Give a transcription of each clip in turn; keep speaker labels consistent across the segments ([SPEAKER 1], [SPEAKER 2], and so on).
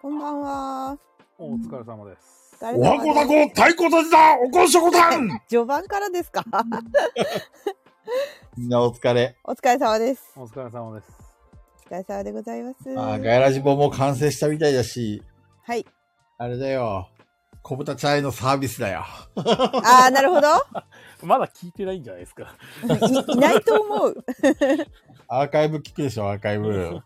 [SPEAKER 1] こんばんは。
[SPEAKER 2] お疲れ様です。
[SPEAKER 1] 誰
[SPEAKER 3] おはこだこ、太鼓たちだおこんしょこたん
[SPEAKER 1] 序盤からですか
[SPEAKER 3] みんなお疲れ。
[SPEAKER 1] お疲れ様です。
[SPEAKER 2] お疲れ様です。
[SPEAKER 1] お疲れ様でございます。
[SPEAKER 3] あーガイラジボも完成したみたいだし、
[SPEAKER 1] はい。
[SPEAKER 3] あれだよ。小豚ちゃんへのサービスだよ。
[SPEAKER 1] ああ、なるほど。
[SPEAKER 2] まだ聞いてないんじゃないですか。
[SPEAKER 1] いいないと思う。
[SPEAKER 3] アーカイブ聞くでしょ、アーカイブ。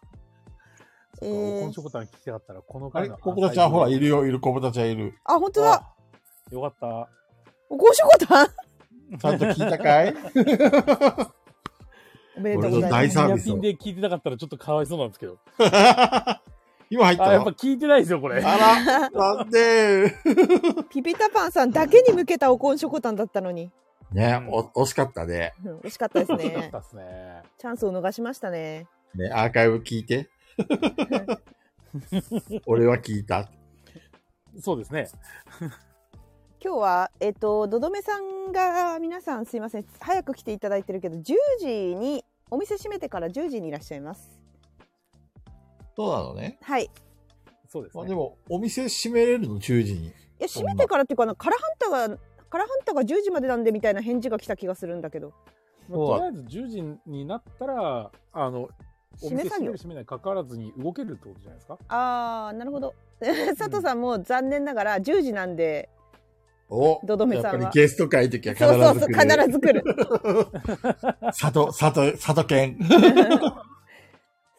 [SPEAKER 1] え
[SPEAKER 2] えー、今
[SPEAKER 1] ー
[SPEAKER 2] 週、ことは聞きたかったら、この
[SPEAKER 3] あれ、
[SPEAKER 2] 回の
[SPEAKER 3] 小豚ちゃんほら、い
[SPEAKER 2] る。
[SPEAKER 3] るよ、いる、小豚ちゃんいる。
[SPEAKER 1] あ、本当だ。
[SPEAKER 2] あよかった。
[SPEAKER 1] おこしょこた ん。
[SPEAKER 3] ちゃんと聞いたか い
[SPEAKER 1] おめでとうござい
[SPEAKER 3] 大
[SPEAKER 1] ます。
[SPEAKER 3] サー
[SPEAKER 2] 夜
[SPEAKER 3] ビスを
[SPEAKER 2] 勤で聞いてなかったらちょっとかわいそうなんですけど。
[SPEAKER 3] 今入っ
[SPEAKER 2] あ、
[SPEAKER 3] た
[SPEAKER 2] やっぱ
[SPEAKER 3] よ。
[SPEAKER 2] 聞いてないですよ、これ。
[SPEAKER 3] あら、なんで
[SPEAKER 1] ピピタパンさんだけに向けたおこんしょこたんだったのに。
[SPEAKER 3] ねお、惜しかったね。
[SPEAKER 1] うん惜しかったです
[SPEAKER 2] よ かっ
[SPEAKER 1] ね
[SPEAKER 2] た。っすね。
[SPEAKER 1] チャンスを逃しましたね。
[SPEAKER 3] ね、アーカイブ聞い て。俺は聞いた。
[SPEAKER 2] そうですね。
[SPEAKER 1] 今日は、えっ、と、のどめさんが、皆さんすいません。早く来ていただいてるけど、10時に、お店閉めてから10時にいらっしゃいます。
[SPEAKER 3] そうなのね。
[SPEAKER 1] はい。
[SPEAKER 2] そうです
[SPEAKER 3] まあ
[SPEAKER 2] ね。
[SPEAKER 3] でも、お店閉めれるの、10時に。
[SPEAKER 1] いや閉めてからっていうかなカラハンタがカラハンタが10時までなんでみたいな返事が来た気がするんだけど
[SPEAKER 2] まあとりあえず10時になったら、あの、お
[SPEAKER 1] 締め
[SPEAKER 2] 店
[SPEAKER 1] 作業
[SPEAKER 2] 閉める閉めないかかわらずに動けるってことじゃないですか。
[SPEAKER 1] ああなるほど 佐藤さんも残念ながら10時なんで
[SPEAKER 3] お
[SPEAKER 1] どどめさんは
[SPEAKER 3] やっぱりゲスト会の時は必
[SPEAKER 1] そう
[SPEAKER 3] ず
[SPEAKER 1] そうそう
[SPEAKER 3] 来る
[SPEAKER 1] 必ず来る
[SPEAKER 3] 佐藤、佐藤、佐藤健。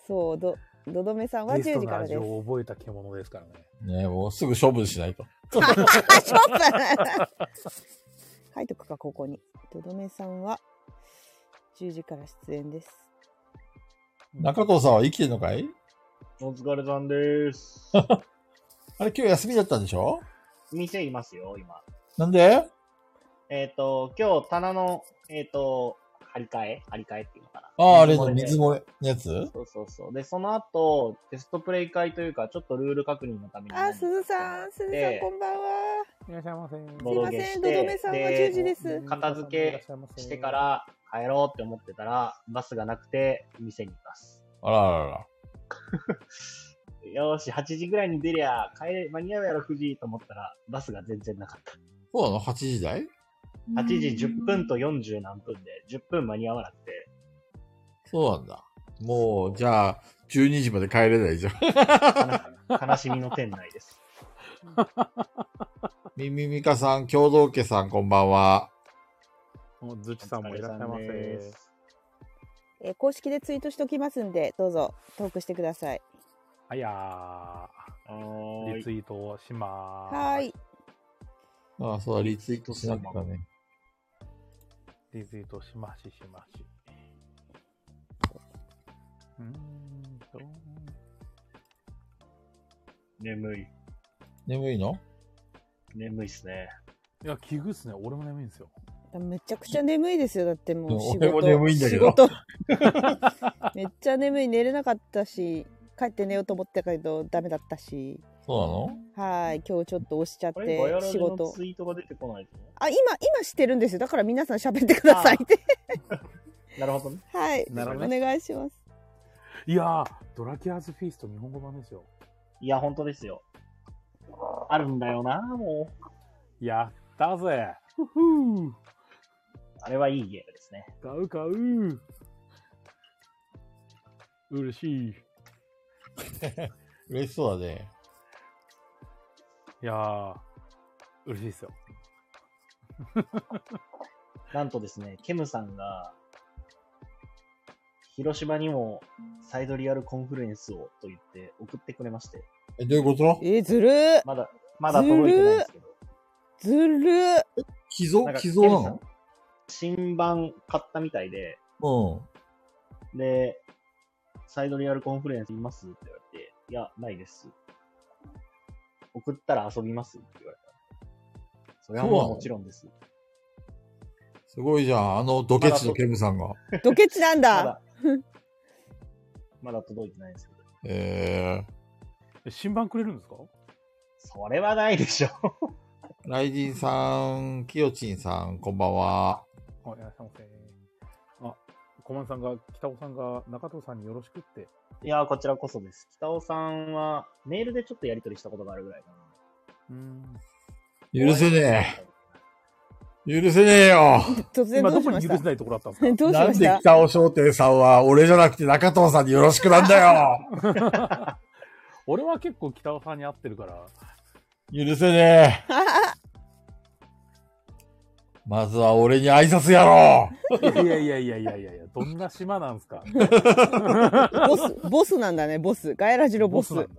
[SPEAKER 1] そうどどどめさんは
[SPEAKER 2] ゲス
[SPEAKER 1] 10
[SPEAKER 2] ト
[SPEAKER 1] 時
[SPEAKER 2] の
[SPEAKER 1] から
[SPEAKER 2] 味
[SPEAKER 1] です
[SPEAKER 2] を覚えた獣ですからね。
[SPEAKER 3] ねもうすぐ処分しないと。
[SPEAKER 1] あショップ 書いとくかここにどどめさんは10時から出演です
[SPEAKER 3] 中藤さんは生きてんのかい
[SPEAKER 4] お疲れさ んです。
[SPEAKER 3] あれ、今日休みだったんでしょ
[SPEAKER 4] 店いますよ、今。
[SPEAKER 3] なんで
[SPEAKER 4] えっ、と、今日棚の、えっ、と、張り替え張り替えっていうのかな。
[SPEAKER 3] ああ、あれの
[SPEAKER 4] 漏れで
[SPEAKER 3] 水漏れのやつ
[SPEAKER 4] そうそうそう。で、その後、テストプレイ会というか、ちょっとルール確認のために。
[SPEAKER 1] あ鈴さん鈴さんこんばんはい
[SPEAKER 2] らっしゃいませ。
[SPEAKER 1] すいませんどどめさんは10時です
[SPEAKER 4] 片付けしてか。ら帰ろうって思ってたら、バスがなくて、店にいます。
[SPEAKER 3] あらあらあら。
[SPEAKER 4] よーし、8時ぐらいに出りゃ、帰れ、間に合うやろ、9時と思ったら、バスが全然なかった。
[SPEAKER 3] そうなの ?8 時台
[SPEAKER 4] 8時10分と40何分で、10分間に合わなくて、
[SPEAKER 3] そうなんだ。もう、じゃあ、12時まで帰れないじゃん。
[SPEAKER 4] 悲しみの店内です。
[SPEAKER 3] みみみかさん、共同家さん、こんばんは。
[SPEAKER 2] もうずちさんもいらっしゃいませ。
[SPEAKER 1] えー公式でツイートしておきますんでどうぞトークしてください
[SPEAKER 2] あやー、リ
[SPEAKER 4] は
[SPEAKER 2] ツイートをしまーす。
[SPEAKER 1] はーい。
[SPEAKER 3] ああ、そうだ、リツイートしなきゃね。
[SPEAKER 2] リツイートしまししまし。うーんと。
[SPEAKER 4] い。眠い。
[SPEAKER 3] 眠いの
[SPEAKER 4] 眠いっすね。
[SPEAKER 2] いや、奇遇っすね。俺も眠いんですよ。
[SPEAKER 1] めちゃくちゃ眠いですよだってもう仕事
[SPEAKER 3] 俺も眠いんだけど
[SPEAKER 1] 仕事 めっちゃ眠い寝れなかったし帰って寝ようと思ったけどダメだったし
[SPEAKER 3] そう
[SPEAKER 1] はい今日ちょっと押しちゃっ
[SPEAKER 4] あれ、ガヤ
[SPEAKER 1] て
[SPEAKER 4] ラジ
[SPEAKER 1] 仕
[SPEAKER 4] の
[SPEAKER 1] 事
[SPEAKER 4] ツイートが出てこないと。
[SPEAKER 1] あ今今してるんですよだから皆さん喋ってくださいって
[SPEAKER 4] なるほどね。
[SPEAKER 1] はい
[SPEAKER 2] なるほど
[SPEAKER 1] お願いします
[SPEAKER 2] いやー、ドラキュラズフィースト日本語版ですよ。
[SPEAKER 4] いや、本当ですよ。あるんだよな、もう。
[SPEAKER 2] やったぜ。ふふー。
[SPEAKER 4] あれはいいゲームですね。
[SPEAKER 2] 買う買う。嬉しい。い
[SPEAKER 3] なの嬉しそうだね。
[SPEAKER 2] やー、嬉しいですよ。
[SPEAKER 4] なんとですね、ケムさんが、広島にもサイドリアルコンフルエンスをと言って送ってくれまして、
[SPEAKER 3] え、どういうこと
[SPEAKER 1] えーずるー
[SPEAKER 4] まだ、まだ届いてないんですけど。
[SPEAKER 1] ずるー
[SPEAKER 3] 寄贈
[SPEAKER 4] なんか
[SPEAKER 3] 寄贈な
[SPEAKER 4] ケムさん
[SPEAKER 3] の
[SPEAKER 4] 新版買ったみたいで、
[SPEAKER 3] うん。
[SPEAKER 4] で、サイドリアルコンフルエンスいますって言われて、いや、ないです。送ったら遊びますって言われた。それは
[SPEAKER 3] そう
[SPEAKER 4] も
[SPEAKER 3] な
[SPEAKER 4] う
[SPEAKER 3] の
[SPEAKER 4] もちろんです。
[SPEAKER 3] すごいじゃん、あのドケチのケムさんが。
[SPEAKER 1] ドケチなん
[SPEAKER 4] ま
[SPEAKER 1] だ
[SPEAKER 4] だ、まだ届いてないんですけど。
[SPEAKER 3] え
[SPEAKER 2] え新版くれるんですか
[SPEAKER 4] それはないでしょ。
[SPEAKER 3] ー、ライジンさん、キヨチンさん、こんばんは。
[SPEAKER 2] あ、いらっしゃいませ。あ、小松さんが、北尾さんが、中藤さんによろしくって。
[SPEAKER 4] いやー、こちらこそです。北尾さんは、メールでちょっとやり取りしたことがあるぐらいか
[SPEAKER 2] うん。
[SPEAKER 4] な。
[SPEAKER 3] 許せね
[SPEAKER 4] え。
[SPEAKER 3] え。許せねえよ。
[SPEAKER 1] 突然
[SPEAKER 2] 今
[SPEAKER 1] ど
[SPEAKER 2] ど
[SPEAKER 1] うし
[SPEAKER 2] こ
[SPEAKER 1] ま
[SPEAKER 2] に
[SPEAKER 1] し
[SPEAKER 2] 許
[SPEAKER 1] た
[SPEAKER 2] せないところだったんです か
[SPEAKER 1] どうし
[SPEAKER 3] な
[SPEAKER 1] ま
[SPEAKER 3] ん
[SPEAKER 1] し
[SPEAKER 3] で
[SPEAKER 1] た
[SPEAKER 3] 北尾商店さんは俺じゃなくて中藤さんによろしくなん だよ。
[SPEAKER 2] 俺は結構北尾さんに合ってるから。
[SPEAKER 3] 許せね え。まずは俺に挨拶やろう。
[SPEAKER 2] いやいやいやいやいやいや、どんな島なんすか。
[SPEAKER 1] ボス、ボスなんだね、ボス。ガヤラジのボス。
[SPEAKER 2] なんだ。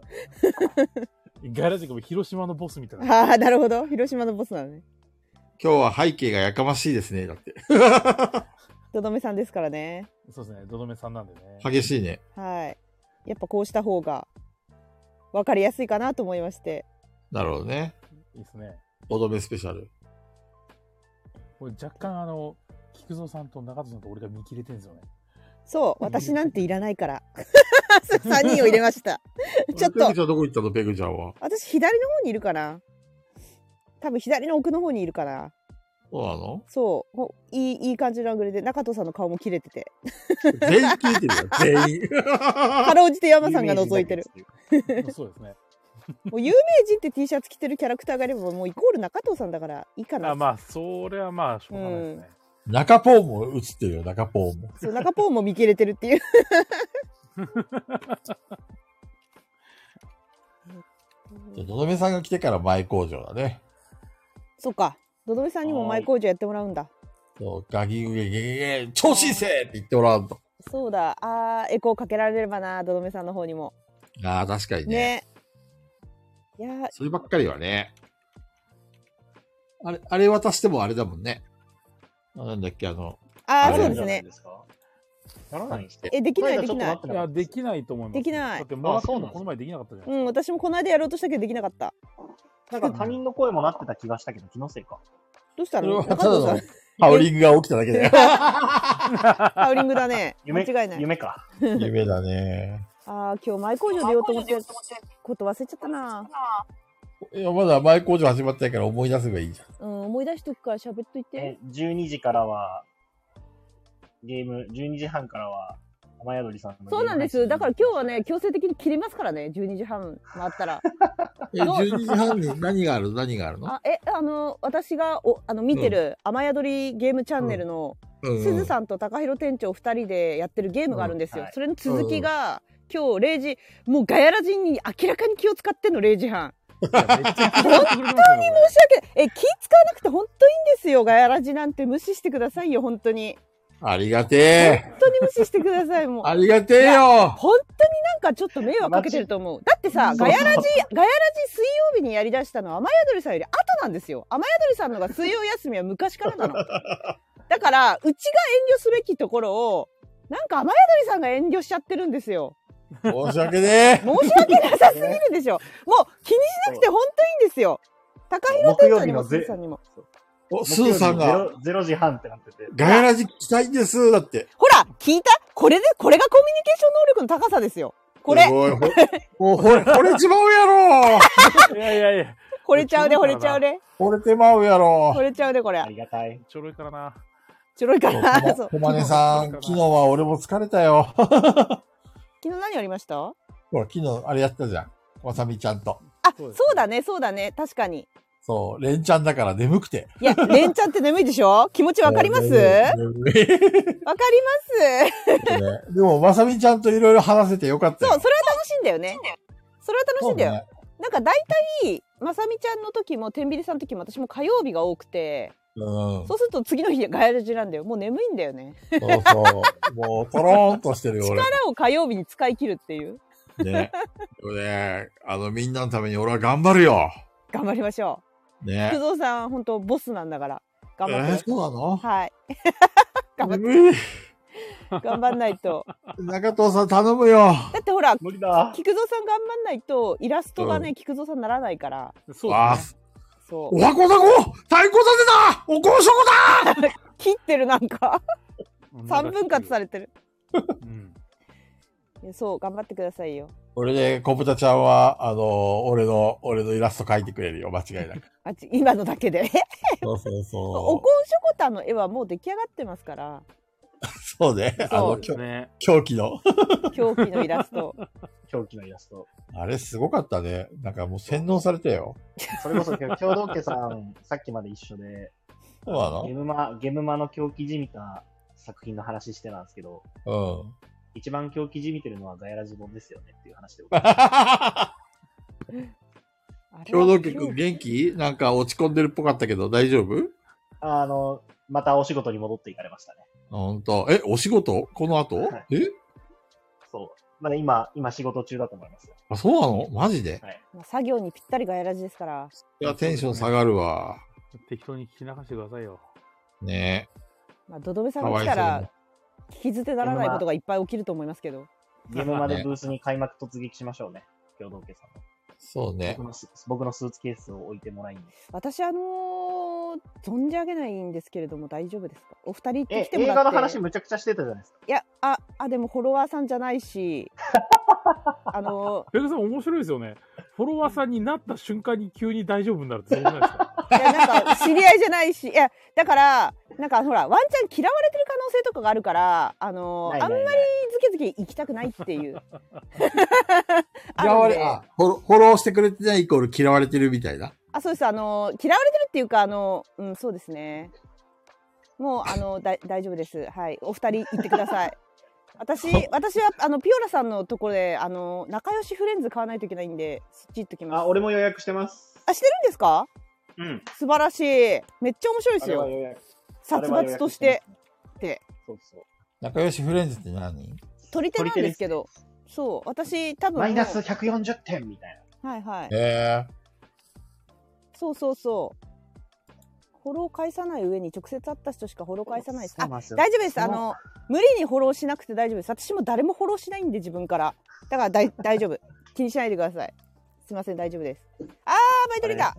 [SPEAKER 2] ガイラジックも広島のボスみたいな。
[SPEAKER 1] ああ、なるほど。広島のボスなのね。
[SPEAKER 3] 今日は背景がやかましいですね。だって。
[SPEAKER 1] とどめさんですからね。
[SPEAKER 2] そうですね、どどめさんなんでね。
[SPEAKER 3] 激しいね。
[SPEAKER 1] はい。やっぱこうした方が分かりやすいかなと思いまして。
[SPEAKER 3] なるほどね。
[SPEAKER 2] いいですね。
[SPEAKER 3] おどめスペシャル。
[SPEAKER 2] これ若干あの、菊蔵さんと中戸さんと俺が見切れてるんですよ ね。
[SPEAKER 1] そう、私なんていらないから。3人を入れま した。ちょっ
[SPEAKER 3] ペグ
[SPEAKER 1] と、
[SPEAKER 3] ちゃんどこ行ったのペグちゃんは。
[SPEAKER 1] 私左の方にいるかな。多分左の奥の方にいるかな。
[SPEAKER 3] そうなの
[SPEAKER 1] そう、ほいいいい感じのアングルで、中藤さんの顔も切れてて。
[SPEAKER 3] 全員聞いてるよ。全 員。
[SPEAKER 1] かろうじて山さんが覗いてる。
[SPEAKER 2] そうですね。
[SPEAKER 1] もう有名人って T シャツ着てるキャラクターがいれば、もうイコール中藤さんだからいいかな。
[SPEAKER 2] あまあ、それはまあ、しょうがないですね。
[SPEAKER 3] 中ポーも映ってるよ、中ポーも。
[SPEAKER 1] そう、中ポーも見切れてるって いう。
[SPEAKER 3] じゃあ、のどめさんが来てから前工場だね。
[SPEAKER 1] そっか。どどめさんにも前工場やってもらうんだ。
[SPEAKER 3] そう、ガギグゲゲゲゲ、超新星って言ってもらうと。
[SPEAKER 1] そうだ。あー、エコーかけられればな、どどめさんの方にも。
[SPEAKER 3] ああ、確かにね
[SPEAKER 1] ね。いやー
[SPEAKER 3] そればっかりはね。あれ、あれ渡してもあれだもんね。あなんだっけ、あの、
[SPEAKER 1] あ
[SPEAKER 3] あ
[SPEAKER 1] ー、
[SPEAKER 3] れ
[SPEAKER 1] そうですね。。
[SPEAKER 4] ならないんすか
[SPEAKER 1] え、できない、できない。
[SPEAKER 2] いや、できないと思います、
[SPEAKER 1] できない
[SPEAKER 2] だって、もらって
[SPEAKER 4] あそ
[SPEAKER 2] も
[SPEAKER 4] うなんです
[SPEAKER 2] この前できなかったじゃ
[SPEAKER 1] う
[SPEAKER 2] ない
[SPEAKER 1] ん、
[SPEAKER 2] ですか。
[SPEAKER 1] 私もこの間やろうとしたけどできなかった。
[SPEAKER 4] なんか他人の声もなってた気がしたけど、気のせいか。
[SPEAKER 1] どうした
[SPEAKER 3] それ
[SPEAKER 1] の
[SPEAKER 3] は
[SPEAKER 1] 中
[SPEAKER 3] ただ
[SPEAKER 1] 藤さ
[SPEAKER 3] の
[SPEAKER 1] ん。、
[SPEAKER 3] ハウリングが起きただけ だよ。
[SPEAKER 1] ハウリングだね。間
[SPEAKER 4] 夢、
[SPEAKER 1] 違いない。
[SPEAKER 4] 夢か。
[SPEAKER 3] 夢だね。
[SPEAKER 1] あー、今日前工場出ようと思ってたこと忘れちゃったな。
[SPEAKER 3] いや、まだ前工場始まってないから思い出せばいいじゃん。
[SPEAKER 1] うん、思い出しとくから喋っといて
[SPEAKER 4] え。、12時からは、ゲーム、12時半からは、雨宿りさんのゲーム配信。
[SPEAKER 1] そうなんです。だから今日はね、強制的に切りますからね、12時半回ったら。
[SPEAKER 3] え、12時半に何がある何があるの
[SPEAKER 1] あえあの私がおあの見てる「雨宿りゲームチャンネル」の
[SPEAKER 3] うん
[SPEAKER 1] すずさんと高弘店長2人でやってるゲームがあるんですよ、
[SPEAKER 4] うんはい
[SPEAKER 1] それの続きが、今日0時もうガヤラジに明らかに気を使ってんの0時半
[SPEAKER 2] いやめっちゃ気に入ってくれてますよこれ
[SPEAKER 1] 申し訳ないえ気使わなくて本当いいんですよガヤラジなんて無視してくださいよ本当に
[SPEAKER 3] ありがてえ。
[SPEAKER 1] 本当に無視してくださいもう
[SPEAKER 3] ありがてえよ。
[SPEAKER 1] 本当になんかちょっと迷惑かけてると思う。だってさ、
[SPEAKER 4] そう
[SPEAKER 1] ガヤラジ、ガヤラジ水曜日にやりだしたのは雨宿りさんより後なんですよ。雨宿りさんのが水曜休みは昔から なの。だから、うちが遠慮すべきところを、なんか雨宿りさんが遠慮しちゃってるんですよ。
[SPEAKER 3] 申し訳ね
[SPEAKER 1] 申し訳なさすぎるで しょ。もう気にしなくて本当いいんですよ。高弘店長にも、
[SPEAKER 4] 木曜
[SPEAKER 1] 鈴
[SPEAKER 4] 日のぜ
[SPEAKER 1] さんにも。
[SPEAKER 3] え。 お、すずさんが、
[SPEAKER 4] ゼロ0時半ってなってて。
[SPEAKER 3] ガヤラジ聞きたいんです、だって。
[SPEAKER 1] ほら、聞いたこれで、これがコミュニケーション能力の高さですよ。これ
[SPEAKER 3] す、ごいほもうほれ、惚れちまうやろ
[SPEAKER 2] いやいやいや、
[SPEAKER 1] 惚れちゃうで、惚れちゃうで。
[SPEAKER 3] 惚れてまうや
[SPEAKER 1] 惚
[SPEAKER 3] ろ
[SPEAKER 1] れちゃうで、これ
[SPEAKER 4] あ。りがたい。
[SPEAKER 2] ちょろいからな。
[SPEAKER 1] ちょろいか
[SPEAKER 3] そう
[SPEAKER 1] ら。そう
[SPEAKER 3] 小金さん、昨日は俺も疲れたよ。ほ
[SPEAKER 1] 昨日何やりました
[SPEAKER 3] ら、昨日あれやったじゃん。わさみちゃんと。
[SPEAKER 1] あ、
[SPEAKER 2] そ
[SPEAKER 1] そうう
[SPEAKER 2] ですね
[SPEAKER 1] だね、そうだね、確かに。
[SPEAKER 3] そう、レンちゃんだから眠くて。
[SPEAKER 1] いや、 レンちゃんって眠いでしょ気持ちわかりますわかり
[SPEAKER 3] 眠い眠い
[SPEAKER 1] ます。
[SPEAKER 3] でも、わさみちゃんといろいろ話せてよかっ
[SPEAKER 1] そ
[SPEAKER 3] た
[SPEAKER 1] う、それは
[SPEAKER 3] よ。
[SPEAKER 1] 楽しいんだよね。それは楽しいんだよ。
[SPEAKER 3] ね。
[SPEAKER 1] なんか大体、まさみちゃんの時も、天秤さんの時も、私も火曜日が多くて、
[SPEAKER 3] うん。
[SPEAKER 1] そうすると次の日ガヤラジなんだよ。もう眠いんだよね。
[SPEAKER 3] そうそう。もう、とろーんとしてるよ、俺。
[SPEAKER 1] 力を火曜日に使い切るっていう。
[SPEAKER 3] ね。でもね、あの、みんなのために俺は頑張るよ。
[SPEAKER 1] 頑張りましょう。
[SPEAKER 3] ね
[SPEAKER 1] 福。蔵さん、本当ボスなんだから。
[SPEAKER 3] え
[SPEAKER 1] 頑張っ
[SPEAKER 3] ー、
[SPEAKER 1] て。
[SPEAKER 3] そうなの
[SPEAKER 1] はい。頑張っ
[SPEAKER 3] 眠い。
[SPEAKER 1] 頑張んないと。
[SPEAKER 3] 中藤さん頼むよ。
[SPEAKER 1] だってほら、
[SPEAKER 4] 無理だ。
[SPEAKER 1] 菊蔵さん頑張んないと、イラストがね、
[SPEAKER 3] う
[SPEAKER 1] 菊蔵さんならないから。
[SPEAKER 2] そう
[SPEAKER 3] わあ
[SPEAKER 2] ですね。
[SPEAKER 1] そう。
[SPEAKER 3] おはこだこ太鼓立てだおこうしょこだ
[SPEAKER 1] 切ってるなんか三分割さ
[SPEAKER 2] れ
[SPEAKER 1] れてる
[SPEAKER 2] うん。
[SPEAKER 1] いやそう頑張ってくださいよ
[SPEAKER 3] 俺で、小豚ちゃんは、あの俺の、俺のイラスト描いてくれるよ、間違いなく。
[SPEAKER 1] あち今のだけで
[SPEAKER 3] そうそ う
[SPEAKER 1] おこ
[SPEAKER 3] そ
[SPEAKER 1] んしょこたんの絵はもう出来上がってますから
[SPEAKER 3] う。そうね。あ
[SPEAKER 1] そ
[SPEAKER 3] の
[SPEAKER 1] う、
[SPEAKER 3] 狂
[SPEAKER 2] ね。
[SPEAKER 3] 狂気の。
[SPEAKER 1] 狂気のイラスト。
[SPEAKER 4] 狂気のイラスト。
[SPEAKER 3] あれすごかったね。なんかもう洗脳されたよ。
[SPEAKER 4] それこそ 今日、共同家さん、さっきまで一緒で、
[SPEAKER 3] そうなの
[SPEAKER 4] ゲムマ、ゲムマの狂気じみた作品の話してなんですけど、
[SPEAKER 3] うん。
[SPEAKER 4] 一番狂気じみてるのはガヤラジボンですよねっていう話で。
[SPEAKER 1] あれは
[SPEAKER 3] 共同局元気なんか落ち込んでるっぽかったけど大丈夫
[SPEAKER 4] あの、またお仕事に戻っていかれましたね。
[SPEAKER 3] ほんと。え、お仕事この後、
[SPEAKER 4] はい
[SPEAKER 3] え
[SPEAKER 4] そう。まだ今、今仕事中だと思います。
[SPEAKER 3] あ、そうなのマジで
[SPEAKER 1] まあ作業にぴったりがやらじですから。
[SPEAKER 3] いや、テンション下がるわ。
[SPEAKER 2] 適当に聞き流してくださいよ。
[SPEAKER 3] ね
[SPEAKER 1] まあ、ドドベ
[SPEAKER 3] え。
[SPEAKER 1] さん
[SPEAKER 3] か
[SPEAKER 1] が
[SPEAKER 3] わ
[SPEAKER 1] 来
[SPEAKER 3] い
[SPEAKER 1] た
[SPEAKER 3] そうに
[SPEAKER 1] ら。聞き捨てならないことがいっぱい起きると思いますけど。
[SPEAKER 4] ゲムマでブースに開幕突撃しましょうね。共同家さんの。
[SPEAKER 3] そうね
[SPEAKER 4] 僕。のス僕のスーツケースを置いてもらいに。
[SPEAKER 1] 私あのー存じ上げないんですけれども大丈夫ですかお二人って
[SPEAKER 4] え
[SPEAKER 1] 来、ても
[SPEAKER 4] 映
[SPEAKER 1] らって
[SPEAKER 4] 画の話むちゃくちゃしてたじゃないですか。
[SPEAKER 1] いやああでもフォロワーさんじゃない しあの
[SPEAKER 2] ペグさん面白いですよね。フォロワーさんになった瞬間に急に大丈夫になるってどうないですか
[SPEAKER 1] いやなんか知り合いじゃないしいやだからなんかほらワンチャン嫌われてる可能性とかがあるからあのー
[SPEAKER 4] ないないない
[SPEAKER 1] あんまりズケズケ行きたくないっていう あ
[SPEAKER 3] 嫌
[SPEAKER 1] る
[SPEAKER 3] わ
[SPEAKER 1] ん
[SPEAKER 3] れ、
[SPEAKER 1] で
[SPEAKER 3] あ、フォロフォローしてくれてないイコール嫌われてるみたいな。
[SPEAKER 1] あそうですあのー嫌われてるっていうかあのーうんそうですねもうあのーだい大丈夫ですはいお二人行ってくださ い私私はあのピオラさんのところであのー仲良しフレンズ買わないといけないんでそっち行っときます
[SPEAKER 4] あ、俺も予約してます。
[SPEAKER 1] あしてるんですか
[SPEAKER 4] うん。
[SPEAKER 1] 素晴らしいめっちゃ面白いで
[SPEAKER 4] あ
[SPEAKER 1] す
[SPEAKER 4] れは
[SPEAKER 1] よ
[SPEAKER 4] 予約。
[SPEAKER 1] 殺伐としてって
[SPEAKER 4] そうそう。
[SPEAKER 3] 仲良しフレンズって何
[SPEAKER 1] 取り手なんですけどそう私多分
[SPEAKER 4] マイナス
[SPEAKER 1] も
[SPEAKER 4] 140点みたいな。
[SPEAKER 1] うはいはい
[SPEAKER 3] え
[SPEAKER 1] そうそうそうフォロー返さない上に直接会った人しかフォロー返さないです
[SPEAKER 4] そ
[SPEAKER 1] あ
[SPEAKER 4] うなんですよ
[SPEAKER 1] 大丈夫です。
[SPEAKER 4] そ
[SPEAKER 1] あ
[SPEAKER 4] の
[SPEAKER 1] の、無理にフォローしなくて大丈夫です。私も誰もフォローしないんで、自分から。だから 大、大丈夫。気にしないでください。すいません、大丈夫です。あー、バイトリーだ。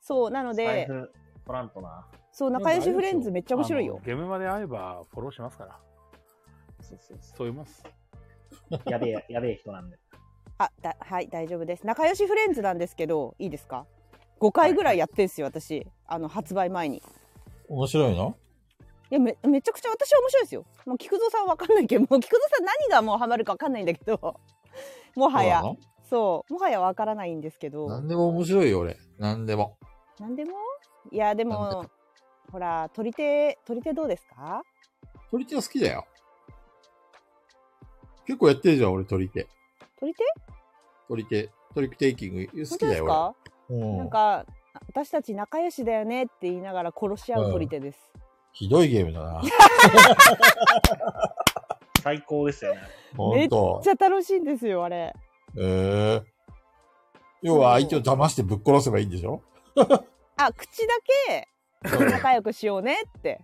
[SPEAKER 1] そう、なの
[SPEAKER 4] 財
[SPEAKER 1] で、
[SPEAKER 4] 布取らんとな。
[SPEAKER 1] そう、
[SPEAKER 2] い。
[SPEAKER 1] 仲良しフレンズめっちゃ面白い
[SPEAKER 2] あ
[SPEAKER 1] よ
[SPEAKER 2] の。ゲームまで会えばフォローしますから。
[SPEAKER 4] そうそうそ
[SPEAKER 2] そう言います。
[SPEAKER 4] う。やべ え、やべえ人なんで。
[SPEAKER 1] あ、だ、はい、大丈夫です。仲良しフレンズなんですけど、いいですか ?5 回ぐらいやってんすよ、私。あの、発売前に。い
[SPEAKER 3] ー、面白いの
[SPEAKER 1] や、め、めちゃくちゃ私は面白いですよ。もう、菊蔵さんわかんないけど、もう、菊蔵さん何がもうハマるかわかんないんだけど、 もはや、
[SPEAKER 3] そう
[SPEAKER 1] そう、もはやわからないんですけど。
[SPEAKER 3] なの何でも面白いよ、俺。何でも。
[SPEAKER 1] なんでもいやで
[SPEAKER 3] なんで
[SPEAKER 1] もほら取り手取り手どうですか
[SPEAKER 3] 鳥手は好きだよ。結構やってるじゃん、俺鳥手。
[SPEAKER 1] 取り手
[SPEAKER 3] 鳥手。トリックテイキング好
[SPEAKER 1] 本当
[SPEAKER 3] き
[SPEAKER 1] で
[SPEAKER 3] だ
[SPEAKER 1] す
[SPEAKER 3] よ、
[SPEAKER 1] か
[SPEAKER 3] 俺。うん
[SPEAKER 1] なんか私たち仲良しだよねって言いながら殺し合う取り手です、
[SPEAKER 3] ひどいゲームだ な。
[SPEAKER 4] 最高ですよね。
[SPEAKER 1] め
[SPEAKER 3] 本
[SPEAKER 1] っ
[SPEAKER 3] 当
[SPEAKER 1] ち。ゃ楽しいんですよあれ
[SPEAKER 3] ええ要は相手を騙してぶっ殺せばいいんでしょ
[SPEAKER 1] あ口だけ仲良くしようねって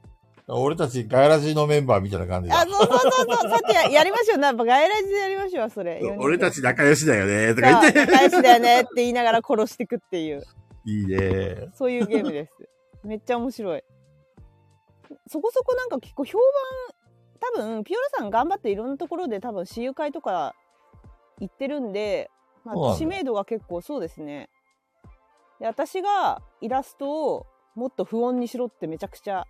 [SPEAKER 3] 俺たちガヤラジのメンバーみたいな感じ
[SPEAKER 1] あ
[SPEAKER 3] だ。
[SPEAKER 1] そうそうそうそうさてややりましょうなんかガイラジでやりましょうそれ
[SPEAKER 3] 俺た
[SPEAKER 1] ち
[SPEAKER 3] ち仲良しだよねとか言って。
[SPEAKER 1] 仲良しだよねって言いながら殺してくっていう
[SPEAKER 3] いいね。
[SPEAKER 1] そういうゲーム です。めっちゃ面白い。そこそこなんか結構評判、多分ピオラさん頑張っていろんなところで多分私有会とか行ってるんで、ま
[SPEAKER 3] そうなん
[SPEAKER 1] あ、
[SPEAKER 3] だ
[SPEAKER 1] 知名度が結構そうですね。で、私がイラストをもっと不穏にしろってめちゃくちゃ、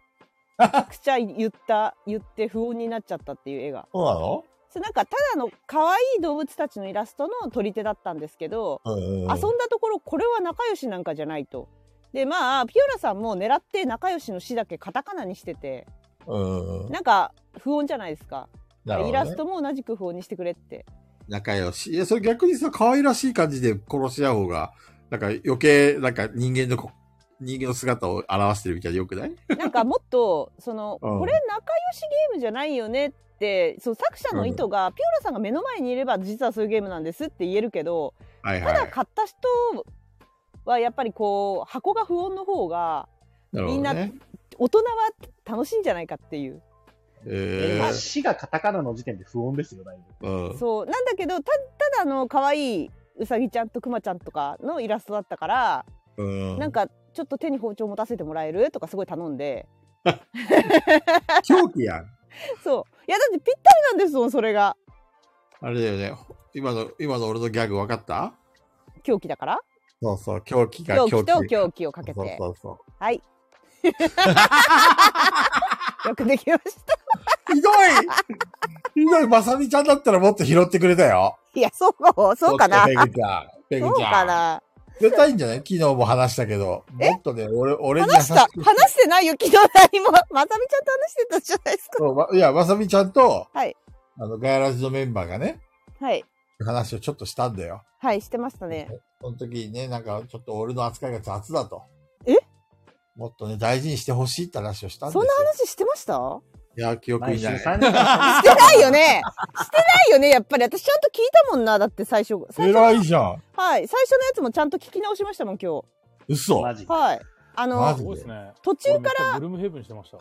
[SPEAKER 1] めちゃくちゃ言った、言って不穏になっちゃったっていう絵が。
[SPEAKER 3] そうなの
[SPEAKER 1] それなんかただの可愛い動物たちのイラストの取り手だったんですけど、
[SPEAKER 3] うんうん。
[SPEAKER 1] 遊んだところこれは仲良しなんかじゃないと。でまあピオラさんも狙って仲良しの「し」だけカタカナにしてて
[SPEAKER 3] うんうん。
[SPEAKER 1] なんか不穏じゃないですか、
[SPEAKER 3] なるほどね
[SPEAKER 1] イラストも同じく不穏にしてくれって
[SPEAKER 3] 仲良し。いや、それ逆にさ、可愛らしい感じで殺し合う方が、なんか余計、なんか人間のこ、人間の姿を表してるみたいでよくない
[SPEAKER 1] なんかもっ とその、
[SPEAKER 3] うん
[SPEAKER 1] これ仲良しゲームじゃないよねってそう作者の意図が、ピオラさんが目の前にいれば実はそういうゲームなんですって言えるけど
[SPEAKER 3] はい
[SPEAKER 1] た
[SPEAKER 3] は
[SPEAKER 1] だ
[SPEAKER 3] い。
[SPEAKER 1] 買った人はやっぱりこう箱が不穏の方が
[SPEAKER 3] なるほ
[SPEAKER 1] みん
[SPEAKER 3] ど
[SPEAKER 1] な
[SPEAKER 3] ね。
[SPEAKER 1] 大人は楽しいんじゃないかっていう
[SPEAKER 3] え
[SPEAKER 4] え
[SPEAKER 3] え
[SPEAKER 4] ー、死がカタカナの時点で不穏ですよ、だいぶ。
[SPEAKER 3] うん。
[SPEAKER 1] そうなんだけどたただあの可愛いうさぎちゃんとくまちゃんとかのイラストだったから、
[SPEAKER 3] うん。
[SPEAKER 1] なんかちょっと手に包丁持たせてもらえるとかすごい頼んで
[SPEAKER 3] 狂気やん。
[SPEAKER 1] そういやだってぴったりなんですもんそれが
[SPEAKER 3] あれだよね。今の、今の俺のギャグ分かった
[SPEAKER 1] 狂気だから
[SPEAKER 3] そうそう、狂気が
[SPEAKER 1] 狂気と
[SPEAKER 3] 気
[SPEAKER 1] 狂気をかけて
[SPEAKER 3] そうそうそう。
[SPEAKER 1] はいよくできまし
[SPEAKER 3] ひどいひどい、まさみちゃんだったらもっと拾ってくれたよ。
[SPEAKER 1] いや、そう、そうかな。
[SPEAKER 3] ちょっとペグちゃん。ペグ
[SPEAKER 1] そう
[SPEAKER 3] ちゃん。
[SPEAKER 1] かな。
[SPEAKER 3] 絶対いいんじゃない昨日も話したけど。もっとね、俺、俺に優
[SPEAKER 1] 話
[SPEAKER 3] し
[SPEAKER 1] した
[SPEAKER 3] く、。
[SPEAKER 1] 話してないよ、昨日何も。まさみちゃんと話してたじゃないですか。
[SPEAKER 3] そうわいや、まさみちゃんと、
[SPEAKER 1] はい
[SPEAKER 3] あの、ガヤラジのメンバーがね、
[SPEAKER 1] はい。
[SPEAKER 3] 話をちょっとしたんだよ。
[SPEAKER 1] はい、してましたね。
[SPEAKER 3] その時にね、なんか、ちょっと俺の扱いが雑だと。
[SPEAKER 1] え
[SPEAKER 3] もっとね、大事にしてほしいって話をしたんです
[SPEAKER 1] そ
[SPEAKER 3] よ。
[SPEAKER 1] んな話してました
[SPEAKER 3] いや、記憶
[SPEAKER 4] 毎
[SPEAKER 3] に
[SPEAKER 4] 週
[SPEAKER 3] ない。
[SPEAKER 4] 3時間。
[SPEAKER 1] してないよね。してないよね、やっぱり。私ちゃんと聞いたもんな。だって最初。最初の
[SPEAKER 3] 偉いじゃん。
[SPEAKER 1] はい。最初のやつもちゃんと聞き直しましたもん、今
[SPEAKER 3] 嘘。
[SPEAKER 4] マジ
[SPEAKER 1] 日。はい。あ
[SPEAKER 3] マ
[SPEAKER 1] の
[SPEAKER 3] ジ、
[SPEAKER 2] すごいですね。
[SPEAKER 1] 途中から
[SPEAKER 2] ら。ブルームヘブンしてました。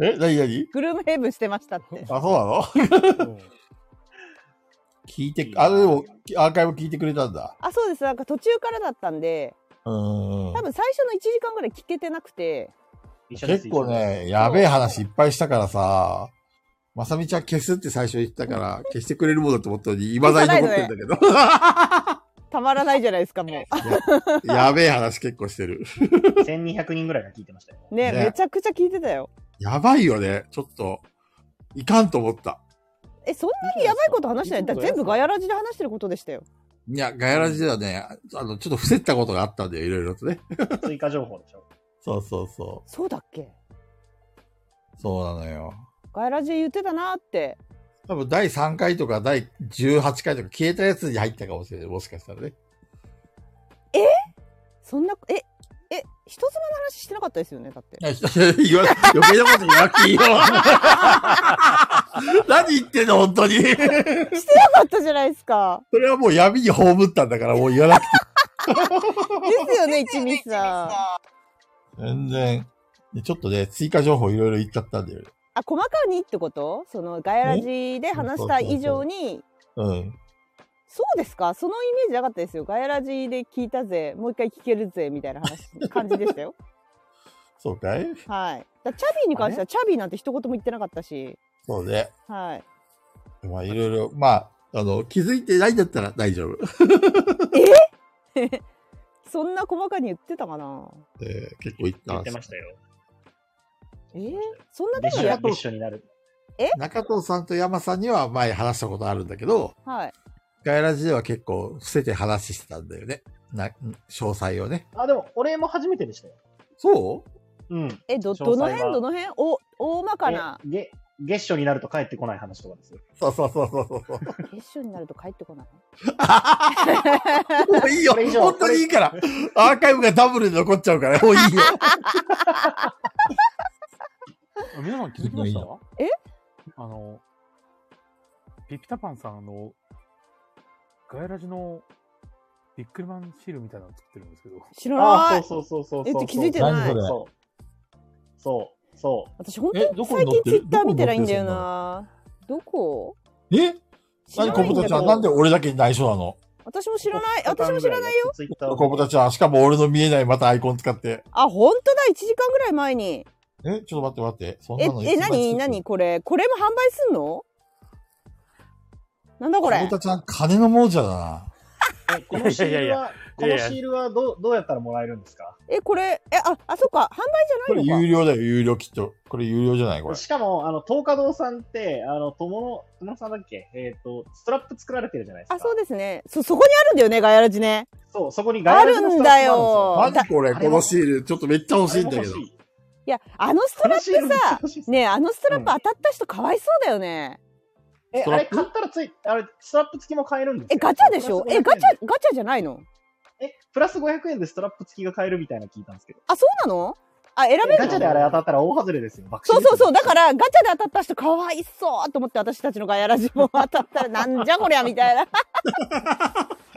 [SPEAKER 3] え、なになに
[SPEAKER 1] グルームヘブンしてましたって。
[SPEAKER 3] あ、そうなの
[SPEAKER 2] うん
[SPEAKER 3] 聞いて、あ、でも、アーカイブ聞いてくれたんだ。
[SPEAKER 1] あ、そうです。なんか途中からだったんで、
[SPEAKER 3] うーん
[SPEAKER 1] 多。分最初の1時間ぐらい聞けてなく て、
[SPEAKER 4] 一緒です
[SPEAKER 3] 結構。ね、やべえ話いっぱいしたからさ、まさみちゃん消すって最初言ったから、消してくれるものだと思ったのに、今だに残ってるんだ
[SPEAKER 1] たまらないじゃないですか、もう。
[SPEAKER 3] けど。やべえ話結構してる。
[SPEAKER 4] 一緒です1200人ぐらいが聞いてましたよ。
[SPEAKER 1] ね
[SPEAKER 3] ね
[SPEAKER 1] めちゃくちゃ聞いてたよ。
[SPEAKER 3] やばいよね。ちょっと、いかんと思った。
[SPEAKER 1] え、そんなにやばいこと話してないだから全部ガヤラジで話してることでしたよ。
[SPEAKER 3] いや、ガヤラジではね、あの、ちょっと伏せったことがあったんだよ、いろいろとね。
[SPEAKER 4] 追加情報でしょ。
[SPEAKER 3] そうそうそ
[SPEAKER 1] そうだっけ
[SPEAKER 3] う。そうなのよ。
[SPEAKER 1] ガヤラジで言ってたなーって。
[SPEAKER 3] 多分第3回とか第18回とか消えたやつに入ったかもしれない。もしかしたらね。
[SPEAKER 1] そんな、え、え、人妻の話してなかったですよね、だって。
[SPEAKER 3] いや言わ、 余計なこと言わなくていいよ。 何言ってんの、本当に。
[SPEAKER 1] してなかったじゃないですか。
[SPEAKER 3] それはもう闇に葬ったんだから、もう言わなくて。
[SPEAKER 1] ですよね、一味さん。
[SPEAKER 3] 全然。ちょっとね、追加情報いろいろ言っちゃったんだよね。
[SPEAKER 1] あ、細かにってことその、ガヤラジで話した以上に、
[SPEAKER 3] うん。
[SPEAKER 1] そうですかそのイメージなかったですよ。ガヤラジで聞いたぜ、もう一回聞けるぜ、みたいな話、感じでした よ。
[SPEAKER 3] そうかい
[SPEAKER 1] はい。だチャビーに関しては、チャビーなんて一言も言ってなかったし、
[SPEAKER 3] そうね。
[SPEAKER 1] はい。
[SPEAKER 3] まあ、いろいろ、まあ、あの、気づいてないんだったら大丈夫。
[SPEAKER 1] そんな細かに言ってたかな
[SPEAKER 3] えー結構言った
[SPEAKER 4] 言ってましたよ。
[SPEAKER 1] えー、そんなで
[SPEAKER 4] で
[SPEAKER 1] も
[SPEAKER 4] し
[SPEAKER 1] や
[SPEAKER 4] ょ、
[SPEAKER 1] っ
[SPEAKER 4] でしょになる。
[SPEAKER 3] 中藤さんと山さんには前話したことあるんだけど、
[SPEAKER 1] はい。
[SPEAKER 3] ガヤラジでは結構伏せて話してたんだよね。な、詳細をね。
[SPEAKER 4] あ、でも、俺も初めてでしたよ。
[SPEAKER 3] そう
[SPEAKER 4] うん。
[SPEAKER 1] え、ど、
[SPEAKER 4] 詳細
[SPEAKER 1] どの
[SPEAKER 4] は
[SPEAKER 1] 辺どの辺お、大まかな。
[SPEAKER 4] えげ、月初になると帰ってこない話とかですよ。
[SPEAKER 3] そうそうそうそうそう。
[SPEAKER 1] 決勝になると帰ってこない。
[SPEAKER 3] もういいよ
[SPEAKER 4] これ以上
[SPEAKER 3] 本当にいいからアーカイブがダブルで残っちゃうから、もういいよ
[SPEAKER 2] あ皆さん気づきました
[SPEAKER 1] え
[SPEAKER 2] あの、ピピタパンさんの、ガヤラジのビックリマンシールみたいなの作ってるんですけど、
[SPEAKER 1] 知らな
[SPEAKER 4] ああ、
[SPEAKER 1] い。
[SPEAKER 4] そうそうそうそう
[SPEAKER 1] えっ
[SPEAKER 4] そう。
[SPEAKER 1] て気づいて
[SPEAKER 3] ない
[SPEAKER 1] ない。
[SPEAKER 3] 何それ
[SPEAKER 4] そう。そう。そう。
[SPEAKER 1] 私本
[SPEAKER 3] え
[SPEAKER 1] 当
[SPEAKER 3] ど
[SPEAKER 1] に
[SPEAKER 3] こに
[SPEAKER 1] 最
[SPEAKER 3] 載
[SPEAKER 1] 近
[SPEAKER 3] って
[SPEAKER 1] ツ
[SPEAKER 3] る
[SPEAKER 1] イッター見てないんだよ
[SPEAKER 3] どこに
[SPEAKER 1] な。どこ
[SPEAKER 3] え
[SPEAKER 1] 知ら
[SPEAKER 3] 何
[SPEAKER 1] な
[SPEAKER 3] コ
[SPEAKER 1] い
[SPEAKER 3] ブ
[SPEAKER 1] んだ
[SPEAKER 3] タ
[SPEAKER 1] け
[SPEAKER 3] ちゃ
[SPEAKER 1] ど
[SPEAKER 3] ん、なんで俺だけに内緒なの
[SPEAKER 1] 私も知らない。私も知らない。
[SPEAKER 4] いよ。ツイッター
[SPEAKER 3] コブタちゃん、しかも俺の見えないまたアイコン使って。
[SPEAKER 1] あ、本当だ。1時間ぐらい前に。
[SPEAKER 3] えちょっと待って待って。そんな
[SPEAKER 1] え
[SPEAKER 3] の、
[SPEAKER 1] え、
[SPEAKER 3] いつまで作って
[SPEAKER 1] 何
[SPEAKER 3] んの
[SPEAKER 1] 何これ。これも販売すんのなんだこ
[SPEAKER 3] コ
[SPEAKER 1] れ
[SPEAKER 3] ブ。タちゃん、金の亡者だな。
[SPEAKER 4] えこのシー
[SPEAKER 2] いやいやい
[SPEAKER 4] ルは
[SPEAKER 2] や、
[SPEAKER 4] このシールはどうどうやったらもらえるんですか
[SPEAKER 1] え、これ、え、あ、あ、そっか。販
[SPEAKER 3] こ
[SPEAKER 1] 売
[SPEAKER 3] れ
[SPEAKER 1] じゃない
[SPEAKER 3] 有
[SPEAKER 1] のか。
[SPEAKER 3] 料だよ、有料きっと。これ有料じゃないこれ。
[SPEAKER 4] しかも、あの、東華堂さんって、あの、友の、友野さんだっけえっ、と、ストラップ作られてるじゃないですか。
[SPEAKER 1] あ、そうですね。そ、そこにあるんだよね、ガヤラジね。
[SPEAKER 4] そう、そこに
[SPEAKER 1] あ
[SPEAKER 4] ラジ
[SPEAKER 1] る
[SPEAKER 4] の
[SPEAKER 1] ん
[SPEAKER 4] ストラ
[SPEAKER 1] だ
[SPEAKER 4] ップもあ
[SPEAKER 1] よ。
[SPEAKER 3] 何
[SPEAKER 1] だ
[SPEAKER 3] これ
[SPEAKER 4] あれ
[SPEAKER 3] このシール、ちょっとめっちゃ欲しい
[SPEAKER 4] る
[SPEAKER 3] ん
[SPEAKER 4] ん
[SPEAKER 3] だ
[SPEAKER 4] ですよ
[SPEAKER 3] けど。
[SPEAKER 1] いや、あのストラッ
[SPEAKER 4] あれも欲しい
[SPEAKER 1] プさ
[SPEAKER 4] こ、のシール
[SPEAKER 1] ねえあのストラップ当たった人かわいそうだよね。
[SPEAKER 4] え、
[SPEAKER 3] スト
[SPEAKER 4] あ
[SPEAKER 3] ラ
[SPEAKER 4] れ
[SPEAKER 3] ップ
[SPEAKER 4] 買ったらつい、あれ、ストラップ付きも買えるんです
[SPEAKER 1] え、
[SPEAKER 4] よ
[SPEAKER 1] ガチャでしょえ、ガチャ、ガチャじゃないの
[SPEAKER 4] え、プラス500円でストラップ付きが買えるみたいなの聞いたんですけど。
[SPEAKER 1] あ、そうなのあ、選べるの
[SPEAKER 4] ガチャであれ当たったら大外れですよ。爆
[SPEAKER 1] そう
[SPEAKER 4] 笑
[SPEAKER 1] そうそう。だ
[SPEAKER 4] ですよ
[SPEAKER 1] から、ガチャで当たった人かわいそうと思って、私たちのガヤラジも当たったら、なんじゃこりゃみたいな。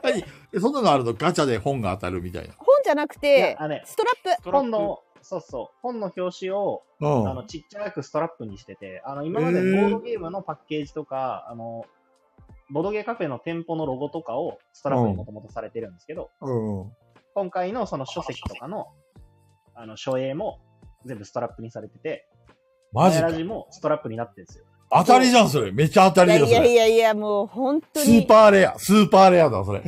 [SPEAKER 3] 何えそんなのあるのガチャで本が当たるみたいな。
[SPEAKER 1] 本じゃなく
[SPEAKER 4] いや
[SPEAKER 1] て、
[SPEAKER 4] あれ
[SPEAKER 1] ストラップ。
[SPEAKER 4] 本の、そうそう、本の表紙を、
[SPEAKER 3] う
[SPEAKER 4] あの、ちっちゃくストラップにしてて、あの、今までボードゲームのパッケージとか、あの、ボードゲーカフェの店舗のロゴとかをストラップにもともとされてるんですけど、
[SPEAKER 3] うん。
[SPEAKER 4] 今回のその書籍とかの、あの、書影も全部ストラップにされてて、
[SPEAKER 3] マジ
[SPEAKER 4] ガ
[SPEAKER 3] か
[SPEAKER 4] ヤラ。ジもストラップになってるんですよ。
[SPEAKER 3] 当たりじゃん、それ。めっちゃ当た
[SPEAKER 1] い
[SPEAKER 3] り
[SPEAKER 1] や
[SPEAKER 3] だよ、
[SPEAKER 1] いやい
[SPEAKER 3] それ。
[SPEAKER 1] やいや、もう本当
[SPEAKER 3] ス
[SPEAKER 1] に
[SPEAKER 3] ー、パーレア、スーパーレアだ、それ。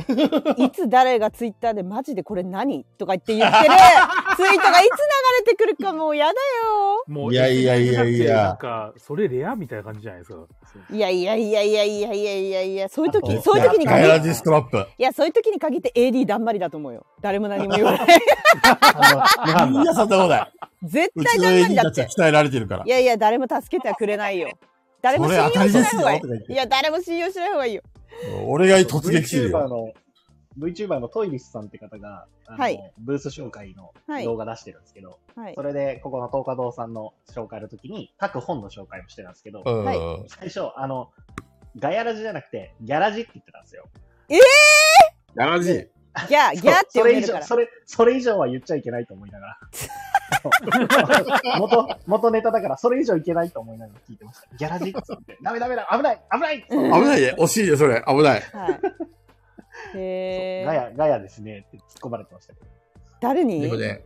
[SPEAKER 1] いつ誰がツイッターでマジでこれ何とか言って言ってる、ツイートがいつ流れてくるかもうやだよ。
[SPEAKER 2] も
[SPEAKER 3] いやいやいやいや
[SPEAKER 2] SNS だってなんか、それレアみたいな感じじゃないですか。
[SPEAKER 1] いやいやいやいやいやいやいやいや、そういう
[SPEAKER 4] あ
[SPEAKER 1] 時、
[SPEAKER 4] と
[SPEAKER 1] そういう時に
[SPEAKER 3] ガ
[SPEAKER 1] 限
[SPEAKER 3] イ
[SPEAKER 1] っ
[SPEAKER 3] ラ
[SPEAKER 1] て、
[SPEAKER 3] ジストラップ。
[SPEAKER 1] いや、そういう時に限って AD だんまりだと思うよ。誰も何も言わ ない。
[SPEAKER 4] あの、なん
[SPEAKER 3] い
[SPEAKER 4] だ。
[SPEAKER 3] や、そんなことない。
[SPEAKER 1] 絶
[SPEAKER 3] う
[SPEAKER 1] 対
[SPEAKER 3] ちの
[SPEAKER 1] だんまり
[SPEAKER 3] AD
[SPEAKER 1] だ
[SPEAKER 3] た
[SPEAKER 1] って。
[SPEAKER 3] ちは鍛えられてるから
[SPEAKER 1] い。やいや、誰も助けてはくれないよ。誰も
[SPEAKER 3] そ
[SPEAKER 1] 信
[SPEAKER 3] れ
[SPEAKER 1] 用
[SPEAKER 3] 当たり
[SPEAKER 1] し
[SPEAKER 3] で
[SPEAKER 1] ない
[SPEAKER 3] す
[SPEAKER 1] 方
[SPEAKER 3] よ
[SPEAKER 1] がい
[SPEAKER 3] とか
[SPEAKER 1] い。
[SPEAKER 3] 言って
[SPEAKER 1] いや、誰も信用しない方がいいよ。
[SPEAKER 3] 俺が突撃する
[SPEAKER 4] VTuber
[SPEAKER 3] よ。
[SPEAKER 4] の、VTuber のトイリスさんって方が、あの
[SPEAKER 1] はい
[SPEAKER 4] ブース紹介の
[SPEAKER 1] はい
[SPEAKER 4] 動画出してるんですけど、
[SPEAKER 1] はい
[SPEAKER 4] そ。れで、ここの東華堂さんの紹介の時に、各本の紹介もしてたんですけど、
[SPEAKER 3] うん
[SPEAKER 1] はい
[SPEAKER 4] 最初、あの、ガヤラジじゃなくて、ギャラジって言ってたんですよ。
[SPEAKER 3] ガラジー。
[SPEAKER 1] ギャー、ギャーって
[SPEAKER 4] そ
[SPEAKER 1] 呼ん
[SPEAKER 4] れ
[SPEAKER 1] で
[SPEAKER 4] 以
[SPEAKER 1] るか
[SPEAKER 4] 上、
[SPEAKER 1] ら。
[SPEAKER 4] それ、それ以上は言っちゃいけないと思いなが ら。元、元ネタだから、それ以上いけないと思いながら聞いてました。ギャラジっつって、ダメダメだ、危ない、危ない
[SPEAKER 3] 危ないね。惜しいね、それ。危な
[SPEAKER 1] は
[SPEAKER 3] い。
[SPEAKER 1] い。へ
[SPEAKER 4] ガ
[SPEAKER 1] え。
[SPEAKER 4] ヤ、ガヤですねって突っ込まれてましたけど。
[SPEAKER 1] 誰
[SPEAKER 3] で
[SPEAKER 1] に
[SPEAKER 3] もね、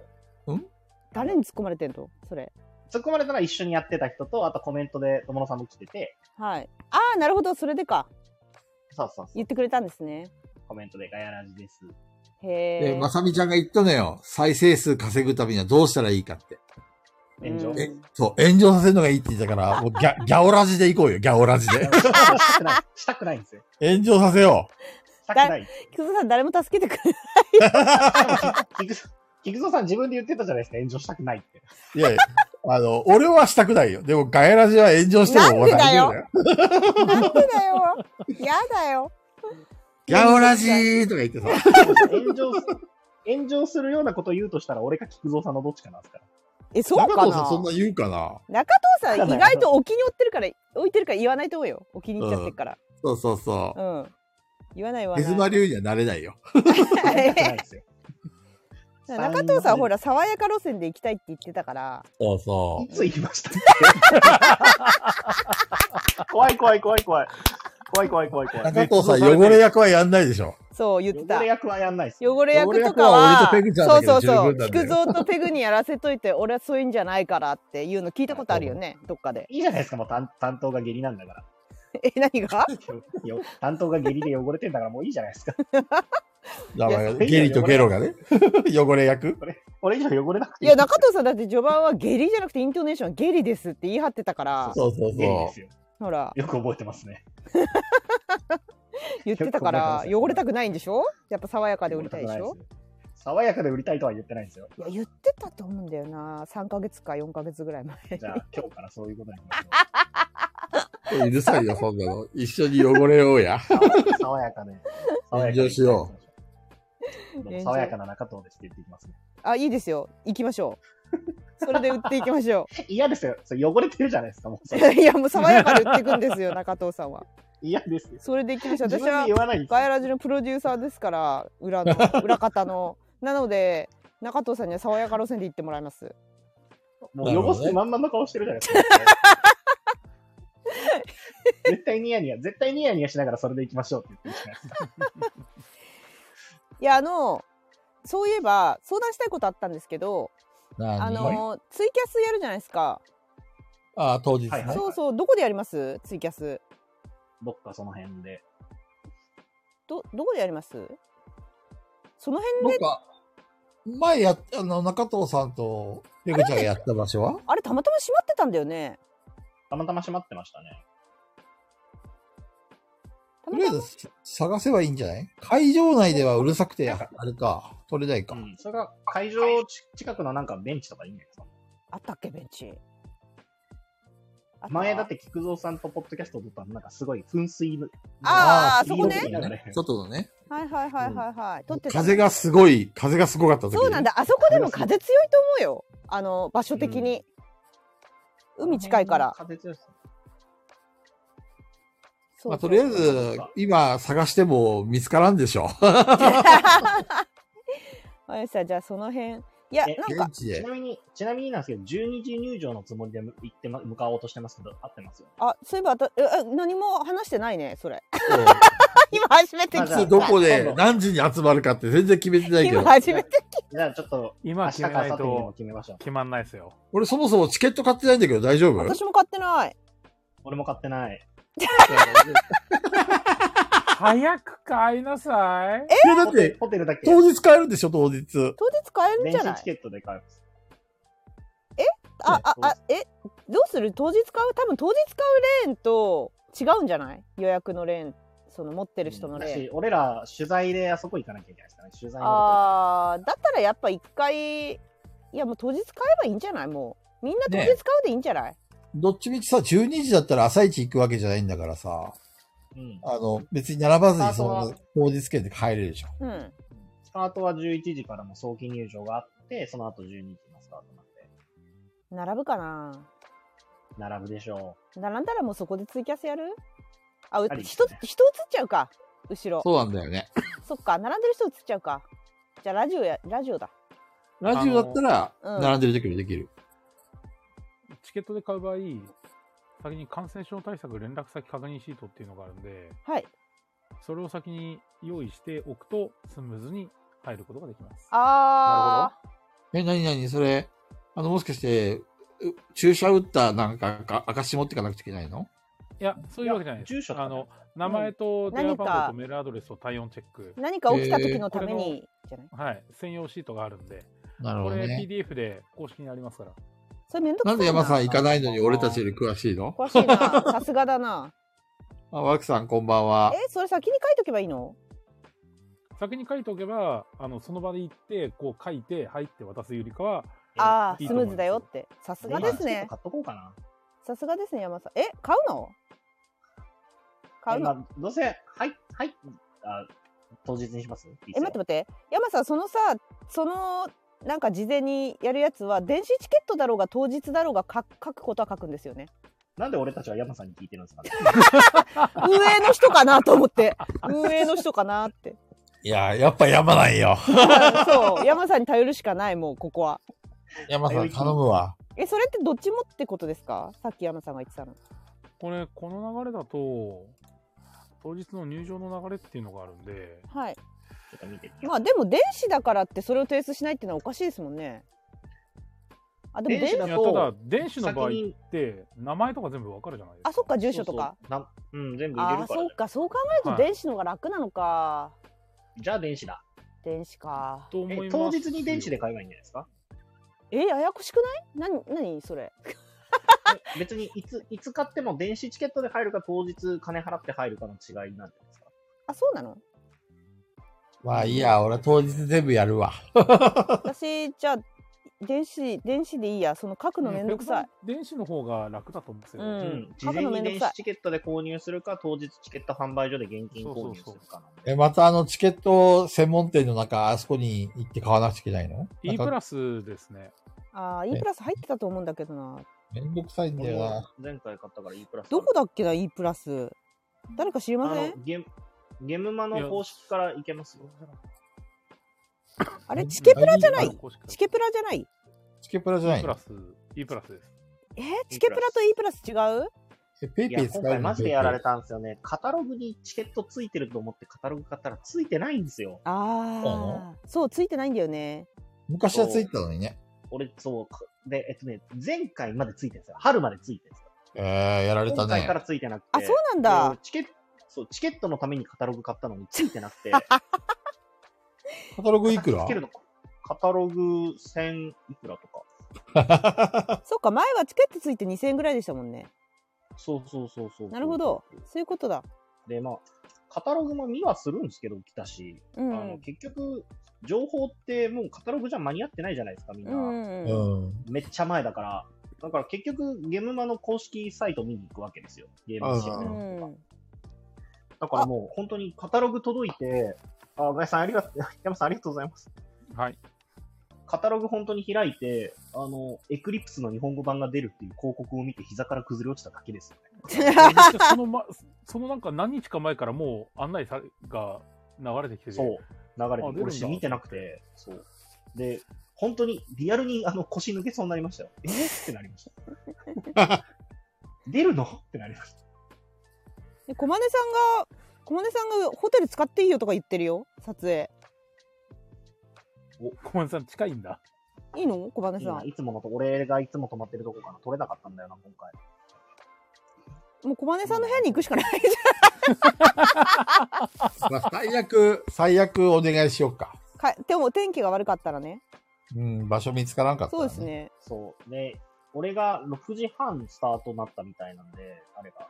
[SPEAKER 1] 誰に突っ込まれてんのそれ。
[SPEAKER 4] 突っ込まれたら一緒にやってた人と、あとコメントで友野さんも来てて、
[SPEAKER 1] はい。ああ、なるほど。それでか。
[SPEAKER 4] そうそうそう
[SPEAKER 1] 言ってくれたんですね。
[SPEAKER 4] コメントでガヤラジです。
[SPEAKER 1] へ
[SPEAKER 3] で、
[SPEAKER 1] え。
[SPEAKER 3] まさみちゃんが言ったのよ。再生数稼ぐためにはどうしたらいいかって。
[SPEAKER 4] 炎上。
[SPEAKER 1] うん
[SPEAKER 3] え、そう、炎上させるのがいいって言っ たから、もうギャ、ギャオラジで行こうよ、ギャオラジで。
[SPEAKER 4] したくない。したくないんですよ。
[SPEAKER 3] 炎上させよ
[SPEAKER 4] したくない。
[SPEAKER 1] 菊田さん、誰も助けてくれない。
[SPEAKER 4] 菊蔵菊蔵さん自分で言ってたじゃないですか、炎上したくな いって。
[SPEAKER 3] う。いやいや、 あの、俺はしたくないよ。でも、ガヤラジは炎上しても話題
[SPEAKER 1] なんでだなん でだよ。やだよ。
[SPEAKER 3] ギャオラジーとか言ってさ。
[SPEAKER 4] 炎上す、炎上するようなこと言うとしたら、俺か菊蔵さんのどっちかなんですから。
[SPEAKER 1] え、そう
[SPEAKER 3] 中
[SPEAKER 1] か
[SPEAKER 3] 藤
[SPEAKER 1] な
[SPEAKER 3] さんそんな言うかな
[SPEAKER 1] 中藤さん、意外とお気に置ってるから、置いてるから言わないと思うよ。お気に入っちゃってるから。。
[SPEAKER 3] そうそうそう
[SPEAKER 1] ん。言わない言
[SPEAKER 3] う。
[SPEAKER 1] わ
[SPEAKER 3] 手
[SPEAKER 1] ない。
[SPEAKER 3] 妻流にはなれないよ。
[SPEAKER 4] したくな いですよ。
[SPEAKER 1] 中藤さん、ほら、爽やか路線で行きたいって言ってたから。
[SPEAKER 3] そうそ
[SPEAKER 4] いつ言いましたっけ 怖い怖い怖い怖い。怖い怖い怖い怖い。
[SPEAKER 3] 中藤さん、汚れ役はやんないでしょ。
[SPEAKER 1] そう、言ってた
[SPEAKER 4] 汚れ。役はやんないっす。
[SPEAKER 1] 汚れ役とか
[SPEAKER 3] 汚れ役は俺とペグちゃん
[SPEAKER 1] そ
[SPEAKER 3] だ
[SPEAKER 1] う
[SPEAKER 3] け
[SPEAKER 1] そうそう
[SPEAKER 3] で十分なんだよ
[SPEAKER 1] 菊蔵とペグにやらせといて俺はそういうんじゃないからっていうの聞いたことあるよねどっかで
[SPEAKER 4] いいじゃないですか、もう担担当が下痢なんだから。
[SPEAKER 1] え何が
[SPEAKER 4] よ よ担当が下痢で汚れてんだからもういいじゃないですか。
[SPEAKER 3] だ から
[SPEAKER 1] いや
[SPEAKER 3] ゲリとゲロがね。汚れ役
[SPEAKER 4] 俺以上汚れなくて
[SPEAKER 1] い
[SPEAKER 4] いい。
[SPEAKER 1] や中藤さんだって序盤は下痢じゃなくてイントネーション下痢ですって言い張ってたから
[SPEAKER 3] そうそう
[SPEAKER 4] 下痢で
[SPEAKER 3] そ
[SPEAKER 4] すよ。
[SPEAKER 1] ほら
[SPEAKER 4] よく覚えてますね。
[SPEAKER 1] 言ってたか
[SPEAKER 4] よく
[SPEAKER 1] ら
[SPEAKER 4] 覚えてますよ
[SPEAKER 1] 汚れたくないんでしょやっぱ爽やかで売りたいでし
[SPEAKER 4] 汚れ
[SPEAKER 1] ょ
[SPEAKER 4] くないですよ爽やかで売りたいとは言ってないんです よ。
[SPEAKER 1] いや言ってたと思うんだよな3ヶ月か4ヶ月ぐらい前
[SPEAKER 4] じゃあ、今日からそうい うことにしまし
[SPEAKER 3] う。許さんよ、そんなの。一緒に汚れようや。
[SPEAKER 4] ょう爽やかで。爽や
[SPEAKER 3] 炎
[SPEAKER 4] かで
[SPEAKER 3] 上しよ
[SPEAKER 4] どうも爽やかな中藤ですって言っていきますね。
[SPEAKER 1] あいいですよ行きましょうそれで売っていきましょ
[SPEAKER 4] 嫌ですよ。それ汚れてるじゃないですか、もうそれ。
[SPEAKER 1] う いやもう爽やかで売っていくん ですよ中藤さんは
[SPEAKER 4] 嫌ですよ。
[SPEAKER 1] それで行きましょう
[SPEAKER 4] 自
[SPEAKER 1] 私
[SPEAKER 4] 分
[SPEAKER 1] は
[SPEAKER 4] で言わないんです
[SPEAKER 1] ガ
[SPEAKER 4] よ
[SPEAKER 1] ヤラジのプロデューサーですから裏の裏方のなので中藤さんには爽やか路線で行ってもらいます
[SPEAKER 4] もう汚す気満々の顔してるじゃないですか。絶対ニヤニヤ、絶対ニヤニヤしながらそれでいきましょうって言ってるじゃないですか。
[SPEAKER 1] いやあのそういえば相談したいことあったんですけどあ
[SPEAKER 3] あ
[SPEAKER 1] のツイキャスやるじゃないですか、
[SPEAKER 3] あ、当日
[SPEAKER 4] はいは
[SPEAKER 3] ね
[SPEAKER 4] い。
[SPEAKER 1] そうそうどこでやりますツイキャス
[SPEAKER 4] どっかその辺で。
[SPEAKER 1] どどこでやりますその辺
[SPEAKER 3] なんか、前やっ、あの、中藤さんと、ペグちゃんがやった場所は
[SPEAKER 1] あれたまたま閉まってたんだよね
[SPEAKER 4] たまたま閉まってましたね。
[SPEAKER 1] た
[SPEAKER 3] と
[SPEAKER 1] ま
[SPEAKER 3] りあ
[SPEAKER 1] た
[SPEAKER 3] え
[SPEAKER 1] ま
[SPEAKER 3] ず探せばいいんじゃない会場内ではうるさくて、あれか、取れないか
[SPEAKER 4] う。ん。それが会場ち近くのなんかベンチとかいいんじゃないですか。
[SPEAKER 1] あったっけベンチあた
[SPEAKER 4] 前だって菊蔵さんとポッドキャストを撮ったのなんかすごい噴水の。
[SPEAKER 1] あーあー
[SPEAKER 4] 水
[SPEAKER 1] そこね
[SPEAKER 4] を見ながら
[SPEAKER 3] 外のね。
[SPEAKER 1] はいはいはいはいはい、撮ってた
[SPEAKER 3] 風がすごい、風がすごかった時
[SPEAKER 1] そうなんだあそこでも風強いと思うよあの場所的に、海近いから
[SPEAKER 4] 風強いですね
[SPEAKER 1] そう
[SPEAKER 3] まあ、
[SPEAKER 1] そ
[SPEAKER 3] と
[SPEAKER 1] う
[SPEAKER 3] りあえず、今探しても見つからんでしょ。
[SPEAKER 1] わかりましたじゃあその辺いや
[SPEAKER 4] え
[SPEAKER 1] なんか
[SPEAKER 3] 現地
[SPEAKER 4] ち
[SPEAKER 3] で
[SPEAKER 4] な。みに、ちなみになんですけど、12時入場のつもりで向行って、ま、向かおうとしてますけど、合ってますよね。
[SPEAKER 1] あそういえばあたええ何も話してないねそれ 今初めて聞
[SPEAKER 4] あ
[SPEAKER 1] い
[SPEAKER 4] じ
[SPEAKER 3] い
[SPEAKER 4] ゃあ
[SPEAKER 1] た
[SPEAKER 3] つどこで何時に集まるかって全然決めてないけ
[SPEAKER 1] 今
[SPEAKER 3] ど、
[SPEAKER 1] 初めて
[SPEAKER 4] じゃあちょっと、
[SPEAKER 2] 今
[SPEAKER 4] 明日
[SPEAKER 2] 決め
[SPEAKER 4] か
[SPEAKER 2] ない
[SPEAKER 4] 明後日にでも
[SPEAKER 2] と
[SPEAKER 4] 決めましょう。
[SPEAKER 2] 決まんないですよ。
[SPEAKER 3] 俺そもそもチケット買ってないんだけど大丈夫
[SPEAKER 1] 私も買ってない
[SPEAKER 4] 俺も買ってない。
[SPEAKER 2] 早く買いなさい。
[SPEAKER 3] いやだ
[SPEAKER 4] ホ
[SPEAKER 3] っ
[SPEAKER 4] テル
[SPEAKER 3] て、
[SPEAKER 4] ホテルだけ。
[SPEAKER 3] 当日買えるんでしょ、当日。
[SPEAKER 1] 当日買えるん
[SPEAKER 4] 電
[SPEAKER 1] じゃ
[SPEAKER 4] 子
[SPEAKER 1] な
[SPEAKER 4] チ
[SPEAKER 1] い
[SPEAKER 4] ケットで買います。
[SPEAKER 1] あ、あ、あ、え、どうする当日買う多分当日買うレーンと違うんじゃない予約のレーン、その持ってる人のレ
[SPEAKER 4] だ
[SPEAKER 1] ーン。
[SPEAKER 4] し俺ら取材であそこ行かなきゃいけないですからね。取材のと
[SPEAKER 1] あーだったらやっぱ一回いやもう当日買えばいいんじゃないもうみんな当日買うでいいんじゃない、
[SPEAKER 3] どっちみちさ、12時だったら朝一行くわけじゃないんだからさ、
[SPEAKER 4] こうん。
[SPEAKER 3] あの、別に並ばずにそ
[SPEAKER 4] あ
[SPEAKER 3] の
[SPEAKER 4] とは
[SPEAKER 3] 当日券で帰れるでしょ。
[SPEAKER 1] うん
[SPEAKER 4] スタートは11時からも早期入場があって、その後12時のスタートなんで、
[SPEAKER 1] 並ぶかな
[SPEAKER 4] 並ぶでしょ
[SPEAKER 1] 並んだらもうそこでツイキャスやるあう
[SPEAKER 4] あり
[SPEAKER 1] 人人映っちゃうか後ろ
[SPEAKER 3] そうなんだよね。
[SPEAKER 1] そっか並んでる人映っちゃうかじゃあラジオやラジオだ
[SPEAKER 3] ラジオだったら、
[SPEAKER 1] あのうん
[SPEAKER 3] 並んでる時にできる。
[SPEAKER 2] チケットで買う場合、先に感染症対策連絡先確認シートっていうのがあるんで、
[SPEAKER 1] はい
[SPEAKER 2] それを先に用意しておくと、スムーズに入ることができます。
[SPEAKER 1] あ
[SPEAKER 3] え、なになにそれ、あの、もしかして、う注射打ったなんか、か証持ってかなくちゃいけないの
[SPEAKER 2] いや、そういうわけじゃないです。
[SPEAKER 4] いや住所とか
[SPEAKER 2] あの、名前と電話番号とメールアドレスと体温チェック。
[SPEAKER 1] 何か起きた時のために、じゃない
[SPEAKER 2] はい、専用シートがあるんで、
[SPEAKER 3] なる
[SPEAKER 2] こ
[SPEAKER 3] ほど
[SPEAKER 2] れ
[SPEAKER 3] ね。
[SPEAKER 2] PDF で公式にありますから。
[SPEAKER 1] それめんどくさ
[SPEAKER 3] ないんで山さん行かないいのに俺たちより詳しいの
[SPEAKER 1] 詳しいなさすがだ な
[SPEAKER 3] あ、ワクさんこんばんは。
[SPEAKER 1] えそれ先に書いとけばいいの
[SPEAKER 2] 先に書いておけば、あのその場で行って、こう書いて、入って渡すよりかは、
[SPEAKER 4] う。
[SPEAKER 1] ああ
[SPEAKER 2] いい
[SPEAKER 1] ス
[SPEAKER 2] と思
[SPEAKER 1] ムーズ
[SPEAKER 2] います
[SPEAKER 1] だよってさすがです
[SPEAKER 4] 今チケッ
[SPEAKER 1] ね
[SPEAKER 4] ト買っとこうかな。
[SPEAKER 1] さすがですね、山さん。え、買うの買うの
[SPEAKER 4] 今どうせ、はい、はい、あ、当日にします
[SPEAKER 1] え、待って待って。山さん、そのさ、その、なんか事前にやるやつは、電子チケットだろうが当日だろうが書書くことは書くんですよね。
[SPEAKER 4] なんで俺たちは山さんに聞いてるんで すかね
[SPEAKER 1] 運営の人かなと思って。運営の人かなって。
[SPEAKER 3] いや、やっぱ山ないよ。
[SPEAKER 1] そう、山さんに頼るしかない、もう、ここは。
[SPEAKER 3] 山さん頼むわ。
[SPEAKER 1] え、それってどっちもってことですかさっき山さんが言ってたの。
[SPEAKER 2] これ、この流れだと、当日の入場の流れっていうのがあるんで、
[SPEAKER 1] はい。
[SPEAKER 4] ちょっと見てみよ
[SPEAKER 1] まあ、でも電子だからってそれを提出しないっていうのはおかしいですもんね。あ、でも電
[SPEAKER 4] 電子
[SPEAKER 1] 子
[SPEAKER 4] だ
[SPEAKER 2] い
[SPEAKER 4] と
[SPEAKER 2] やただ、電子の場合っ
[SPEAKER 4] 先に
[SPEAKER 2] て、名前とか全部わかるじゃないですか。
[SPEAKER 1] あ、そっか、
[SPEAKER 4] う。
[SPEAKER 1] 住所とか。
[SPEAKER 4] そうそう。なんうん、全部入
[SPEAKER 1] ああ
[SPEAKER 4] れる
[SPEAKER 1] ー、
[SPEAKER 4] から
[SPEAKER 1] そ
[SPEAKER 4] ね
[SPEAKER 1] う。か、そう考える
[SPEAKER 2] は
[SPEAKER 1] と
[SPEAKER 2] い
[SPEAKER 1] 電子の方が楽なのか。
[SPEAKER 4] じゃあ電子だ。
[SPEAKER 1] 電子か。
[SPEAKER 2] と思い
[SPEAKER 4] え
[SPEAKER 2] ます
[SPEAKER 4] 当日に電子で買えばいいんじゃないですか
[SPEAKER 1] え、ややこしくない？なに、なにそれ。
[SPEAKER 4] え 別にいつ、いつ買っても電子チケットで入るか当日金払って入るかの違いなんじゃないですか
[SPEAKER 1] あ、そう なの？
[SPEAKER 3] まあいいや、俺当日全部やるわ。
[SPEAKER 1] 私じゃあ電子電子でいいや。その書くのめんどくさい。
[SPEAKER 2] うん。電子の方が楽だと思うんですよ。
[SPEAKER 1] うん
[SPEAKER 4] うん事
[SPEAKER 1] 書く
[SPEAKER 4] 前
[SPEAKER 1] のめ
[SPEAKER 4] に
[SPEAKER 1] んどく
[SPEAKER 4] 電
[SPEAKER 1] さい
[SPEAKER 4] 子チケットで購入するか、当日チケット販売所で現金購入するかなんで
[SPEAKER 3] え、またあのチケット専門店の中、あそこに行って買わなくちゃいけないの
[SPEAKER 2] E プ
[SPEAKER 3] なんか
[SPEAKER 2] ラスですね。
[SPEAKER 1] ああ、E プラス入ってたと思うんだけどな。
[SPEAKER 3] めんどくさいんだよ
[SPEAKER 4] 俺も
[SPEAKER 3] な。
[SPEAKER 4] 前回買ったから E プラス。
[SPEAKER 1] どこだっけな E プラス。誰か知り
[SPEAKER 4] あ
[SPEAKER 1] ません
[SPEAKER 4] の？ゲ、ゲムマの公式からいけますよ。
[SPEAKER 1] あれチケプラじゃな
[SPEAKER 3] う
[SPEAKER 1] い
[SPEAKER 3] ん？
[SPEAKER 1] チケプラじゃない？
[SPEAKER 3] チケプラじゃな
[SPEAKER 2] E
[SPEAKER 3] い
[SPEAKER 2] プ
[SPEAKER 3] の
[SPEAKER 2] ラス、E プラスです。
[SPEAKER 1] えー、チケプラと E プラス違う？
[SPEAKER 3] え、ペイ
[SPEAKER 4] い
[SPEAKER 3] ペ
[SPEAKER 4] や、
[SPEAKER 3] イ使
[SPEAKER 4] 今
[SPEAKER 3] え
[SPEAKER 4] 回
[SPEAKER 3] る
[SPEAKER 4] マ
[SPEAKER 3] の
[SPEAKER 4] ジでやられたんですよね。カタログにチケットついてると思ってカタログ買ったらついてないんですよ。
[SPEAKER 3] そうな
[SPEAKER 1] ああ、そうついてないんだよね。
[SPEAKER 3] 昔はついてたのにね。
[SPEAKER 4] 俺、そう。で、えっとね、前回までついてるんですよ。春までついてるんですよ。
[SPEAKER 3] えー、やられた
[SPEAKER 4] 今回
[SPEAKER 3] ね
[SPEAKER 4] か。らついてなくて。
[SPEAKER 1] あ、そうなん
[SPEAKER 4] で
[SPEAKER 1] だ。
[SPEAKER 4] チケット、そう、チケットのためにカタログ買ったのについてな くて。
[SPEAKER 3] カタログいくら
[SPEAKER 4] つけるのかカタログ1000いくらとか。
[SPEAKER 1] そっか、前はチケットついて2000円ぐらいでしたもんね。
[SPEAKER 4] そうそうそうそう。
[SPEAKER 1] なるほど、そういうことだ。
[SPEAKER 4] で、まあ、カタログも見はするんですけど、来たし、
[SPEAKER 1] う
[SPEAKER 4] あの
[SPEAKER 1] ん。
[SPEAKER 4] 結局、情報ってもうカタログじゃ間に合ってないじゃないですか、みん
[SPEAKER 1] う
[SPEAKER 4] な。
[SPEAKER 1] ん
[SPEAKER 3] う。ん。
[SPEAKER 4] めっちゃ前だから。だから結局、ゲームマの公式サイト見に行くわけですよ。ゲームシ
[SPEAKER 1] う
[SPEAKER 4] アターとか
[SPEAKER 1] ん。
[SPEAKER 4] だからもう本当にカタログ届いて、あ、ガイさんありがとう、山さんありがとうございます。
[SPEAKER 2] はい。
[SPEAKER 4] カタログ本当に開いて、あの、エクリプスの日本語版が出るっていう広告を見て膝から崩れ落ちただけですよね。
[SPEAKER 2] 私その、ま、そのなんか何日か前からもう案内さが流れてきてて
[SPEAKER 4] そう、流れ
[SPEAKER 2] あ出るん
[SPEAKER 4] てる。
[SPEAKER 2] だ
[SPEAKER 4] 俺し見てなくて、そう。で、本当にリアルにあの腰抜けそうになりましたよ。えーってなりました。出るのってなりました。
[SPEAKER 1] で小金さんが小金さんがホテル使っていいよとか言ってるよ撮影
[SPEAKER 2] お小松さん近いんだ。
[SPEAKER 1] いいの小金
[SPEAKER 4] いい
[SPEAKER 1] さん
[SPEAKER 4] ないつものと、俺がいつも泊まってるとこかな。取れなかったんだよな、今回。
[SPEAKER 1] もう小金さんの部屋に行くしかないじ
[SPEAKER 3] まあ、最悪、最悪お願いしようか。
[SPEAKER 1] ゃんかでも天気が悪かったらね
[SPEAKER 3] うん、場所見つからんかった、
[SPEAKER 1] そうです。ね。
[SPEAKER 4] そう。で、俺が6時半スタートになったみたいなんで、あれが。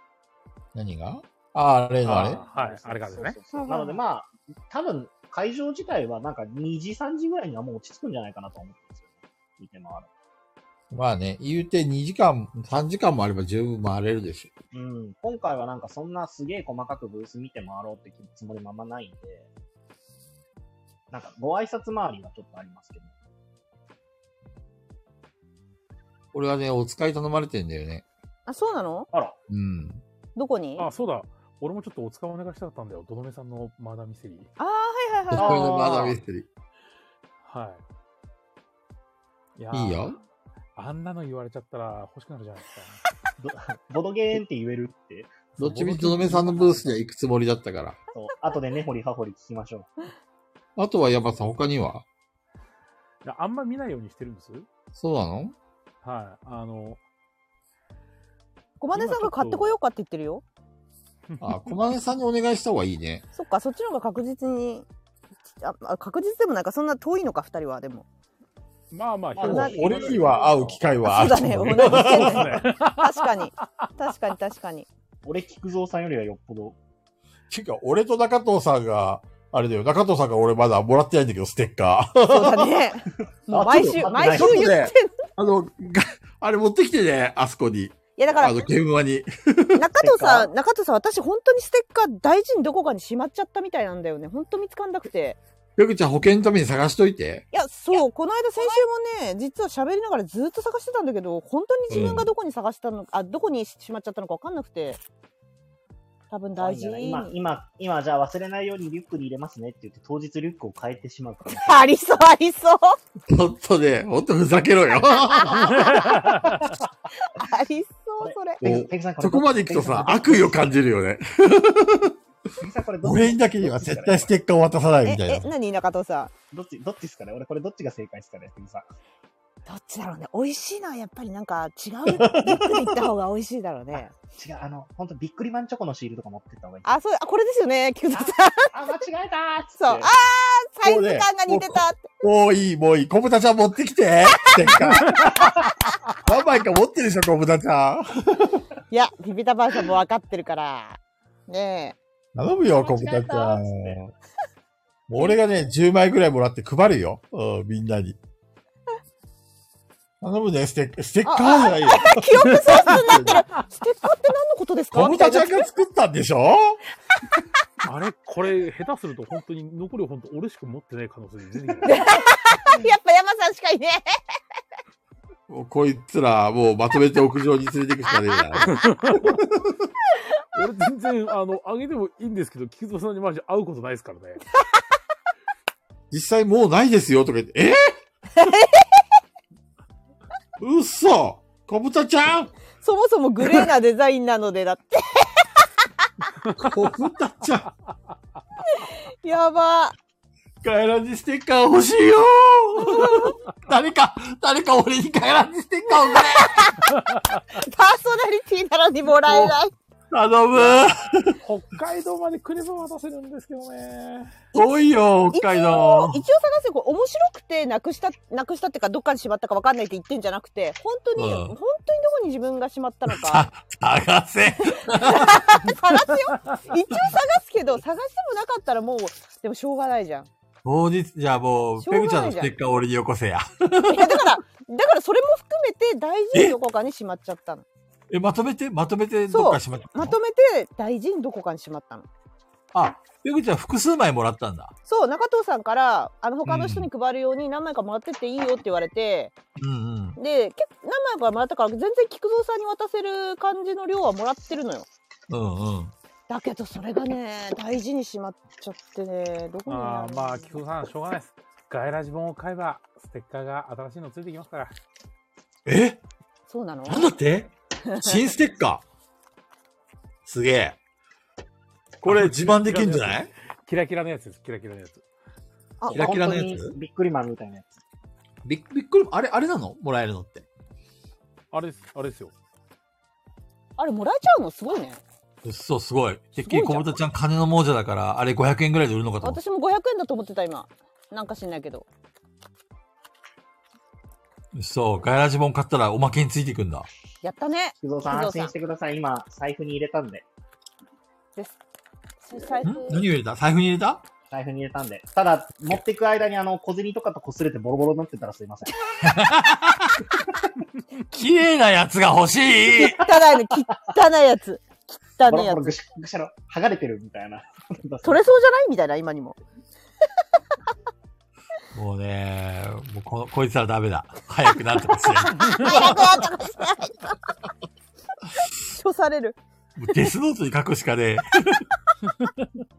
[SPEAKER 3] 何がああ、例のあれ
[SPEAKER 2] あはいあれからですね
[SPEAKER 4] そうそうそうなのでまあ、多分会場自体はなんか2時、3時ぐらいにはもう落ち着くんじゃないかなと思ってるんですよね。見て回
[SPEAKER 3] まあね、言うて2時間、3時間もあれば十分回れるでしょ。
[SPEAKER 4] る。うん。今回はなんかそんなすげえ細かくブース見て回ろうってつもりもあんまないんで、なんかご挨拶回りはちょっとありますけど。
[SPEAKER 3] 俺はね、お使い頼まれてんだよね。
[SPEAKER 1] あ、そうなの
[SPEAKER 4] あら、
[SPEAKER 3] うん。
[SPEAKER 1] どこに
[SPEAKER 2] あ、そうだ。俺もちょっとお使いお願いしたかったんだよ。どどめさんのマーダーミステリー。
[SPEAKER 1] ああ、はいはい
[SPEAKER 3] そ
[SPEAKER 1] はい。
[SPEAKER 3] れのマダミステリー。
[SPEAKER 2] はい。いや
[SPEAKER 3] いいよ。
[SPEAKER 2] あんなの言われちゃったら欲しくなるじゃないです か。
[SPEAKER 4] どボドゲーンって言えるって。
[SPEAKER 3] どっちみち、とどめさんのブースには行くつもりだったから。
[SPEAKER 4] そう。後でね、掘り葉掘り聞きましょう。
[SPEAKER 3] あとは山さん、他にはい
[SPEAKER 2] やあんま見ないようにしてるんです。
[SPEAKER 3] そうなの
[SPEAKER 2] はい。あの、
[SPEAKER 1] 小金さんが買ってこようかって言ってるよ。
[SPEAKER 3] あ、小金さんにお願いした方がいいね。
[SPEAKER 1] そっか、そっちの方が確実に。ああ確実でもなんかそんな遠いのか二人はでも
[SPEAKER 2] まあまあ、
[SPEAKER 4] まあ
[SPEAKER 2] 評価
[SPEAKER 4] 俺よりは会う機
[SPEAKER 3] 会
[SPEAKER 1] そう だね同じ線
[SPEAKER 2] そう
[SPEAKER 1] だね
[SPEAKER 2] ですね。
[SPEAKER 1] 確かに確かに確かに
[SPEAKER 4] 俺、菊蔵さんよりはよっぽど。
[SPEAKER 3] てか、俺と中藤さんが、あれだよ、中藤さんが俺まだもらってないんだけど、ステッカー。
[SPEAKER 1] そうだねもう毎週毎週言ってんのい
[SPEAKER 3] あの、があれ持ってきてね、あそこに。
[SPEAKER 1] やだか
[SPEAKER 3] あ
[SPEAKER 1] ら
[SPEAKER 3] の、ゲームマに。
[SPEAKER 1] 中藤さん、中藤さん、私本当にステッカー大事にどこかにしまっちゃったみたいなんだよね。本当見つかんなくて。
[SPEAKER 3] ペグちゃん保険のために探しといて。
[SPEAKER 1] いや、そう、この間先週もね、実は喋りながらずっと探してたんだけど、本当に自分がどこに探したのか、あ、どこにしまっちゃったのかわかんなくて。多分大事に。
[SPEAKER 4] 今、今、今、じゃあ忘れないようにリュックに入れますねって言って、当日リュックを変えてしまうから。
[SPEAKER 1] ありそう、ありそう。
[SPEAKER 3] ほんとね、ほんとふざけろよ。
[SPEAKER 1] ありそう、それ。
[SPEAKER 4] ペグペグさんれ
[SPEAKER 3] そこまで行くとさ、悪意を感じるよね。
[SPEAKER 4] ペグさんこれどっち
[SPEAKER 3] 俺にだけには絶対ステッカーを渡さない
[SPEAKER 1] え
[SPEAKER 3] み、たい
[SPEAKER 1] え、
[SPEAKER 3] な。
[SPEAKER 1] 何、中藤さ
[SPEAKER 4] どっち、どっちですかね俺これどっちが正解ですかねペグさ
[SPEAKER 1] ん。
[SPEAKER 4] ん。
[SPEAKER 1] どっちだろうね。美味しいのはやっぱりなんか違 う。リュックで行った方が美味しいだろうね。
[SPEAKER 4] 違う、あの、ほんとビックリマンチョコのシールとか持ってった方がいい。
[SPEAKER 1] あ、そう、あ、これですよね、菊田さん。
[SPEAKER 4] あ、間違えたーっつって。
[SPEAKER 1] そう。あー、サイズ感が似てた。
[SPEAKER 3] もういい、もういい。小豚ちゃん持ってきて。ステッカー。何枚か持ってるでしょ、小豚ちゃん。
[SPEAKER 1] いや、ビビタパンさんも分かってるから。ね
[SPEAKER 3] 頼むよ、
[SPEAKER 4] 間
[SPEAKER 3] 小
[SPEAKER 4] 違え
[SPEAKER 3] 豚ち
[SPEAKER 4] た
[SPEAKER 3] ゃ
[SPEAKER 4] ー
[SPEAKER 3] ん。
[SPEAKER 4] っつって
[SPEAKER 3] もう俺がね、10枚ぐらいもらって配るよ。うん、みんなに。頼むね、ステッカー、ステッカーじゃないよ。
[SPEAKER 1] え。記憶喪失にな ってる。ステッカーって何のことですか
[SPEAKER 3] 小
[SPEAKER 1] みた
[SPEAKER 3] 豚
[SPEAKER 1] い
[SPEAKER 3] ちゃ
[SPEAKER 1] な。
[SPEAKER 3] んが作ったんでしょ
[SPEAKER 2] あれこれ、下手すると本当に、残り本当俺しか持ってない可能性全然ある。
[SPEAKER 1] やっぱ山さんしかいねえ。
[SPEAKER 3] もうこいつら、もうまとめて屋上に連れてくしかねえな。
[SPEAKER 2] 俺全然、あの、あげてもいいんですけど、菊蔵さんにマジ会うことないですからね。
[SPEAKER 3] 実際もうないですよ、とか言って、 えうっそ小豚ちゃん
[SPEAKER 1] そもそもグレーなデザインなのでだって。
[SPEAKER 3] 小豚ちゃん
[SPEAKER 1] やば。
[SPEAKER 3] ガイラジステッカー欲しいよー 誰か、誰か俺にガイラジステッカーをくれ
[SPEAKER 1] パーソナリティなのにもらえない。
[SPEAKER 3] 頼む
[SPEAKER 2] 北海道まで来れば渡せるんですけどね。
[SPEAKER 3] 遠いよ、北海道
[SPEAKER 1] 一応。一応探せこれ面白くてなくしたなくしたっていうかどっかにしまったか分かんないって言ってんじゃなくて本当に、
[SPEAKER 3] うん
[SPEAKER 1] 本当にどこに自分がしまったのか
[SPEAKER 3] 探せ
[SPEAKER 1] 探すよ一応探すけど探してもなかったらもうでもしょうがないじゃん
[SPEAKER 3] 当日、じゃあもう、
[SPEAKER 1] しょうがな
[SPEAKER 3] ペグ
[SPEAKER 1] い
[SPEAKER 3] ち
[SPEAKER 1] じ
[SPEAKER 3] ゃ
[SPEAKER 1] ゃ
[SPEAKER 3] ん
[SPEAKER 1] ん
[SPEAKER 3] のステッカーを俺によこせや。
[SPEAKER 1] いやだから、だからそれも含めて大事にどこかにしまっちゃったの。
[SPEAKER 3] え、まとめてまとめて
[SPEAKER 1] そう
[SPEAKER 3] どっかしまったの
[SPEAKER 1] まとめて大事にどこかにしまったの。
[SPEAKER 3] あ、ペグちゃん複数枚もらったんだ。
[SPEAKER 1] そう、中藤さんから、あの、他の人に配るように何枚かもらってっていいよって言われて、
[SPEAKER 3] うんうん。
[SPEAKER 1] で、け何枚かもらったから、全然菊蔵さんに渡せる感じの量はもらってるのよ。
[SPEAKER 3] うんうん。
[SPEAKER 1] だけど、それがね、大事にしまっちゃってね、どこに
[SPEAKER 2] あ
[SPEAKER 1] あ
[SPEAKER 2] あ、
[SPEAKER 1] る
[SPEAKER 2] まあ、菊蔵さん、しょうがないです。ガイラジ本を買えば、ステッカーが新しいのついてきますから。
[SPEAKER 3] え
[SPEAKER 1] そうなの
[SPEAKER 3] なんだって新ステッカー。すげえ。これ自慢できんじゃない
[SPEAKER 2] キラキラのやつです、キラキラのやつ。
[SPEAKER 1] あ
[SPEAKER 3] キラキラのやつ
[SPEAKER 4] 本当にビックリマンみたいなやつ。
[SPEAKER 3] びっびっくり、あれ、あれなのもらえるのって。
[SPEAKER 2] あれです、あれですよ。
[SPEAKER 1] あれ、もらえちゃうのすごいね。
[SPEAKER 3] うっそう、すごい。てっ
[SPEAKER 1] す
[SPEAKER 3] きり
[SPEAKER 1] ごい
[SPEAKER 3] 小
[SPEAKER 1] じゃん
[SPEAKER 3] 豚ちゃん金の亡者だから、あれ500円ぐらいで売るのかと思って。
[SPEAKER 1] 私も500円だと思ってた、今。なんか知んないけど。
[SPEAKER 3] そう、ガイラジ本買ったらおまけについていくんだ。
[SPEAKER 1] やったね。
[SPEAKER 4] 菊蔵さん、
[SPEAKER 1] 菊蔵さん
[SPEAKER 4] 安心してください。今、財布に入れたんで。
[SPEAKER 1] です。財
[SPEAKER 3] ん
[SPEAKER 1] 布
[SPEAKER 3] 何を入れた財布に入れた
[SPEAKER 4] 財布に入れたんで。ただ、持ってく間に、あの、小銭とかと擦れてボロボロになってたらすいま せん。
[SPEAKER 3] 綺麗なやつが欲しい
[SPEAKER 1] 汚いの、汚いやつ。汚
[SPEAKER 4] ボ
[SPEAKER 1] い
[SPEAKER 4] ロ
[SPEAKER 1] や
[SPEAKER 4] ボロぐ
[SPEAKER 1] つ。
[SPEAKER 4] しゃぐしゃの、剥がれてるみたいな。
[SPEAKER 1] 取れそうじゃないみたいな、今に も。
[SPEAKER 3] もうね、もうここいつはダメだ。早くなんと かしない。
[SPEAKER 1] 早くなんとかしないと。処される。
[SPEAKER 3] もうデスノートに書くしかね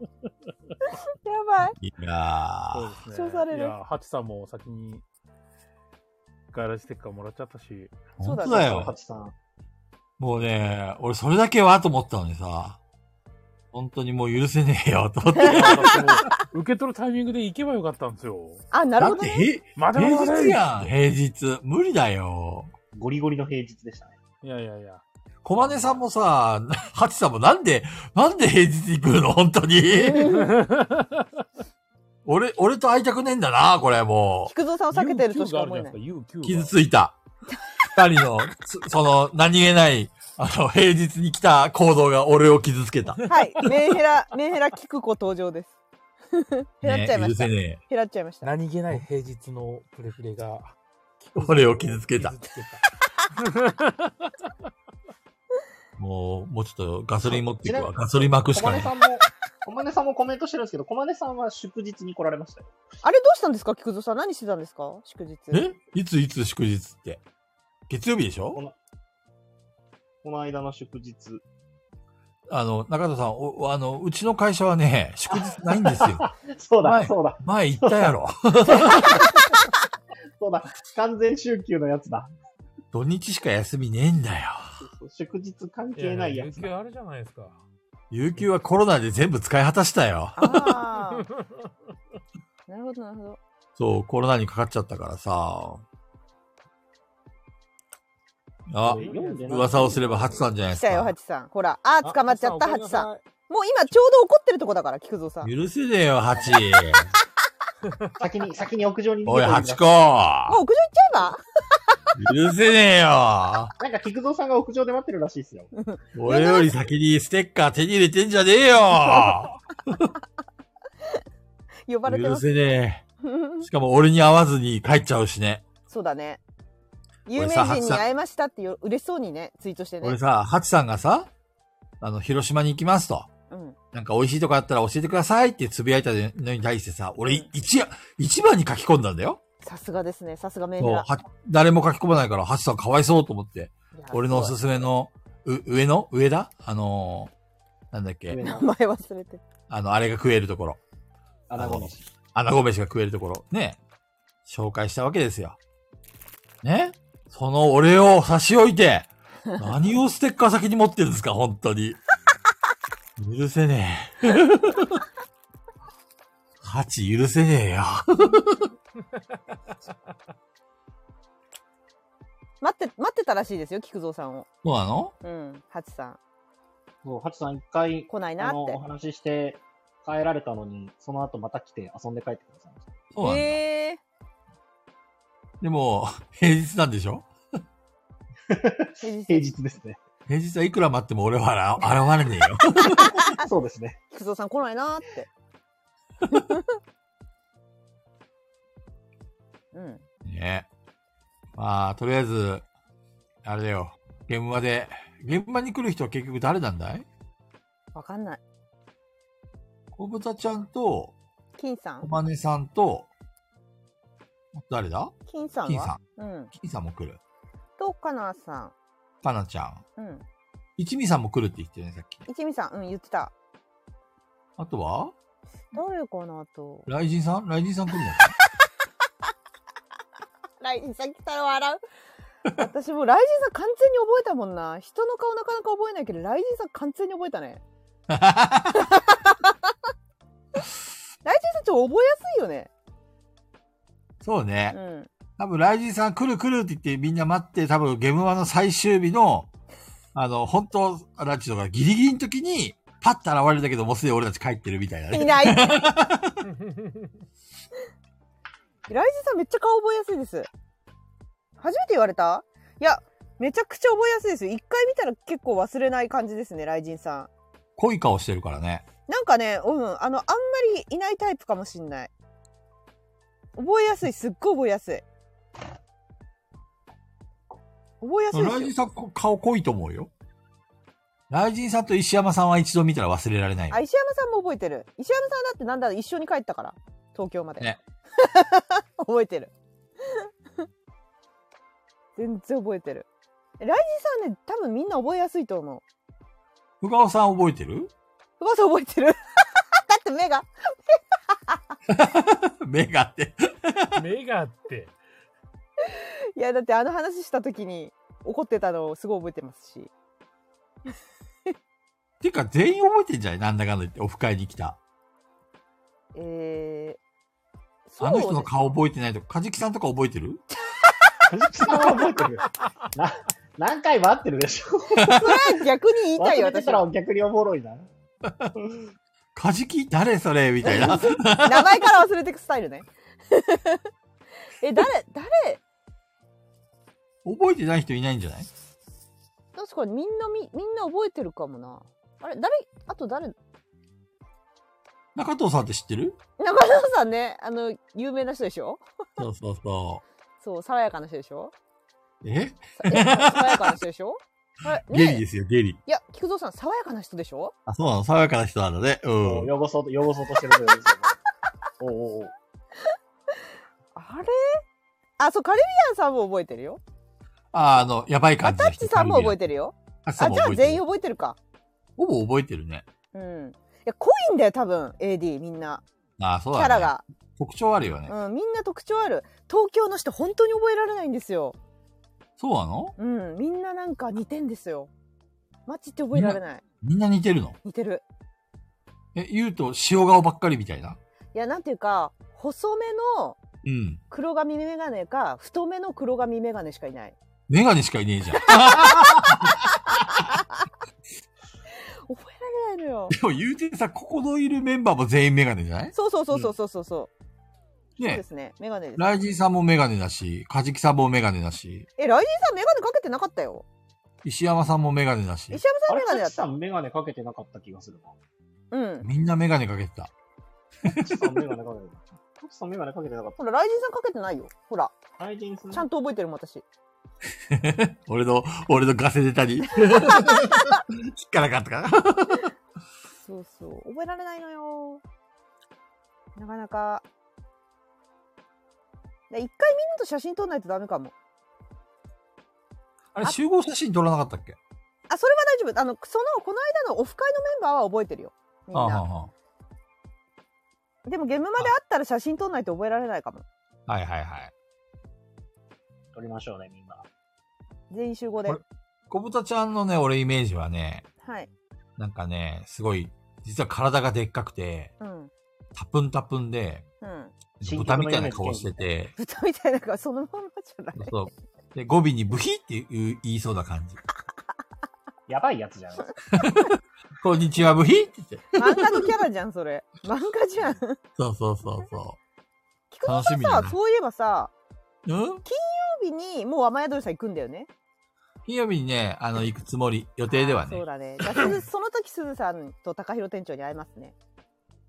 [SPEAKER 1] やばい。
[SPEAKER 3] え。いや
[SPEAKER 2] そう
[SPEAKER 3] ー。
[SPEAKER 2] ですね。
[SPEAKER 1] そうされる
[SPEAKER 2] いや、ハチさんも先に、ガイラジステッカーもらっちゃったし、
[SPEAKER 1] そ
[SPEAKER 3] 本
[SPEAKER 1] うだね
[SPEAKER 3] 当だ
[SPEAKER 4] ハ
[SPEAKER 3] よ。
[SPEAKER 4] チさん。
[SPEAKER 3] もうね、俺それだけはと思ったのにさ、本当にもう許せねえよと思って。
[SPEAKER 2] いや私も受け取るタイミングで行けばよかったんですよ。
[SPEAKER 1] あ、 なる
[SPEAKER 3] だ
[SPEAKER 1] ほ
[SPEAKER 3] っ
[SPEAKER 1] ど
[SPEAKER 3] て
[SPEAKER 1] ね。
[SPEAKER 3] へ、
[SPEAKER 2] まだまだま
[SPEAKER 3] 平
[SPEAKER 2] だ
[SPEAKER 3] 日やん、平日。無理だよ。
[SPEAKER 4] ゴリゴリの平日でしたね。
[SPEAKER 2] いやいやいや。
[SPEAKER 3] 小金さんもさ、 ハチさんもなんで、なんで平日に来るの本当に。俺、俺と会いたくねえんだな、これも
[SPEAKER 1] 菊蔵さんを避けてるとしか思えない。
[SPEAKER 3] う。
[SPEAKER 2] UQ
[SPEAKER 3] 傷
[SPEAKER 2] が
[SPEAKER 3] ついた。二人の、つそ の、何気ない、あの、平日に来た行動が俺を傷つけた。
[SPEAKER 1] はい。メンヘラ、メンヘラ菊子登場です。 ヘラっちゃいました。
[SPEAKER 3] ね、
[SPEAKER 1] ヘ
[SPEAKER 3] 許せね
[SPEAKER 1] ラっちゃいました。
[SPEAKER 2] 何気ない平日のプレフレが、
[SPEAKER 3] 俺を傷つけた
[SPEAKER 2] 傷つけ
[SPEAKER 3] え。もう、もうちょっとガソリン持っていく
[SPEAKER 4] ちな
[SPEAKER 3] わ。
[SPEAKER 4] みに
[SPEAKER 3] ガソリン巻くし
[SPEAKER 4] 小
[SPEAKER 3] か
[SPEAKER 4] 金
[SPEAKER 3] ね
[SPEAKER 4] さんも、小金さんもコメントしてるんですけど、小金さんは祝日に来られましたよ。
[SPEAKER 1] あれどうしたんですか菊蔵さん。何してたんですか祝日。
[SPEAKER 3] え。えいついつ祝日って。月曜日でし
[SPEAKER 4] こ
[SPEAKER 3] ょ
[SPEAKER 4] の、この間の祝日。
[SPEAKER 3] あの、中田さん、おあの、うちの会社はね、祝日ないんです よ。
[SPEAKER 4] そうだ、
[SPEAKER 3] はい
[SPEAKER 4] そうだ、
[SPEAKER 3] 前言ったやろ。
[SPEAKER 4] そうだ、完全週休のやつだ。
[SPEAKER 3] 土日しか休みねえんだよ。
[SPEAKER 4] 祝日関
[SPEAKER 2] た。
[SPEAKER 4] 係ないやつだ。
[SPEAKER 2] UQ あるじゃないですか。
[SPEAKER 3] 有給はコロナで全部使い果たしたよ。
[SPEAKER 1] ああ。なるほど、なるほど。
[SPEAKER 3] そう、コロナにかかっちゃったからさ。あ、
[SPEAKER 4] 読んでない
[SPEAKER 3] 噂をすればハチさんじゃないで
[SPEAKER 1] 来
[SPEAKER 3] す
[SPEAKER 1] たよ、ハ
[SPEAKER 3] か。
[SPEAKER 1] チさん。ほら。あー、捕まっちゃった、ハチさん。もう今ちょうど怒ってるとこだから、菊蔵さん。も
[SPEAKER 3] 許せねえよ、ハチ。
[SPEAKER 4] 先に、先に屋上に逃
[SPEAKER 3] おい、
[SPEAKER 4] げてみ
[SPEAKER 3] ハ
[SPEAKER 4] ま
[SPEAKER 3] チ
[SPEAKER 4] す
[SPEAKER 3] 子。
[SPEAKER 1] う屋上行っちゃ
[SPEAKER 3] 許せねえ よ。
[SPEAKER 4] なんか、菊蔵さんが屋上で待ってるらしいですよ。
[SPEAKER 3] 俺より先にステッカー手に入れてんじゃねえ よ。
[SPEAKER 1] えば呼ばれて
[SPEAKER 3] 許
[SPEAKER 1] ます。
[SPEAKER 3] せねえ。しかも俺に会わずに帰っちゃうしね。
[SPEAKER 1] そうだね。有
[SPEAKER 3] 俺
[SPEAKER 1] 名
[SPEAKER 3] さ
[SPEAKER 1] 人に
[SPEAKER 3] 初さ
[SPEAKER 1] 会えましたってよ嬉しそうにね、ツイートして
[SPEAKER 3] 俺
[SPEAKER 1] ね。
[SPEAKER 3] さ、ハチさんがさ、あの、広島に行きますと。
[SPEAKER 1] うん。
[SPEAKER 3] なんか美味しいとこあったら教えてくださいってつぶやいたのに対してさ、俺一夜、一番に書き込んだんだよ。
[SPEAKER 1] さすがですね、さすがメン
[SPEAKER 3] そ
[SPEAKER 1] ヘ
[SPEAKER 3] う、
[SPEAKER 1] ラ
[SPEAKER 3] は。誰も書き込まないから、ハチさんかわいそうと思って、
[SPEAKER 1] いや
[SPEAKER 3] 俺のおすすめの、う、上の上だあのー、なんだっ
[SPEAKER 4] 上
[SPEAKER 3] け
[SPEAKER 1] 名
[SPEAKER 4] の
[SPEAKER 1] 前忘れて。
[SPEAKER 3] あの、あれが食えるところ。
[SPEAKER 4] 穴子飯。
[SPEAKER 3] 穴子飯が食えるところ。ね。紹介したわけですよ。ねその俺を差し置い て、何をステッカー先に持ってるんですか本当に。許せねえ。 ハチ許せねえよ。
[SPEAKER 1] 待って、待ってたらしいですよ、菊蔵さんを。
[SPEAKER 3] そうなの
[SPEAKER 1] うん、ハチさん。
[SPEAKER 4] そう、ハチさん一回、
[SPEAKER 1] 来ないなっ
[SPEAKER 4] あの、
[SPEAKER 1] て
[SPEAKER 4] お。話しして、帰られたのに、その後また来て遊んで帰ってください ました。
[SPEAKER 3] そうなんだ。
[SPEAKER 1] へえ
[SPEAKER 3] でも、平日なんでしょ
[SPEAKER 1] 平日
[SPEAKER 4] 平日です ね。
[SPEAKER 3] 平日はいくら待っても俺は現現れねえよ。
[SPEAKER 4] そうですね。
[SPEAKER 1] 菊蔵さん来ないなーって。 うん。
[SPEAKER 3] ねまあ、とりあえず、あれだよ。現場で、現場に来る人は結局誰なんだい
[SPEAKER 1] わかんない。
[SPEAKER 3] 小豚ちゃんと、
[SPEAKER 1] 金さん
[SPEAKER 3] 小金さんと、誰だ
[SPEAKER 1] 金さんは
[SPEAKER 3] 金さ
[SPEAKER 1] うん。
[SPEAKER 3] 金さんも来る。
[SPEAKER 1] と、かなさ
[SPEAKER 3] かなちゃん。
[SPEAKER 1] ん。うん。
[SPEAKER 3] 一味さんも来るって言ってるね、さっきね。
[SPEAKER 1] 一味さん、うん、言ってた。
[SPEAKER 3] あとは
[SPEAKER 1] 誰かなと。
[SPEAKER 3] 雷神さん雷神さん来るの か
[SPEAKER 1] 来神さん来たら笑う。私もう雷神さん完全に覚えたもんな。人の顔なかなか覚えないけど、雷神さん完全に覚えた ね。雷神さんちょっと覚えやすいよね。
[SPEAKER 3] そうね
[SPEAKER 1] う。 ん。
[SPEAKER 3] 多分雷神さん来る来るって言ってみんな待って、多分ゲムマの最終日の、あの、本当ラジオがギリギリの時に、パッと現れるんだけど、もうすでに俺たち帰ってるみたいなね。
[SPEAKER 1] いない。雷神
[SPEAKER 2] うん
[SPEAKER 1] さんめっちゃ顔覚えやすいです。初めて言われたいや、めちゃくちゃ覚えやすいですよ。一回見たら結構忘れない感じですね、雷神さん。
[SPEAKER 3] 濃い顔してるからね。
[SPEAKER 1] なんかね、うん、あの、あんまりいないタイプかもしんない。覚えやすい、すっごい覚えやすい。覚えやすいで
[SPEAKER 3] ラ
[SPEAKER 1] す
[SPEAKER 3] イジン
[SPEAKER 1] よ。
[SPEAKER 3] さんこ顔濃いと思うよ。ライジンさんと石山さんは一度見たら忘れられないよ。
[SPEAKER 1] あ、石山さんも覚えてる。石山さんだってなんだろう一緒に帰ったから、東京まで。
[SPEAKER 3] ね
[SPEAKER 1] 覚えてる。 全然覚えてる。ライジンさんね、多分みんな覚えやすいと思う。
[SPEAKER 3] ふがおさん覚えてる
[SPEAKER 1] お母さん覚えてる だって目が。
[SPEAKER 3] 目があって。
[SPEAKER 2] 目があって。
[SPEAKER 1] いや、だってあの話した時に怒ってたのをすごい覚えてますし。
[SPEAKER 3] ていうか全員覚えてんじゃないなんだかんだ言って、オフ会に来た。
[SPEAKER 1] えー、そう
[SPEAKER 3] あの人の顔覚えてないとか、カジキさんとか覚えてる
[SPEAKER 4] 藤木さんは覚えてる。な、何回も会ってるでしょ。
[SPEAKER 1] それは逆に言いたいよ、
[SPEAKER 4] 忘れて
[SPEAKER 1] 私
[SPEAKER 4] たら
[SPEAKER 1] は。
[SPEAKER 4] 逆におもろいな。
[SPEAKER 3] カジキ誰それみたいな。
[SPEAKER 1] 名前から忘れてくスタイルね。 え、誰、誰、
[SPEAKER 3] 覚えてない人いないんじゃない
[SPEAKER 1] 確かにみんなみ、みんな覚えてるかもな。あれ、誰、あと誰、
[SPEAKER 3] 中藤さんって知ってる
[SPEAKER 1] 中野さんね、あの、有名な人でしょ
[SPEAKER 3] そうそうそ
[SPEAKER 1] そう、爽やかな人でしょ
[SPEAKER 3] う。え
[SPEAKER 1] さえ爽やかな人でしょあれ
[SPEAKER 3] ゲリ
[SPEAKER 1] ね
[SPEAKER 3] ですよ、ゲリ。
[SPEAKER 1] いや、菊蔵さん、爽やかな人でしょ
[SPEAKER 3] あ、そうなの爽やかな人なんだね。うん。
[SPEAKER 4] 汚そうと、汚そうとしてるけど。おうおうおう。
[SPEAKER 1] あれあ、そう、カリビアンさんも覚えてるよ。
[SPEAKER 3] あ、あの、やばい
[SPEAKER 1] ア
[SPEAKER 3] 感じ
[SPEAKER 1] タ
[SPEAKER 3] の
[SPEAKER 1] ッ
[SPEAKER 3] 人。
[SPEAKER 1] チさんも覚え
[SPEAKER 3] て
[SPEAKER 1] てるよ。
[SPEAKER 3] る。さ
[SPEAKER 1] あ、
[SPEAKER 3] んも
[SPEAKER 1] じゃあ
[SPEAKER 3] 覚えて
[SPEAKER 1] 全員
[SPEAKER 3] る。
[SPEAKER 1] 覚えてるか。
[SPEAKER 3] ほぼ覚えてるね。
[SPEAKER 1] うん。いや、濃いんだよ、多分、AD みんな。
[SPEAKER 3] ああ、そう
[SPEAKER 1] キ
[SPEAKER 3] だ、ね。
[SPEAKER 1] ャラが。
[SPEAKER 3] 特徴あるよね。
[SPEAKER 1] うん、みんな特徴ある。東京の人、本当に覚えられないんですよ。
[SPEAKER 3] そうなの
[SPEAKER 1] うん、みんななんか似てんですよ。マジって覚えられない。
[SPEAKER 3] みんな似てるの
[SPEAKER 1] 似てる。
[SPEAKER 3] え、言うと塩顔ばっかりみたいな。
[SPEAKER 1] いや、なんていうか、細めの
[SPEAKER 3] うん。
[SPEAKER 1] 黒髪メガネか、太めの黒髪メガネしかいない。
[SPEAKER 3] メガネしかいねえ じゃん。で
[SPEAKER 1] 覚えられないのよ。
[SPEAKER 3] も言うてさ、ここのいるメンバーも全員メガネじゃない
[SPEAKER 1] そうそうそうそうそうそうそう。そうで
[SPEAKER 3] ね
[SPEAKER 1] すね。メガネです。
[SPEAKER 3] ライジンさんもメガネだし、カジキさんもメガネだし、
[SPEAKER 1] え、ライジンさんメガネかけてなかったよ。
[SPEAKER 3] 石山さんもメガネだし
[SPEAKER 1] 石、山さ
[SPEAKER 4] あ
[SPEAKER 1] んメ
[SPEAKER 4] れ、
[SPEAKER 1] ガネ
[SPEAKER 4] さ
[SPEAKER 1] だ
[SPEAKER 4] っ
[SPEAKER 1] っ
[SPEAKER 4] きさ
[SPEAKER 1] た。
[SPEAKER 4] んメガネかけてなかった気 がするな。
[SPEAKER 1] うん。
[SPEAKER 3] みんなメガネかけてた。
[SPEAKER 4] さっきさんメガネかけてなかった。さっきさんメガネかけてなかっ
[SPEAKER 1] ほら、ライジンさんかけてないよ。ほら、
[SPEAKER 4] た。ライジンさん。
[SPEAKER 1] ちゃんと覚えてるもん、私。
[SPEAKER 3] 俺の、俺のガセネタに。引っかなかったか
[SPEAKER 1] そうそう。覚えられないのよ。なかなか。で一回みんなと写真撮んないとダメかも。
[SPEAKER 3] あれ、集合写真撮らなかったっけ
[SPEAKER 1] あ、それは大丈夫。あの、その、この間のオフ会のメンバーは覚えてるよ。みん
[SPEAKER 3] ああ
[SPEAKER 1] な。
[SPEAKER 3] は
[SPEAKER 1] でも、ゲームまで会ったら写真撮んないと覚えられないかも。
[SPEAKER 3] あはいはいはい。
[SPEAKER 4] 撮りましょうね、みんな。
[SPEAKER 1] 全員集合で
[SPEAKER 3] こ。小豚ちゃんのね、俺イメージはね、
[SPEAKER 1] はい。
[SPEAKER 3] なんかね、すごい、実は体がでっかくて、
[SPEAKER 1] うん。
[SPEAKER 3] タプンタプンで、
[SPEAKER 1] うん。
[SPEAKER 3] 豚みたいな顔してて、
[SPEAKER 1] 豚みたいな顔、そのまんまじゃない。
[SPEAKER 3] そう。で、語尾にブヒって言う言いそうな感じ。
[SPEAKER 4] やばいやつじゃん。
[SPEAKER 3] こんにちは、ブヒって言って。
[SPEAKER 1] 漫画のキャラじゃん、それ。漫画じ ゃん。
[SPEAKER 3] そうそうそうそ
[SPEAKER 1] 菊蔵さん
[SPEAKER 3] 楽しみだ
[SPEAKER 1] さ、
[SPEAKER 3] な
[SPEAKER 1] そういえばさ、
[SPEAKER 3] う。うん
[SPEAKER 1] 金曜日にもう雨宿りさん行くんだよね。
[SPEAKER 3] 金曜日にね、あの、行くつもり、予定では
[SPEAKER 1] あーそ
[SPEAKER 3] ね
[SPEAKER 1] う。だね。じゃあすずその時、すずさんと高弘店長に会えますね。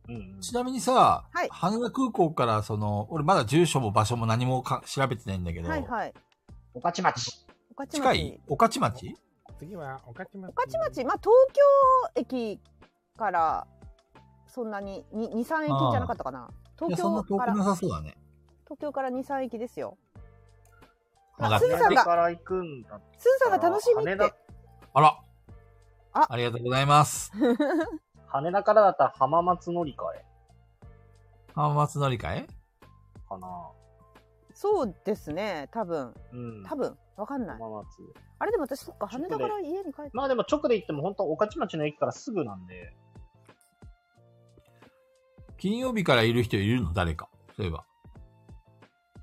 [SPEAKER 4] うんうん。
[SPEAKER 3] ちなみにさ、
[SPEAKER 1] はい
[SPEAKER 3] 羽田空港から、その、俺まだ住所も場所も何もか調べてないんだけど、
[SPEAKER 1] はいはい。
[SPEAKER 4] おかちまち。
[SPEAKER 1] 御徒町
[SPEAKER 3] 近い御徒町
[SPEAKER 2] 次は、御徒町。
[SPEAKER 1] 御徒町、まあ、東京駅からそんなにに23駅じゃなかったかな
[SPEAKER 3] 東京いや、
[SPEAKER 1] 東
[SPEAKER 3] そんな
[SPEAKER 1] 京
[SPEAKER 3] 遠
[SPEAKER 1] から
[SPEAKER 3] くな
[SPEAKER 1] 東
[SPEAKER 3] さそうだね。
[SPEAKER 1] 京から23駅ですよ
[SPEAKER 3] まだ
[SPEAKER 1] すず
[SPEAKER 4] 羽
[SPEAKER 1] さん
[SPEAKER 4] 田
[SPEAKER 1] が
[SPEAKER 4] から行くんだ。
[SPEAKER 1] すずさんが楽しみっ
[SPEAKER 4] 羽
[SPEAKER 1] て
[SPEAKER 4] 田
[SPEAKER 3] あら。
[SPEAKER 1] あ
[SPEAKER 3] ありがとうございます。
[SPEAKER 4] 羽田からだったら浜松乗り換え
[SPEAKER 3] 浜松乗り換え
[SPEAKER 4] かな。
[SPEAKER 1] そうですね多分
[SPEAKER 4] うん。
[SPEAKER 1] 多分わかんない
[SPEAKER 4] 浜松。
[SPEAKER 1] あれでも私そっか羽田から家に帰って
[SPEAKER 4] まあでも直で行っても本当御徒町の駅からすぐなんで、
[SPEAKER 3] 金曜日からいる人いるの誰か。そういえば。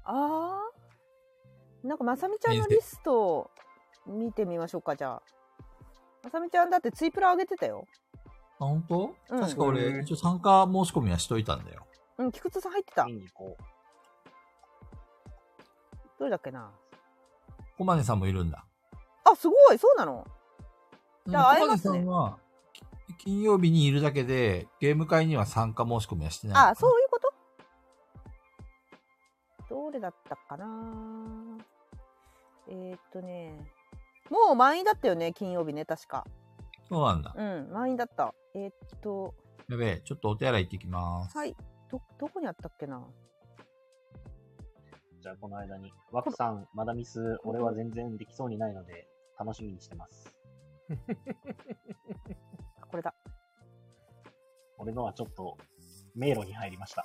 [SPEAKER 1] ああなんかまさみちゃんのリストを見てみましょうかじゃあまさみちゃんだってツイプラ上げてたよ
[SPEAKER 3] あ、本当？
[SPEAKER 1] うん
[SPEAKER 3] 確か俺、一応参加申し込みはしといたんだよ。
[SPEAKER 1] うん菊池さん入ってた
[SPEAKER 4] 見に行こう。
[SPEAKER 1] どれだっけな
[SPEAKER 3] コマネさんもいるんだ。
[SPEAKER 1] あ、すごい、そうなの
[SPEAKER 3] うん
[SPEAKER 1] じゃあ会え
[SPEAKER 3] コマネ
[SPEAKER 1] ます
[SPEAKER 3] さ
[SPEAKER 1] ね
[SPEAKER 3] んは、金曜日にいるだけで、ゲーム会には参加申し込みはしてないのかな。
[SPEAKER 1] あ、そういうことどれだったかなえー、っとね、もう満員だったよね、金曜日ね、確か。
[SPEAKER 3] そうなんだ。
[SPEAKER 1] うん、満員だった。えー、っと、
[SPEAKER 3] やべえ、ちょっとお手洗い行ってきます。
[SPEAKER 1] はい、ど、どこにあったっけな
[SPEAKER 4] じゃあこの間に、ワクさん、まだミス、俺は全然できそうにないので、楽しみにしてます。
[SPEAKER 1] あこれだ。
[SPEAKER 4] 俺のはちょっと、迷路に入りました。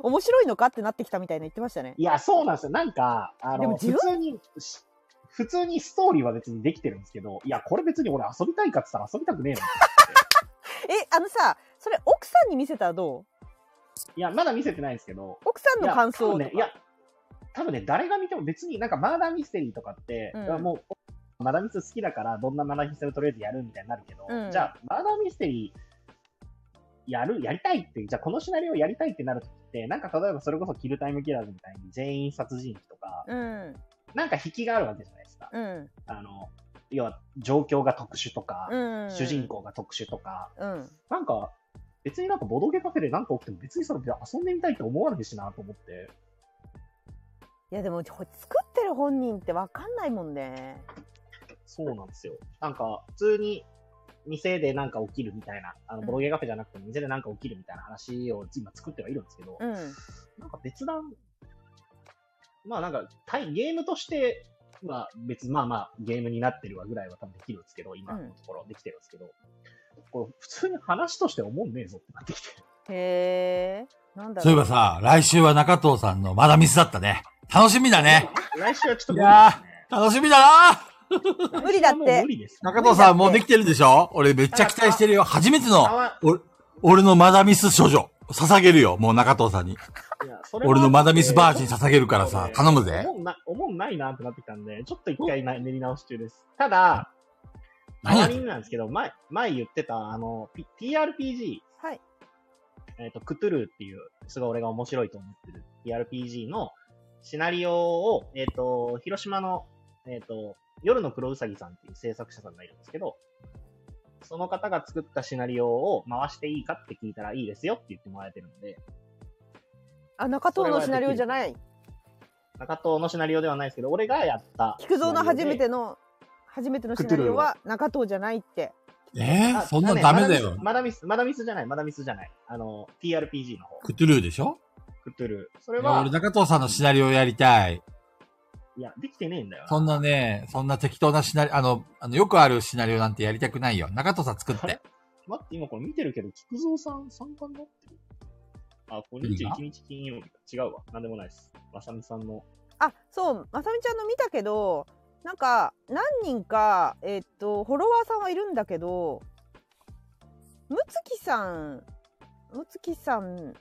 [SPEAKER 1] 面白いのかってなってきたみたいな言ってましたね。
[SPEAKER 4] いや、そうなんですよ。なんか、あ
[SPEAKER 1] でも
[SPEAKER 4] の、
[SPEAKER 1] 自
[SPEAKER 4] 普
[SPEAKER 1] 分
[SPEAKER 4] 通に、し普通にストーリーは別にできてるんですけど、いや、これ別に俺遊びたいかって言ったら遊びたくねえの。
[SPEAKER 1] え、あのさ、それ奥さんに見せたらどう
[SPEAKER 4] いや、まだ見せてないんですけど、
[SPEAKER 1] 奥さんの感想
[SPEAKER 4] いや
[SPEAKER 1] とか
[SPEAKER 4] 多分ね、いや、多分ね、誰が見ても別になんかマーダーミステリーとかって、
[SPEAKER 1] うん
[SPEAKER 4] もう、マーダーミス好きだから、どんなマーダーミステリーをとりあえずやるみたいになるけど、
[SPEAKER 1] うん
[SPEAKER 4] じゃあ、マーダーミステリー、やる、やりたいって、じゃあこのシナリオやりたいってなるときって、なんか例えばそれこそキルタイムキラーズみたいに全員殺人鬼とか、
[SPEAKER 1] うん、
[SPEAKER 4] なんか引きがあるわけじゃないですか。
[SPEAKER 1] うん、
[SPEAKER 4] あの、要は状況が特殊とか、
[SPEAKER 1] うん。
[SPEAKER 4] 主人。公が特殊とか、
[SPEAKER 1] うん。
[SPEAKER 4] なんか、別になんかボドゲカフェで何か起きても別にそれ遊んでみたいって思わないしなと思って。
[SPEAKER 1] いや、でも、ほ作ってる本人ってわかんないもんね。
[SPEAKER 4] そうなんですよ。なんか、普通に店でなんか起きるみたいな、あの、
[SPEAKER 1] うん
[SPEAKER 4] ボロゲカフェじゃなくても店でなんか起きるみたいな話を今作ってはいるんですけど、
[SPEAKER 1] うん。
[SPEAKER 4] なんか別段、まあなんか、対ゲームとして、まあ別、まあまあゲームになってるわぐらいは多分できるんですけど、今のところできてるんですけど、これ普通に話として思んねえぞってなってきて。
[SPEAKER 1] へえ。なんだ
[SPEAKER 3] そういえ
[SPEAKER 1] ろ
[SPEAKER 3] ば
[SPEAKER 1] う。
[SPEAKER 3] さ、来週は中藤さんのまだミスだったね。楽しみだね。
[SPEAKER 4] 来週はちょっと無理
[SPEAKER 3] いや楽しみだな
[SPEAKER 4] ですね。
[SPEAKER 1] 無理だって
[SPEAKER 4] 来週はもう無理ですね、
[SPEAKER 3] 中藤さんもうできてるでしょ俺めっちゃ期待してるよ。初めての、
[SPEAKER 4] あ
[SPEAKER 3] お俺のマダミス処女。捧げるよ。もう中藤さんに。
[SPEAKER 4] いやそれは
[SPEAKER 3] 俺のマダミスバージン捧げるからさ、頼むぜ。
[SPEAKER 4] 思んな、思んないなってなってきたんで、ちょっと一回な練り直し中です。ただ、
[SPEAKER 3] 何や
[SPEAKER 4] 周りになんですけど、前、前言ってた、あの、P、TRPG、
[SPEAKER 1] はい。
[SPEAKER 4] えっ、と、クトゥルーっていう、すごい俺が面白いと思ってる TRPG のシナリオを、えっ、と、広島の、えっ、と、夜の黒うさぎさんっていう制作者さんがいるんですけど、その方が作ったシナリオを回していいかって聞いたらいいですよって言ってもらえてるので、
[SPEAKER 1] あ、中藤のシナリオじゃない。
[SPEAKER 4] 中藤のシナリオではないですけど、俺がやった。
[SPEAKER 1] 菊蔵の初め
[SPEAKER 4] シナリオで
[SPEAKER 1] ての、初めてのシナリオは中藤じゃないって。
[SPEAKER 3] え
[SPEAKER 4] あ
[SPEAKER 3] ー、そんなんダメだ
[SPEAKER 4] ね
[SPEAKER 3] よ。
[SPEAKER 4] まだミス、まだミスまだミスじゃない、まだミスじゃない。あの、TRPG の方、
[SPEAKER 3] クトゥルーでしょ
[SPEAKER 4] クトゥルー。それ
[SPEAKER 3] いや
[SPEAKER 4] は
[SPEAKER 3] 俺、中藤さんのシナリオやりたい。
[SPEAKER 4] いや、できてねえんだよ
[SPEAKER 3] そんなね、そんな適当なシナリオ、あの、あのよくあるシナリオなんてやりたくないよ。中藤さん作っ
[SPEAKER 4] あれ
[SPEAKER 3] て。
[SPEAKER 4] 待って、今これ見てるけど、菊蔵さん参加になってるあ、これ
[SPEAKER 3] 何が
[SPEAKER 4] 21日金曜日か。違うわ。なんでもないです。まさみさんの。
[SPEAKER 1] あ、そう、まさみちゃんの見たけど、なんか、何人か、えっと、フォロワーさんはいるんだけど、むつきさん、むつきさん、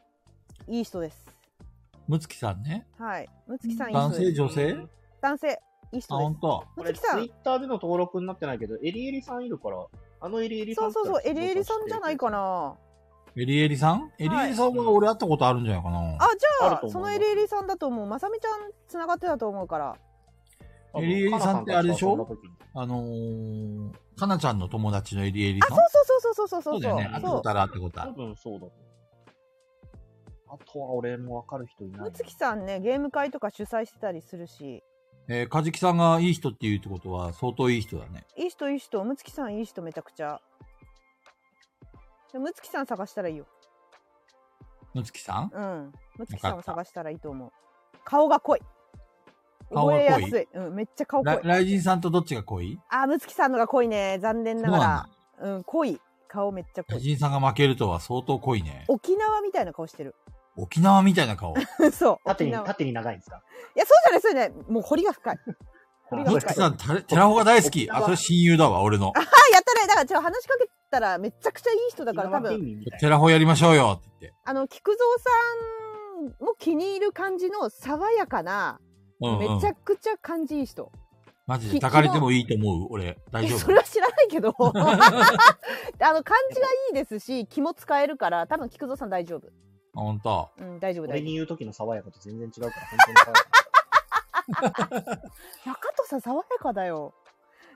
[SPEAKER 1] いい人です。
[SPEAKER 3] むつきさんね。
[SPEAKER 1] はい。むつきさん、いい人
[SPEAKER 3] 男性
[SPEAKER 1] です。
[SPEAKER 3] 女性
[SPEAKER 4] うん
[SPEAKER 1] 男性、いい
[SPEAKER 3] あ、
[SPEAKER 1] 人
[SPEAKER 3] ほ
[SPEAKER 1] で
[SPEAKER 3] ん
[SPEAKER 1] す。
[SPEAKER 3] と。
[SPEAKER 4] こ
[SPEAKER 1] む
[SPEAKER 4] れ、
[SPEAKER 1] つ
[SPEAKER 4] ツ
[SPEAKER 1] きさん
[SPEAKER 4] イッターでの登録になってないけど、エリエリさんいるから、あのエリエリさ
[SPEAKER 1] そ
[SPEAKER 4] ん
[SPEAKER 1] うそうそう、エリエリさんじゃないか
[SPEAKER 4] な。
[SPEAKER 1] な。
[SPEAKER 3] エリエリさんエリエリさんは俺会ったことあるんじゃないかな
[SPEAKER 1] あ。、じ
[SPEAKER 4] ある
[SPEAKER 1] ゃ
[SPEAKER 4] と
[SPEAKER 1] あ、
[SPEAKER 4] 思い
[SPEAKER 1] そ
[SPEAKER 4] ま
[SPEAKER 1] の
[SPEAKER 4] す
[SPEAKER 1] エリエリさんだと思う。まさみちゃん、つながってたと思うから。
[SPEAKER 4] 多分
[SPEAKER 3] エリエリさんってあれでしょ
[SPEAKER 4] カナさんたちはそんな時に
[SPEAKER 3] あのー、かなちゃんの友達のエリエリ
[SPEAKER 1] あ、
[SPEAKER 3] さん
[SPEAKER 1] そうそうそうそうそうそうそう。
[SPEAKER 3] だよね。会った
[SPEAKER 1] そ
[SPEAKER 3] こ
[SPEAKER 1] う
[SPEAKER 3] とある会ったことあ
[SPEAKER 4] 多
[SPEAKER 3] る。
[SPEAKER 4] 分そうだと思う。あとは俺もわかる人いないな。
[SPEAKER 1] むつきさんね、ゲーム会とか主催してたりするし、
[SPEAKER 3] えー、かじきさんがいい人って言うってことは相当いい人だね。
[SPEAKER 1] いい人いい人、むつきさんいい人めちゃくちゃ。でむつきさん探したらいいよ。
[SPEAKER 3] むつきさん
[SPEAKER 1] うん。むつきさん
[SPEAKER 3] わか
[SPEAKER 1] を
[SPEAKER 3] った
[SPEAKER 1] 探したらいいと思う。顔が濃い。
[SPEAKER 3] 顔
[SPEAKER 1] 覚
[SPEAKER 3] が濃い
[SPEAKER 1] えやすい。うん、めっちゃ顔濃い
[SPEAKER 3] ラ。ライジンさんとどっちが濃い
[SPEAKER 1] あ、むつきさんのが濃いね。残念ながら。うん、濃い。顔めっちゃ濃
[SPEAKER 3] ライ
[SPEAKER 1] い。
[SPEAKER 3] ジンさんが負けるとは相当濃いね。
[SPEAKER 1] 沖縄みたいな顔してる。
[SPEAKER 3] 沖縄みたいな顔。
[SPEAKER 1] そう。
[SPEAKER 4] 縦
[SPEAKER 1] 沖
[SPEAKER 4] に、
[SPEAKER 1] 縄。
[SPEAKER 4] 縦に長いんですか
[SPEAKER 1] いや、そうじゃない、そうじゃない。もう彫りが深い。これが
[SPEAKER 3] むつきさん、たれ寺穂が大好き。あ、それ親友だわ、俺の。
[SPEAKER 1] あ、やったね。だから、ちょっと話しかけたら、めちゃくちゃいい人だから、多分、
[SPEAKER 4] 分。
[SPEAKER 3] 寺穂やりましょうよって言って。
[SPEAKER 1] あの、菊蔵さんも気に入る感じの爽やかな、
[SPEAKER 3] うん、うん。
[SPEAKER 1] めちゃくちゃ感じいい人。
[SPEAKER 3] マジで
[SPEAKER 1] き
[SPEAKER 3] 抱かれてもいいと思う俺、大
[SPEAKER 1] い
[SPEAKER 3] 丈
[SPEAKER 1] や
[SPEAKER 3] 夫
[SPEAKER 1] そ。れは知らないけ ど。あの、感じがいいですし、気も使えるから、多分菊蔵さん大丈夫。
[SPEAKER 3] ほんと。
[SPEAKER 1] うん、大丈夫、
[SPEAKER 4] 俺
[SPEAKER 1] 大丈
[SPEAKER 4] に
[SPEAKER 1] 夫。
[SPEAKER 4] 言う時の爽やかと全然違うから、本当に爽やか。
[SPEAKER 1] 中戸さん爽やかだよ。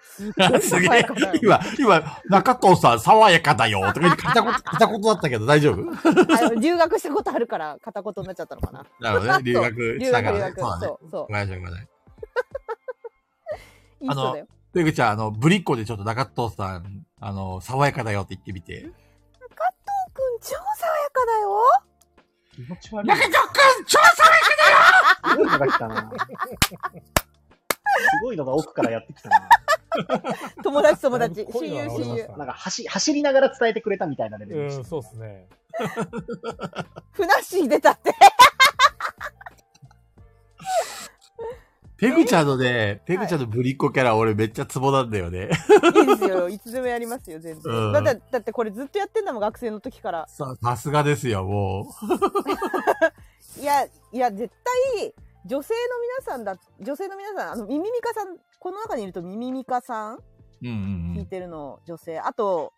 [SPEAKER 1] すっごい
[SPEAKER 3] す
[SPEAKER 1] 爽
[SPEAKER 3] げえ
[SPEAKER 1] やかだ。 よ。
[SPEAKER 3] 今、今、中藤さん、爽やかだよ。とか言 って片言、片言だったけど大丈夫
[SPEAKER 1] あの留学したことあるから片言になっちゃったの かな。
[SPEAKER 3] なるほどね。留学
[SPEAKER 1] 留
[SPEAKER 3] した
[SPEAKER 1] 学
[SPEAKER 3] か
[SPEAKER 1] 留
[SPEAKER 3] らね。
[SPEAKER 1] 学
[SPEAKER 3] そうだ
[SPEAKER 1] そ
[SPEAKER 3] ね。
[SPEAKER 1] うそ
[SPEAKER 3] ごめんなさい、ごめんなさい。
[SPEAKER 1] ういい人だよ。
[SPEAKER 3] ペグちゃん、あの、ぶりっ子でちょっと中藤さん、あの、爽やかだよって言ってみて。
[SPEAKER 1] くん超爽やかだよ。
[SPEAKER 4] 気持ち悪い。
[SPEAKER 3] 中藤くん、超爽や
[SPEAKER 4] すごいのが来たな。すごいのが奥からやってきたな。
[SPEAKER 1] 友達友 達
[SPEAKER 2] だいぶ
[SPEAKER 1] 親
[SPEAKER 2] 恋が
[SPEAKER 1] 友親友
[SPEAKER 2] 現れましたね
[SPEAKER 4] なんか走走りながら伝えてくれたみたいなレベル
[SPEAKER 2] う
[SPEAKER 4] でし
[SPEAKER 2] ん、そうですね。
[SPEAKER 1] ふなっしー出たって
[SPEAKER 3] ペグちゃんのね、ペグちゃんのぶりっ子キャラ、俺めっちゃツボなんだよ
[SPEAKER 1] い
[SPEAKER 3] ね。
[SPEAKER 1] いですよいつでもやりますよ全然、
[SPEAKER 3] うん
[SPEAKER 1] だってだってこれずっとやってんだもん学生の時から
[SPEAKER 3] さ、さすがですよ、も
[SPEAKER 1] いやいや絶対女性の皆さんだ女性の皆さんあのミミミカさんこの中にいるとミミミカさん
[SPEAKER 3] う。うんう
[SPEAKER 1] 聞い
[SPEAKER 3] ん
[SPEAKER 1] てるの、女性あと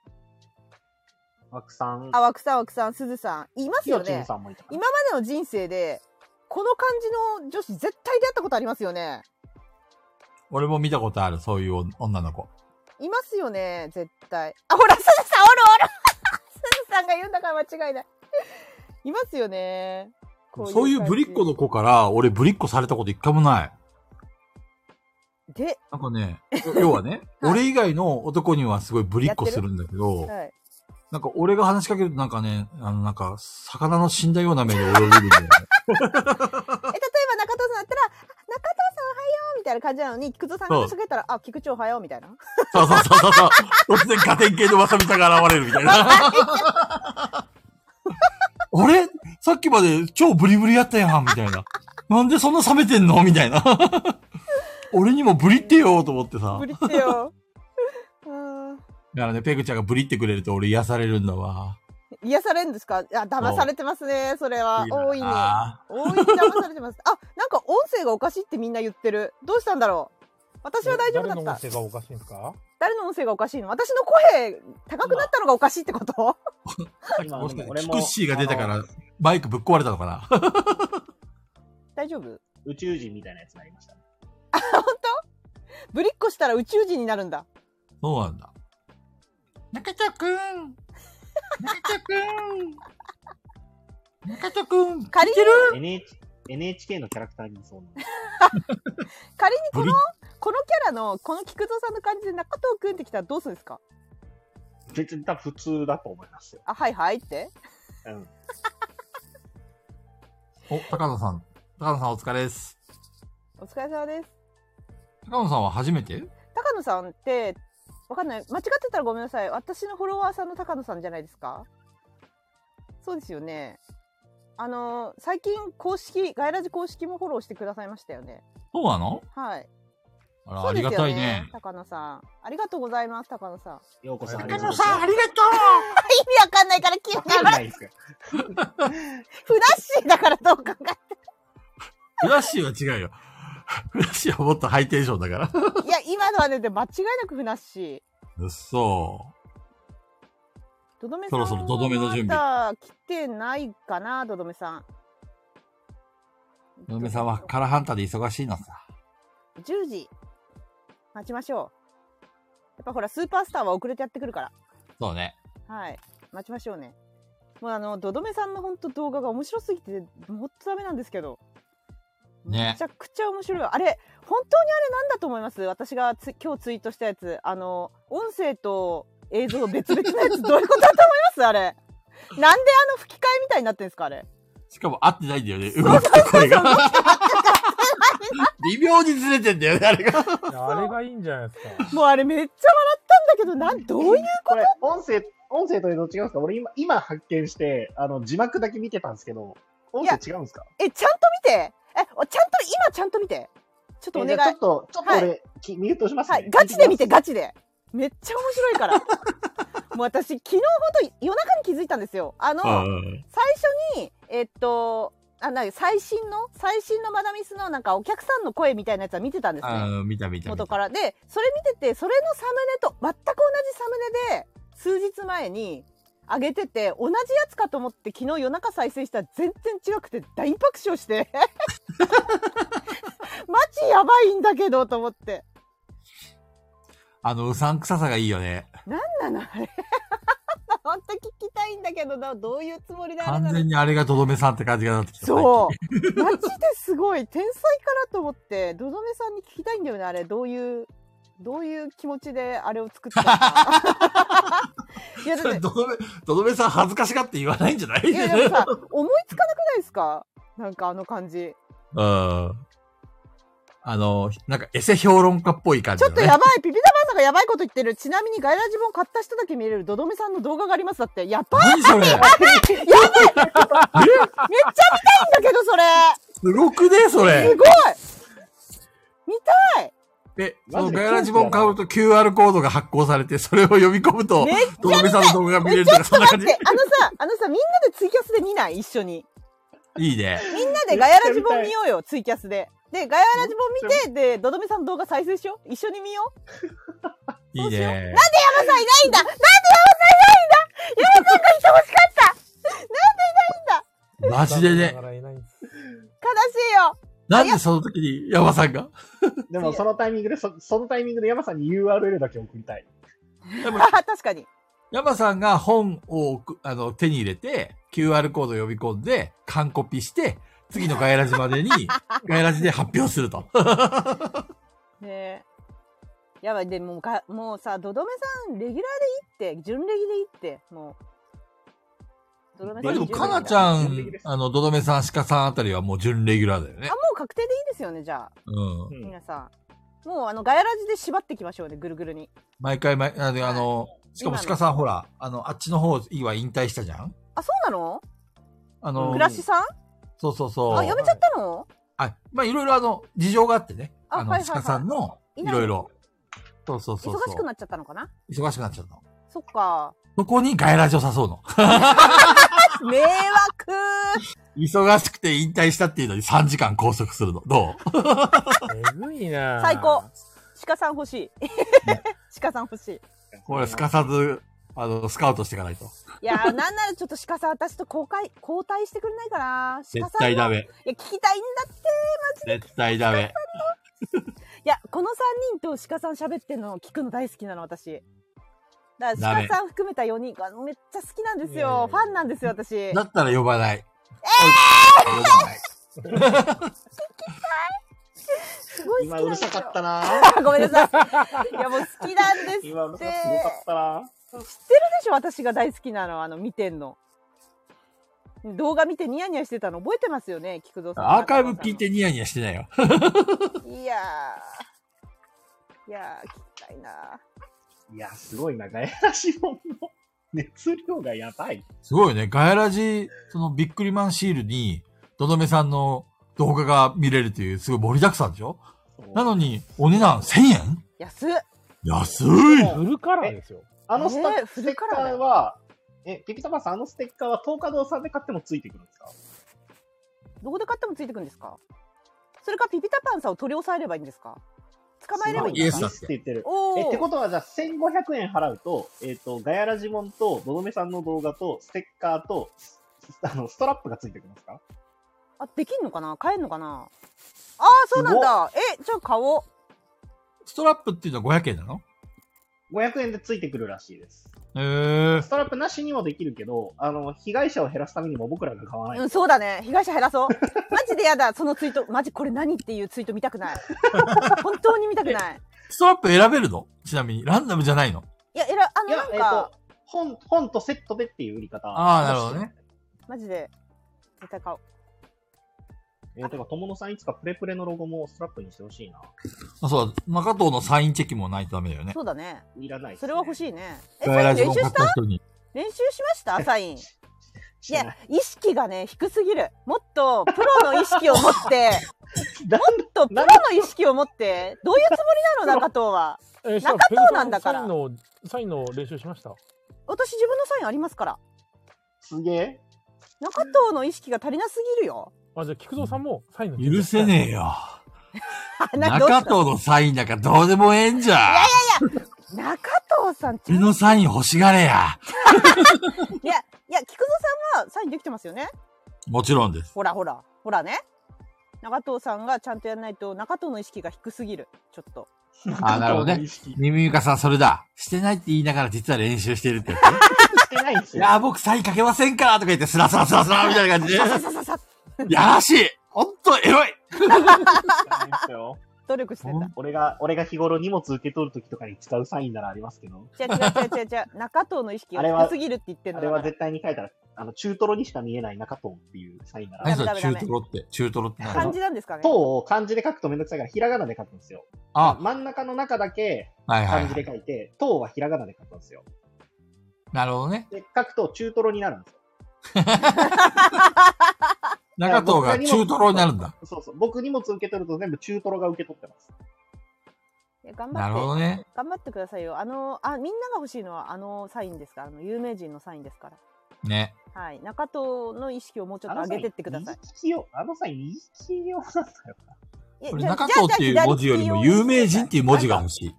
[SPEAKER 4] た。枠さん、
[SPEAKER 1] あわくさんわくさんすずさんいます
[SPEAKER 4] ひよ
[SPEAKER 1] よ
[SPEAKER 4] ちん
[SPEAKER 1] ね
[SPEAKER 4] さんもいたか
[SPEAKER 1] 今までの人生でこの感じの女子絶対出会ったことありますよね
[SPEAKER 3] 俺も見たことある、そういう女の子。
[SPEAKER 1] いますよね絶対あほらすずさんおるおる すずさんが言うんだから間違いないいますよねこ
[SPEAKER 3] そういうぶりっ子
[SPEAKER 1] の
[SPEAKER 3] の子から、俺ぶりっ子されたこと一回もない。
[SPEAKER 1] で、
[SPEAKER 3] なんかね、 要はね、
[SPEAKER 1] はい
[SPEAKER 3] 俺以外の男にはすごいぶりっ子するんだけど、
[SPEAKER 1] はい、
[SPEAKER 3] なんか俺が話しかけるとなんかね、あのなんか、魚の死んだような目 で俺を見るんだよね。
[SPEAKER 1] え例えば中藤さんだったらあ「中藤さんおはよう」みたいな感じなのに菊蔵さんが
[SPEAKER 3] そう
[SPEAKER 1] 話しかけたら「あ菊池おはよう」みたいな
[SPEAKER 3] そうそうそうそうそう。突然ガテン系のわさびたが現れるみたいな。 あれさっきまで超ブリブリやったやん、みたいな。なんでそんな冷めてんのみたいな。 俺にもブリってよ、と思ってさ
[SPEAKER 1] ぶ。りって よあー
[SPEAKER 3] だからね、ペグちゃんがブリってくれると俺癒されるんだわ。
[SPEAKER 1] 癒されるんですかあ騙されてますねそれは大いに
[SPEAKER 3] あ
[SPEAKER 1] 大いに騙されてますあなんか音声がおかしいってみんな言ってるどうしたんだろう私は大丈夫だ
[SPEAKER 2] 誰
[SPEAKER 1] っ
[SPEAKER 2] の
[SPEAKER 1] た
[SPEAKER 2] 音声がおかしいんですか
[SPEAKER 1] 誰の音声がおかしいの私の声高くなったのがおかしいってこと
[SPEAKER 3] ー
[SPEAKER 4] 今
[SPEAKER 3] もしかして
[SPEAKER 4] 俺
[SPEAKER 3] キ
[SPEAKER 4] も
[SPEAKER 3] クッシーが出たから、バイクぶっ壊れたのかな
[SPEAKER 1] 大丈夫
[SPEAKER 4] 宇宙人みたいなやつになりましたね。
[SPEAKER 1] ぶりっこしたら宇宙人になるんだ
[SPEAKER 3] そうなんだ。中田くん中田くん中田くん
[SPEAKER 1] 仮に
[SPEAKER 4] NH NHK のキャラクターにいそうな。
[SPEAKER 1] 仮に
[SPEAKER 3] ブリ
[SPEAKER 1] このキャラのこの菊蔵さんの感じで中藤くんってきたらどうするんですか
[SPEAKER 4] 別に多分普通だと思いますよ。
[SPEAKER 1] あはいはいって
[SPEAKER 4] うん。
[SPEAKER 3] お、高野さん。高野さんお疲れです。
[SPEAKER 1] お疲れ様です
[SPEAKER 3] 高野さんは初めて
[SPEAKER 1] 高野さんってわかんない間違ってたらごめんなさい私のフォロワーさんの高野さんじゃないですかそうですよねあの最近公式ガイラジ公式もフォローしてくださいましたよね
[SPEAKER 3] そうなの
[SPEAKER 1] はい
[SPEAKER 3] あら、
[SPEAKER 1] そ
[SPEAKER 3] あ
[SPEAKER 1] う
[SPEAKER 3] り
[SPEAKER 1] ですよ
[SPEAKER 3] がたいね。
[SPEAKER 1] 高野さんありがとうございます高野さん意
[SPEAKER 4] ようこさん、
[SPEAKER 2] 中
[SPEAKER 4] 野
[SPEAKER 3] あ りがと
[SPEAKER 1] 味わかんないから急に
[SPEAKER 4] わかんないですよ。
[SPEAKER 1] ふなっしーだからどう考え
[SPEAKER 3] うフラッシーは違うよ。フラッシーはもっとハイテンションだか
[SPEAKER 1] ていや今のはねで間違いなくふなっしー
[SPEAKER 3] ら。うっそ
[SPEAKER 1] どどめさ
[SPEAKER 3] そ
[SPEAKER 1] ん
[SPEAKER 3] ろそろどどめの準備
[SPEAKER 1] はまだ来てないかなどどめさん
[SPEAKER 3] ー。嫁さんはカラハンタで忙しいのさ。
[SPEAKER 1] 10時待ちましょうやっぱほらスーパースターは遅れてやってくるから
[SPEAKER 3] そうね。
[SPEAKER 1] はい待ちましょうねもうあのどどめさんのほんと動画が面白すぎてもっとダメなんですけど
[SPEAKER 3] ね
[SPEAKER 1] めちゃくちゃ面白いあれ本当にあれなんだと思います私がつ今日ツイートしたやつあの音声と映像別々のや つどういうことだと思いますあれなんであの吹き替えみたいになってんですかあれ
[SPEAKER 3] しかも合ってないんだよね。動きと声が。 微妙にずれてんだよね、あれが。
[SPEAKER 2] いやあれがいいんじゃないですか。
[SPEAKER 1] もうあれめっちゃ笑ったんだけどなんどういう
[SPEAKER 4] これ、音声、音声と映像違うんですか俺今、今発見して、あの、字幕だけ見てたんですけど、音声違うんですか
[SPEAKER 1] え、ちゃんと見て。え、おちゃんと、今ちゃんと見て。ちょっとお
[SPEAKER 4] え
[SPEAKER 1] 願
[SPEAKER 4] じ
[SPEAKER 1] い。
[SPEAKER 4] ゃあちょ
[SPEAKER 1] は
[SPEAKER 4] っと、ちょっと俺、きミュートしますね。
[SPEAKER 1] い、ガチで見て、ガチで。めっちゃ面白いから。 もう私、昨日ほど夜中に気づいたんですよ。あの、
[SPEAKER 3] うん
[SPEAKER 1] 最初に、えっと、あ、なんか最新の、最新のマダミスのなんかお客さんの声みたいなやつは見てたんですね。
[SPEAKER 3] うん。見た見た見
[SPEAKER 1] 元
[SPEAKER 3] た。
[SPEAKER 1] から。で、それ見てて、それのサムネと全く同じサムネで、数日前に上げてて、同じやつかと思って昨 日夜中再生したら全然違くて大爆笑して。 マジやばいんだけど、と思って。
[SPEAKER 3] あの、うさんくささがいいよね。
[SPEAKER 1] なんなのあれ。 本当聞きたいんだけどな、どういうつもりであれな
[SPEAKER 3] 完
[SPEAKER 1] の
[SPEAKER 3] 全にあれがとどめさんって感じがなってきた。
[SPEAKER 1] そう。マジですごい。天才かなと思って、どどめさんに聞きたいんだよね、あれ。どういう、どういう気持ちであれを作ったのか。 いや、
[SPEAKER 3] 最近。そ
[SPEAKER 1] だっ
[SPEAKER 3] れ
[SPEAKER 1] て、
[SPEAKER 3] とどめ、とどめさん恥ずかしがって言わないんじゃない
[SPEAKER 1] いやでもさ、思いつかなくないですかなんかあの感じ。
[SPEAKER 3] うん。あの、なんかエセ評論家っぽい感じ
[SPEAKER 1] ち
[SPEAKER 3] だ
[SPEAKER 1] ょっ
[SPEAKER 3] ね。
[SPEAKER 1] とやばい。ピピタパンさんがやばいこと言ってる。ちなみにガイラジ本買った人だけ見れるドドメさんの動画があります。だって。やばい
[SPEAKER 3] 何それ
[SPEAKER 1] やばいめっちゃ見たいんだけど、それ
[SPEAKER 3] すごくねそ
[SPEAKER 1] す
[SPEAKER 3] れ。
[SPEAKER 1] ごい見たい
[SPEAKER 3] え、
[SPEAKER 4] マ
[SPEAKER 3] その
[SPEAKER 4] ジで
[SPEAKER 3] ガヤラジボン買うと QR コードが発行されて、それを読み込むと
[SPEAKER 1] めっ、
[SPEAKER 3] とどめさんの動画が見れ
[SPEAKER 1] え
[SPEAKER 3] る
[SPEAKER 1] ち
[SPEAKER 3] と
[SPEAKER 1] ょ
[SPEAKER 3] か、
[SPEAKER 1] っ
[SPEAKER 3] そ
[SPEAKER 1] と
[SPEAKER 3] んな
[SPEAKER 1] 待
[SPEAKER 3] 感
[SPEAKER 1] っ
[SPEAKER 3] じ
[SPEAKER 1] て。、あのさ、あのさ、みんなでツイキャスで見ない一緒に。
[SPEAKER 3] いいね。
[SPEAKER 1] みんなでガヤラジ本見ようよ、ツイキャスで。で、ガヤラジ本見て、で、ドドメさんの動画再生しよう。一緒に見よう。
[SPEAKER 3] いい
[SPEAKER 1] 山さんいないん
[SPEAKER 3] ね。
[SPEAKER 1] だなんで山さんいないんだ山さんがいてほしかったなんでいないんだ
[SPEAKER 3] マジでね
[SPEAKER 2] だ。からいないんです
[SPEAKER 1] 悲しいよ
[SPEAKER 3] なんでその時に山さんが
[SPEAKER 4] でもそのタイミングで、そそのタイミングで山さんに URL だけ送りたい。
[SPEAKER 3] でも
[SPEAKER 1] あ確かに。
[SPEAKER 3] 山さんが本を送あの手に入れて、QR コードを読み込んで、完コピして、次のガヤラジま でに、ガヤラジで発表すると。
[SPEAKER 1] ねえ。やばい、でもが、もうさ、どどめさん、レギュラーでいいって、準レギでいいって、もう。どどめ
[SPEAKER 3] ま
[SPEAKER 1] さ
[SPEAKER 3] あ
[SPEAKER 1] ん。
[SPEAKER 3] でも、
[SPEAKER 1] 準レギ
[SPEAKER 3] か
[SPEAKER 1] だ
[SPEAKER 3] なちゃん、あの、どどめさん、鹿さんあたりはもう準レギュラーだよね
[SPEAKER 1] あ、も。う確定でいいですよね、じゃあ。
[SPEAKER 3] うん。
[SPEAKER 4] うん
[SPEAKER 1] 皆さん。もう、あの、ガヤラジで縛っていきましょうね、ぐるぐるに。
[SPEAKER 3] 毎回、毎あの、あのしかも
[SPEAKER 1] 今の
[SPEAKER 3] 鹿さんほら、あの、あっちの方、今引退したじゃん
[SPEAKER 1] あ、そうなの
[SPEAKER 3] あ
[SPEAKER 2] う
[SPEAKER 3] の
[SPEAKER 2] ん
[SPEAKER 1] 暮らしさん
[SPEAKER 3] そうそう
[SPEAKER 1] あ、
[SPEAKER 3] そ
[SPEAKER 1] や
[SPEAKER 3] う。
[SPEAKER 1] めちゃったの
[SPEAKER 3] あ、まあ、いろいろあの、事情があってね。
[SPEAKER 1] あは
[SPEAKER 3] あ
[SPEAKER 1] い
[SPEAKER 3] の、
[SPEAKER 1] はいはい
[SPEAKER 3] 鹿さんの、いろいろ。そうそうそう。
[SPEAKER 1] 忙しく
[SPEAKER 3] な
[SPEAKER 1] なっちゃったのかな
[SPEAKER 3] 忙しくなっちゃったの。
[SPEAKER 1] そっか。
[SPEAKER 3] そこにガヤラジを誘うの。
[SPEAKER 1] 迷惑
[SPEAKER 3] 忙しくて引退したっていうのに3時間拘束するの。どう
[SPEAKER 2] えぐいなぁ
[SPEAKER 1] 最高。鹿さん欲しい。 鹿さん欲しい。
[SPEAKER 3] これ、すかさず、あの、スカウトしていかないと。
[SPEAKER 1] いやー、なんならちょっと鹿さん、私と交代、交代してくれないかな鹿
[SPEAKER 3] 絶
[SPEAKER 1] さん
[SPEAKER 3] 対
[SPEAKER 1] の。
[SPEAKER 3] ダメ。
[SPEAKER 1] いや、聞きたいんだって。
[SPEAKER 3] 絶対ダメ。
[SPEAKER 1] いや、この3人と鹿さん喋ってんの聞くの大好きなの、私。だか
[SPEAKER 3] ダ
[SPEAKER 1] ら
[SPEAKER 3] メ
[SPEAKER 1] 鹿さん含めた4人がめっちゃ好きなんです
[SPEAKER 2] いやいやい
[SPEAKER 1] よ
[SPEAKER 2] や。
[SPEAKER 1] ファンなんですよ、私。え
[SPEAKER 3] だったら呼ばない。呼ばない。
[SPEAKER 1] すごい好
[SPEAKER 4] 今
[SPEAKER 1] き
[SPEAKER 4] う
[SPEAKER 1] なん
[SPEAKER 4] る
[SPEAKER 1] です
[SPEAKER 4] さ
[SPEAKER 1] よ
[SPEAKER 4] かったな
[SPEAKER 1] ごめんなさい。いや、もう好きなんですって。知って
[SPEAKER 4] 今
[SPEAKER 1] る
[SPEAKER 4] うる
[SPEAKER 1] で
[SPEAKER 4] さかすごかったな
[SPEAKER 1] しょ、私が大好きなの、あの、見てんの。動画見てニヤニヤしてたの覚えてますよね、菊蔵さん。
[SPEAKER 3] アーカイブ聞いてニヤニヤしてないよ。
[SPEAKER 1] いやー。いやー、聞きたいな。
[SPEAKER 4] いや、すごいな。ガヤラシモンの熱量がやばい。
[SPEAKER 3] すごいよね。ガヤラジ、そのビックリマンシールに、どどめさんの動画が見れるという、すごい盛りだくさんでしょなのに、お値段1000円
[SPEAKER 1] 安っ。
[SPEAKER 3] 安い
[SPEAKER 2] フルカラーですよ。
[SPEAKER 4] あのスタ、
[SPEAKER 1] えー
[SPEAKER 4] ステッカ
[SPEAKER 1] 古い
[SPEAKER 4] ーは、え、ピピタパンさん、あのステッカーは東華堂さんで買ってもついてくるんですか
[SPEAKER 1] どこで買ってもついてくるんですかそれかピピタパンさんを取り押さえればいいんですか捕まえればいいん
[SPEAKER 3] イエ
[SPEAKER 1] です
[SPEAKER 3] ス
[SPEAKER 1] か
[SPEAKER 3] だって
[SPEAKER 4] って言ってる。
[SPEAKER 1] お
[SPEAKER 4] え、って
[SPEAKER 1] ー
[SPEAKER 4] ことは、じゃあ、1500円払うと、えっ、と、ガヤラジモンと、のどめさんの動画と、ステッカーと、ス あの、ストラップがついてくるんですか
[SPEAKER 1] あできんのかな買えんのかなああそうなんだえじゃあ買おう
[SPEAKER 3] ストラップっていうのは500円なの
[SPEAKER 4] ?500 円でついてくるらしいです。
[SPEAKER 3] えー
[SPEAKER 4] ス。トラップなしにもできるけど、あの、被害者を減らすためにも僕らが買わない。
[SPEAKER 1] うんそうだね被害者減らそうマジでやだそのツイートマジこれ何っていうツイート見たくない本当に見たくない
[SPEAKER 3] ストラップ選べるのちなみに。ランダムじゃないの
[SPEAKER 1] いやえらあ
[SPEAKER 4] い
[SPEAKER 1] のな
[SPEAKER 4] や
[SPEAKER 1] ん、
[SPEAKER 4] えっ、
[SPEAKER 1] か
[SPEAKER 4] と、本、本とセットでっていう売り方。
[SPEAKER 3] ああ、なるほどね。。
[SPEAKER 1] マジで絶対買おう
[SPEAKER 4] えー、てか、友野さんいつかプレプレのロゴもストラップにしてほしいな。
[SPEAKER 3] あそうだ、中藤のサインチェキもないとダメだよね。
[SPEAKER 1] そうだね
[SPEAKER 4] いらないですね、
[SPEAKER 1] それは欲しいねえ
[SPEAKER 3] ガ
[SPEAKER 1] サ
[SPEAKER 3] ヤ
[SPEAKER 1] イ
[SPEAKER 3] ラ
[SPEAKER 1] ン
[SPEAKER 3] ジ
[SPEAKER 1] 練
[SPEAKER 3] も
[SPEAKER 1] 習
[SPEAKER 3] 買
[SPEAKER 1] し
[SPEAKER 3] ったた人に。
[SPEAKER 1] 練習しま したサインい
[SPEAKER 4] い
[SPEAKER 1] や、意識がね、低すぎる。もっと、プロの意識を持 って、
[SPEAKER 4] だん
[SPEAKER 1] もっとプロの意識を持って、どういうつもりなの、中藤は。
[SPEAKER 2] えー
[SPEAKER 1] 中藤なんだから
[SPEAKER 2] サインの、サインの練習しました。
[SPEAKER 1] 私自分のサインありますから。
[SPEAKER 4] すげえ。
[SPEAKER 1] 中藤の意識が足りなすぎるよ。
[SPEAKER 2] あ、じゃあ、菊蔵さんもサインの
[SPEAKER 3] 許せねえ
[SPEAKER 2] え。
[SPEAKER 3] よ。
[SPEAKER 1] あなどう
[SPEAKER 3] 中
[SPEAKER 1] した
[SPEAKER 3] 藤のサインなんかどうでもええんじゃ。
[SPEAKER 1] 中藤さんちゃ
[SPEAKER 3] 俺
[SPEAKER 1] んい
[SPEAKER 3] のサイン欲しがれや。
[SPEAKER 1] や、菊蔵さんはサインできてますよね。
[SPEAKER 3] もちろんです。
[SPEAKER 1] ほらほら、ほらね。長藤さんがちゃんとやらないと中藤の意識が低すぎるちょっと
[SPEAKER 3] あなるほどね
[SPEAKER 4] 中藤の意識
[SPEAKER 3] ミミミカさん、それだ。してないって言いながら実は練習してるってや
[SPEAKER 4] してないんで
[SPEAKER 3] つ。
[SPEAKER 4] す
[SPEAKER 3] い
[SPEAKER 4] よ。
[SPEAKER 3] やー、僕サインかけませんからとか言って、スラスラスラスラみたいな感じで。
[SPEAKER 1] さささささ
[SPEAKER 3] やらしいほんと、エロい
[SPEAKER 4] してないんですよ
[SPEAKER 1] 努力してんだ
[SPEAKER 4] 俺が、俺が日頃荷物受け取るときとかに使うサインならありますけど、
[SPEAKER 1] 違う違う違う違う違う中藤の意識が
[SPEAKER 4] あれは
[SPEAKER 1] 低すぎるって言ってん
[SPEAKER 4] あ
[SPEAKER 1] の
[SPEAKER 4] れは絶対に書いたら、あの、中トロにしか見えない中トンっていうサインな
[SPEAKER 3] 何
[SPEAKER 4] ら、
[SPEAKER 3] そ
[SPEAKER 1] ダメ
[SPEAKER 3] れ、
[SPEAKER 1] ダメ
[SPEAKER 3] 中
[SPEAKER 1] ダメ
[SPEAKER 3] トロって。中トロって
[SPEAKER 4] 感
[SPEAKER 3] 何
[SPEAKER 1] 感
[SPEAKER 4] じ
[SPEAKER 1] じなんですかね
[SPEAKER 4] トを漢字で書くとめんどくさいから、ひらがなで書くんですよ。
[SPEAKER 3] あ、
[SPEAKER 4] 真ん中の中だけ
[SPEAKER 3] はいはいは
[SPEAKER 4] 漢字
[SPEAKER 3] い。
[SPEAKER 4] で書いて、トはひらがなで書くんですよ。
[SPEAKER 3] なるほどね。
[SPEAKER 4] で、書くと中トロになるんですよ。
[SPEAKER 3] 中藤が中トロになるんだ。
[SPEAKER 4] そうそう。僕荷物受け取ると全部中トロが受け取ってます。
[SPEAKER 1] いや頑
[SPEAKER 3] なるほ
[SPEAKER 1] 張っ
[SPEAKER 3] ど
[SPEAKER 1] て
[SPEAKER 3] ね。
[SPEAKER 1] 頑張ってくださいよあのあみんなが欲しいのはあのサインですからあの有名人のサインですから
[SPEAKER 3] ね。
[SPEAKER 1] はい中藤の意識をもうちょっと上げてってください
[SPEAKER 4] あのサイン右利きよ。あの際、右利き用なんだよな。
[SPEAKER 1] いや
[SPEAKER 3] これ
[SPEAKER 1] じゃあ
[SPEAKER 3] 中
[SPEAKER 1] じゃあ
[SPEAKER 3] 藤っていう文字よりも有名人っていう文字が欲しい。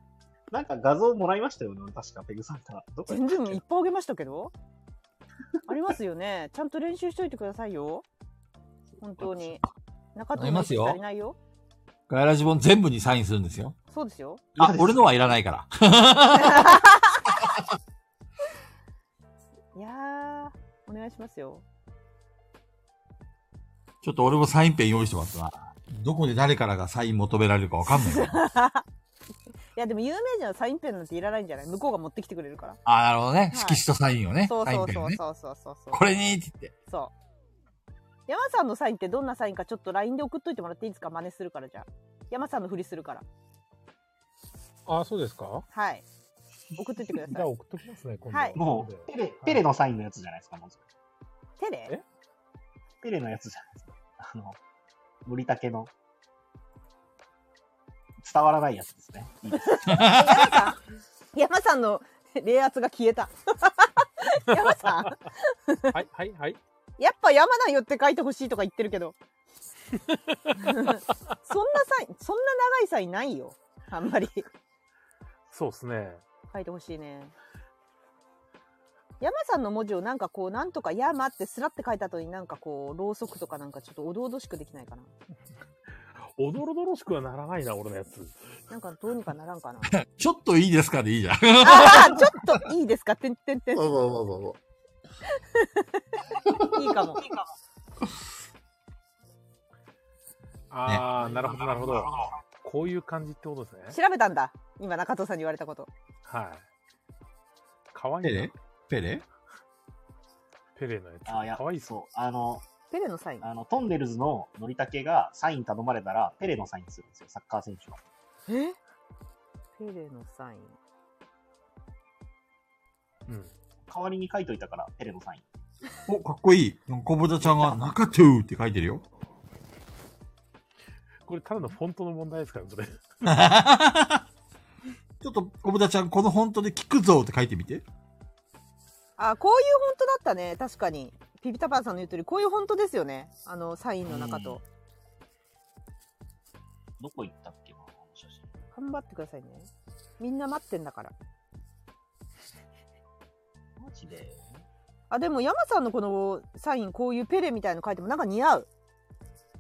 [SPEAKER 4] なんか画像もらいましたよね、俺確か、ペグさんから。どこやっ
[SPEAKER 1] 全
[SPEAKER 4] たっ
[SPEAKER 1] 然
[SPEAKER 4] け
[SPEAKER 1] いっぱいあげましたけどありますよねちゃんと練習しといてくださいよ本当に中
[SPEAKER 3] あ
[SPEAKER 1] 藤
[SPEAKER 3] り
[SPEAKER 1] の
[SPEAKER 3] ま
[SPEAKER 1] 意識
[SPEAKER 3] すよ
[SPEAKER 1] 足りないよ
[SPEAKER 3] ガイラジボン全部にサインするんですよ。
[SPEAKER 1] そうですよ
[SPEAKER 3] あ、俺のはいらないから。
[SPEAKER 1] いやーお願いします よ
[SPEAKER 3] ちょっと俺もサインペン用意してますな。どこで誰からがサイン求められるかわかんないよ。
[SPEAKER 1] いやでも有名人はサインペンなんていらないんじゃない向こうが持ってきてくれるから
[SPEAKER 3] あ、なるほどね。色紙とサインをね。
[SPEAKER 1] そう
[SPEAKER 3] サイ
[SPEAKER 1] そ
[SPEAKER 3] ン
[SPEAKER 1] う
[SPEAKER 3] ペン
[SPEAKER 1] そ
[SPEAKER 3] を
[SPEAKER 1] う
[SPEAKER 3] ね。
[SPEAKER 1] そうそうそうそう
[SPEAKER 3] これにって言って。
[SPEAKER 1] そう山さんのサインってどんなサインかちょっと LINE で送っといてもらっていいですか真似するからじゃあ山さんのふりするから
[SPEAKER 2] あ、そうですか
[SPEAKER 1] はい送っといてくだ
[SPEAKER 2] じ
[SPEAKER 1] さ
[SPEAKER 2] ゃあ
[SPEAKER 1] い
[SPEAKER 2] 送っときますね、今度。
[SPEAKER 1] はい
[SPEAKER 4] もう、ペレ、ペレのサインのやつじゃないですか、もう。
[SPEAKER 1] 手で
[SPEAKER 4] ペレのやつじゃないですか。あの、無理竹の。伝わらないやつですね。いいです
[SPEAKER 1] 山さん山さんの冷圧が消えた 山さん
[SPEAKER 2] はい、はい、はい。
[SPEAKER 1] やっぱ山名よって書いてほしいとか言ってるけど。 そんなサイン、そんな長いサインないよ。あんまり。
[SPEAKER 2] そうですね。
[SPEAKER 1] 書いてほしいね。山さんの文字をなんかこう、なんとか山ってスラって書いた後になんかこう、ろうそくとかなんかちょっとおどおどしくできないかな。
[SPEAKER 2] おどろどろしくはならないな、俺のやつ。
[SPEAKER 1] なんかどうにかならんかな。
[SPEAKER 3] ちょっといいですかでいいじゃん。 そう
[SPEAKER 1] ああ、ちょっといいですかてんてんてん。い
[SPEAKER 3] そうそうそう。
[SPEAKER 1] いかも。
[SPEAKER 2] あー、なるほど、なるほど。こういう感じってことですね。
[SPEAKER 1] 調べたんだ。今中藤さんに言われたこと。
[SPEAKER 2] はい。かわい
[SPEAKER 3] ペ
[SPEAKER 2] いな
[SPEAKER 3] レ。ペレ
[SPEAKER 2] ペレのやつ。
[SPEAKER 4] あ、いや、
[SPEAKER 2] かわいそう。
[SPEAKER 4] そう。あの、
[SPEAKER 1] ペレのサイン。
[SPEAKER 4] あの、トンネルズののりたけがサイン頼まれたら、ペレのサインするんですよ、サッカー選手の。
[SPEAKER 1] えペレのサイン。
[SPEAKER 2] うん。
[SPEAKER 4] 代わりに書いといたから、ペレのサイン。
[SPEAKER 3] お、かっこいい。コブタちゃんが中トゥーって書いてるよ。
[SPEAKER 2] これ、ただのフォントの問題ですから、それ。
[SPEAKER 3] ちょっとコブタちゃん、この本当で聞くぞって書いてみて。
[SPEAKER 1] あこういう本当だったね確かにピピタパンさんの言う通りこういう本当ですよねあのサインの中と、
[SPEAKER 4] どこ行ったっけな、この写真。
[SPEAKER 1] 頑張ってくださいねみんな待ってんだから
[SPEAKER 4] マジで。
[SPEAKER 1] あでも山さんのこのサインこういうペレみたいの書いてもなんか似合う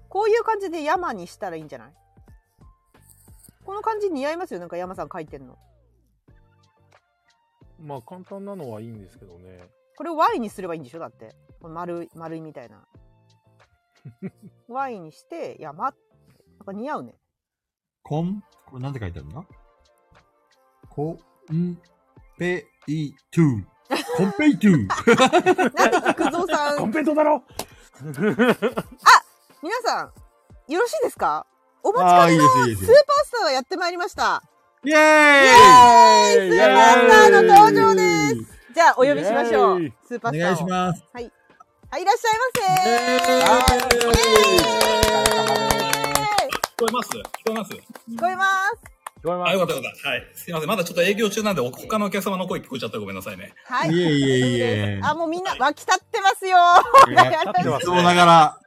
[SPEAKER 1] こういう感じで山にしたらいいんじゃないこの感じ似合いますよなんか山さん書いてんの
[SPEAKER 2] まあ、簡単なのはいいんですけどね。
[SPEAKER 1] これを Y にすればいいんでしょだってこの丸い丸いみたい な Y にして山なんか似合うね
[SPEAKER 3] こん、これなんて書いてあるんだこん、ぺ、い、トゥー。コンペイトゥー。
[SPEAKER 1] なんで菊蔵さん
[SPEAKER 2] コンペイトーだろ
[SPEAKER 1] 皆さん、よろしいですかお持ち
[SPEAKER 3] ああ、
[SPEAKER 1] 帰
[SPEAKER 3] い
[SPEAKER 1] り
[SPEAKER 3] い
[SPEAKER 1] の
[SPEAKER 3] です、いいです
[SPEAKER 1] スーパ。ースターがやってまいりました。
[SPEAKER 3] イェーイ
[SPEAKER 1] イエーイスーパースターの登場で。
[SPEAKER 3] です
[SPEAKER 1] じゃあ、お呼びしましょ
[SPEAKER 2] イ
[SPEAKER 1] う
[SPEAKER 2] エーイ。
[SPEAKER 1] スーパ
[SPEAKER 3] お
[SPEAKER 1] ースターを。
[SPEAKER 3] 願いします。
[SPEAKER 1] はい、いらっしゃいませ。
[SPEAKER 5] 聞こえます聞こえます
[SPEAKER 1] イエーイ聞こえます。
[SPEAKER 2] 聞こえ
[SPEAKER 5] あ、よか
[SPEAKER 2] ま
[SPEAKER 5] ったよかった。はい。すいません。まだちょっと営業中なんで、お他のお客様の声聞こえちゃったらごめんなさいね。
[SPEAKER 1] はいい。
[SPEAKER 3] えいえいえ。
[SPEAKER 1] あ、もうみんな、沸き立ってますよ。
[SPEAKER 2] す。
[SPEAKER 3] いつもながら、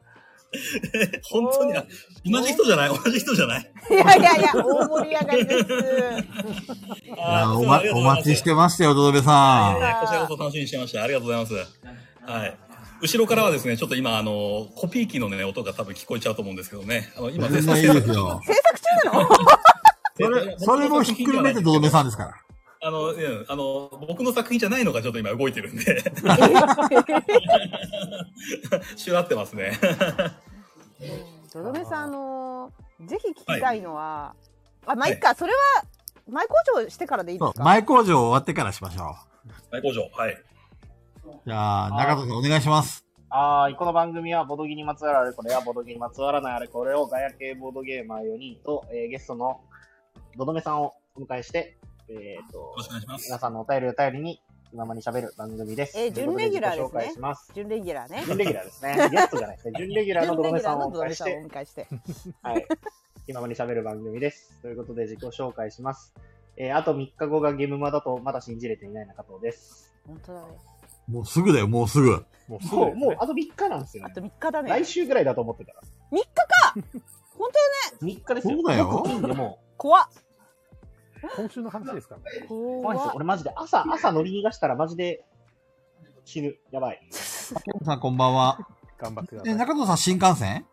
[SPEAKER 5] 本当にな、同じ人じゃない同じ人じゃない
[SPEAKER 1] いやいやいや、大盛り上がりです。
[SPEAKER 3] あーおま、お待ちしてましたよ、ドドベ
[SPEAKER 5] ま
[SPEAKER 3] さ
[SPEAKER 5] す。いやいやこちらこそ楽しみにしてました。ありがとうございます。はい。後ろからはですね、ちょっと今、あの、コピー機のね、音が多分聞こえちゃうと思うんですけどね。あの、今、
[SPEAKER 3] 全然いいですよ。
[SPEAKER 1] 制作中なの
[SPEAKER 3] それ、それもひっくるめてドどめさんですから。
[SPEAKER 5] あの、うん、あの、僕の作品じゃないのがちょっと今動いてるんで、 しゅわってますね。
[SPEAKER 1] ドロメさん、あのーぜひ聞きたいのは、あ、まあ、いっか、それは、前校長してからでいいで
[SPEAKER 3] そ
[SPEAKER 1] す
[SPEAKER 3] う、
[SPEAKER 1] か
[SPEAKER 3] 前工場終わってからしましょ
[SPEAKER 5] 大工場、はい。
[SPEAKER 3] う。じゃあ、中田さんお願いします。
[SPEAKER 4] はーい。この番組は、ボドギにまつわるあれこれや、ボドギにまつわらないあれこれを、ガヤ系ボードゲーマー4人と、えーゲストの、どどめさんをお迎えして、えっ、と
[SPEAKER 5] よろ、しくお願いします。
[SPEAKER 4] 皆さんのお便りを頼りに、気ままに喋る番組です。
[SPEAKER 1] えー準レギュラーですね
[SPEAKER 4] ということ自己紹介します。
[SPEAKER 1] 準レギュラーね。
[SPEAKER 4] 準レギュラーですね。 ゲストじゃないですね。準レギュ
[SPEAKER 1] 準
[SPEAKER 4] ラーのどど
[SPEAKER 1] レ
[SPEAKER 4] め
[SPEAKER 1] ギュ
[SPEAKER 4] さ
[SPEAKER 1] ラー
[SPEAKER 4] んを
[SPEAKER 1] の
[SPEAKER 4] お
[SPEAKER 1] ドロ
[SPEAKER 4] 迎え
[SPEAKER 1] メ
[SPEAKER 4] し
[SPEAKER 1] さん
[SPEAKER 4] て
[SPEAKER 1] をお、迎えして。
[SPEAKER 4] はい。気ままに喋る番組です。ということで、自己紹介します。えーあと3日後がゲームマだと、まだ信じれていない中藤です。
[SPEAKER 1] 本当だね。
[SPEAKER 3] もうすぐだよ、もうすぐ。
[SPEAKER 2] もうすぐ
[SPEAKER 4] も
[SPEAKER 2] で
[SPEAKER 4] う、
[SPEAKER 2] す
[SPEAKER 4] もう
[SPEAKER 2] ね。
[SPEAKER 4] あと3日なんですよ
[SPEAKER 1] あ
[SPEAKER 4] ね
[SPEAKER 1] と。3日だね。
[SPEAKER 4] 来週ぐらいだと思ってたら。
[SPEAKER 1] 3日か本
[SPEAKER 4] 3日ですよ。
[SPEAKER 3] そうだよ
[SPEAKER 4] 僕金でも
[SPEAKER 1] 当怖っ。
[SPEAKER 2] 今週の話ですからね。
[SPEAKER 4] う、怖いんです
[SPEAKER 1] 怖っ。
[SPEAKER 4] よ。俺マジで朝、朝乗り逃がしたらマジで死ぬ。やばい。
[SPEAKER 3] 中藤さんこんばんは。
[SPEAKER 2] 頑張ってくださ
[SPEAKER 3] え、
[SPEAKER 2] い。
[SPEAKER 3] 中藤さん新幹線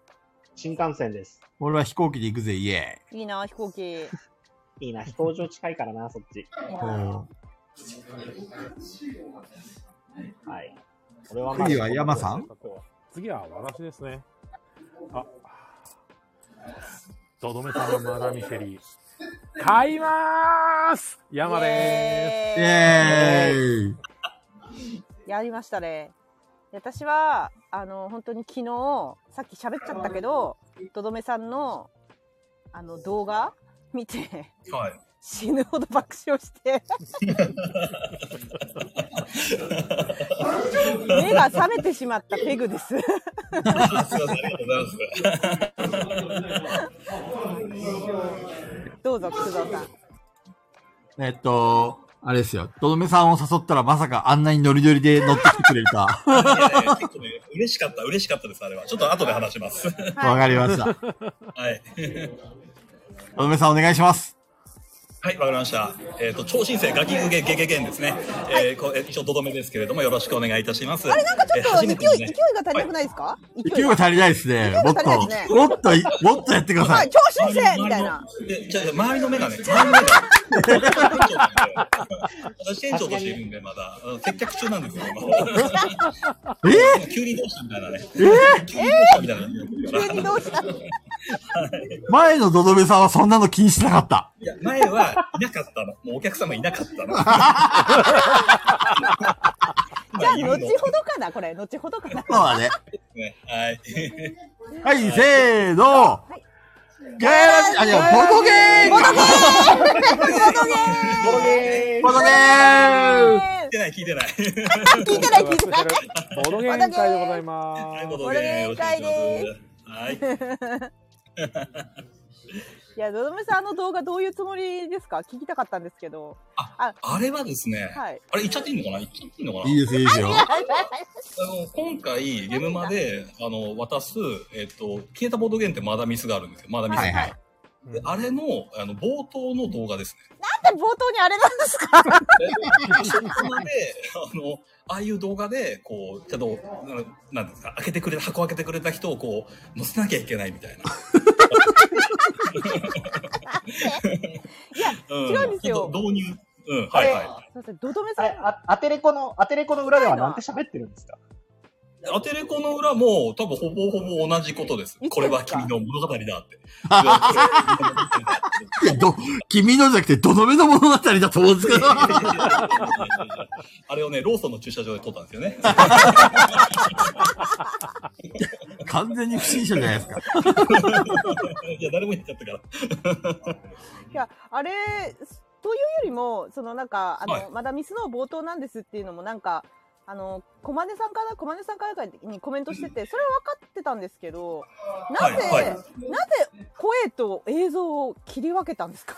[SPEAKER 4] 新幹線です。
[SPEAKER 3] 俺は飛行機で行くぜ、イエ
[SPEAKER 1] いいな、飛行機。
[SPEAKER 4] いいな、飛行場近いからな、そっち。
[SPEAKER 3] ーイ。そう
[SPEAKER 4] はい。俺は
[SPEAKER 3] 次は山さん
[SPEAKER 2] 次は私ですね。あ、とどめさんのマダミシェリー。買いまーす山で
[SPEAKER 1] イ
[SPEAKER 3] イ
[SPEAKER 1] エ
[SPEAKER 3] エーイ
[SPEAKER 1] ーイやりましたね。私は、あの、本当に昨日、さっき喋っちゃったけど、とどめさんの、あの、動画見て、
[SPEAKER 5] はい。
[SPEAKER 1] 死ぬほど爆笑 して、目が覚めてしまったペグです。
[SPEAKER 5] すいません、ありがとうございます。
[SPEAKER 1] どうぞ、工藤さん。
[SPEAKER 3] えっと、あれですよ。とどめさんを誘ったらまさかあんなにノリノリで乗ってきてくれるとは。
[SPEAKER 5] いやいやいや結構ね、嬉しかった、嬉しかったです、あれは。ちょっと後で話し ます。は
[SPEAKER 1] はい
[SPEAKER 3] わかりました。と
[SPEAKER 5] い。
[SPEAKER 3] どめさんお願いします。
[SPEAKER 5] はい、わかりました。えっ、と、超新星ガキングゲゲゲゲンですね。えーこえ一応、とどめですけれども、よろしくお願いいたします。あれ、
[SPEAKER 1] なんかちょっと勢い、勢いが足りなく
[SPEAKER 5] な
[SPEAKER 1] ないですか
[SPEAKER 3] 勢いが足りないですね。もっと、
[SPEAKER 1] 勢いが足りないですね
[SPEAKER 3] もっとい、もっとやってくださ
[SPEAKER 1] はいい、。超新星みたいな。。
[SPEAKER 5] でじゃあ、周りの目がね、周りの目が。 私、店長としているんで、まだ、あの接客中なんですよ、今。急にどうしたみたいなね。急にどうしたみたいなね。
[SPEAKER 1] 急にどうした
[SPEAKER 3] 前のドドメさんはそんなの気にしなかった。
[SPEAKER 5] いや、前はいなかったの。もうお客様いな かったの。
[SPEAKER 1] じゃあ、後ほどかな、これ。後ほどかな。
[SPEAKER 3] そうだね。
[SPEAKER 5] ね、はい。
[SPEAKER 3] はい、せーの。ゲーラジ、あ、じゃボドゲー
[SPEAKER 4] ボロゲー
[SPEAKER 3] ボドゲー
[SPEAKER 5] 聞いてない、聞いてない。
[SPEAKER 1] 聞いてない、聞いてない。
[SPEAKER 2] ボドゲーン会でございま
[SPEAKER 5] はい、
[SPEAKER 2] す
[SPEAKER 5] ボ。ドゲーよろしくお願いします。はい。
[SPEAKER 1] いや、のどめさん、あの動画どういうつもりですか聞きたかったんですけど。
[SPEAKER 5] あれはですね、
[SPEAKER 1] はい
[SPEAKER 5] あれ言っちゃっていいのかな言っちゃっていいのかない
[SPEAKER 3] いですよ、いいですよ。
[SPEAKER 5] あの今回、ゲムマで、あの、渡す、えっと、消えたボードゲームってまだミスがあるんですよ。まだミス。
[SPEAKER 3] はいはい。
[SPEAKER 5] であれの、あの、冒頭の動画ですね。
[SPEAKER 1] なんで冒頭にあれなんですか
[SPEAKER 5] そこまで、あの、ああいう動画で、こう、ちゃんと、ななんですか、開けてくれた、箱開けてくれた人をこう、乗せなきゃいけないみたいな。
[SPEAKER 1] いや、
[SPEAKER 5] うん
[SPEAKER 1] 違うんですよ
[SPEAKER 5] ちょっと導入。うん、はいはい。
[SPEAKER 1] すいません、どどめさ
[SPEAKER 4] あ
[SPEAKER 1] ん
[SPEAKER 4] れ、あアテレコの、アテレコの裏ではなんて喋ってるんですか
[SPEAKER 5] アテレコの裏も多分ほぼほぼ同じことです
[SPEAKER 1] いつです。か
[SPEAKER 5] これは君の物語 だって。
[SPEAKER 3] いや、ど、君のじゃなくて、どどめの物語だと思うんですけど。
[SPEAKER 5] あれをね、ローソンの駐車場で撮ったんですよね。
[SPEAKER 3] 完全に不審者じゃないですか。
[SPEAKER 5] いや、誰も言っちゃったから。
[SPEAKER 1] いや、あれ、というよりも、そのなんか、あの、
[SPEAKER 5] はい
[SPEAKER 1] まだミスの冒頭なんですっていうのも、なんか、あの、コマネさんかな、コマネさんかなんかにコメントしてて、それは分かってたんですけど、なぜ、
[SPEAKER 5] はいはい
[SPEAKER 1] なぜ声と映像を切り分けたんですか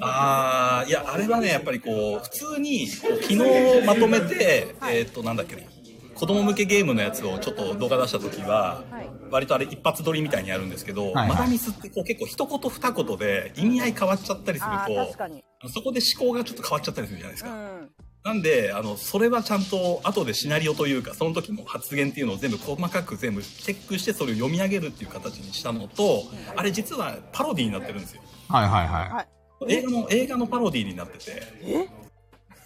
[SPEAKER 5] あー、いや、あれはね、やっぱりこう、普通に、こう昨日まとめて、
[SPEAKER 1] はい
[SPEAKER 5] えーっと、なんだっけな。子供向けゲームのやつをちょっと動画出した時は、
[SPEAKER 1] はい
[SPEAKER 5] 割とあれ一発撮りみたいにやるんですけど、
[SPEAKER 3] はいはい
[SPEAKER 5] マダミスってこう結構一言二言で意味合い変わっちゃったりす
[SPEAKER 1] ああ、確
[SPEAKER 5] る
[SPEAKER 1] かに。
[SPEAKER 5] と、そこで思考がちょっと変わっちゃったりするじゃないです
[SPEAKER 1] う
[SPEAKER 5] か。
[SPEAKER 1] ん。
[SPEAKER 5] なんで、あの、それはちゃんと後でシナリオというか、その時の発言っていうのを全部細かく全部チェックして、それを読み上げるっていう形にしたのと、あれ実はパロディーになってるんですよ。
[SPEAKER 3] はいはいは
[SPEAKER 5] 映画の、映画のパロディーになってて。
[SPEAKER 1] え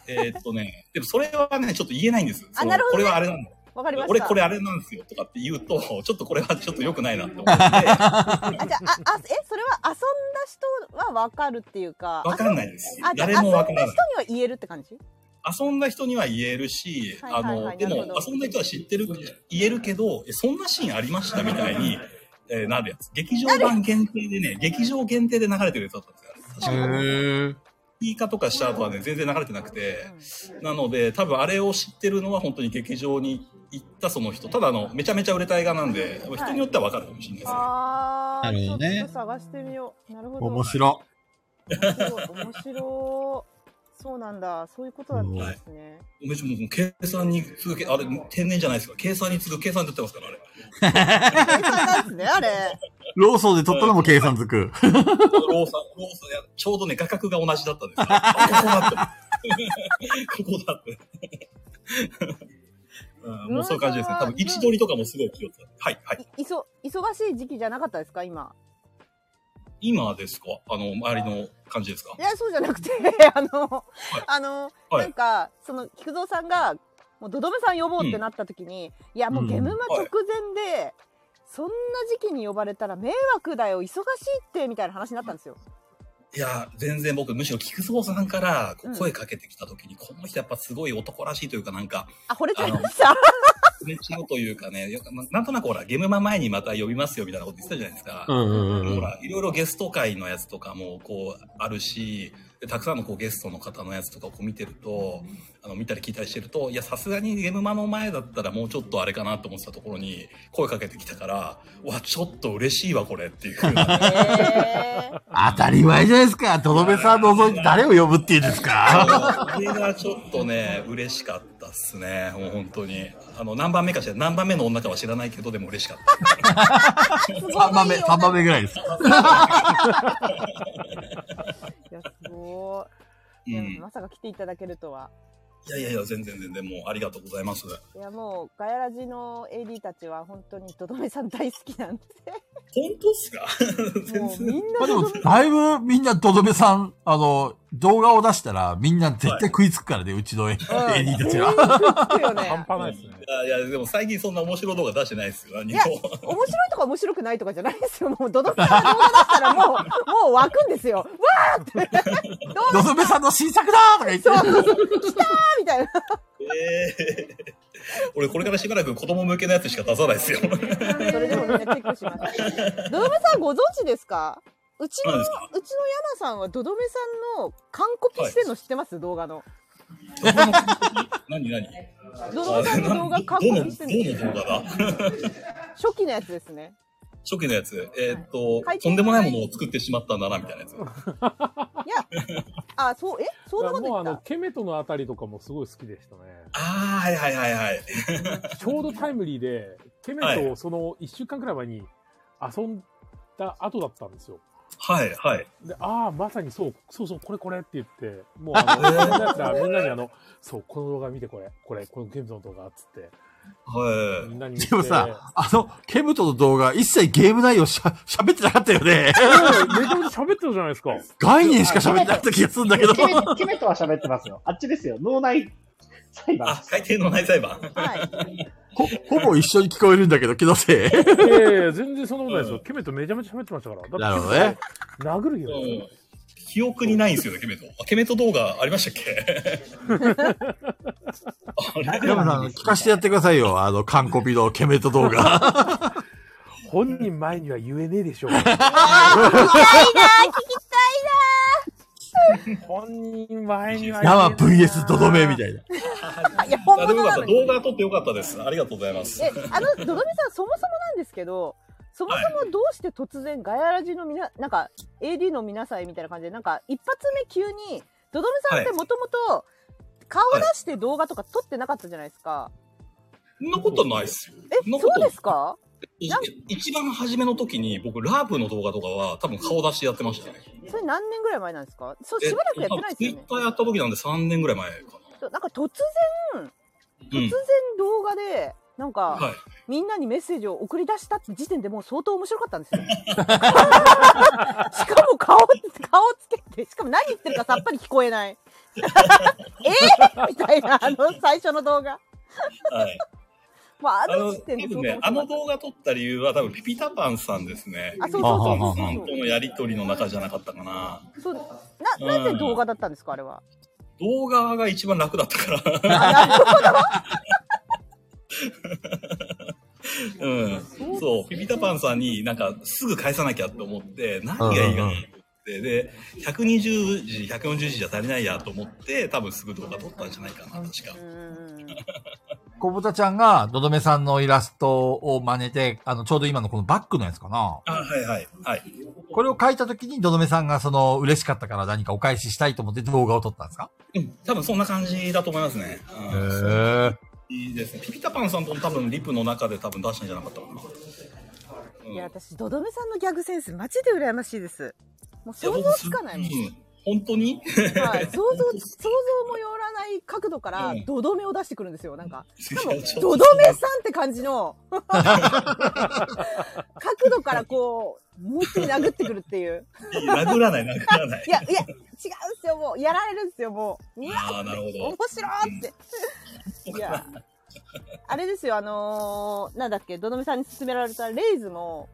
[SPEAKER 5] えーっとね、でもそれはね、ちょっと言えないんです。
[SPEAKER 1] あ
[SPEAKER 5] その
[SPEAKER 1] なるほどね
[SPEAKER 5] これはあれなの。
[SPEAKER 1] わかりました。
[SPEAKER 5] 俺これあれなんですよとかって言うと、ちょっとこれはちょっと良くない なって思って、
[SPEAKER 1] あ、じゃあ、あ、あえ、それは遊んだ人はわかるっていうか。
[SPEAKER 5] わかんないです
[SPEAKER 1] あ、。じゃあ、
[SPEAKER 5] 誰
[SPEAKER 1] 遊ん
[SPEAKER 5] も
[SPEAKER 1] だ
[SPEAKER 5] わ
[SPEAKER 1] 人
[SPEAKER 5] か
[SPEAKER 1] に
[SPEAKER 5] らない
[SPEAKER 1] は。言えるって感じ
[SPEAKER 5] 遊んだ人には言えるし、
[SPEAKER 1] はいはいはい
[SPEAKER 5] あの、で
[SPEAKER 1] なるほ
[SPEAKER 5] も
[SPEAKER 1] ど
[SPEAKER 5] 遊んだ人は知ってる、言えるけど、えそんなシーンありましたみたいに、えーなるやつ。劇場版限定でね、劇場限定で流れてるやつだったんですよ。
[SPEAKER 3] い。
[SPEAKER 5] 確
[SPEAKER 3] へ
[SPEAKER 5] か
[SPEAKER 3] え。
[SPEAKER 5] ピーカとかした後はね、全然流れてなくて、なので、多分あれを知ってるのは本当に劇場に行ったその人。ただあの、めちゃめちゃ売れた映画なんで、
[SPEAKER 1] い
[SPEAKER 5] 人によっては分かるかもしれないですね。
[SPEAKER 1] あー、
[SPEAKER 3] なるほどね
[SPEAKER 1] ちょっと探してみよう。なるほど。
[SPEAKER 3] 面白。
[SPEAKER 1] 面白い。面白いそうなんだ。そういうことだったんですね。
[SPEAKER 5] めっちゃもう計算に次ぐけ、あれ、天然じゃないですか。計算に次ぐ計算でやってますから、あれ。
[SPEAKER 1] 計算なんですね、あれ。
[SPEAKER 3] ローソンで取ったのも計算づく。
[SPEAKER 5] ローソン、ローソンや、ちょうどね、画角が同じだったんですよ。あここだって。こ こだって。うん、もうそういう感じですね。多分位置取りとかもすごい気をつけて。はい、はい。
[SPEAKER 1] い、いそ、忙しい時期じゃなかったですか、今。
[SPEAKER 5] 今ですかあの、周りの感じですか
[SPEAKER 1] いや、そうじゃなくて、 あの、あの、
[SPEAKER 5] はい
[SPEAKER 1] なんか、その、菊蔵さんが、もう、どどめさん呼ぼうってなった時に、いや、もう、
[SPEAKER 3] うん
[SPEAKER 1] ゲムマ直前で、そんな時期に呼ばれたら迷惑だよ、忙しいって、みたいな話になったんですよ。
[SPEAKER 5] いや、全然僕、むしろ菊蔵さんから
[SPEAKER 1] う
[SPEAKER 5] こうん声かけてきたときに、この人やっぱすごい男らしいというか、なんか、
[SPEAKER 1] あ、惚れちゃいました。
[SPEAKER 5] めちゃうというかね、よくななんとなくほら、ゲムマ前にまた呼びますよみたいなこと言ってたじゃないですか。
[SPEAKER 3] んうん
[SPEAKER 5] ほら、いろいろゲスト会のやつとかも、こう、あるし、でたくさんのこうゲストの方のやつとかをこう見てると、あの、見たり聞いたりしてると、いや、さすがにゲムマの前だったらもうちょっとあれかなと思ってたところに、声かけてきたから、うわ、ちょっと嬉しいわ、これっていう風なね。
[SPEAKER 1] えー
[SPEAKER 3] 当たり前じゃないですか。とどめさん覗いて誰を呼ぶっていうんですか。
[SPEAKER 5] あれがちょっとね、嬉しかったっすね。もう本当に。あの、何番目かしら、何番目の女かは知らないけど、でも嬉しかった。
[SPEAKER 3] 3番目、3番目ぐらい です。
[SPEAKER 1] いや、すご
[SPEAKER 5] う
[SPEAKER 1] い。で
[SPEAKER 5] ん
[SPEAKER 1] も。まさか来ていただけるとは。
[SPEAKER 5] いやいやいや、全然全然、もうありがとうございます。
[SPEAKER 1] いや、もう、ガヤラジの AD たちは、本当に、どどめさん大好きなんで。
[SPEAKER 5] 本当っすか全
[SPEAKER 1] もう、み
[SPEAKER 5] 然。
[SPEAKER 1] んな
[SPEAKER 3] まあでも
[SPEAKER 1] どどめ、
[SPEAKER 3] だいぶみんなとどめさん、あの、動画を出したらみんな絶対食いつくからね、うちの AD
[SPEAKER 1] うん
[SPEAKER 3] たちは。
[SPEAKER 1] つくよね。
[SPEAKER 2] 半端ないですね。
[SPEAKER 5] いやいや、でも最近そんな面白い動画出してないですよ、何
[SPEAKER 1] いや
[SPEAKER 5] も。
[SPEAKER 1] 面白いとか面白くないとかじゃないんですよ。もう、ドドさんが動画出したら もう、もう湧くんですよ。わーって。ど
[SPEAKER 3] のぞめさんの新作だーとか言って。
[SPEAKER 1] うぞ、来たーみたいな。
[SPEAKER 5] ええ俺これからしばらく子供向けのやつしか出さないですよ。
[SPEAKER 1] それでもみんなチェックします。ドドメさんご存知ですかうちの、う
[SPEAKER 5] 何
[SPEAKER 1] ちの
[SPEAKER 5] です
[SPEAKER 1] 山
[SPEAKER 5] か
[SPEAKER 1] さんはドドメさんの完コピしてんの知ってます動画の。
[SPEAKER 5] 何何
[SPEAKER 1] ドドメさんの動画完
[SPEAKER 5] どの、
[SPEAKER 1] コ
[SPEAKER 5] ど
[SPEAKER 1] ピ
[SPEAKER 5] の
[SPEAKER 1] してんの
[SPEAKER 5] 動画だ
[SPEAKER 1] 初期のやつですね。
[SPEAKER 5] 初期のやつ。えーっと、
[SPEAKER 1] はい
[SPEAKER 5] とんでもないものを作ってしまったんだな、みたいなやつ。
[SPEAKER 1] いや、あ、そう、えそんなこと
[SPEAKER 2] もう
[SPEAKER 1] 言
[SPEAKER 2] あ
[SPEAKER 1] っ
[SPEAKER 2] の、
[SPEAKER 1] た
[SPEAKER 2] ケメトのあたりとかもすごい好きでしたね。
[SPEAKER 5] ああ、はいはいはいはい。
[SPEAKER 2] ちょうどタイムリーで、ケメトをその1週間くらい前に遊んだ後だったんですよ。
[SPEAKER 5] はいはい。
[SPEAKER 2] で、ああ、まさにそう、そうそう、これこれって言って、もうあの、みんなやったらみんなにあの、そう、この動画見てこれ、これ、このケメトの動画っつって、み
[SPEAKER 5] は
[SPEAKER 2] んなに見せ
[SPEAKER 3] で
[SPEAKER 2] て。
[SPEAKER 3] もさ、あの、ケムトの動画、一切ゲーム内容しゃ、喋ってなかったよね。
[SPEAKER 2] うんめちゃめちゃ喋ってるじゃないですか。
[SPEAKER 3] 概念しか喋ってなかった気がするんだけど。
[SPEAKER 4] 決め、決めとは喋ってますよ。あっちですよ。脳内裁
[SPEAKER 5] い。
[SPEAKER 4] 判
[SPEAKER 5] あ、。海底の内裁判。
[SPEAKER 1] はい。
[SPEAKER 3] ほ、ほぼ一緒に聞こえるんだけど、気の せい。
[SPEAKER 2] いやいやいや全然そんなことないですよ。ケメトめちゃめちゃ喋ってましたから。だって
[SPEAKER 3] なるほどね。
[SPEAKER 2] 殴るよ。
[SPEAKER 5] うん記憶にないんですよね、ケメト。あケメト動画ありましたっけ あれ
[SPEAKER 3] 山さん、聞かせてやってくださいよ。あの、完コピのケメト動画。
[SPEAKER 2] 本人前には言えねえでしょう。本人前には言え
[SPEAKER 3] 山
[SPEAKER 2] ねえな
[SPEAKER 3] VS ドドメみたいな。
[SPEAKER 1] いや、本
[SPEAKER 5] あでも
[SPEAKER 1] 物
[SPEAKER 5] よ
[SPEAKER 1] な
[SPEAKER 5] かっ
[SPEAKER 1] の
[SPEAKER 5] た。動
[SPEAKER 1] に。
[SPEAKER 5] 画撮ってよかったです。ありがとうございます。
[SPEAKER 1] え、あの、ドドメさん、そもそもなんですけど、そもそもどうして突然、ガヤラジのみな、なんか、AD の皆さんみたいな感じで、なんか、一発目急に、ドドメさんって
[SPEAKER 5] はい
[SPEAKER 1] もともと、顔出して動画とか撮ってなかったじゃないですか。
[SPEAKER 5] そんなことないっすよ。
[SPEAKER 1] え、
[SPEAKER 5] そんな
[SPEAKER 1] そ
[SPEAKER 5] こと
[SPEAKER 1] うですか
[SPEAKER 5] い一番初めの時に僕、ラープの動画とかは多分顔出してやってましたね。
[SPEAKER 1] それ何年ぐらい前なんですかそう、しばらくやってないですよ
[SPEAKER 5] ツイ
[SPEAKER 1] ね
[SPEAKER 5] ッ。ターやった時なんで3年ぐらい前かな。
[SPEAKER 1] そうなんか突然、
[SPEAKER 5] う
[SPEAKER 1] 突然
[SPEAKER 5] ん。
[SPEAKER 1] 動画で、なんか、
[SPEAKER 5] はい。
[SPEAKER 1] みんなにメッセージを送り出したって時点でもう相当面白かったんですよ。しかも顔、顔つけて、しかも何言ってるかさっぱり聞こえない。 えー、みたいな、あの最初の動画。
[SPEAKER 5] はい。
[SPEAKER 1] まあ、あ
[SPEAKER 5] あの、
[SPEAKER 1] の時
[SPEAKER 5] 多
[SPEAKER 1] 点で相
[SPEAKER 5] 分
[SPEAKER 1] 当
[SPEAKER 5] ね
[SPEAKER 1] 面、
[SPEAKER 5] あ
[SPEAKER 1] 白か
[SPEAKER 5] の
[SPEAKER 1] った。
[SPEAKER 5] 動画撮った理由は多分ピピタパンさんですね。
[SPEAKER 1] あ、そうそ
[SPEAKER 3] あ
[SPEAKER 1] う
[SPEAKER 3] は
[SPEAKER 1] そうそ
[SPEAKER 3] あは
[SPEAKER 1] う
[SPEAKER 3] あ
[SPEAKER 5] さんとのやりとりの中じゃなかったかな。
[SPEAKER 1] そうそう。な、なぜ動画だったんですか、あれは。
[SPEAKER 5] 動画が一番楽だったから。
[SPEAKER 1] あなるほど。
[SPEAKER 5] うん、そう、ピピタパンさんになんかすぐ返さなきゃと思って、何がいいかなって思って、で、120時、140時じゃ足りないやと思って、多分すぐ動画撮ったんじゃないかな、確か
[SPEAKER 1] う。ーん
[SPEAKER 3] こぶたちゃんが、どどめさんのイラストを真似て、あの、ちょうど今のこのバッグのやつかな。
[SPEAKER 5] あ、はいはい、はい。
[SPEAKER 3] これを書いた時に、どどめさんがその、嬉しかったから何かお返ししたいと思って動画を撮ったんですか
[SPEAKER 5] うん、多分そんな感じだと思いますね。
[SPEAKER 3] へ
[SPEAKER 5] うん
[SPEAKER 3] ー。
[SPEAKER 5] いいですね。ピピタパンさんとも多分リプの中で多分出したんじゃなかったかな。うん
[SPEAKER 1] いや、私、どどめさんのギャグセンス、マジで羨ましいです。もう想像つかないもん。
[SPEAKER 5] うん本当に
[SPEAKER 1] はい、想像、想像もよらない角度から
[SPEAKER 5] うん、
[SPEAKER 1] どどめを出してくるんですよ、なんか。
[SPEAKER 5] い
[SPEAKER 1] しかも
[SPEAKER 5] やちょっと
[SPEAKER 1] どどめさんって感じの、 角度からこう、もう一気に殴ってくるっていう。
[SPEAKER 5] 殴らない、殴らない
[SPEAKER 1] い。や、いや、違うんですよ、もう。やられるんですよ、もう。いや、
[SPEAKER 5] ああ、なるほ
[SPEAKER 1] 面
[SPEAKER 5] ど。
[SPEAKER 1] 白いって。いや、あれですよ、あのーなんだっけ、どどめさんに勧められたレイズも、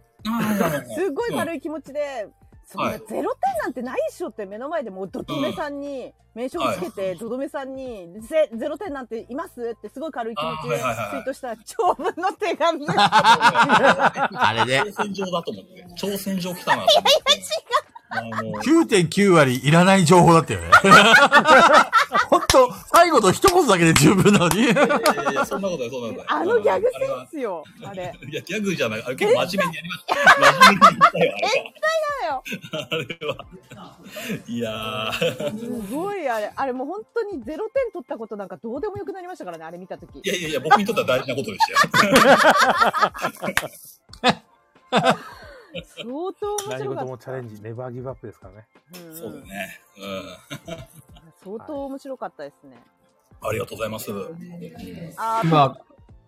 [SPEAKER 1] すっごい軽い気持ちで、そん
[SPEAKER 5] は
[SPEAKER 1] ないゼロ点なんてないっしょって目の前でもうドドメさんに名称をつけて、ドドメさんにゼゼロ点なんていますってすごい軽い気持ちでツイ
[SPEAKER 5] あはいはいはい
[SPEAKER 1] ートしたら長文の手紙が。
[SPEAKER 3] あれで
[SPEAKER 5] 挑、戦状だと思って。挑戦状来たなと思って。いや、違う。
[SPEAKER 3] 9.9割いらない情報だったよね。ほんと、最後の一言だけで十分なのに。
[SPEAKER 5] いや いや、そんなことない、そんなことない。
[SPEAKER 1] あのギャグ
[SPEAKER 5] あれは
[SPEAKER 1] センスよ、あれ。
[SPEAKER 5] いや、ギャグじゃない。あれ結構真面目にやりました。真面目にやったよ、
[SPEAKER 1] だよ。
[SPEAKER 5] あれ は。あれは。いやー。
[SPEAKER 1] すごいあれ。あれもう本当にゼロ点取ったことなんかどうでもよくなりましたからね、あれ見たとき
[SPEAKER 5] い。やいやいや、僕にとっては大事なことでしたよ。
[SPEAKER 1] 相当面
[SPEAKER 2] 何
[SPEAKER 1] 白か
[SPEAKER 2] 事
[SPEAKER 1] っ
[SPEAKER 2] もチャレンジ、ネバーギブアップですからね。
[SPEAKER 1] た。うんうん
[SPEAKER 5] そうだね。
[SPEAKER 1] 相当面白かったですね。
[SPEAKER 5] うん。ありがとうございます。
[SPEAKER 1] あー
[SPEAKER 3] 今、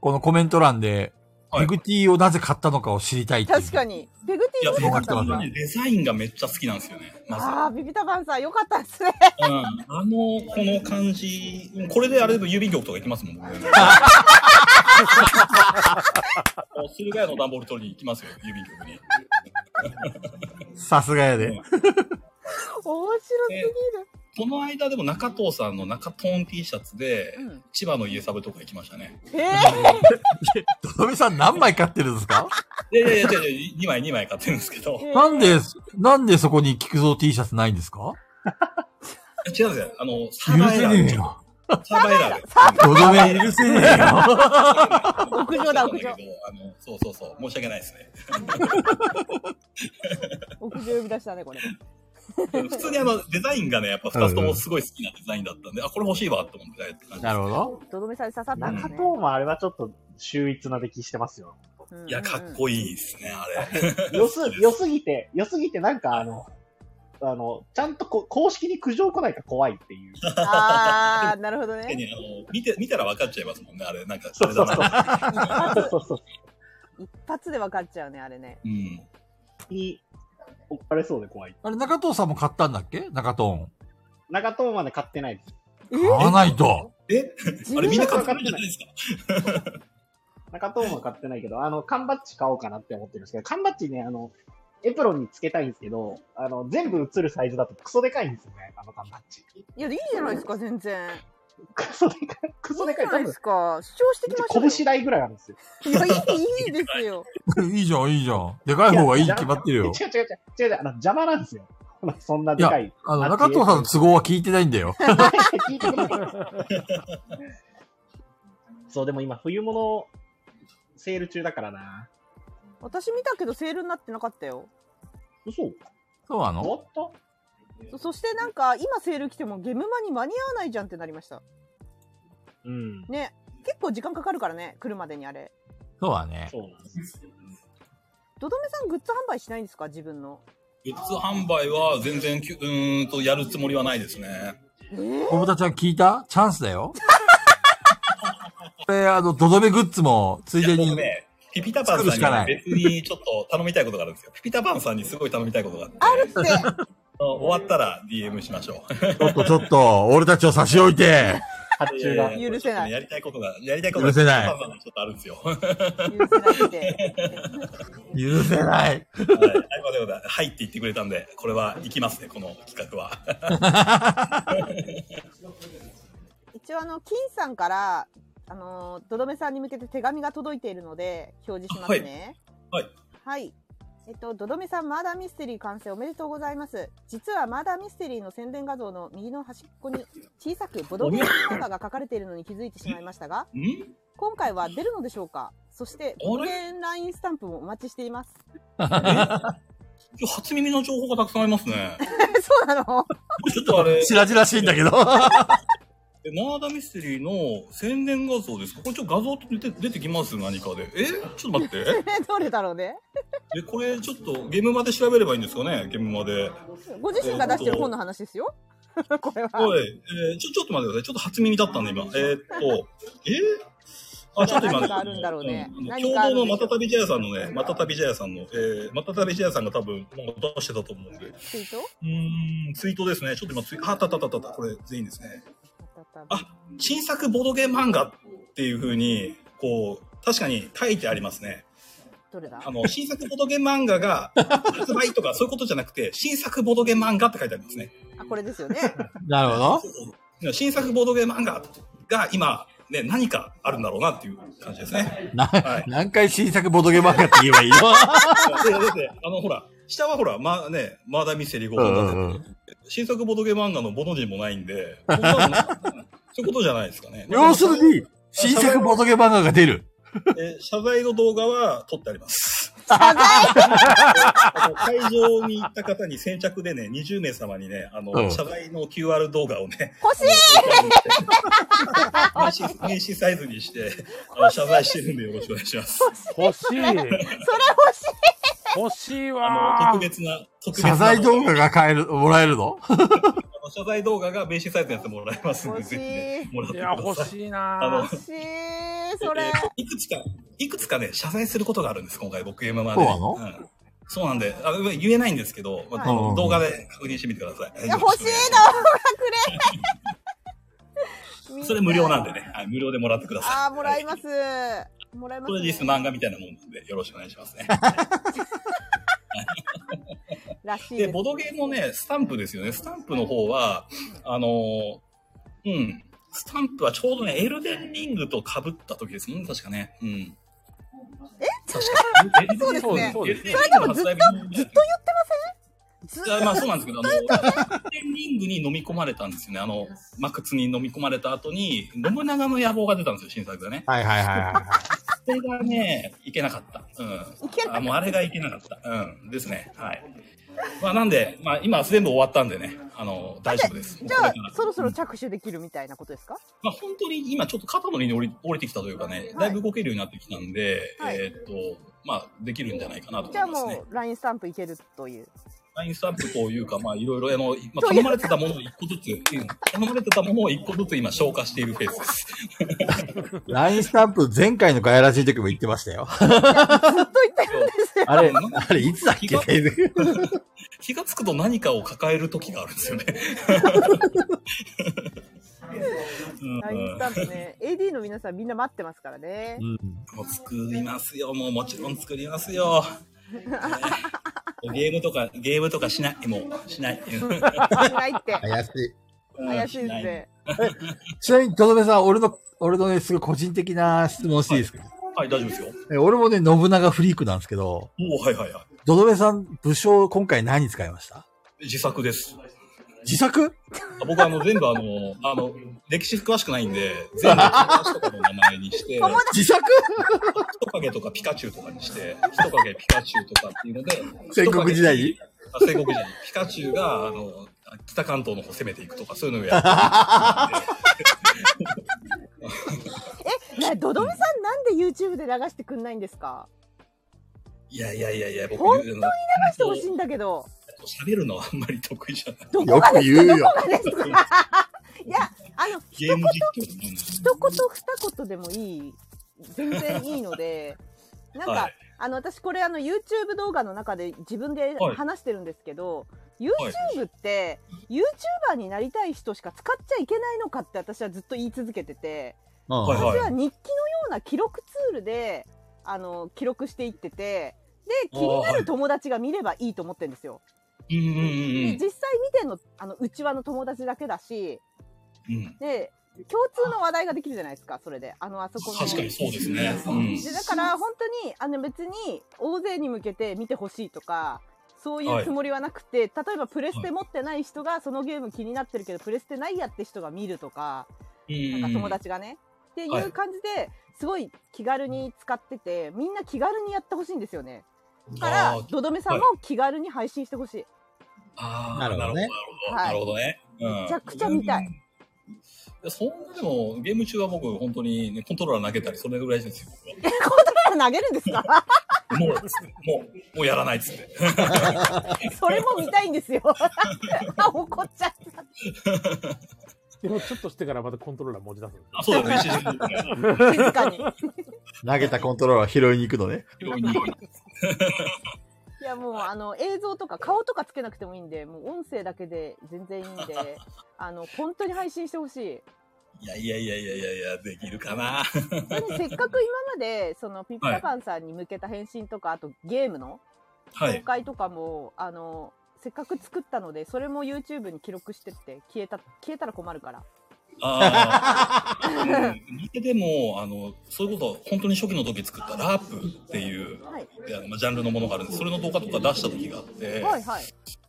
[SPEAKER 3] このコメント欄で、
[SPEAKER 5] はい
[SPEAKER 3] ビグティーをなぜ買ったのかを知りたいっていう
[SPEAKER 1] 確かに。ペグ
[SPEAKER 5] い
[SPEAKER 1] ティ
[SPEAKER 5] や、
[SPEAKER 1] ー
[SPEAKER 5] 僕
[SPEAKER 1] 良
[SPEAKER 5] は
[SPEAKER 1] か
[SPEAKER 3] か
[SPEAKER 1] ったんだ。
[SPEAKER 5] ね、デザインがめっちゃ好きなんですよね。まず。
[SPEAKER 1] ああ、ビビタパンさん良かったですね。
[SPEAKER 5] うん。あの、この感じ。これであれでも郵便局とか行きますもん、 僕。もう駿河屋の段ボール取りに行きますよ、郵便局に。
[SPEAKER 3] さすがやで。
[SPEAKER 1] 面白すぎる。
[SPEAKER 5] この間でも中藤さんの中トーン T シャツで、
[SPEAKER 1] うん
[SPEAKER 5] 千葉の家サブとか行きましたね。
[SPEAKER 1] ええ
[SPEAKER 3] ドドメさん何枚買ってるんですか
[SPEAKER 5] いやいやいやいや、2枚2枚買ってるんですけ ど。
[SPEAKER 3] なんで、なんでそこに菊蔵 T シャツないんですか
[SPEAKER 5] 違うんですよ。あの、サ
[SPEAKER 3] 許
[SPEAKER 5] ーバーエ
[SPEAKER 3] せ
[SPEAKER 5] ラ
[SPEAKER 3] ね
[SPEAKER 5] ー
[SPEAKER 3] え
[SPEAKER 5] で。
[SPEAKER 3] よ。
[SPEAKER 5] サーバーエラーで。
[SPEAKER 3] ドドメ 許せねえよ。
[SPEAKER 1] 屋上だ
[SPEAKER 5] そうなんけどあの、そうそうそう。申し訳ないですね。
[SPEAKER 1] 屋上呼び出したね、これ。
[SPEAKER 5] 普通にあの、デザインがね、やっぱ2つともすごい好きなデザインだったんで、あ、これ欲しいわって思ってたって感じ。
[SPEAKER 3] なるほど。
[SPEAKER 1] ドドメさんに刺さったんで
[SPEAKER 4] 中
[SPEAKER 1] す
[SPEAKER 4] 藤
[SPEAKER 1] ね。
[SPEAKER 4] もあれはちょっと秀逸な出来してますよ。
[SPEAKER 1] うん
[SPEAKER 5] いや、かっこいいですね、あれ。
[SPEAKER 4] 良す、良すぎて、良すぎてなんかあの、あの、ちゃんとこ公式に苦情来ないか怖いっていう。
[SPEAKER 1] うんうんああ、なるほど
[SPEAKER 5] 確か
[SPEAKER 1] ね。
[SPEAKER 5] にあの、見て、見たら分かっちゃいますもんね、あれ。なんか、
[SPEAKER 4] そうそうそう
[SPEAKER 5] あれだな。
[SPEAKER 4] そうそうそう。
[SPEAKER 1] 一発で分かっちゃうね、あれね。
[SPEAKER 5] うん。
[SPEAKER 4] に怒られそうで怖い。
[SPEAKER 3] あれ、中藤さんも買ったんだっけ中藤。
[SPEAKER 4] 中藤まで買ってないです。
[SPEAKER 3] 買わないと。
[SPEAKER 5] え
[SPEAKER 1] 自
[SPEAKER 5] あれみんな
[SPEAKER 1] 分
[SPEAKER 5] 買ってないじゃないですか。
[SPEAKER 4] 中藤も買ってないけど、あの、缶バッジ買おうかなって思ってるんですけど、缶バッジね、あの、エプロンにつけたいんですけど、あの、全部映るサイズだとクソでかいんですよね、あの缶バッジ。
[SPEAKER 1] いや、いいじゃないですか、全然。
[SPEAKER 4] クソでかい、クソ
[SPEAKER 1] いい
[SPEAKER 4] で
[SPEAKER 1] じ
[SPEAKER 4] かい、
[SPEAKER 1] ゃ
[SPEAKER 4] 多
[SPEAKER 1] ない
[SPEAKER 4] 分
[SPEAKER 1] で、すか。主張してきましょう
[SPEAKER 4] 拳台ぐらいあるんですよ。
[SPEAKER 1] よ。いや、いい、いいですよ。
[SPEAKER 3] いいじゃん、いいじゃん。でかい方がいいに決まってる
[SPEAKER 4] 違う違
[SPEAKER 3] よ
[SPEAKER 4] う。違う違う違う、あの、邪魔なんですよ。 そんなでかい。
[SPEAKER 3] あの、中藤さんの都合は聞いてないんだよ。
[SPEAKER 4] 聞いてくださいそう、でも今、冬物、セール中だからな。
[SPEAKER 1] 私見たけどセールになってなかったよ。
[SPEAKER 4] 嘘
[SPEAKER 3] そうなの
[SPEAKER 4] 終わっ
[SPEAKER 1] そそしてなんか、今セール来てもゲムマに間に合わないじゃんってなりました。
[SPEAKER 4] たうん。
[SPEAKER 1] ね。結構時間かかるからね、来るまでにあれ。
[SPEAKER 3] そうだね。
[SPEAKER 4] そうなんです。
[SPEAKER 1] ドドメさんグッズ販売しないんですか自分の。
[SPEAKER 5] グッズ販売は全然きゅ、うーんと、やるつもりはないですね。
[SPEAKER 1] ええー
[SPEAKER 3] 小豚ちゃん聞いたチャンスだよ。 これ、あの、ドドメグッズも、ついで
[SPEAKER 5] いや
[SPEAKER 3] に
[SPEAKER 5] 僕。ね、ピピタパン
[SPEAKER 3] 作るし
[SPEAKER 5] さ
[SPEAKER 3] か
[SPEAKER 5] ん
[SPEAKER 3] ない
[SPEAKER 5] に別にちょっと頼みたいことがあるんですよ。ピピタパンさんにすごい頼みたいことが あって、
[SPEAKER 1] あるって。
[SPEAKER 5] あの終わったら DM しましょう。
[SPEAKER 3] ちょっとちょっと、俺たちを差し置いて、
[SPEAKER 4] 発注が。
[SPEAKER 1] 許せない
[SPEAKER 5] やりたいことが、やりたいことが
[SPEAKER 3] 許せない
[SPEAKER 5] ピピタパンさんにちょっとあるんですよ。 はい。
[SPEAKER 1] 許せなくて。
[SPEAKER 3] 許せない。
[SPEAKER 5] ありがとうございますはいって言ってくれたんで、これは行きますね、この企 画は。
[SPEAKER 1] 一応あの金さんからあのどどめさんに向けて手紙が届いているので表示しますね。
[SPEAKER 5] あはい
[SPEAKER 1] はい。えっとどどめさんマーダーミステリー完成おめでとうございます。実はマーダーミステリーの宣伝画像の右の端っこに小さくボドゲのとかが書かれているのに気づいてしまいましたが、
[SPEAKER 5] ん
[SPEAKER 1] 今回は出るのでしょうか。そしてボドゲンラインスタンプもお待ちしています。
[SPEAKER 5] 今日初耳の情報がたくさんありま すね。
[SPEAKER 1] そうなの。
[SPEAKER 5] ちょっとあれ、
[SPEAKER 3] しらじらしいんだけど。
[SPEAKER 5] えマーダミステリーの宣伝画像ですかこれちょっと画像出て出てきます何かで。えちょっと待って。
[SPEAKER 1] どれだろうね。
[SPEAKER 5] え、これちょっとゲームまで調べればいいんですかねゲームまで。
[SPEAKER 1] ご自身が出してる本の話ですよ。 これは。
[SPEAKER 5] はい。えーちょ、ちょっと待ってください。ちょっと初耳だったんで、今。えーっと、えーあ、ちょっと今ね
[SPEAKER 1] 何があるんだろうね
[SPEAKER 5] ん
[SPEAKER 1] 何
[SPEAKER 5] 共
[SPEAKER 1] がある
[SPEAKER 5] 同
[SPEAKER 1] んでしょう
[SPEAKER 5] のまたたび茶屋さんのね、またたび茶屋さんの、えー、またたび茶屋さんが多分、もう出してたと思うんで。う
[SPEAKER 1] ツイート
[SPEAKER 5] ーん、ツイートですね。ちょっと今ツイ、あ、あったあったあったあった。これ、全員ですね。あ、新作ボードゲーム漫画っていう風に、こう、確かに書いてありますね。
[SPEAKER 1] どれだ
[SPEAKER 5] あの、新作ボードゲーム漫画が発売とかそういうことじゃなくて、新作ボードゲーム漫画って書いてありますね。
[SPEAKER 1] あ、これですよね。
[SPEAKER 3] なるほど。
[SPEAKER 5] 新作ボードゲーム漫画が今、ね、何かあるんだろうなっていう感じですね。
[SPEAKER 3] な
[SPEAKER 5] はい
[SPEAKER 3] 何回新作ボドゲ漫画って言えばいいの
[SPEAKER 5] いやだって、あの、ほら、下はほら、まあね、マーダーミステリー5
[SPEAKER 3] うんう
[SPEAKER 5] 本
[SPEAKER 3] ん
[SPEAKER 5] だ
[SPEAKER 3] う
[SPEAKER 5] って、
[SPEAKER 3] ん
[SPEAKER 5] 新作ボードゲーム漫画のボドジンもないんで、こんなのなかったなそういうことじゃないですかね。
[SPEAKER 3] 要するに、新作ボドゲ漫画が出る。
[SPEAKER 5] えー謝罪の動画は撮ってあ ります。
[SPEAKER 1] 謝罪
[SPEAKER 5] あの会場に行った方に先着でね、20名様にね、あの、
[SPEAKER 3] うん
[SPEAKER 5] 謝罪の QR 動画をね、
[SPEAKER 1] 欲しい
[SPEAKER 5] 名刺名刺サイズにして、あの謝罪してるんでよろしくお願いします。
[SPEAKER 2] 欲しい。
[SPEAKER 1] それ欲しい
[SPEAKER 2] 欲しい
[SPEAKER 5] あの、
[SPEAKER 2] わ
[SPEAKER 5] 特
[SPEAKER 2] ー。
[SPEAKER 5] 別な、特別な
[SPEAKER 3] 謝罪動画が買える、もらえるの
[SPEAKER 5] あの謝罪動画が名刺サイズのやつもらえますんで、
[SPEAKER 1] 欲しい
[SPEAKER 5] ぜひね、もらっ
[SPEAKER 2] い
[SPEAKER 5] てく
[SPEAKER 2] や、
[SPEAKER 5] だ
[SPEAKER 2] 欲
[SPEAKER 5] さい。
[SPEAKER 2] しい
[SPEAKER 5] あ
[SPEAKER 2] な
[SPEAKER 5] の
[SPEAKER 2] ー。
[SPEAKER 1] 欲しいそれ
[SPEAKER 5] えーいくつか、いくつかね、謝罪することがあるんです、今回、僕今まで。
[SPEAKER 3] そうなの
[SPEAKER 5] んそうなんで、あ言えないんですけど、まああ
[SPEAKER 3] うんうんう
[SPEAKER 5] の
[SPEAKER 3] ん
[SPEAKER 5] 動画で確認してみてください。
[SPEAKER 1] いや欲しいのほらくれ
[SPEAKER 5] それ無料なんでね、はい、無料でもらってください。
[SPEAKER 1] ああもらい
[SPEAKER 5] は
[SPEAKER 1] ますもらいます
[SPEAKER 5] これ
[SPEAKER 1] ね、
[SPEAKER 5] 実質漫画みたいなもんなんで、よろしくお願いしますね。
[SPEAKER 1] らしい
[SPEAKER 5] で、
[SPEAKER 1] です
[SPEAKER 5] ボドゲーのね、スタンプですよね。スタンプの方は、あのーうん。スタンプはちょうどね、エルデンリングと被った時ですもんね、確かね。うん。え確か
[SPEAKER 1] そうですね
[SPEAKER 2] そうですね
[SPEAKER 5] エルデンリングの発
[SPEAKER 1] ず
[SPEAKER 5] 売日
[SPEAKER 1] っと言って
[SPEAKER 5] い
[SPEAKER 1] ませんずっ
[SPEAKER 5] やまあそうなんですけど、あの、エルデンリングに飲み込まれたんですよね。あの、マクツに飲み込まれた後に、信長の野望が出たんですよ、新作がね。
[SPEAKER 3] はいはいはいはい。
[SPEAKER 5] それがね、いけなかった。う
[SPEAKER 1] いけ
[SPEAKER 5] ん。
[SPEAKER 1] なかった
[SPEAKER 5] あ、もうあれがいけなかった。うん。ですね。はい。まあなんで、まあ今全部終わったんでね、あの、大丈夫です。
[SPEAKER 1] じ
[SPEAKER 5] も
[SPEAKER 1] ゃ
[SPEAKER 5] うこれから
[SPEAKER 1] あそろそろ着手できるみたいなことですか
[SPEAKER 5] まあ本当に今ちょっと肩の荷に降り降りてきたというかね、
[SPEAKER 1] はい
[SPEAKER 5] だいぶ動けるようになってきたんで、
[SPEAKER 1] はい
[SPEAKER 5] えーっと、まあできるんじゃないかなと
[SPEAKER 1] じゃあ
[SPEAKER 5] 思いますね
[SPEAKER 1] も。う LINE スタンプいけるという
[SPEAKER 5] ラインスタンプというか、まあいろいろ、あ の、まあ、頼まれてたものを一個ずつ、うん頼まれてたものを一個ずつ今消化しているフェース です。
[SPEAKER 3] ラインスタンプ前回のガヤラジの時も言ってましたよ。
[SPEAKER 1] ずっと言ってるんですよ
[SPEAKER 3] あれ、あれ、いつだっけ
[SPEAKER 5] 気がつくと何かを抱える時があるんです よね。
[SPEAKER 1] LINE スタンプね AD の皆さんみんな待ってますからね
[SPEAKER 3] うん。
[SPEAKER 5] もう作りますよ。もうもちろん作りますよ。 ねゲームとか、ゲームとかしない。もう、しない。うん
[SPEAKER 1] しない って
[SPEAKER 3] 怪しい。
[SPEAKER 1] 怪しいです
[SPEAKER 5] ない
[SPEAKER 1] ね
[SPEAKER 3] ちなみに、とどめさん、俺の、俺のね、すごい個人的な質問していいですか、
[SPEAKER 5] はい、大丈夫ですよ。
[SPEAKER 3] え俺もね、信長フリークなんですけど、
[SPEAKER 5] もう、はいはいは
[SPEAKER 3] どどめさん、武将、今回何使いました
[SPEAKER 5] い。自作です。
[SPEAKER 3] 自作
[SPEAKER 5] あ僕、あの、全部あの、あの、歴史詳しくないんで、全部、私とかの名前にして、
[SPEAKER 1] 友達
[SPEAKER 3] 自作
[SPEAKER 5] 人影とかピカチュウとかにして、人影ピカチュウとかっていうので、
[SPEAKER 3] 戦国時代に
[SPEAKER 5] あ戦国時代にピカチュウが、あの、北関東の方攻めていくとか、そういうのをやって
[SPEAKER 1] えねどどめさんなんで YouTube で流してくんないんですか
[SPEAKER 5] いやいやいやいや、僕、
[SPEAKER 1] 本当
[SPEAKER 5] に
[SPEAKER 1] 流してほしいんだけど
[SPEAKER 5] 喋るのはあんまり得意じゃない。
[SPEAKER 1] どこ
[SPEAKER 3] よ
[SPEAKER 1] が
[SPEAKER 3] く
[SPEAKER 1] です
[SPEAKER 3] 言うよ。
[SPEAKER 1] かですか いや、あの、一
[SPEAKER 5] ゲー
[SPEAKER 1] 言
[SPEAKER 5] ム実況なんです
[SPEAKER 1] 一言二言でもいい全然いいの でなんか、
[SPEAKER 5] はい
[SPEAKER 1] あの私これあの YouTube 動画の中で自分で
[SPEAKER 5] はい
[SPEAKER 1] 話してるんですけど、
[SPEAKER 5] はい
[SPEAKER 1] YouTube って、YouTuber になりたい人しか使っちゃいけないのかって私はずっと言い続けてて
[SPEAKER 5] はい
[SPEAKER 1] 私は日記のような記録ツールであの記録していっててで気になる友達が見ればいいと思ってるんですよ。
[SPEAKER 5] うんうん
[SPEAKER 1] で実際見てんのあのうちわの友達だけだし
[SPEAKER 5] うんうん。
[SPEAKER 1] で共通の話題ができるじゃないですかそれであのあそこの
[SPEAKER 5] 確かにそうですね。うん。
[SPEAKER 1] でだから本当にあの別に大勢に向けて見てほしいとかそういうつもりはなくて、例えばプレステ持ってない人がそのゲーム気になってるけどプレステないやって人が見るとかなんか友達がね、っていう感じですごい気軽に使っててみんな気軽にやってほしいんですよねだか
[SPEAKER 5] あ
[SPEAKER 1] ら
[SPEAKER 5] ー
[SPEAKER 1] どどめさんも気軽に配信してほしい、
[SPEAKER 5] ああ、
[SPEAKER 3] なるほどね。
[SPEAKER 1] はい
[SPEAKER 5] なるほどね。うん
[SPEAKER 1] めちゃくちゃ見たい
[SPEAKER 5] うん。やそんなでも、ゲーム中は僕、本当にね、コントローラー投げたり、それぐらいですよ、僕
[SPEAKER 1] コントローラー投げるんですか
[SPEAKER 5] は。もう、もう、もうやらないっつって。
[SPEAKER 1] それも見たいんですよ あ怒っちゃった
[SPEAKER 2] でもちょっとしてからまたコントローラー持ち出すんです
[SPEAKER 5] あ、そうだね、一時的にね
[SPEAKER 1] 静かに
[SPEAKER 6] 投げたコントローラー拾いに行くのね。
[SPEAKER 5] 病院に行く。
[SPEAKER 1] いやもうあの映像とか顔とかつけなくてもいいんでもう音声だけで全然いいん であの本当に配信してほしい
[SPEAKER 5] いやいやいやいやいやいや、できるかな。
[SPEAKER 1] 本当にせっかく今までそのピッタパンさんに向けた返信とかあとゲームの
[SPEAKER 5] は
[SPEAKER 1] 公
[SPEAKER 5] い。
[SPEAKER 1] 開とかも、あのせっかく作ったのでそれも YouTube に記録してって消えた消えたら困るから
[SPEAKER 5] ああ。うん見てでも、あの、そういうこと、本当に初期の時作ったラープっていう、
[SPEAKER 1] はい
[SPEAKER 5] であのまあジャンルのものがあるんです。それの動画とか出した時があって、
[SPEAKER 1] はいはい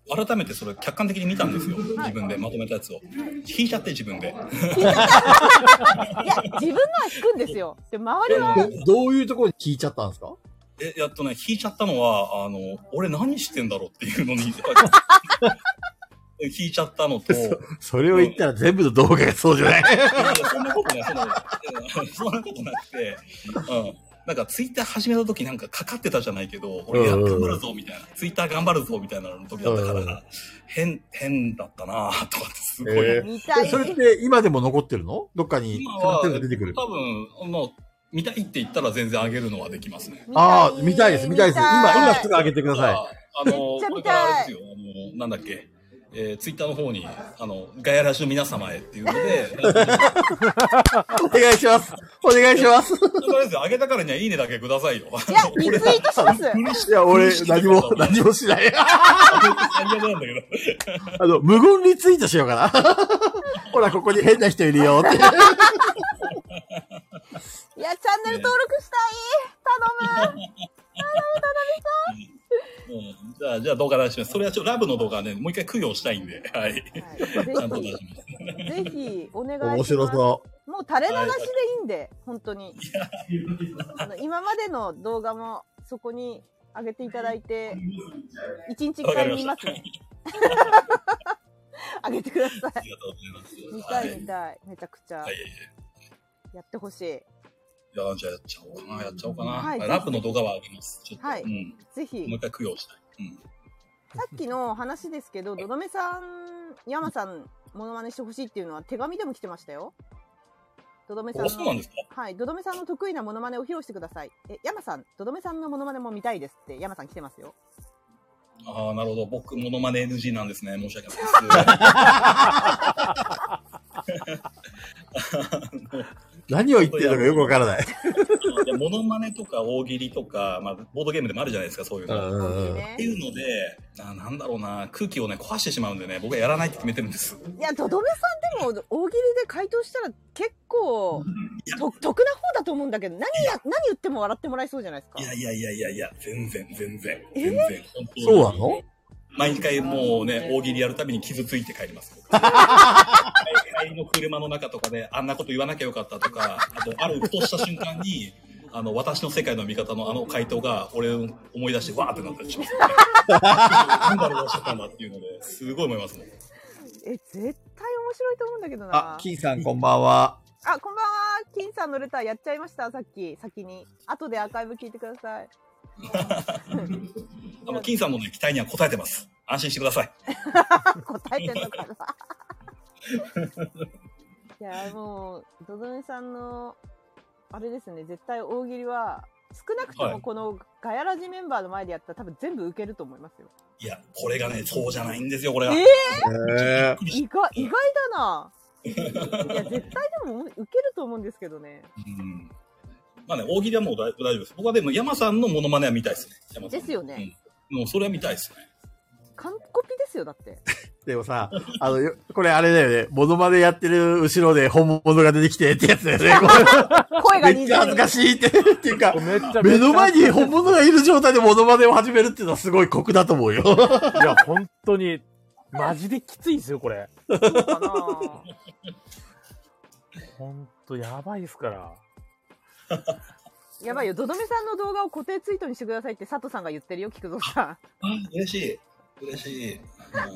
[SPEAKER 5] 改めてそれ客観的に見たんですよ。自分でまとめたやつを。引いちゃって自分で。
[SPEAKER 1] いや自分のは引くんですよで周りは
[SPEAKER 6] どどういうところに聞いちゃったんですか
[SPEAKER 5] え、やっとね、引いちゃったのは、あの、俺何してんだろうっていうのに、 引いちゃったのと、いやい
[SPEAKER 6] それを言ったら全部の動画がそうじゃない
[SPEAKER 5] やそんなことない、そんなことない、そんなことなくて、うん。なんかツイッター始めた時なんかかかってたじゃないけど、俺やっ頑張るぞみたいな、ツイッター頑張るぞみたいなの時だったか
[SPEAKER 6] うんうん
[SPEAKER 5] ら、変、変だったなぁとかってすごい。
[SPEAKER 6] へ
[SPEAKER 1] 見たい
[SPEAKER 6] それって今でも残ってるのどっかに
[SPEAKER 5] 今は、
[SPEAKER 6] 全部出てくる。
[SPEAKER 5] 多分、まあ、見たいって言ったら全然上げるのはできますね。
[SPEAKER 6] ああ、見たいです、見たいです。今、今すぐ上げてください。
[SPEAKER 5] あの、こ
[SPEAKER 1] めっちゃ見たい
[SPEAKER 5] れからあれですよ、あの、なんだっけ、えー、ツイッターの方に、あの、ガヤラジの皆様へっていうので、とり
[SPEAKER 6] お願いします。お願いします。
[SPEAKER 5] あえず上げたからにはいいねだけくださいよ。
[SPEAKER 1] いやリツイートします
[SPEAKER 6] いや、俺、何も、
[SPEAKER 5] 何
[SPEAKER 6] 何もしない。
[SPEAKER 5] 最悪なんだけど。
[SPEAKER 6] あの、無言リツイートしようかな。ほら、ここに変な人いるよ って。
[SPEAKER 1] いやチャンネル登録したい頼む
[SPEAKER 5] うん、じゃあ、じゃあ動画出します。それはちょっとラブの動画はね、もう一回供養したいんで、はい。ちゃんと
[SPEAKER 1] はい
[SPEAKER 5] 出し
[SPEAKER 1] ぜ
[SPEAKER 5] ます。
[SPEAKER 1] ひぜひお願いします
[SPEAKER 6] 面白そう。
[SPEAKER 1] もう垂れ流しでいいんで、本当に。あの今までの動画もそこに上げていただいて、一日一回見ますね。上げてくださ
[SPEAKER 5] あ
[SPEAKER 1] い。
[SPEAKER 5] りがとうご
[SPEAKER 1] 見
[SPEAKER 5] ざ
[SPEAKER 1] た
[SPEAKER 5] います。
[SPEAKER 1] い見たい。めちゃくちゃ
[SPEAKER 5] はい。はい。
[SPEAKER 1] やってほしい。
[SPEAKER 5] いや、じゃあやっちゃおうかな、やっちゃおうかな。
[SPEAKER 1] はい
[SPEAKER 5] ラブの動画は上げます。ちょっと、
[SPEAKER 1] はい
[SPEAKER 5] うん。
[SPEAKER 1] ぜ
[SPEAKER 5] もう
[SPEAKER 1] ひ
[SPEAKER 5] 一、回供養したい。うん。
[SPEAKER 1] さっきの話ですけど、どどめさん、山さん、モノマネしてほしいっていうのは手紙でも来てましたよ。どどめさん
[SPEAKER 5] あそうなん
[SPEAKER 1] の
[SPEAKER 5] で、すか
[SPEAKER 1] はい、どどめさんの得意なモノマネを披露してください。え、山さん、どどめさんのモノマネも見たいですって、山さん来てますよ。
[SPEAKER 5] ああ、なるほど。僕、モノマネ NG なんですね。申し訳ないです。
[SPEAKER 6] 何を言ってるのかよくわからない。
[SPEAKER 5] いやモノマネとか大喜利とか、まあ、ボードゲームでもあるじゃないですか、そういう
[SPEAKER 6] う
[SPEAKER 5] の。
[SPEAKER 6] ん
[SPEAKER 5] っ
[SPEAKER 6] うんうん。
[SPEAKER 1] ね
[SPEAKER 5] ていうので、あなんだろうな、空気をね、壊してしまうんでね、僕はやらないって決めてるんです。
[SPEAKER 1] いや、とどめさんでも大喜利で回答したら結構、と得な方だと思うんだけど、何や、何言っても笑ってもらえそうじゃないですか
[SPEAKER 5] い。やいやいやいやいや、全然、全然。
[SPEAKER 1] え
[SPEAKER 5] 全然。本当に
[SPEAKER 6] そうなの
[SPEAKER 5] 毎回もうね、大喜利やるたびに傷ついて帰ります。僕帰りの車の中とかで、あんなこと言わなきゃよかったとか、あと、あるふとした瞬間に、あの、私の世界の味方のあの回答が、俺を思い出して、わーってなったりします、ね。なんだろう、どうしちゃったんだっていうので、すごい思いますもん。
[SPEAKER 1] え、絶対面白いと思うんだけどな。
[SPEAKER 6] あ、金さんこんばんは。
[SPEAKER 1] あ、こんばんは。金さんのレターやっちゃいました、さっき、先に。後でアーカイブ聞いてください。
[SPEAKER 5] あの、金さんのね、期待には応えてます。安心してください。
[SPEAKER 1] 答えてんのかな。 いや、もう、ドドメさんの、あれですね、絶対大喜利は、少なくと
[SPEAKER 5] は
[SPEAKER 1] も
[SPEAKER 5] い
[SPEAKER 1] このガヤラジメンバーの前でやったら多分全部受けると思いますよ。
[SPEAKER 5] いや、これがね、そうじゃないんですよ、これが。
[SPEAKER 1] え
[SPEAKER 3] え
[SPEAKER 1] 意外、意外だな。いや、絶対でも受けると思うんですけどね。
[SPEAKER 5] うんまあね、大喜利はもう大大丈夫です。僕はでも山さんのモノマネは見たいですね。山さんの
[SPEAKER 1] ですよね。
[SPEAKER 5] うんもうそれは見たいですね。
[SPEAKER 1] 完コピですよ、だって。
[SPEAKER 3] でもさ、あの、よこれあれだよね。モノマネやってる後ろで本物が出てきてってやつだよね。
[SPEAKER 1] 声が
[SPEAKER 3] めっ
[SPEAKER 1] 似
[SPEAKER 3] ちゃ恥ずか
[SPEAKER 1] て
[SPEAKER 3] しいって。っていうか、
[SPEAKER 2] めっちゃ
[SPEAKER 3] 目の前に本物がいる状態でモノマネを始めるっていうのはすごい酷だと思うよ。
[SPEAKER 2] いや、本当に、マジできついですよ、これ。
[SPEAKER 1] るのかな。
[SPEAKER 2] ほんと、やばいですから。
[SPEAKER 1] やばいよ、ドドメさんの動画を固定ツイートにしてくださいって佐藤さんが言ってるよ、菊蔵さん。
[SPEAKER 5] あ、嬉しい。嬉しい。あの、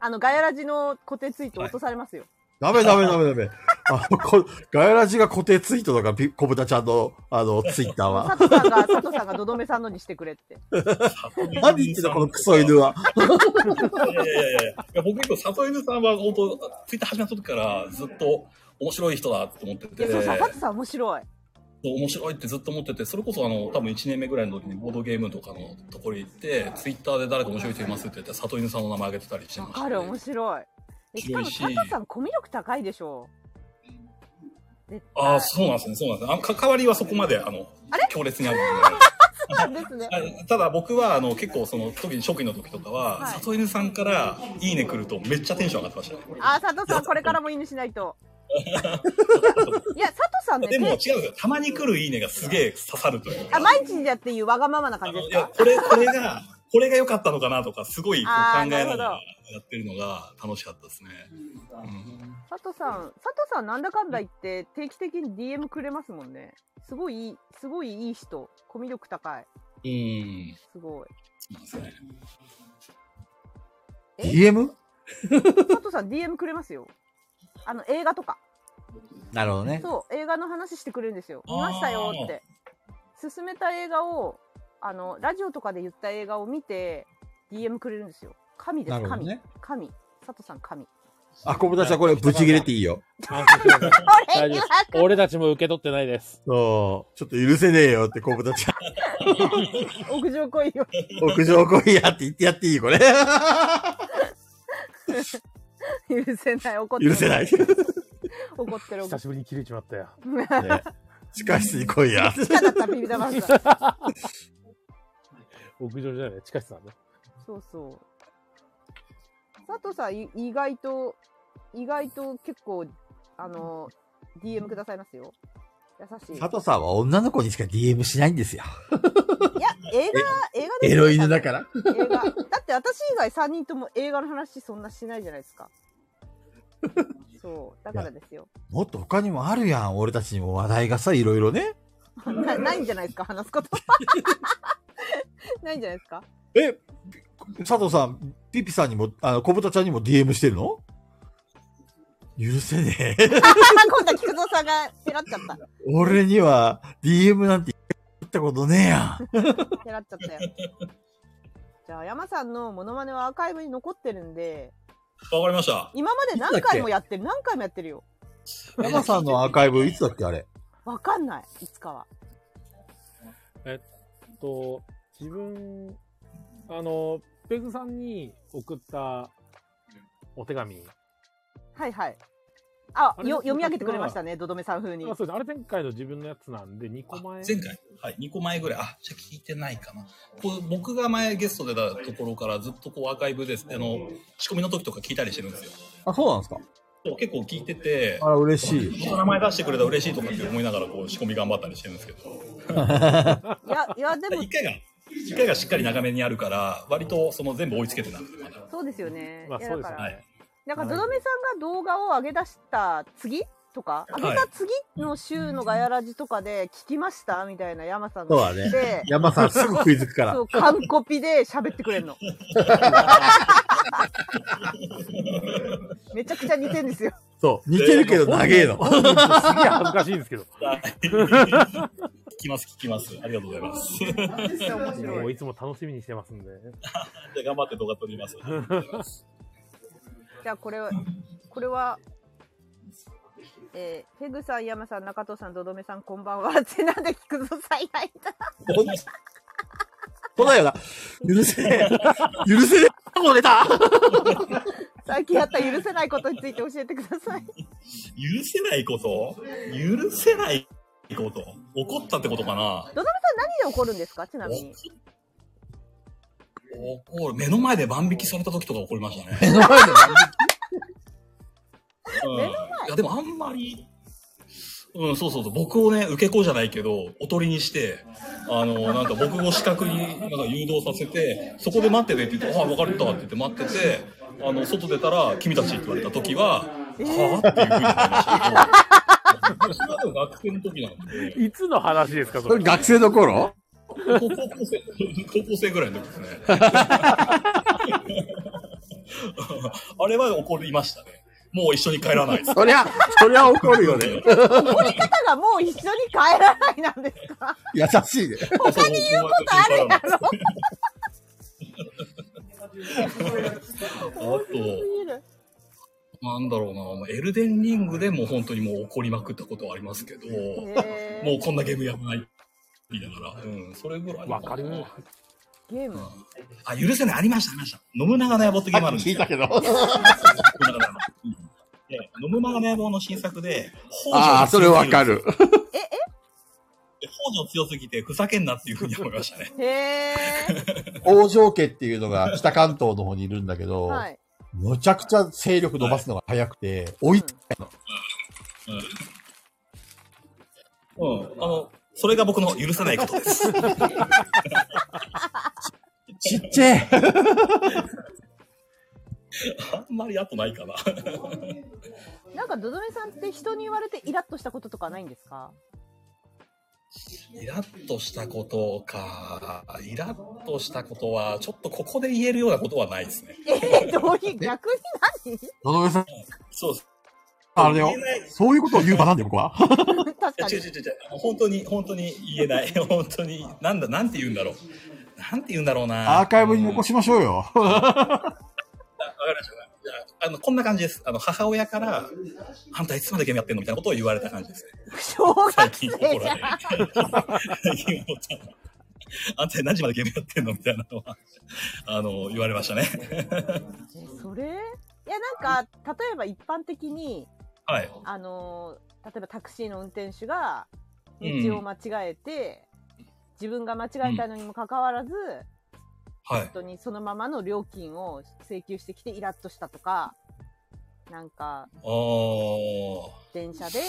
[SPEAKER 1] あの、ガヤラジの固定ツイート落とされますよ。
[SPEAKER 3] ダメダメダメダメ。あの、こガヤラジが固定ツイートだから、ピコブタちゃんの、あの、ツイッター は。
[SPEAKER 1] 佐藤さんが、佐藤さんがドドメさんのにしてくれ って。
[SPEAKER 3] 何言ってんだ、このクソ犬は。
[SPEAKER 5] いやいやいやいや、僕一個、里犬さんは本当、ツイッター始めた時からずっと面白い人だって思って
[SPEAKER 1] い
[SPEAKER 5] て
[SPEAKER 1] や、、そうそう、佐藤さん面白い。
[SPEAKER 5] 面白いってずっと思ってて、それこそあの、多分1年目ぐらいの時にボードゲームとかのところに行って、ツイッターで誰か面白い人いますって言って、里犬さんの名前上げてたりして
[SPEAKER 1] わ
[SPEAKER 5] ました、
[SPEAKER 1] かる、面白い。でしかも
[SPEAKER 5] 面
[SPEAKER 1] 佐
[SPEAKER 5] 白いし
[SPEAKER 1] 藤さんコミュ力高いでしょ。絶対
[SPEAKER 5] ああ、そうなんですね、そうなんですね。あの関わりはそこまで、あの、強烈にあるので。
[SPEAKER 1] そうなんですね。
[SPEAKER 5] あただ僕はあの結構その時に初期の時とかは、
[SPEAKER 1] はい
[SPEAKER 5] 里犬さんから「いいね」来るとめっちゃテンション上がってましたね。
[SPEAKER 1] あー、佐藤さんこれからもいいねしない と。いや、佐藤さんね、
[SPEAKER 5] でも違う
[SPEAKER 1] て
[SPEAKER 5] んですよ。たまに来る「いいね」がすげえ刺さるというか。
[SPEAKER 1] あ、毎日だっていうわがままな
[SPEAKER 5] あ
[SPEAKER 1] 感じ
[SPEAKER 5] の
[SPEAKER 1] で
[SPEAKER 5] い
[SPEAKER 1] す
[SPEAKER 5] や
[SPEAKER 1] か
[SPEAKER 5] これこれがこれが良かったのかなとかすごいこう
[SPEAKER 1] あー
[SPEAKER 5] 考えな
[SPEAKER 1] なるほ
[SPEAKER 5] がらやってるのが楽しかったですね。うん
[SPEAKER 1] 佐藤さん、佐藤さんなんだかんだ言って定期的に DM くれますもんね。すごいいい、すごいいい人。コミュ力高い。
[SPEAKER 5] うん。
[SPEAKER 1] すごい。
[SPEAKER 5] そうなんですね。
[SPEAKER 3] DM?
[SPEAKER 1] 佐藤さん DM くれますよ。あの、映画とか。
[SPEAKER 3] なるほどね。
[SPEAKER 1] そう、映画の話してくれるんですよ。
[SPEAKER 5] あー
[SPEAKER 1] 見ましたよって。勧めた映画を、あの、ラジオとかで言った映画を見て、DM くれるんですよ。神です、
[SPEAKER 3] なるほど
[SPEAKER 1] 神。
[SPEAKER 3] ね
[SPEAKER 1] 神。佐藤さん、神。
[SPEAKER 3] あ、コブタちゃんこれ、ブチ切れていいよ。
[SPEAKER 2] 大丈夫です俺たちも受け取ってないです。
[SPEAKER 3] そう。ちょっと許せねえよって、コブタちゃん。
[SPEAKER 1] 屋上来いよ。
[SPEAKER 3] 屋上来いやって言ってやっていいこれ。
[SPEAKER 1] 許せない、怒ってる。
[SPEAKER 3] 許せ ない。
[SPEAKER 1] 怒ってる、怒
[SPEAKER 2] 久
[SPEAKER 1] って
[SPEAKER 2] しぶりに切れちまったよ。
[SPEAKER 1] る。
[SPEAKER 3] ね地下室に来いや。
[SPEAKER 1] 地下だった、ビビダマンさん。
[SPEAKER 2] 屋上じゃない、地下室なんね。
[SPEAKER 1] そうそう。佐藤さん、い意外と、意外と結構、あの、DM くださいますよ。優しい。
[SPEAKER 3] 佐藤さんは女の子にしか DM しないんですよ。
[SPEAKER 1] いや、映画、映画です
[SPEAKER 3] エ
[SPEAKER 1] よ
[SPEAKER 3] ロ犬だから。
[SPEAKER 1] 映画。だって私以外3人とも映画の話そんなしないじゃないですか。 そう。だからですよ。
[SPEAKER 3] もっと他にもあるやん。俺たちにも話題がさ、いろいろね。
[SPEAKER 1] なないんじゃないですか、話 すこと。ないんじゃないですか。
[SPEAKER 3] え、佐藤さん、ピピさんにも、あの、小豚ちゃんにも DM してるの許せねえ。
[SPEAKER 1] 今度は菊蔵さんがペラっちゃった。
[SPEAKER 3] 俺には DM なんて言ったことねえやん。
[SPEAKER 1] ペラっちゃったよ。じゃあ、山さんのモノマネはアーカイブに残ってるんで、
[SPEAKER 5] わかりました。
[SPEAKER 1] 今まで何回もやってる、何回もやってるよ。
[SPEAKER 3] 山さんのアーカイブいつだっけあれ。
[SPEAKER 1] わかんない、いつかは。
[SPEAKER 2] と、自分、あの、ペグさんに送ったお手紙。
[SPEAKER 1] はいはい。あ、
[SPEAKER 2] あれ
[SPEAKER 1] よ読み上げてくれましたね、ドドメさん風に
[SPEAKER 2] あ。そうですあれ前回の自分のやつなんで、2個
[SPEAKER 5] あ
[SPEAKER 2] 前。
[SPEAKER 5] 前回、はい、2個前ぐらい、あ、じゃあ聞いてないかな。こう僕が前ゲストで出たところからずっとこうアーカイブです、あの、仕込みの時とか聞いたりしてるんですよ。
[SPEAKER 3] あ、そうなんですか
[SPEAKER 5] でも結構聞いてて、
[SPEAKER 3] あら、嬉しい。
[SPEAKER 5] 名前出してくれたら嬉しいとかって思いながらこう仕込み頑張ったりしてるんですけど。
[SPEAKER 1] いや、いや、でも
[SPEAKER 5] 一回が、一回がしっかり長めにあるから、割とその全部追いつけてなくて、まだ。
[SPEAKER 1] そうですよね。
[SPEAKER 2] まあ
[SPEAKER 1] いや
[SPEAKER 2] そうで
[SPEAKER 1] だ
[SPEAKER 2] す
[SPEAKER 1] か
[SPEAKER 2] よ
[SPEAKER 1] ら、
[SPEAKER 5] はい
[SPEAKER 2] ね。
[SPEAKER 1] なんか、ゾロメさんが動画を上げ出した次とか、
[SPEAKER 5] い
[SPEAKER 1] 上げた次の週のガヤラジとかで聞きましたみたいな山さんが
[SPEAKER 3] そうだね
[SPEAKER 1] 来 て、
[SPEAKER 3] 山さんすぐ食いつ くか
[SPEAKER 1] そ
[SPEAKER 3] ら。
[SPEAKER 1] う、完コピで喋ってくれんの。めちゃくちゃ似てんですよ。
[SPEAKER 3] そう。似てるけど長えの。
[SPEAKER 2] すげえ恥ずかしいんですけど。
[SPEAKER 5] 聞きます、聞きます。ありがとうございます。じゃ
[SPEAKER 1] 面白
[SPEAKER 2] もう
[SPEAKER 1] い。
[SPEAKER 2] いつも楽しみにしてますんで。
[SPEAKER 5] あ頑張って動画撮ります。
[SPEAKER 1] じゃあ、これは、これは、えー、フェグさん、山さん、中藤さん、どどめさん、こんばんは。ってなんで聞くぞ、最愛だ。
[SPEAKER 6] ほんとだよな。許せねえ。許せねえ。もう出た。
[SPEAKER 1] 最近あった許せないことについて教えてください。
[SPEAKER 5] 許せないこと許せないこと怒ったってことかな
[SPEAKER 1] どどめさん、何で怒るんですかちなみに。
[SPEAKER 5] 怒る。目の前で万引きされた時とか怒りましたね。
[SPEAKER 3] 目の前で
[SPEAKER 5] うんいや、でもあんまり、うん、そうそうそう、僕をね、受け子じゃないけど、おとりにして、あの、なんか僕を視覚になんか誘導させて、そこで待っててって言って、あ、分かったって言って待ってて、あの、外出たら、君たちって言われた時は、
[SPEAKER 1] え
[SPEAKER 5] はぁっていうふうになりま したけど、私はでも学生の時なんで、
[SPEAKER 2] いつの話ですか、そ
[SPEAKER 6] これ
[SPEAKER 2] れ。
[SPEAKER 6] 学生の頃
[SPEAKER 5] 高校生、高校生ぐらいの時ですね。 あれは怒りましたね。もう一緒に帰らないです。
[SPEAKER 6] そりゃ、そりゃ怒るよね。
[SPEAKER 1] 怒り方がもう一緒に帰らないなんですか
[SPEAKER 6] 優しいね。
[SPEAKER 5] 他に言うことあるやろ。あと、なんだろうなもう、エルデンリングでも本当にもう怒りまくったことはありますけど、
[SPEAKER 1] え
[SPEAKER 5] もうこんなゲームやばない。だから、うん、それぐらい。
[SPEAKER 2] わかる。
[SPEAKER 1] ー、ゲーム
[SPEAKER 5] あ、許せない、ありました、ありました。信長の野望ってゲームあるんです
[SPEAKER 6] 聞い
[SPEAKER 5] よ。
[SPEAKER 6] たけど。
[SPEAKER 5] 信長の野望うんで信長の野望の新作で、北条
[SPEAKER 6] ああ、それわかる。
[SPEAKER 5] 北条強すぎて、ふざけんなっていうふうに思いましたね。
[SPEAKER 1] へえ
[SPEAKER 6] 王城家っていうのが北関東の方にいるんだけど、
[SPEAKER 1] ー、はい。
[SPEAKER 6] むちゃくちゃ勢力伸ばすのが早くて、追い、
[SPEAKER 5] うん。あの、それが僕の許せない ことです。
[SPEAKER 6] ちっちゃい。
[SPEAKER 5] あんまり後ないかな。
[SPEAKER 1] なんか、どどめさんって人に言われてイラッとしたこととかないんですか
[SPEAKER 5] イラッとしたことか。イラッとしたことは、ちょっとここで言えるようなことはないですね。
[SPEAKER 1] えー、どういう、逆に何
[SPEAKER 6] のどめさん、
[SPEAKER 5] そうです。
[SPEAKER 6] あれだよ
[SPEAKER 5] 言えない。
[SPEAKER 6] そういうことを言うかなんで僕は。
[SPEAKER 1] 確か
[SPEAKER 5] いや違う
[SPEAKER 1] に。
[SPEAKER 5] 違う違う。あの本当に、本当に言えない。 本当に、なんだ、なんて言うんだろう。なんて言うんだろうな。
[SPEAKER 6] アーカイブに
[SPEAKER 5] うん
[SPEAKER 6] 残しましょうよ。
[SPEAKER 5] あわかりました。じゃあ、あの、こんな感じです。あの、母親から、あんたいつまでゲームやってんのみたいなことを言われた感じですね。
[SPEAKER 1] 小学
[SPEAKER 5] 最
[SPEAKER 1] 生
[SPEAKER 5] 近
[SPEAKER 1] じ
[SPEAKER 5] 怒ら
[SPEAKER 1] ゃん
[SPEAKER 5] れ。。最近怒ったの あんた何時までゲームやってんのみたいなのは、あの、言われましたね。
[SPEAKER 1] えそれいや、なんか、例えば一般的に、
[SPEAKER 5] はい。
[SPEAKER 1] あのー例えばタクシーの運転手が
[SPEAKER 5] う
[SPEAKER 1] 道
[SPEAKER 5] ん
[SPEAKER 1] を間違えて、自分が間違えたのにもかかわらず、
[SPEAKER 5] はい
[SPEAKER 1] 本。当にそのままの料金を請求してきてイラッとしたとか、なんか、
[SPEAKER 5] ああ。
[SPEAKER 1] 電車で、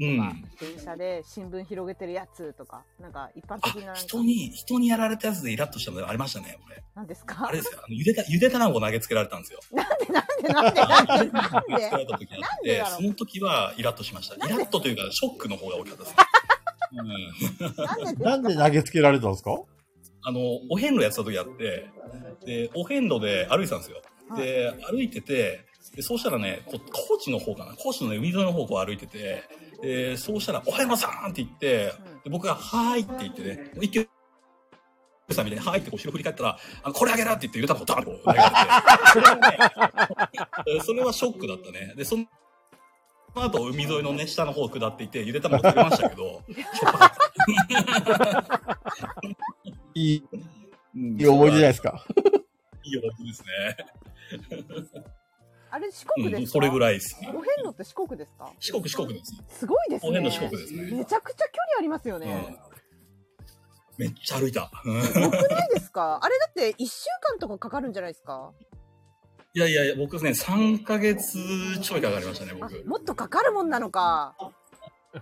[SPEAKER 5] うん。
[SPEAKER 1] まあ電車で新聞広げてるやつとか、なんか一般的な
[SPEAKER 5] あ、
[SPEAKER 1] なんか
[SPEAKER 5] 人に、人にやられたやつでイラッとしたのありましたね、俺。
[SPEAKER 1] なんです
[SPEAKER 5] あ
[SPEAKER 1] か
[SPEAKER 5] れですよ、あの、ゆでた、ゆで卵投げつけられたんですよ。
[SPEAKER 1] なんでなんでなんでなん
[SPEAKER 5] 投げつけら
[SPEAKER 1] で
[SPEAKER 5] れた時があっ
[SPEAKER 1] なんで
[SPEAKER 5] て
[SPEAKER 1] だろ、う
[SPEAKER 5] その時はイラッとしました。イラッとというか、ショックの方が大き かったです。うん。
[SPEAKER 1] なんで
[SPEAKER 6] なんで投げつけられたんですか
[SPEAKER 5] あの、お遍路やってた時あって、で、お遍路で歩いてたんですよ。で、歩いてて、でそうしたらね、こう高知の方かな高知のね海沿いの方をこう歩いてて、で、そうしたら、おはようございますって言って、で僕が、はーいって言ってね、一級さんみたいに、はーいってこう後ろ振り返ったら、あのこれあげなって言って、ゆで卵ダーンと投げられてそれはショックだったね。で、その後、海沿いのね、下の方を下っていて、ゆで卵食べましたけど、
[SPEAKER 6] いい、
[SPEAKER 5] うん
[SPEAKER 6] いい思い出じゃないですか。
[SPEAKER 5] いい思い出ですね。
[SPEAKER 1] あれ四国
[SPEAKER 5] う
[SPEAKER 1] です
[SPEAKER 5] ん、
[SPEAKER 1] か、
[SPEAKER 5] それぐらいですね。
[SPEAKER 1] お遍路って四国ですか
[SPEAKER 5] 四国、四国です。
[SPEAKER 1] すごいですね。
[SPEAKER 5] お遍路四国ですね
[SPEAKER 1] めちゃくちゃ距離ありますよ
[SPEAKER 5] う
[SPEAKER 1] ね。
[SPEAKER 5] ん。めっちゃ歩いた。うん
[SPEAKER 1] ないですかあれだって1週間とかかかるんじゃないですか
[SPEAKER 5] いやいやいや、僕ね、3ヶ月ちょいかかりましたね、
[SPEAKER 1] あ
[SPEAKER 5] 僕。
[SPEAKER 1] もっとかかるもんなのか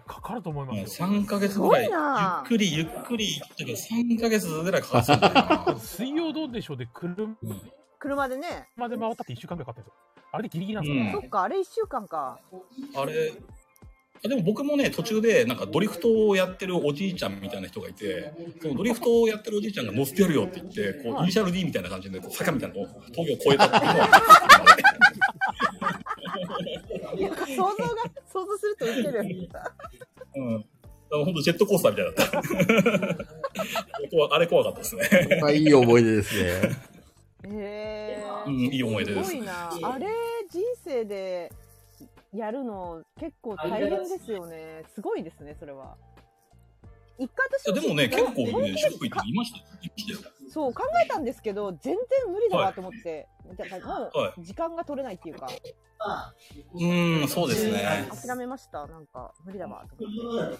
[SPEAKER 2] かかると思い
[SPEAKER 5] うん
[SPEAKER 2] ますよ。
[SPEAKER 5] 3ヶ月ぐらい、
[SPEAKER 1] すごい
[SPEAKER 5] ゆ
[SPEAKER 1] な
[SPEAKER 5] っくりゆっくり、だから3ヶ月ぐらいかかってたんじゃないかな
[SPEAKER 2] 水曜どうでしょうで、車
[SPEAKER 5] うん
[SPEAKER 1] 車でね、
[SPEAKER 2] で回ったって1週間ぐらいかかったんですよ。あれでギリギリなんですよ
[SPEAKER 5] うん
[SPEAKER 1] そっかあれ1週間か
[SPEAKER 5] あれ、あでも僕もね、途中で、なんかドリフトをやってるおじいちゃんみたいな人がいて、そのドリフトをやってるおじいちゃんが乗せてやるよって言って、こう、イニシャル D みたいな感じで、こう坂みたいなのを峠を越えたっていうのは
[SPEAKER 1] いや想像が想像するとウケる
[SPEAKER 5] うん。本当ジェットコースターみたいだった。 怖あれ怖かったですね。
[SPEAKER 6] まあいい思い出ですね。
[SPEAKER 1] へえ
[SPEAKER 5] うんいい思い出です
[SPEAKER 1] すごいなあれ人生でやるの結構大変ですよね。すごいですね、それは。一回私
[SPEAKER 5] いやでもね、結構ね、ショック行って
[SPEAKER 1] か
[SPEAKER 5] 言いましたよ。言いましたよ。
[SPEAKER 1] そう、考えたんですけど、全然無理だわと思って。だからも
[SPEAKER 5] は
[SPEAKER 1] う、時間が取れないっていうか、
[SPEAKER 5] うーん、そうですね。
[SPEAKER 1] 諦めました。なんか、無理だわと思って。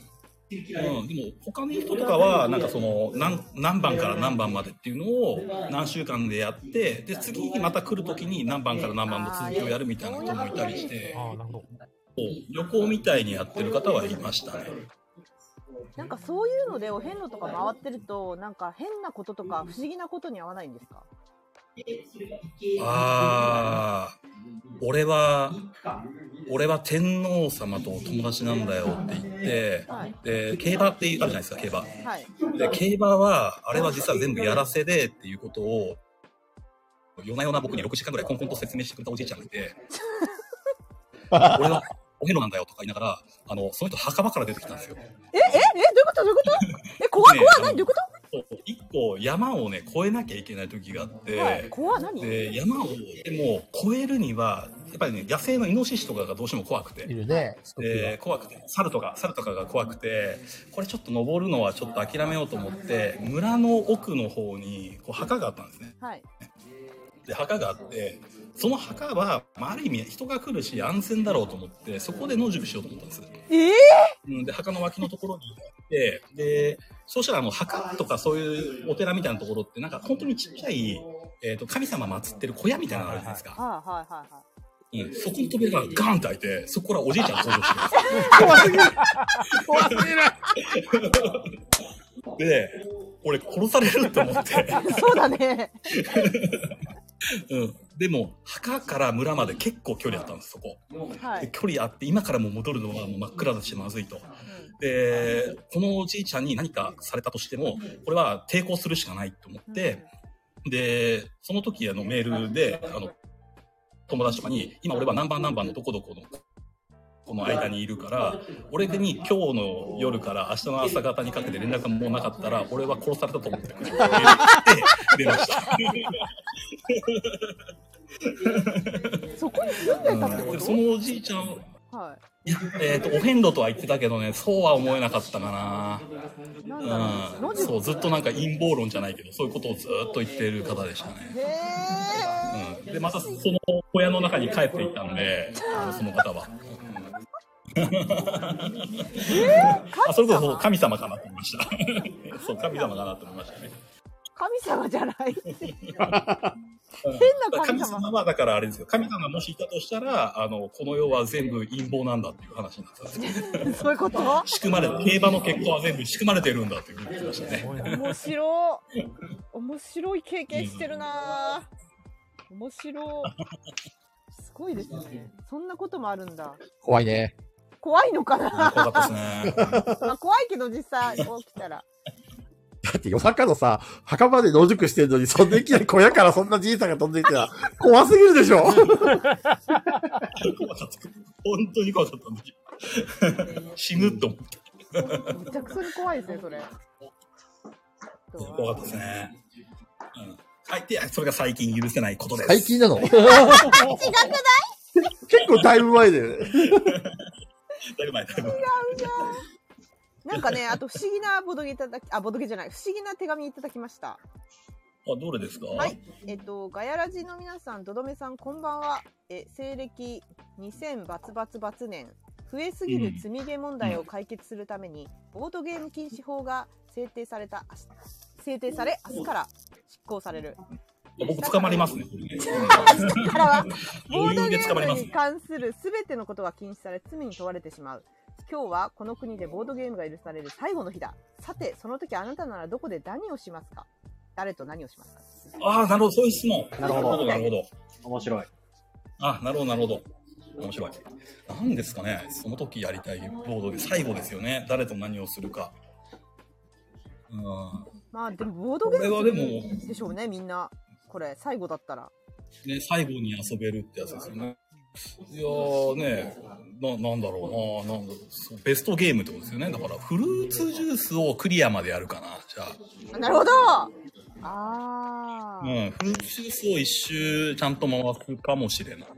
[SPEAKER 5] うん、でも他の人とかは、なんかその何、何番から何番までっていうのを何週間でやって、で、次また来るときに何番から何番の続きをやるみたいな人もいたりして、
[SPEAKER 2] ああ、なるほど。
[SPEAKER 5] 旅行みたいにやってる方はいましたね。
[SPEAKER 1] なんかそういうので、お遍路とか回ってると、なんか変なこととか不思議なことに合わないんですか
[SPEAKER 5] ああ、俺は、俺は天皇様とお友達なんだよって言って、
[SPEAKER 1] はい。
[SPEAKER 5] で、競馬ってあるじゃないですか、競馬。
[SPEAKER 1] はい。
[SPEAKER 5] で、競馬は、あれは実は全部やらせでっていうことを、夜な夜な僕に6時間ぐらいコンコンと説明してくれたおじいちゃんがいて、俺はお遍路なんだよとか言いながら、あの、その人墓場から出てきたんですよ。
[SPEAKER 1] え、え、え、どういうことどういうことえ、怖い怖い
[SPEAKER 5] ね
[SPEAKER 1] 何どういうこ
[SPEAKER 5] そう一個山をね、越えなきゃいけない時があっ
[SPEAKER 1] とはい。
[SPEAKER 5] て、
[SPEAKER 1] 怖い何
[SPEAKER 5] で、山を、でも、越えるには、やっぱりね、野生のイノシシとかがどうしても怖くて、
[SPEAKER 3] るね。
[SPEAKER 5] で怖くて猿とか猿とかが怖くてこれちょっと登るのはちょっと諦めようと思って村の奥の方にこう墓があったんですね
[SPEAKER 1] はい。
[SPEAKER 5] で墓があってその墓は、まあ、ある意味人が来るし安全だろうと思ってそこで野宿しようと思ったんです、
[SPEAKER 1] ええ
[SPEAKER 5] うん、で墓の脇のところに行ってでそうしたらあの墓とかそういうお寺みたいなところってなんか本当にちっちゃい、えー、と神様祀ってる小屋みたいなのあるじゃないですか、
[SPEAKER 1] はいはいはいはい。
[SPEAKER 5] うん、そこの扉がガーンと開いてそこからおじいちゃんが登場してくるんです
[SPEAKER 3] 怖すぎる
[SPEAKER 5] で、俺殺されると思って。
[SPEAKER 1] そうだね。
[SPEAKER 5] うん。でも、墓から村まで結構距離あったんです、そこ。
[SPEAKER 1] は
[SPEAKER 5] で、
[SPEAKER 1] い。
[SPEAKER 5] 距離あって、今からも戻るのはもう真っ暗だしまずいと。で、このおじいちゃんに何かされたとしても、これは抵抗するしかないと思
[SPEAKER 1] うん
[SPEAKER 5] って、、で、その時あのメールで、あの、友達とかに、今俺は何番何番のどこどこの、この間にいるから、俺に今日の夜から明日の朝方にかけて連絡がもうなかったら、俺は殺されたと思ってくれって言って、出ました。
[SPEAKER 1] うんそこに住んでたってこ
[SPEAKER 5] そ
[SPEAKER 1] と
[SPEAKER 5] のおじいちゃん、
[SPEAKER 1] はい
[SPEAKER 5] や、えっ、と、お遍路とは言ってたけどね、そうは思えなかったか
[SPEAKER 1] い。なんだ
[SPEAKER 5] な。
[SPEAKER 1] ろう。野
[SPEAKER 5] うん。
[SPEAKER 1] 宿
[SPEAKER 5] そう、ずっとなんか陰謀論じゃないけど、そういうことをずっと言っている方でしたね。
[SPEAKER 1] へえ。
[SPEAKER 5] うん。で、またその小屋の中に帰っていったんで、あのその方は。あ、それこそ神様かなと思いました。そう、神様かなと思いましたね。
[SPEAKER 1] 神様じ ゃない。変な神
[SPEAKER 5] 神
[SPEAKER 1] 様。
[SPEAKER 5] 様はだからあれですよ。神様がもしいたとしたら、あの、この世は全部陰謀なんだっていう話になってたんですよ
[SPEAKER 1] そういうこと面
[SPEAKER 5] 仕組まれて、競馬の結果は全部仕組まれてるんだというふうに言ってましたね。
[SPEAKER 1] 白い。面白い経験してるなぁ面白い。すごいですね。そんなこともあるんだ。
[SPEAKER 3] 怖いね。
[SPEAKER 1] 怖いのかな、
[SPEAKER 5] 怖かったですね。
[SPEAKER 1] まあ、怖いけど実際起きたら。
[SPEAKER 6] だって夜中のさ、墓場で野宿してるのに、そんないきなり小屋からそんなじいさんが飛んできたら、怖すぎるでしょ
[SPEAKER 5] 怖かった。本当に怖かったんだけど。死ぬと思って。
[SPEAKER 1] めちゃくちゃに怖いですね、それ。
[SPEAKER 5] 怖かったですね。うん。はい。で、それが最近許せないことです。
[SPEAKER 3] 最近なの
[SPEAKER 6] 結構だいぶ前だよね。
[SPEAKER 5] だいぶ前、だいぶ前
[SPEAKER 1] なんかね、あと不思議なボドゲいただき、あ、ボドゲじゃない、不思議な手紙いただきました。
[SPEAKER 5] あ、どれですか
[SPEAKER 1] はい。えっと、ガヤラジの皆さん、ドドメさん、こんばんは。え、西暦2000バツバツバツ年。増えすぎる積み毛問題を解決するために、ボードゲーム禁止法が制定された、制定され、明日から執行される。
[SPEAKER 5] 僕捕まりますね。これね
[SPEAKER 1] 明日からは、ボードゲ
[SPEAKER 5] 人間捕まり
[SPEAKER 1] ー
[SPEAKER 5] ま
[SPEAKER 1] ム
[SPEAKER 5] す
[SPEAKER 1] に。関する全てのことが禁止され、罪に問われてしまう。今日はこの国でボードゲームが許される最後の日だ。さて、その時あなたならどこで何をしますか誰と何をしますか
[SPEAKER 5] ああ、なるほど。そういう質問。
[SPEAKER 4] なるほど
[SPEAKER 5] なるほど。
[SPEAKER 4] 面白い。
[SPEAKER 5] あ、なるほど、なるほど。面白い。何ですかね。その時やりたいボードで最後ですよね。誰と何をするか。うん。
[SPEAKER 1] まあでもボードゲーム
[SPEAKER 5] これはでも
[SPEAKER 1] でしょうねみんなこれ最後だったら
[SPEAKER 5] ね、最後に遊べるってやつですよね。いやーね、な、なんだろうな、なんだろうそう、ベストゲームってことですよね。だから、フルーツジュースをクリアまでやるかな、じゃ
[SPEAKER 1] あなるほどあ
[SPEAKER 5] あ。
[SPEAKER 1] ー、
[SPEAKER 5] うん、フルーツジュースを一周ちゃんと回すかもしれない。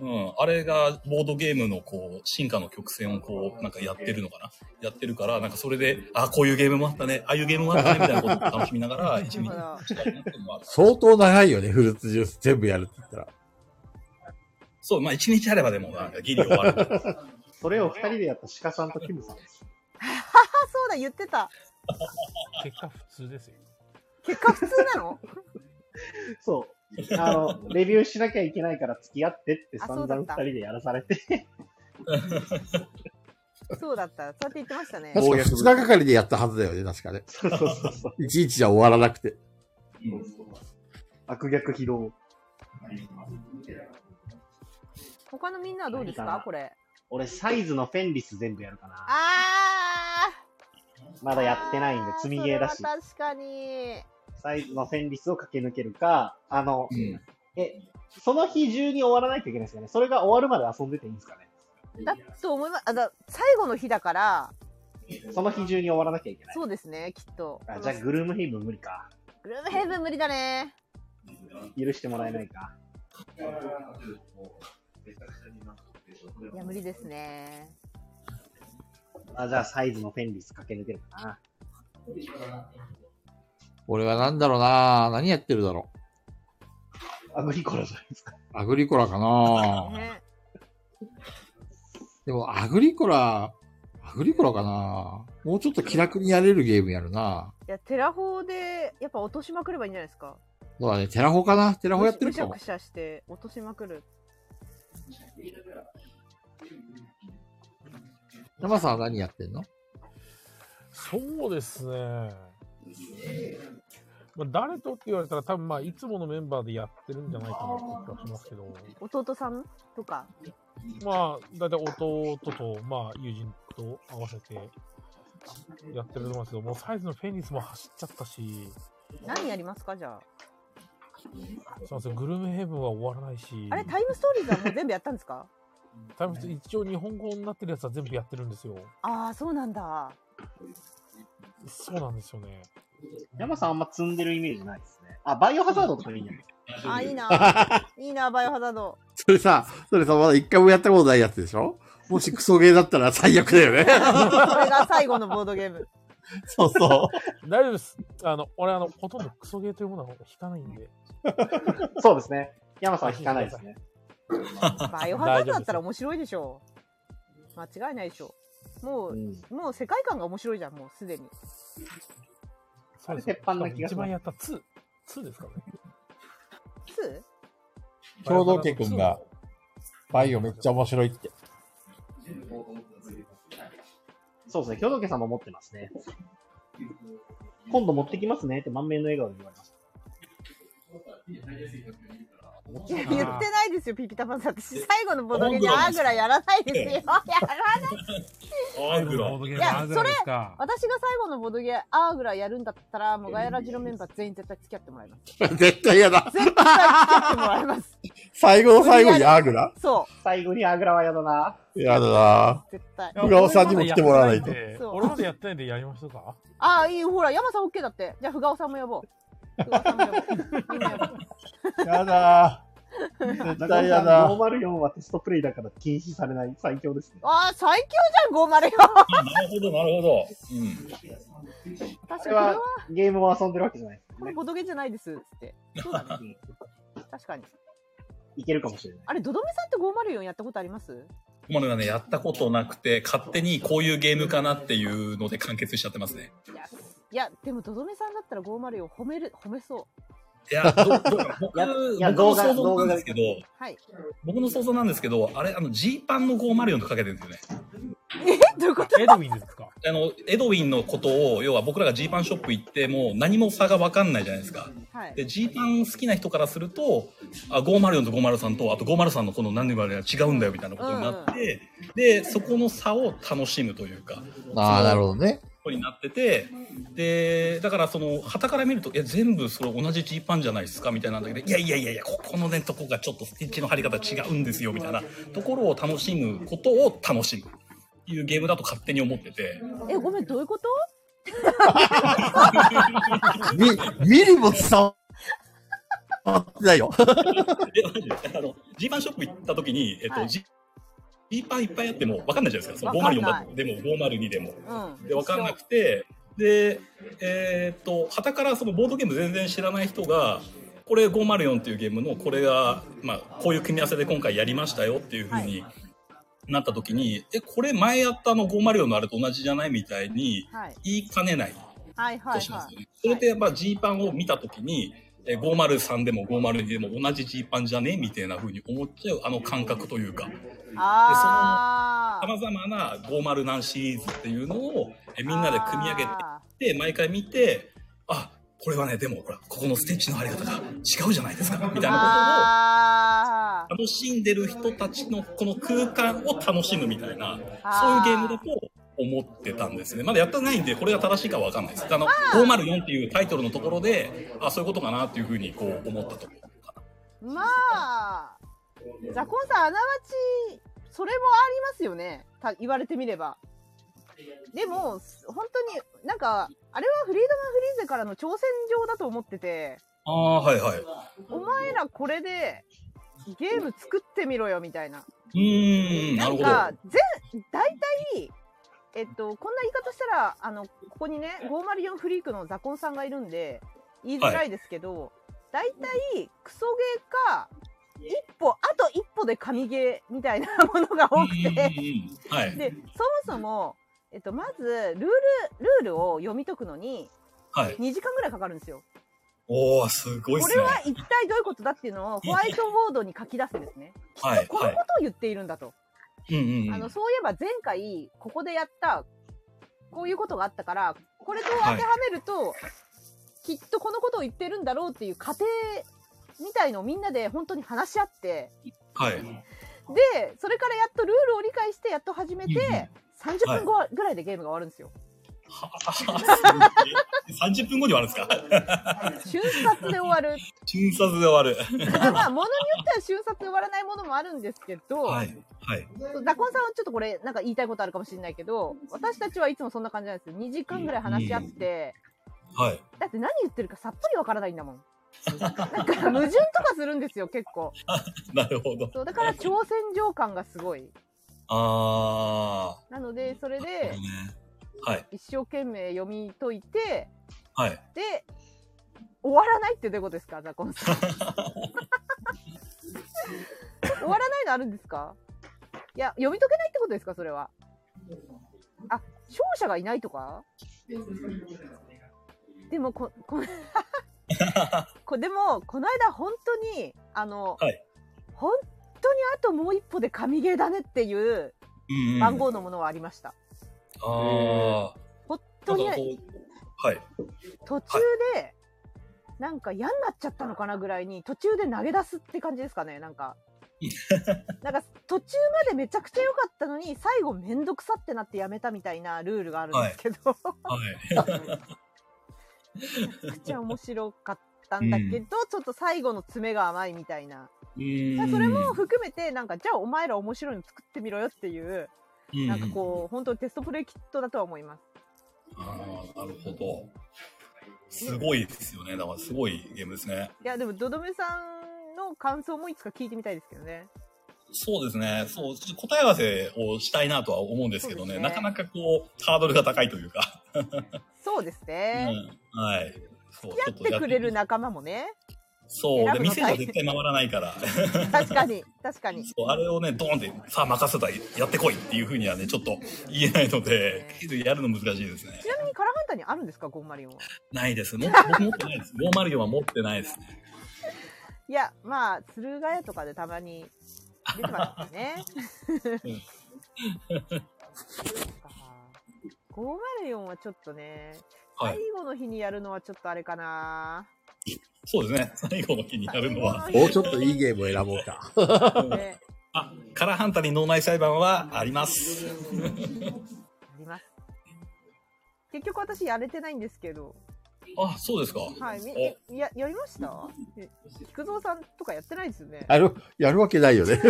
[SPEAKER 5] うん、あれがボードゲームのこう、進化の曲線をこう、なんかやってるのかなやってるから、なんかそれで、あ、こういうゲームもあったね、ああいうゲームもあったね、みたいなことを楽しみながら、一日
[SPEAKER 1] なるほど
[SPEAKER 5] したいなっていうのもある。
[SPEAKER 3] 相当長いよね、フルーツジュース全部やるって言ったら。
[SPEAKER 5] そう、まあ一日あればでも、なんかギリ終わる。
[SPEAKER 4] それを二人でやった鹿さんとキムさんです。
[SPEAKER 1] あ、そうだ、言ってた。
[SPEAKER 2] 結果普通ですよ。
[SPEAKER 1] 結果普通なの
[SPEAKER 4] そう。あの、レビューしなきゃいけないから付き合ってって
[SPEAKER 1] あ
[SPEAKER 4] 散々
[SPEAKER 1] そうだ
[SPEAKER 4] 二
[SPEAKER 1] った
[SPEAKER 4] 人でやらされて。
[SPEAKER 1] そうだった。そうやって言ってましたね。
[SPEAKER 3] 確か2日がかりでやったはずだよね、確かね。
[SPEAKER 4] そうそうそうそう。
[SPEAKER 3] いちいちじゃ終わらなくて。
[SPEAKER 5] うん
[SPEAKER 4] 悪逆疲労。
[SPEAKER 1] 他のみんなはどうです
[SPEAKER 4] 何か
[SPEAKER 1] か
[SPEAKER 4] な
[SPEAKER 1] これ。
[SPEAKER 4] 俺、サイズのフェンリス全部やるかな。
[SPEAKER 1] あ
[SPEAKER 4] ま
[SPEAKER 1] ー
[SPEAKER 4] だやってないんで、積みゲーだし
[SPEAKER 1] それ。は確かに。
[SPEAKER 4] サイズのフェンリスを駆け抜けるか、あの、
[SPEAKER 5] うん。
[SPEAKER 4] え、その日中に終わらないといけないですよね。それが終わるまで遊んでていいんですかね。
[SPEAKER 1] だと思います。あ、だ最後の日だから、
[SPEAKER 4] その日中に終わらなきゃいけない。
[SPEAKER 1] そうですね、きっと。
[SPEAKER 4] あじゃあ、グルームヘイブン無理か。
[SPEAKER 1] グルームヘイブン無理だね。
[SPEAKER 4] 許してもらえないか。
[SPEAKER 1] いや、無理ですね。
[SPEAKER 4] あじゃあ、サイズのフェンリス駆け抜けるかな。
[SPEAKER 3] 俺はなんだろうな何やってるだろう。
[SPEAKER 4] アグリコラじゃないですか。
[SPEAKER 3] アグリコラかな
[SPEAKER 1] ね
[SPEAKER 3] でも、アグリコラ、アグリコラかなもうちょっと気楽にやれるゲームやるない
[SPEAKER 1] や、テラフォーで、やっぱ落としまくればいいんじゃないですか。
[SPEAKER 3] そうだね、テラホかなテラホやってる
[SPEAKER 1] むしゃ
[SPEAKER 3] かも
[SPEAKER 1] く。しゃして、落としまくる。
[SPEAKER 3] 山さんは何やってんの
[SPEAKER 2] そうですね。まあ、誰とって言われたら多分まあいつものメンバーでやってるんじゃないかなって気がしますけど、
[SPEAKER 1] 弟さんとか。
[SPEAKER 2] まあ大体弟とまあ友人と合わせてやってると思いますけど、もうサイズのフェニスも走っちゃったし、
[SPEAKER 1] 何やりますかじゃあ。
[SPEAKER 2] すいません、グルメヘブンは終わらないし、
[SPEAKER 1] あれ、タイムストーリーズはもう全部やったんですか
[SPEAKER 2] 多分一応日本語になってるやつは全部やってるんですよ。
[SPEAKER 1] ああ、そうなんだ。
[SPEAKER 2] そうなんですよね。
[SPEAKER 4] 山さんあんま積んでるイメージないですね。あ、バイオハザードとかいいんじゃないですか。
[SPEAKER 1] あ、いい な。いいな、バイオハザード。
[SPEAKER 3] それさ、それさ、まだ一回もやったことないやつでしょもしクソゲーだったら最悪だよね。
[SPEAKER 1] これが最後のボードゲー ム。
[SPEAKER 3] そうそ
[SPEAKER 2] 大丈夫です。あの、俺あの、ほとんどクソゲーというものは引かないんで。
[SPEAKER 4] そうですね。山さんは引かないですね。
[SPEAKER 1] バイオハザードだったら面白いでしょう。間違いないでしょう。も
[SPEAKER 4] う
[SPEAKER 1] う、
[SPEAKER 4] ん。
[SPEAKER 1] もう世界観が面白いじゃん、もうすでに。
[SPEAKER 2] そうです
[SPEAKER 4] 鉄板な気がします
[SPEAKER 2] 一番やった2。2ですからね。
[SPEAKER 1] 2?
[SPEAKER 3] 共同家君が。バイオめっちゃ面白いって。
[SPEAKER 4] そうですね。京都家さんも持ってますね。今度持ってきますねって満面の笑顔で言われました。
[SPEAKER 1] いや、 言ってないですよ、ピピタパンさん。私、最後のボードゲームにあーぐらいやらないですよ。やらない。
[SPEAKER 5] あーぐら
[SPEAKER 2] ボードゲ
[SPEAKER 1] い
[SPEAKER 2] ー
[SPEAKER 1] や
[SPEAKER 2] ムあぐらいですか。
[SPEAKER 1] 私が最後のボードゲーム、あーぐらいやるんだったら、もうガヤラジのメンバー全員絶対付き合ってもらいます。
[SPEAKER 3] 絶対嫌だ。
[SPEAKER 1] 絶対付き合ってもらいます。
[SPEAKER 3] 最後の最後にアーグラ
[SPEAKER 1] そ
[SPEAKER 4] 最後にあぐらはやだな。
[SPEAKER 3] 嫌だな
[SPEAKER 1] う、絶対。
[SPEAKER 3] 浦尾さんにも来てもらわないと
[SPEAKER 1] そう
[SPEAKER 2] 俺までやってないんでやりましょうか。
[SPEAKER 1] ああ、いいよ、ほら、山さん OK だって。じゃあ、ふがおさんも呼ぼう。ふがおさんも呼ぼう。みんな呼ぼう
[SPEAKER 3] 嫌だ
[SPEAKER 4] 絶
[SPEAKER 3] 対やだ
[SPEAKER 4] ノーマル4はテストプレイだから禁止されない最強ですね。
[SPEAKER 1] ああ、最強じゃん、504。
[SPEAKER 5] なるほど、なるほど。うん。
[SPEAKER 1] 確かに、
[SPEAKER 4] そ
[SPEAKER 1] これ
[SPEAKER 4] れ
[SPEAKER 1] は
[SPEAKER 4] は、ゲームを遊んでるわけじゃないです
[SPEAKER 1] こ
[SPEAKER 4] ね
[SPEAKER 1] れ。ボードゲームじゃないです。つって。そうだね。確かに。
[SPEAKER 4] いけるかもしれない。
[SPEAKER 1] あれ、どどめさんって504やったことあります
[SPEAKER 5] まだね、やったことなくて、勝手にこういうゲームかなっていうので完結しちゃってますね。
[SPEAKER 1] いや、いや、でも、どどめさんだったら504褒める、褒めそう。
[SPEAKER 5] いや、どど僕
[SPEAKER 4] やいや
[SPEAKER 5] 僕
[SPEAKER 4] 動
[SPEAKER 5] の
[SPEAKER 4] 画
[SPEAKER 5] 想像なんですけど、
[SPEAKER 1] はい。
[SPEAKER 5] 僕の想像なんですけど、あれ、あの、ジーパンの504とかけてるんですよね。
[SPEAKER 1] え、どういうこと
[SPEAKER 2] エドウィンですか。
[SPEAKER 5] あの、エドウィンのことを、要は僕らがジーパンショップ行っても何も差がわかんないじゃないですか。
[SPEAKER 1] はい。
[SPEAKER 5] で、ジーパン好きな人からすると、あ、504と503と、あと503のこの何々が違うんだよみたいなことになって、で、そこの差を楽しむというか、
[SPEAKER 3] ああ、なるほどね。
[SPEAKER 5] ことになってて、で、だからその、旗から見ると、いや、全部それ同じジーパンじゃないですかみたいなんだけど、いやいやいやいや、ここのね、とこがちょっとステッチの貼り方違うんですよみたいなところを楽しむことを楽しむ。っていうゲームだと勝手に思って て。
[SPEAKER 1] え、ごめん、どういうこと
[SPEAKER 3] み、見りも伝わ
[SPEAKER 6] まってないよ。
[SPEAKER 5] いやマジであの、ジーパンショップ行った時に、えっ
[SPEAKER 1] は
[SPEAKER 5] と、
[SPEAKER 1] い
[SPEAKER 5] ジーパンいっぱいあっても分かんないじゃないですか。その
[SPEAKER 1] わかん
[SPEAKER 5] 504
[SPEAKER 1] ない
[SPEAKER 5] だでも502でも。
[SPEAKER 1] うん。
[SPEAKER 5] で、分かんなくて、で、えーっと、はからそのボードゲーム全然知らない人が、これ504っていうゲームの、これが、まあ、こういう組み合わせで今回やりましたよっていうふうになった時に、え、これ前やったあの504のあれと同じじゃないみたいに
[SPEAKER 1] はい。
[SPEAKER 5] 言いかねない。
[SPEAKER 1] はいはい
[SPEAKER 5] しま
[SPEAKER 1] は
[SPEAKER 5] すよ
[SPEAKER 1] い。
[SPEAKER 5] ね。それでやっぱジーパンを見たときに、えー503でも502でも同じジーパンじゃねえみたいな風に思っちゃうあの感覚というか、
[SPEAKER 1] ああ。
[SPEAKER 5] 様々な50何シリーズっていうのをえーみんなで組み上げていって、毎回見て、あ、これはね、でもほら、ここのステッチの貼り方が違うじゃないですか、みたいな
[SPEAKER 1] あ
[SPEAKER 5] ことを楽しんでる人たちのこの空間を楽しむみたいな、そうい
[SPEAKER 1] あー
[SPEAKER 5] うゲームだと思ってたんですね。まだやってないんで、これが正しいかはわかんないです。あの、504っていうタイトルのところで、あ、そういうことかなっていうふうにこう思ったと思う。
[SPEAKER 1] ーまあ。ザコンさん、あながち、それもありますよね。た言われてみれば。でも、す本当に、なんか、あれはフリードマン・フリーゼからの挑戦状だと思ってて、
[SPEAKER 5] ああ、はいはい。
[SPEAKER 1] お前らこれで、ゲーム作ってみろよ、みたいな。
[SPEAKER 5] うーん、なるほど。
[SPEAKER 1] な
[SPEAKER 5] は
[SPEAKER 1] んか全大体えっとこんな言い方したらあのここにね504フリークのザコンさんがいるんで言いづらいですけど、大体クソゲーか一歩あと一歩で神ゲーみたいなものが多くてで
[SPEAKER 5] い。
[SPEAKER 1] そもそも、えっと、まずルールルールを読み解くのに
[SPEAKER 5] はい。
[SPEAKER 1] 2時間ぐらいかかるんですよ。
[SPEAKER 5] おおすごいっ
[SPEAKER 1] こ
[SPEAKER 5] す
[SPEAKER 1] れ
[SPEAKER 5] ね。
[SPEAKER 1] は一体どういうことだっていうのをホワイトボードに書き出すんですね。
[SPEAKER 5] はい。
[SPEAKER 1] この
[SPEAKER 5] は
[SPEAKER 1] ことを言っているんだと。
[SPEAKER 5] い。うんうん。
[SPEAKER 1] あの、
[SPEAKER 5] は
[SPEAKER 1] そういえば前回、ここでやった、こういうことがあったから、これと当てはめると、きっとこのことを言ってるんだろうっていう過程みたいのをみんなで本当に話し合って、
[SPEAKER 5] い。
[SPEAKER 1] で、それからやっとルールを理解して、やっと始め
[SPEAKER 5] うんうん
[SPEAKER 1] て、30分後ぐらいでゲームが終わるんですよ。
[SPEAKER 5] はあすごい30分後に終わるんですか
[SPEAKER 1] 瞬殺で終わる。
[SPEAKER 5] 瞬殺で終わる。
[SPEAKER 1] だからまあ、ものによっては瞬殺で終わらないものもあるんですけど、
[SPEAKER 5] はい。はい。
[SPEAKER 1] ダコンさんはちょっとこれ、なんか言いたいことあるかもしれないけど、私たちはいつもそんな感じなんですよ。2時間ぐらい話し合って、
[SPEAKER 5] はい。
[SPEAKER 1] だって何言ってるかさっぱりわからないんだもん。なんか矛盾とかするんですよ、結構。
[SPEAKER 5] なるほど。
[SPEAKER 1] そう、だから挑戦状感がすごい。
[SPEAKER 5] あ
[SPEAKER 1] なので、それ
[SPEAKER 5] あ。なる
[SPEAKER 1] で
[SPEAKER 5] ほどねはい。
[SPEAKER 1] 一生懸命読み解いて、
[SPEAKER 5] はい。
[SPEAKER 1] で、終わらないってどういうことですか、ザコンさ ん。終わらないのあるんですかいや、読み解けないってことですか、それは。あ、勝者がいないとかでもこ、こ、 こでも、この間本当に、あの、
[SPEAKER 5] はい
[SPEAKER 1] 本当にあともう一歩で神ゲーだねっていう
[SPEAKER 5] うんうん。
[SPEAKER 1] 番号のものはありました。
[SPEAKER 5] あ
[SPEAKER 1] 本
[SPEAKER 5] あ。な
[SPEAKER 1] 当
[SPEAKER 5] ん
[SPEAKER 1] に
[SPEAKER 5] か
[SPEAKER 1] ない
[SPEAKER 5] こう、はい。
[SPEAKER 1] 途中で、なんか嫌になっちゃったのかなぐらいに、途中で投げ出すって感じですかね、なん か。なんか途中までめちゃくちゃ良かったのに、最後めんどくさってなってやめたみたいなルールがあるんですけど、
[SPEAKER 5] はい。
[SPEAKER 1] めちゃくちゃ面白かったんだけど、
[SPEAKER 5] う
[SPEAKER 1] ちょっと最後の詰めが甘いみたいな。
[SPEAKER 5] うーん
[SPEAKER 1] それも、含めて、なんか、じゃあお前ら面白いの作ってみろよっていう、
[SPEAKER 5] うん
[SPEAKER 1] なんかこう、本当にテストプレイキットだとは思います。
[SPEAKER 5] ああ、なるほど。すごいですよね。だからすごいゲームですね。
[SPEAKER 1] いや、でも、どどめさんの感想もいつか聞いてみたいですけどね。
[SPEAKER 5] そうですね。そう、ちょっと答え合わせをしたいなとは思うんですけどね。
[SPEAKER 1] そうですね
[SPEAKER 5] なかなかこう、ハードルが高いというか。
[SPEAKER 1] そうです
[SPEAKER 5] う
[SPEAKER 1] ね。
[SPEAKER 5] ん、はい。そう、
[SPEAKER 1] やってくれる仲間もね。
[SPEAKER 5] そう。で、
[SPEAKER 1] 選ぶの
[SPEAKER 5] 店じゃ絶対回らないから。
[SPEAKER 1] 確かに、確かに。
[SPEAKER 5] そうあれをね、ドーンって、さあ任せた、やってこいっていうふうにはね、ちょっと言えないので、やるの難しいですね
[SPEAKER 1] ち。なみにカラハンタにあるんですか、ゴンマリオンは。
[SPEAKER 5] ないです。 も僕持ってないです。504は持ってないです。
[SPEAKER 1] いや、まあ、鶴ヶ谷とかでたまに出てましたね。そうか504はちょっとね、
[SPEAKER 5] はい
[SPEAKER 1] 最。後の日にやるのはちょっとあれかな、
[SPEAKER 5] そうですね。最後の日にやるのは。
[SPEAKER 1] 最後
[SPEAKER 6] も
[SPEAKER 1] の
[SPEAKER 6] うちょっといいゲームを選ぼうか。
[SPEAKER 1] 日ね
[SPEAKER 5] あ、カラーハンターに脳内裁判はあります。
[SPEAKER 1] あります。結局私やれてないんですけど、
[SPEAKER 5] あ、そうですか。
[SPEAKER 1] はい、み
[SPEAKER 5] お
[SPEAKER 1] えややりましたえ菊蔵さんとかやってないですよね。
[SPEAKER 6] やる、やるわけないよね。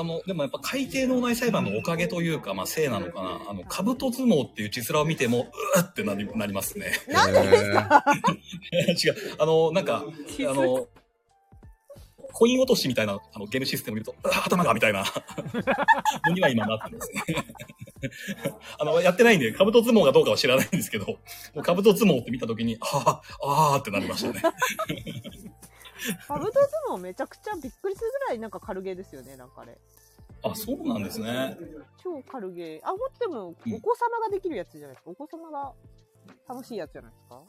[SPEAKER 5] あの、でもやっぱ海底脳内裁判のおかげというか、まあ、せいなのかな。あの、兜相撲っていうチスラを見ても、うーってなりなりますね。
[SPEAKER 1] なんでですか
[SPEAKER 5] 違う。あの、なんか、あの、コイン落としみたいなあのゲームシステムを見ると、あー頭がみたいな、 のには今なってますね。 あの、やってないんで、カブト相撲がどうかは知らないんですけど、もうカブト相撲って見たときに、ああ、ああってなりましたね。
[SPEAKER 1] カブト相撲めちゃくちゃびっくりするぐらいなんか軽ゲーですよね、なんかあれ。
[SPEAKER 5] あ、そうなんですね。
[SPEAKER 1] 超軽ゲー。あ、ほんとでも、お子様ができるやつじゃないですか。お子様が楽しいやつじゃないですか。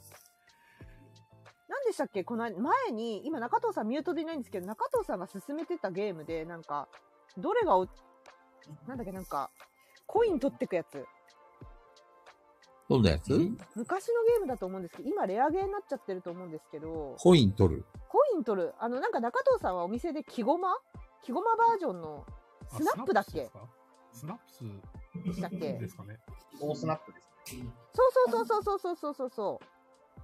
[SPEAKER 1] なんでしたっけこの間前に、今中藤さんミュートでいないんですけど、中藤さんが進めてたゲームで、なんか、どれがお、なんだっけ、なんか、コイン取ってくやつ。
[SPEAKER 3] どんなやつ
[SPEAKER 1] 昔のゲームだと思うんですけど、今レアゲーになっちゃってると思うんですけど、
[SPEAKER 3] コイン取る。
[SPEAKER 1] コイン取る。あの、なんか中藤さんはお店で木駒木駒バージョンの
[SPEAKER 2] あ
[SPEAKER 1] スナップだっけ
[SPEAKER 2] ですかスナップス
[SPEAKER 1] でしたっけ
[SPEAKER 2] ですかね。
[SPEAKER 4] 大スナップです
[SPEAKER 1] そうそうそうそうそうそうそうそ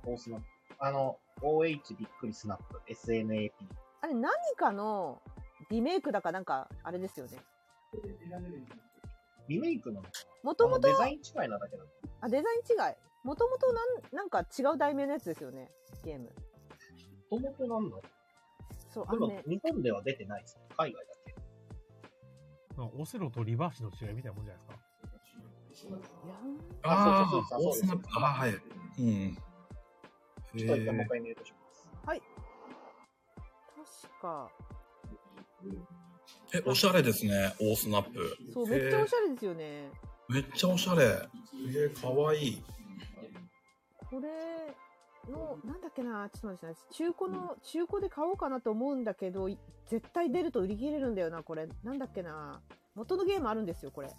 [SPEAKER 1] う。
[SPEAKER 4] ね。大スナップ。あの、OH びっくりスナップ。SNAP。
[SPEAKER 1] あれ何かのリメイクだかなんかあれですよね。
[SPEAKER 4] リメイクなのか
[SPEAKER 1] も
[SPEAKER 4] あ
[SPEAKER 1] と
[SPEAKER 4] の
[SPEAKER 1] も
[SPEAKER 4] デ
[SPEAKER 1] と、
[SPEAKER 4] ザイン違いなだけなの
[SPEAKER 1] あ、デザイン違い。もともとなん、なんか違う題名のやつですよね。ゲーム。
[SPEAKER 4] もともとなんだ
[SPEAKER 1] そう、あ
[SPEAKER 4] で
[SPEAKER 1] の
[SPEAKER 4] も
[SPEAKER 1] ね、
[SPEAKER 4] 日本では出てないですね。海外だけ。
[SPEAKER 2] まあオセロとリバーシの違いみたいなもんじゃないですか。
[SPEAKER 1] いや
[SPEAKER 4] あそう
[SPEAKER 5] あ
[SPEAKER 4] そうそうそう
[SPEAKER 5] ーあー、はい。うん。
[SPEAKER 4] ちょっと一回
[SPEAKER 5] へー
[SPEAKER 4] もう一回メイトします。
[SPEAKER 1] 確か。
[SPEAKER 5] え、おしゃれですね、大スナップ。
[SPEAKER 1] そう、めっちゃおしゃれですよね。
[SPEAKER 5] めっちゃおしゃれ。えー、かわいい。
[SPEAKER 1] これの、なんだっけな、ちょっと待ってください中古の、中古で買おうかなと思うんだけど、い絶対出ると売り切れるんだよな、これ。なんだっけな。元のゲームあるんですよ、これ。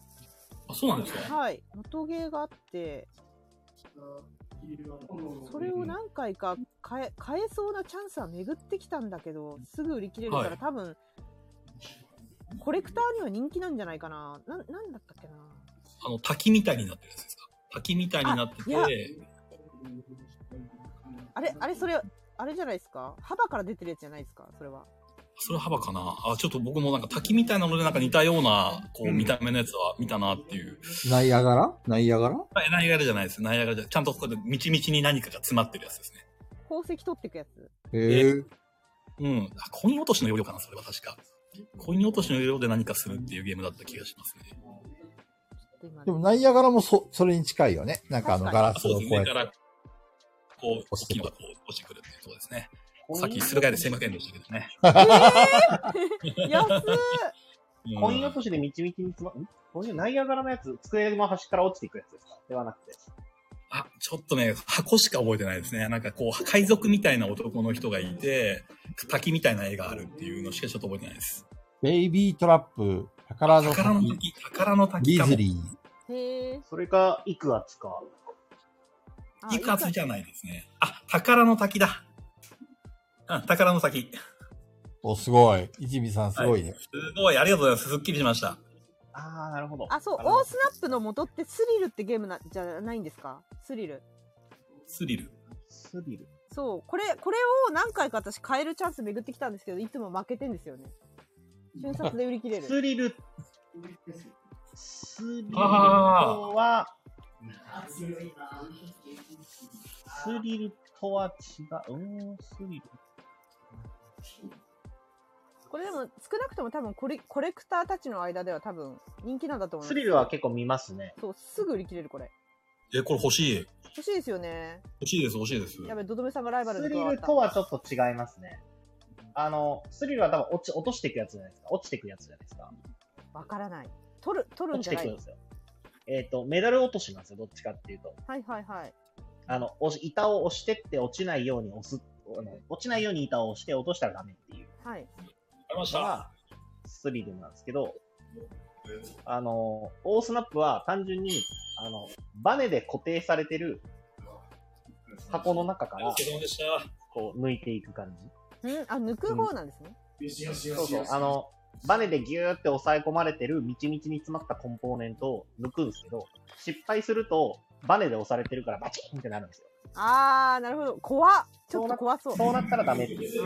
[SPEAKER 5] あ、そうなんですか
[SPEAKER 1] はい。元芸があって、それを何回か買え、買えそうなチャンスは巡ってきたんだけど、すぐ売り切れるから、
[SPEAKER 5] はい
[SPEAKER 1] 多分、コレクターには人気なんじゃないかな。な、なんだったっけな。
[SPEAKER 5] あの、滝みたいになってるやつですか滝みたいになって
[SPEAKER 1] あいや
[SPEAKER 5] て、
[SPEAKER 1] あれ、あれ、それ、あれじゃないですか幅から出てるやつじゃないですかそれは。
[SPEAKER 5] それ幅かなあ、ちょっと僕もなんか滝みたいなのでなんか似たような、こう、見た目のやつは見たなっていう。
[SPEAKER 3] ナイアガラナイアガラ
[SPEAKER 5] あナイアガラじゃないです。ナイアガラじゃ、ちゃんとここでみちみちに何かが詰まってるやつですね。
[SPEAKER 1] 宝石取ってくやつ。
[SPEAKER 3] へえ。
[SPEAKER 5] うん。あコイン落としの要領かなそれは確か。コイン落としの要領で何かするっていうゲームだった気がしますね。
[SPEAKER 1] ちょっと今ね
[SPEAKER 3] でもナイアガラもそ、それに近いよね。なんかあの
[SPEAKER 1] 確
[SPEAKER 3] ガ
[SPEAKER 1] か
[SPEAKER 3] ラ
[SPEAKER 5] あ
[SPEAKER 3] ス
[SPEAKER 5] そう
[SPEAKER 3] の
[SPEAKER 5] で
[SPEAKER 3] こ
[SPEAKER 5] す
[SPEAKER 3] うや
[SPEAKER 5] ね。
[SPEAKER 3] って
[SPEAKER 5] だから、こう、
[SPEAKER 3] 落
[SPEAKER 5] 大
[SPEAKER 3] ち
[SPEAKER 5] き
[SPEAKER 3] て
[SPEAKER 5] い
[SPEAKER 3] くる
[SPEAKER 5] のがこう落ちてくるっていうことですね。さっき、するがいで1500円でしたけどね。
[SPEAKER 1] 安っ
[SPEAKER 5] うん
[SPEAKER 4] コイン落としでみちみちにつま、んこういうナイアガラのやつ、机の端から落ちていくやつですかではなくて。
[SPEAKER 5] あ、ちょっとね、箱しか覚えてないですね。なんかこう、海賊みたいな男の人がいて、滝みたいな絵があるっていうのしかちょっと覚えてないです。
[SPEAKER 3] ベイビートラップ、宝の
[SPEAKER 5] 宝の
[SPEAKER 3] 滝、
[SPEAKER 5] 滝、宝の
[SPEAKER 3] デ
[SPEAKER 5] 滝
[SPEAKER 3] ィ
[SPEAKER 5] かも
[SPEAKER 3] ズ。リー。
[SPEAKER 1] へえ。
[SPEAKER 4] それか、いくあつか。
[SPEAKER 1] あ
[SPEAKER 5] いくつじ
[SPEAKER 1] ゃ
[SPEAKER 5] ゃないですね。あ、宝の滝だ。うん、宝の滝。
[SPEAKER 3] お、すごい。一味さんすごいね。
[SPEAKER 5] すごい、ありがとうございます。すっきりしました。
[SPEAKER 4] あー、なるほど。
[SPEAKER 1] あ、そう、
[SPEAKER 4] なるほ
[SPEAKER 1] オー
[SPEAKER 4] ど
[SPEAKER 1] スナップの元ってスリルってゲームなじゃないんですかスリル。
[SPEAKER 5] スリル。
[SPEAKER 4] スリル。
[SPEAKER 1] そう、これ、これを何回か私買えるチャンス巡ってきたんですけど、いつも負けてんですよね。瞬殺で売り切れ る。
[SPEAKER 4] スリル。スリルとは、スリルとは違う。うーん、スリル。
[SPEAKER 1] これでも、少なくとも多分コレ、コレクターたちの間では多分、人気なんだと思います。
[SPEAKER 4] スリルは結構見ますね。
[SPEAKER 1] そう、すぐ売り切れる、これ。
[SPEAKER 5] え、これ欲しい。
[SPEAKER 1] 欲しいですよね。
[SPEAKER 5] 欲しいです、欲しいです。
[SPEAKER 1] やべ、ドドメさんがライバル
[SPEAKER 4] ス
[SPEAKER 1] で
[SPEAKER 4] リルとはちょっと違いますね。あの、スリルは多分落ち、落としていくやつじゃないですか。落ちていくやつじゃないですか。
[SPEAKER 1] わからない。取る、取るん
[SPEAKER 4] 落
[SPEAKER 1] じゃ
[SPEAKER 4] ちて
[SPEAKER 1] な
[SPEAKER 4] く
[SPEAKER 1] い
[SPEAKER 4] るん。ですよ。えっ、と、メダル落としなんですよ、どっちかっていうと。
[SPEAKER 1] はいはいはい。
[SPEAKER 4] あの、押し板を押してって落ちないように押す、あの落ちないように板を押して落としたらダメっていう
[SPEAKER 1] はい。
[SPEAKER 5] ありまし
[SPEAKER 4] の
[SPEAKER 5] た。
[SPEAKER 4] がスリルなんですけど、あの、オースナップは単純に、あの、バネで固定されてる箱の中か
[SPEAKER 5] お
[SPEAKER 4] ら
[SPEAKER 5] 疲、れ様でした。
[SPEAKER 4] こう、抜いていく感じ。
[SPEAKER 1] うん、あ、抜く方なんですね。
[SPEAKER 4] そうそう、あの、バネでギューって押さえ込まれてるみちみちに詰まったコンポーネントを抜くんですけど、失敗すると、バネで押されてるからバチンってなるんですよ。
[SPEAKER 1] あー、なるほど。怖っ。ちょっと怖そう。
[SPEAKER 4] そうなったらダメっていう。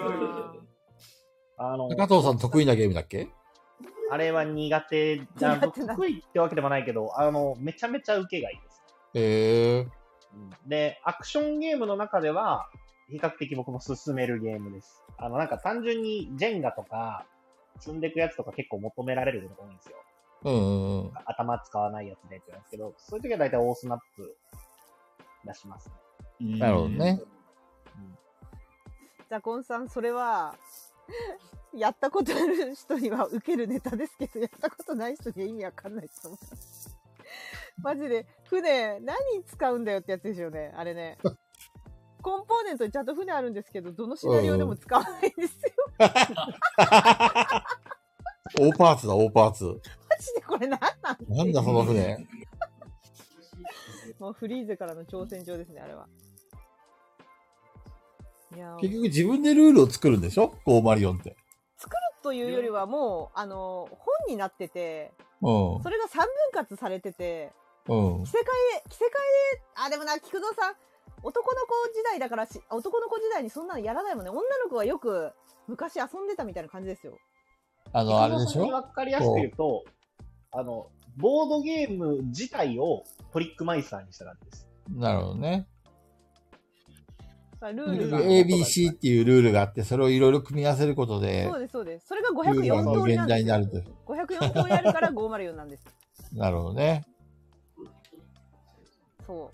[SPEAKER 4] あの、
[SPEAKER 3] 中藤さん得意なゲームだっけ
[SPEAKER 4] あれは苦手だ。
[SPEAKER 1] 苦手なんだ
[SPEAKER 4] 得意ってわけでもないけど、あの、めちゃめちゃ受けがいいです。
[SPEAKER 3] へえ。
[SPEAKER 4] うんで、アクションゲームの中では、比較的僕も進めるゲームです。あの、なんか単純にジェンガとか、積んでいくやつとか結構求められることが多いんですよ。
[SPEAKER 3] うんうんうん。
[SPEAKER 4] 頭使わないやつでって言うんですけど、そういう時は大体オースナップ出しますね。
[SPEAKER 3] なるほどね。
[SPEAKER 1] ザコンさん、それは、 やったことある人には受けるネタですけど、やったことない人には意味わかんないと思います。マジで、船、何に使うんだよってやつですよね、あれね。コンポーネントにちゃんと船あるんですけど、どのシナリオでも使わないんですよ。
[SPEAKER 3] 大パーツだ、大パーツ。
[SPEAKER 1] マジでこれ何なん
[SPEAKER 3] なんだ、その船。
[SPEAKER 1] もうフリーゼからの挑戦状ですね、あれは。いやー
[SPEAKER 3] 結局自分でルールを作るんでしょこうマリオンって。
[SPEAKER 1] というよりはもう、あの、本になってて、
[SPEAKER 3] う
[SPEAKER 1] それが3分割されてて、
[SPEAKER 3] ん。うん
[SPEAKER 1] 着。せ替え、着せ替え、あ、でもな、菊蔵さん、男の子時代だからし、男の子時代にそんなのやらないもんね。女の子はよく昔遊んでたみたいな感じですよ。
[SPEAKER 3] あの、あれでし
[SPEAKER 4] そに
[SPEAKER 3] ょ
[SPEAKER 4] わかりやすく言うと、あの、ボードゲーム自体をトリックマイスターにした感じです。
[SPEAKER 3] なるほどね。
[SPEAKER 1] さあルールが。
[SPEAKER 3] ABC っていうルールがあって、それをいろいろ組み合わせることで
[SPEAKER 1] そ、うです、そうです。それが
[SPEAKER 3] ルールが
[SPEAKER 1] 504
[SPEAKER 3] 無
[SPEAKER 1] 通りな
[SPEAKER 3] 限
[SPEAKER 1] んで
[SPEAKER 3] 大
[SPEAKER 1] す
[SPEAKER 3] に
[SPEAKER 1] よ
[SPEAKER 3] な。ると。
[SPEAKER 1] 504通りあるから504なんです。
[SPEAKER 3] なるほどね。
[SPEAKER 1] そ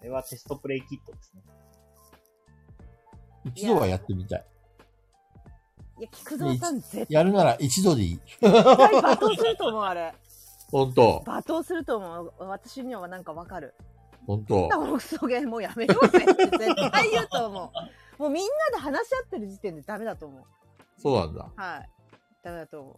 [SPEAKER 4] あれはテストプレイキットですね。
[SPEAKER 3] 一度はやってみたい。
[SPEAKER 1] う。いや、菊蔵さん、絶
[SPEAKER 3] やるなら一度でいい。
[SPEAKER 1] 対罵倒すると思う、あれ。
[SPEAKER 3] 本当
[SPEAKER 1] 罵倒すると思う。私にはなんかわかる。
[SPEAKER 3] 本当
[SPEAKER 1] だからクソゲーもうやめようぜって絶対言うと思う。もうみんなで話し合ってる時点でダメだと思う。
[SPEAKER 3] そうなんだ。
[SPEAKER 1] はい。ダメだと思う。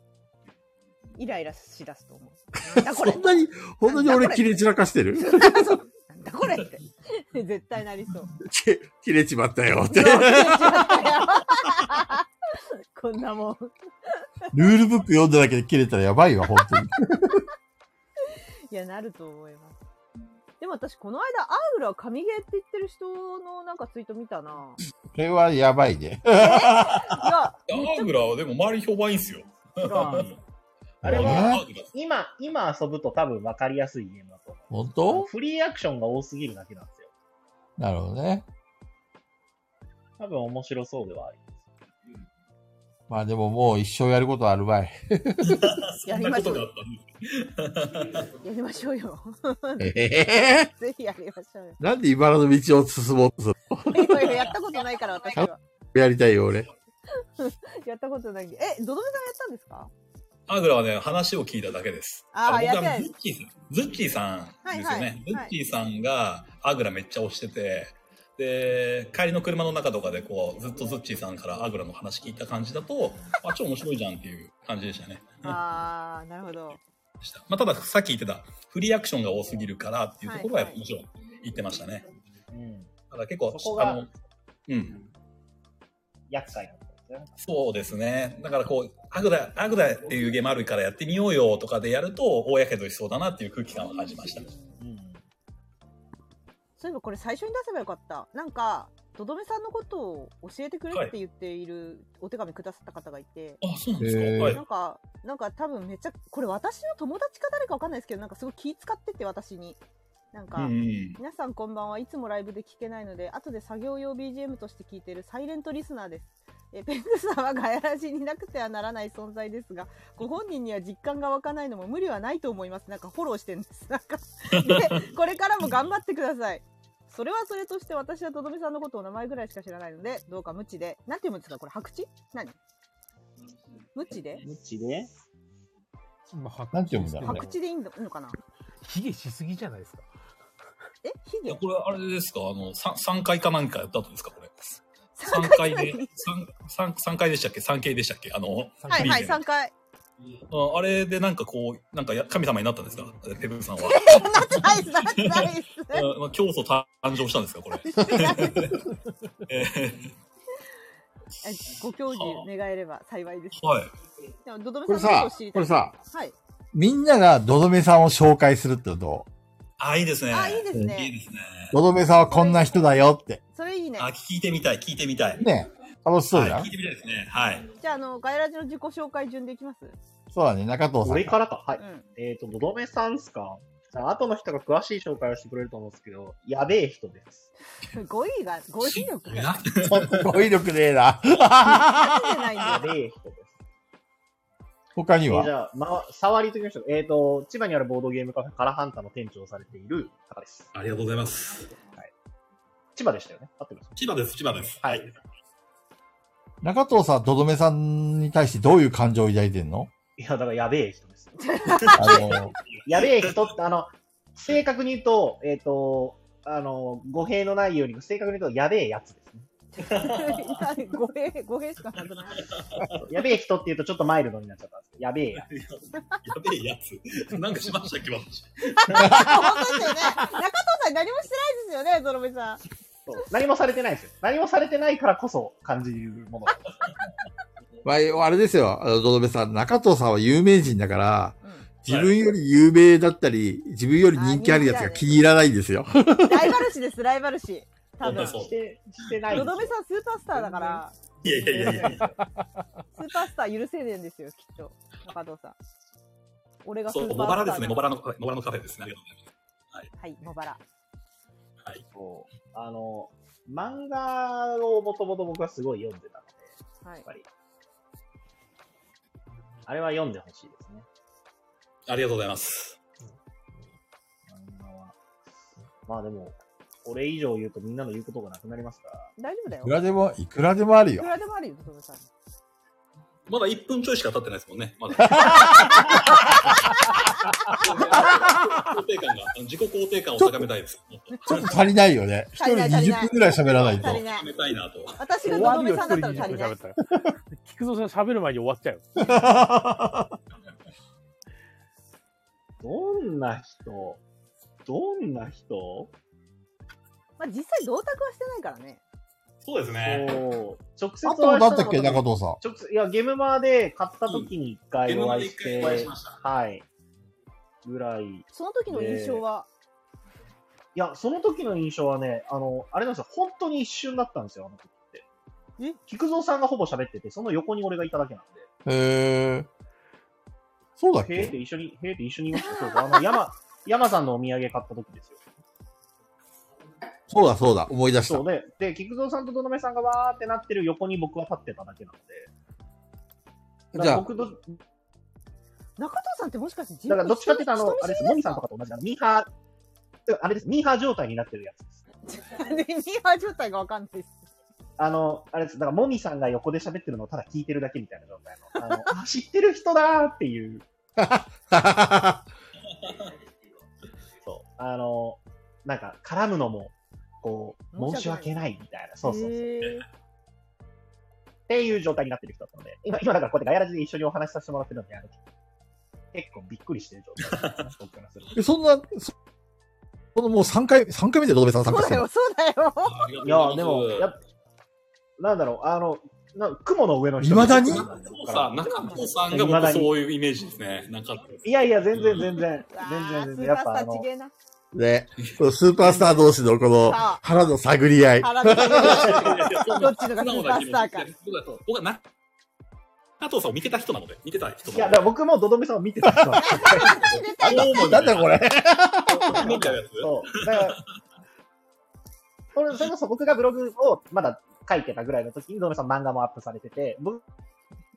[SPEAKER 1] イライラしだすと思う。なんだこれ
[SPEAKER 3] そんなに、そんなに俺切れ散らかしてる
[SPEAKER 1] そうなんだこれって。 絶対なり そう。
[SPEAKER 3] 切切れちまったよっ
[SPEAKER 1] う
[SPEAKER 3] て
[SPEAKER 1] わ。忘れちゃったよこんなもん。
[SPEAKER 3] ルールブック読んだだけで切れたらやばいわ、本当に。
[SPEAKER 1] いや、なると思います。でも私、この間、アーグラは神ゲーって言ってる人のなんかツイート見た な。
[SPEAKER 3] それはやばいね。
[SPEAKER 1] いや、
[SPEAKER 5] アーグラはでも周り評判いいんすよ。
[SPEAKER 4] あれ
[SPEAKER 3] え
[SPEAKER 4] は、
[SPEAKER 5] アーグラ
[SPEAKER 4] 今、今遊ぶと多分わかりやすいゲームだと思
[SPEAKER 3] 本
[SPEAKER 4] う。
[SPEAKER 3] 当
[SPEAKER 4] フリーアクションが多すぎるだけなんですよ。
[SPEAKER 3] なるほどね。
[SPEAKER 4] 多分面白そうではあります。
[SPEAKER 3] まあでももう一生やることあるばい。
[SPEAKER 1] や
[SPEAKER 5] そん
[SPEAKER 1] り
[SPEAKER 5] な
[SPEAKER 1] ま
[SPEAKER 5] こ
[SPEAKER 1] しょう
[SPEAKER 5] とがあっ
[SPEAKER 1] よ。やりましょうよ。
[SPEAKER 3] ええ
[SPEAKER 1] ぜひやりましょうよ。
[SPEAKER 3] なんで茨の道を進もうとする
[SPEAKER 1] いやいややったことないから、私は。
[SPEAKER 3] やりたいよ、俺。
[SPEAKER 1] やったことない。え、どどめさんやったんですか
[SPEAKER 5] たの。アーグラはね、話を聞いただけです。
[SPEAKER 1] あー
[SPEAKER 5] の
[SPEAKER 1] やって
[SPEAKER 5] 僕
[SPEAKER 1] な
[SPEAKER 5] あ
[SPEAKER 1] い
[SPEAKER 5] のズッキーさん、ズッキーさんですよ
[SPEAKER 1] はいは
[SPEAKER 5] ね
[SPEAKER 1] い。
[SPEAKER 5] ズッキーさんがアーグラめっちゃ押してて、で、帰りの車の中とかでこう、ずっとズッキーさんからアーグラの話聞いた感じだと、あ、超面白いじゃんっていう感じでしたね。
[SPEAKER 1] ああ、なるほど。
[SPEAKER 5] でしたまあ、ただ、さっき言ってた、フリーアクションが多すぎるからっていうところは、
[SPEAKER 1] はいはい
[SPEAKER 5] もちろん言ってましたね。
[SPEAKER 4] うん。
[SPEAKER 5] ただ結構、
[SPEAKER 4] そこが
[SPEAKER 5] あの、うん。
[SPEAKER 4] 厄介なことですね。
[SPEAKER 5] そうですね。だからこう、アグラ、アグラっていうゲームあるからやってみようよとかでやると、大やけどしそうだなっていう空気感を感じました。
[SPEAKER 4] うん。
[SPEAKER 1] そういえばこれ最初に出せばよかった。なんか、どどめさんのことを教えてくれって言っているお手紙くださった方がいて、
[SPEAKER 5] あ、そうなんですか。
[SPEAKER 3] へー
[SPEAKER 5] はい
[SPEAKER 1] なんか、なんか多分めっちゃ、これ私の友達か誰かわかんないですけど、なんかすごい気使ってて私に。なんか、
[SPEAKER 5] うんうん。
[SPEAKER 1] 皆さんこんばんはいつもライブで聞けないので後で作業用 BGM として聞いているサイレントリスナーですえペングさんはガヤラジになくてはならない存在ですがご本人には実感が湧かないのも無理はないと思いますなんかフォローしてるんですなんかでこれからも頑張ってくださいそれはそれとして私はとどめさんのことを名前ぐらいしか知らないのでどうか無知でなんて読むんですかこれ白痴何無知で
[SPEAKER 4] 無知で
[SPEAKER 2] まあ、
[SPEAKER 3] なんて読むんだろうね
[SPEAKER 1] 白痴でいいのかな
[SPEAKER 2] ヒゲしすぎじゃないですか。
[SPEAKER 1] えヒ
[SPEAKER 5] い
[SPEAKER 1] ゲ
[SPEAKER 5] や、これあれですかあの、三三回かなんかやった後ですかこれ。三回で、三三三回でしたっけ三回でしたっけあ の、
[SPEAKER 1] はいはい
[SPEAKER 5] フリーゼ
[SPEAKER 1] 3回
[SPEAKER 5] ああれでなんかこう、なんかや神様になったんですかペブ さんは。
[SPEAKER 1] ナイスナイスナイ ス
[SPEAKER 5] あまあ教祖誕生したんですかこ れ。 えー
[SPEAKER 1] えご教授願えれば幸いです。
[SPEAKER 5] はい。
[SPEAKER 1] でも、どど
[SPEAKER 3] こ
[SPEAKER 1] め
[SPEAKER 3] れ
[SPEAKER 1] さんのこ
[SPEAKER 3] さ
[SPEAKER 1] とを知り、た
[SPEAKER 3] こ
[SPEAKER 1] い。
[SPEAKER 3] れさ、
[SPEAKER 1] はい。
[SPEAKER 3] みんながどどめさんを紹介するってど
[SPEAKER 5] あ、いいですね。
[SPEAKER 1] あ、いいです
[SPEAKER 5] いい
[SPEAKER 1] ね。
[SPEAKER 5] ですね。
[SPEAKER 3] うどどめさんはこんな人だよって。
[SPEAKER 1] それいいね
[SPEAKER 5] あ、。聞いてみたい、聞いてみたい。
[SPEAKER 3] ね楽しそうじゃ
[SPEAKER 5] は
[SPEAKER 3] ん
[SPEAKER 5] い、聞いてみたいですね。はい。
[SPEAKER 1] じゃあ、あの、ガイラジの自己紹介順でいきます。
[SPEAKER 6] そうだね、中藤さん
[SPEAKER 4] 俺。からか。はい。
[SPEAKER 1] うん
[SPEAKER 4] えっ、と、のどめさんっすか。じゃあ、後の人が詳しい紹介をしてくれると思うんですけど、やべえ人 です。
[SPEAKER 1] すごい が、語彙力が
[SPEAKER 5] な
[SPEAKER 6] 語彙力ねえな。
[SPEAKER 1] 立て ないんだ
[SPEAKER 4] や
[SPEAKER 1] よ。
[SPEAKER 4] べえ人です。
[SPEAKER 6] 他に
[SPEAKER 4] えーじ
[SPEAKER 6] は
[SPEAKER 4] ゃあ、ま、触りときましょう。えっ、と、千葉にあるボードゲームカフェ、カラハンタの店長をされている方です。
[SPEAKER 5] ありがとうございます。
[SPEAKER 4] 千葉でしたよね。合ってます。
[SPEAKER 5] 千葉です、千葉です。
[SPEAKER 4] はい。
[SPEAKER 6] 中藤さん、とどめさんに対してどういう感情を抱いてんの
[SPEAKER 4] いや、だからやべえ人です。
[SPEAKER 6] あの、
[SPEAKER 4] やべえ人って、あの、正確に言うと、えっ、と、あの、語弊のないように、正確に言うと、やべえやつですね。
[SPEAKER 1] 語弊、語弊しかなくない。
[SPEAKER 4] やべえ人って言うとちょっとマイルドになっちゃったんですけど、やべえやつ。
[SPEAKER 5] やべえやつ。なんかしましたっけ、私。
[SPEAKER 1] 本当ですよね。中藤さん何もしてないですよね、ゾロ目さん。
[SPEAKER 4] そう何もされてないですよ。何もされてないからこそ感じるものだと思います。
[SPEAKER 6] まあ、あれですよ、あの、どどめさん、中藤さんは有名人だから、
[SPEAKER 5] い
[SPEAKER 6] 自分より有名だったり、自分より人気あるやつが気に入らないんですよ。
[SPEAKER 1] ライバル視です、ライバル視。多分。
[SPEAKER 5] そう
[SPEAKER 4] して、してないん
[SPEAKER 1] の
[SPEAKER 4] です
[SPEAKER 1] どめ
[SPEAKER 4] よ
[SPEAKER 1] さんスーパースターだから、
[SPEAKER 5] いやいやいやい
[SPEAKER 1] ス
[SPEAKER 5] や。
[SPEAKER 1] ーパースター許せねえんですよ、きっと。中藤さん。俺がス
[SPEAKER 5] そ
[SPEAKER 1] ー
[SPEAKER 5] う、茂
[SPEAKER 1] パースターだ
[SPEAKER 5] 原ですね。茂原の、茂原のカフェですね。ありがとうございます。
[SPEAKER 1] はい、茂原。
[SPEAKER 4] そう。あの、漫画をもともと僕はすごい読んでたので、
[SPEAKER 1] は
[SPEAKER 4] やっ
[SPEAKER 1] い
[SPEAKER 4] ぱ。り。あれは読んでほしいですね。
[SPEAKER 5] ありがとうございます。
[SPEAKER 4] 漫画は。まあでも、俺以上言うとみんなの言うことがなくなりますから。
[SPEAKER 1] 大丈夫だよ
[SPEAKER 6] いく。らでも、いくらでもある
[SPEAKER 1] いく
[SPEAKER 6] よ。
[SPEAKER 1] らでもあるよ、のどめさん。
[SPEAKER 5] まだ1分ちょいしか経ってないですもんね。まだ。 肯定感が、自己肯定感を高めたいです。
[SPEAKER 6] ちょっと足りないよね。一
[SPEAKER 1] 足
[SPEAKER 6] 人
[SPEAKER 1] りない足
[SPEAKER 6] 20
[SPEAKER 1] りな
[SPEAKER 6] 分
[SPEAKER 1] い
[SPEAKER 6] くらい喋らないと
[SPEAKER 1] 足。りな
[SPEAKER 5] 高
[SPEAKER 1] い。
[SPEAKER 5] めたいなと。
[SPEAKER 1] 私が
[SPEAKER 2] 終
[SPEAKER 1] の
[SPEAKER 2] わ
[SPEAKER 1] ど
[SPEAKER 2] る
[SPEAKER 1] め
[SPEAKER 2] よ、
[SPEAKER 1] さん
[SPEAKER 2] 一
[SPEAKER 1] だ
[SPEAKER 2] 人
[SPEAKER 1] ったら足
[SPEAKER 2] 20
[SPEAKER 1] り
[SPEAKER 2] 分
[SPEAKER 1] ない
[SPEAKER 2] 喋っ。たら。菊蔵さん喋る前に終わっちゃう。
[SPEAKER 4] どんな人どんな人
[SPEAKER 1] まあ実際、同卓はしてないからね。
[SPEAKER 5] そうですね。
[SPEAKER 4] そう。直接
[SPEAKER 6] あと、
[SPEAKER 4] お会い
[SPEAKER 6] だ
[SPEAKER 4] し
[SPEAKER 6] ったた
[SPEAKER 4] の
[SPEAKER 6] っけ、
[SPEAKER 4] が
[SPEAKER 6] 中藤さん。
[SPEAKER 4] 直接、いや、ゲームマーで買った時に一
[SPEAKER 5] ゲ
[SPEAKER 4] 回
[SPEAKER 5] ーム
[SPEAKER 4] お
[SPEAKER 5] ま
[SPEAKER 4] 会
[SPEAKER 5] で
[SPEAKER 4] い
[SPEAKER 5] 一
[SPEAKER 4] して、
[SPEAKER 5] 回お会いしました。
[SPEAKER 4] はい。ぐらい。い
[SPEAKER 1] その時の印象は、
[SPEAKER 4] や、その時の印象はね、あの、あれなんですよ、本当に一瞬だったんですよ、あの時って。菊蔵さんがほぼ喋ってて、その横に俺がいただけなんで。
[SPEAKER 6] へー。そうだっ
[SPEAKER 4] へえって
[SPEAKER 6] け
[SPEAKER 4] 一緒に、へえって一緒にいました。そうそうあの、山、 山さんのお土産買った時ですよ。
[SPEAKER 6] そうだ、そうだ、思い出した
[SPEAKER 4] そう。で、で、菊蔵さんとどのめさんがわーってなってる横に僕は立ってただけなので。だ
[SPEAKER 6] じ
[SPEAKER 4] か
[SPEAKER 6] ゃ
[SPEAKER 4] ら
[SPEAKER 6] あ、
[SPEAKER 4] 僕ど、
[SPEAKER 1] 中藤さんってもしかして自
[SPEAKER 4] だからどっちかっていうとあの
[SPEAKER 1] 人、見
[SPEAKER 4] あれで
[SPEAKER 1] 知
[SPEAKER 4] す、
[SPEAKER 1] り
[SPEAKER 4] モ
[SPEAKER 1] です
[SPEAKER 4] ミさんと
[SPEAKER 1] か
[SPEAKER 4] かと同じ、あのミーハー、あれです、ミーハー状態になってるやつです。
[SPEAKER 1] ミーハー状態がわかんないです。
[SPEAKER 4] あの、あれです、だからモミさんが横で喋ってるのをただ聞いてるだけみたいな状態の。あの、 あ知ってる人だーっていう。そう。あの、なんか、絡むのも、こう、申
[SPEAKER 1] 申
[SPEAKER 4] し
[SPEAKER 1] し
[SPEAKER 4] 訳
[SPEAKER 1] 訳
[SPEAKER 4] ないみたいな。そうそうそう。っ
[SPEAKER 1] へー
[SPEAKER 4] ていう状態になってる人だったので、今、今だからこうやってガヤラジで一緒にお話しさせてもらってるので、あの結構びっくりしてる状態 ですね。僕からすると
[SPEAKER 6] で そんな、そこのもう3回、三回目でどどめさん参
[SPEAKER 1] そ
[SPEAKER 6] 加
[SPEAKER 1] う
[SPEAKER 6] し
[SPEAKER 1] だ
[SPEAKER 6] て
[SPEAKER 1] よ、
[SPEAKER 6] る。
[SPEAKER 1] そうだよ。
[SPEAKER 5] ありが
[SPEAKER 4] い
[SPEAKER 5] とう
[SPEAKER 4] や、
[SPEAKER 5] ござ
[SPEAKER 4] で
[SPEAKER 5] います
[SPEAKER 4] も、やっなんだろう、あの、な雲の上の人。
[SPEAKER 6] 未だに
[SPEAKER 5] そうさ、中藤さんが僕そういうイメージですね。中藤
[SPEAKER 4] いやいや、全然全然。全
[SPEAKER 1] あ
[SPEAKER 4] 然
[SPEAKER 1] ース
[SPEAKER 4] 全然。
[SPEAKER 1] ー
[SPEAKER 4] や
[SPEAKER 1] パ
[SPEAKER 4] っ
[SPEAKER 1] ー
[SPEAKER 4] ぱ
[SPEAKER 1] スター
[SPEAKER 4] あ
[SPEAKER 1] ち
[SPEAKER 4] の
[SPEAKER 1] げ、えな。
[SPEAKER 6] ね。このスーパースター同士のこの
[SPEAKER 1] さあ
[SPEAKER 6] 腹の探り合い。
[SPEAKER 1] 腹の
[SPEAKER 5] ど
[SPEAKER 1] どっちのがスーパースターか。
[SPEAKER 5] 僕は、僕はな、中藤さんを見てた人なので、見てた人
[SPEAKER 4] い
[SPEAKER 5] な
[SPEAKER 4] や、だか
[SPEAKER 5] の
[SPEAKER 4] ら
[SPEAKER 5] で。
[SPEAKER 4] 僕もドドメさんを見てた人なんですよ
[SPEAKER 6] なんだこれ
[SPEAKER 5] 飲んじゃうやつ
[SPEAKER 4] そう。だから、これ、それこそ僕がブログをまだ書いてたぐらいの時に、ドドメさん漫画もアップされてて、僕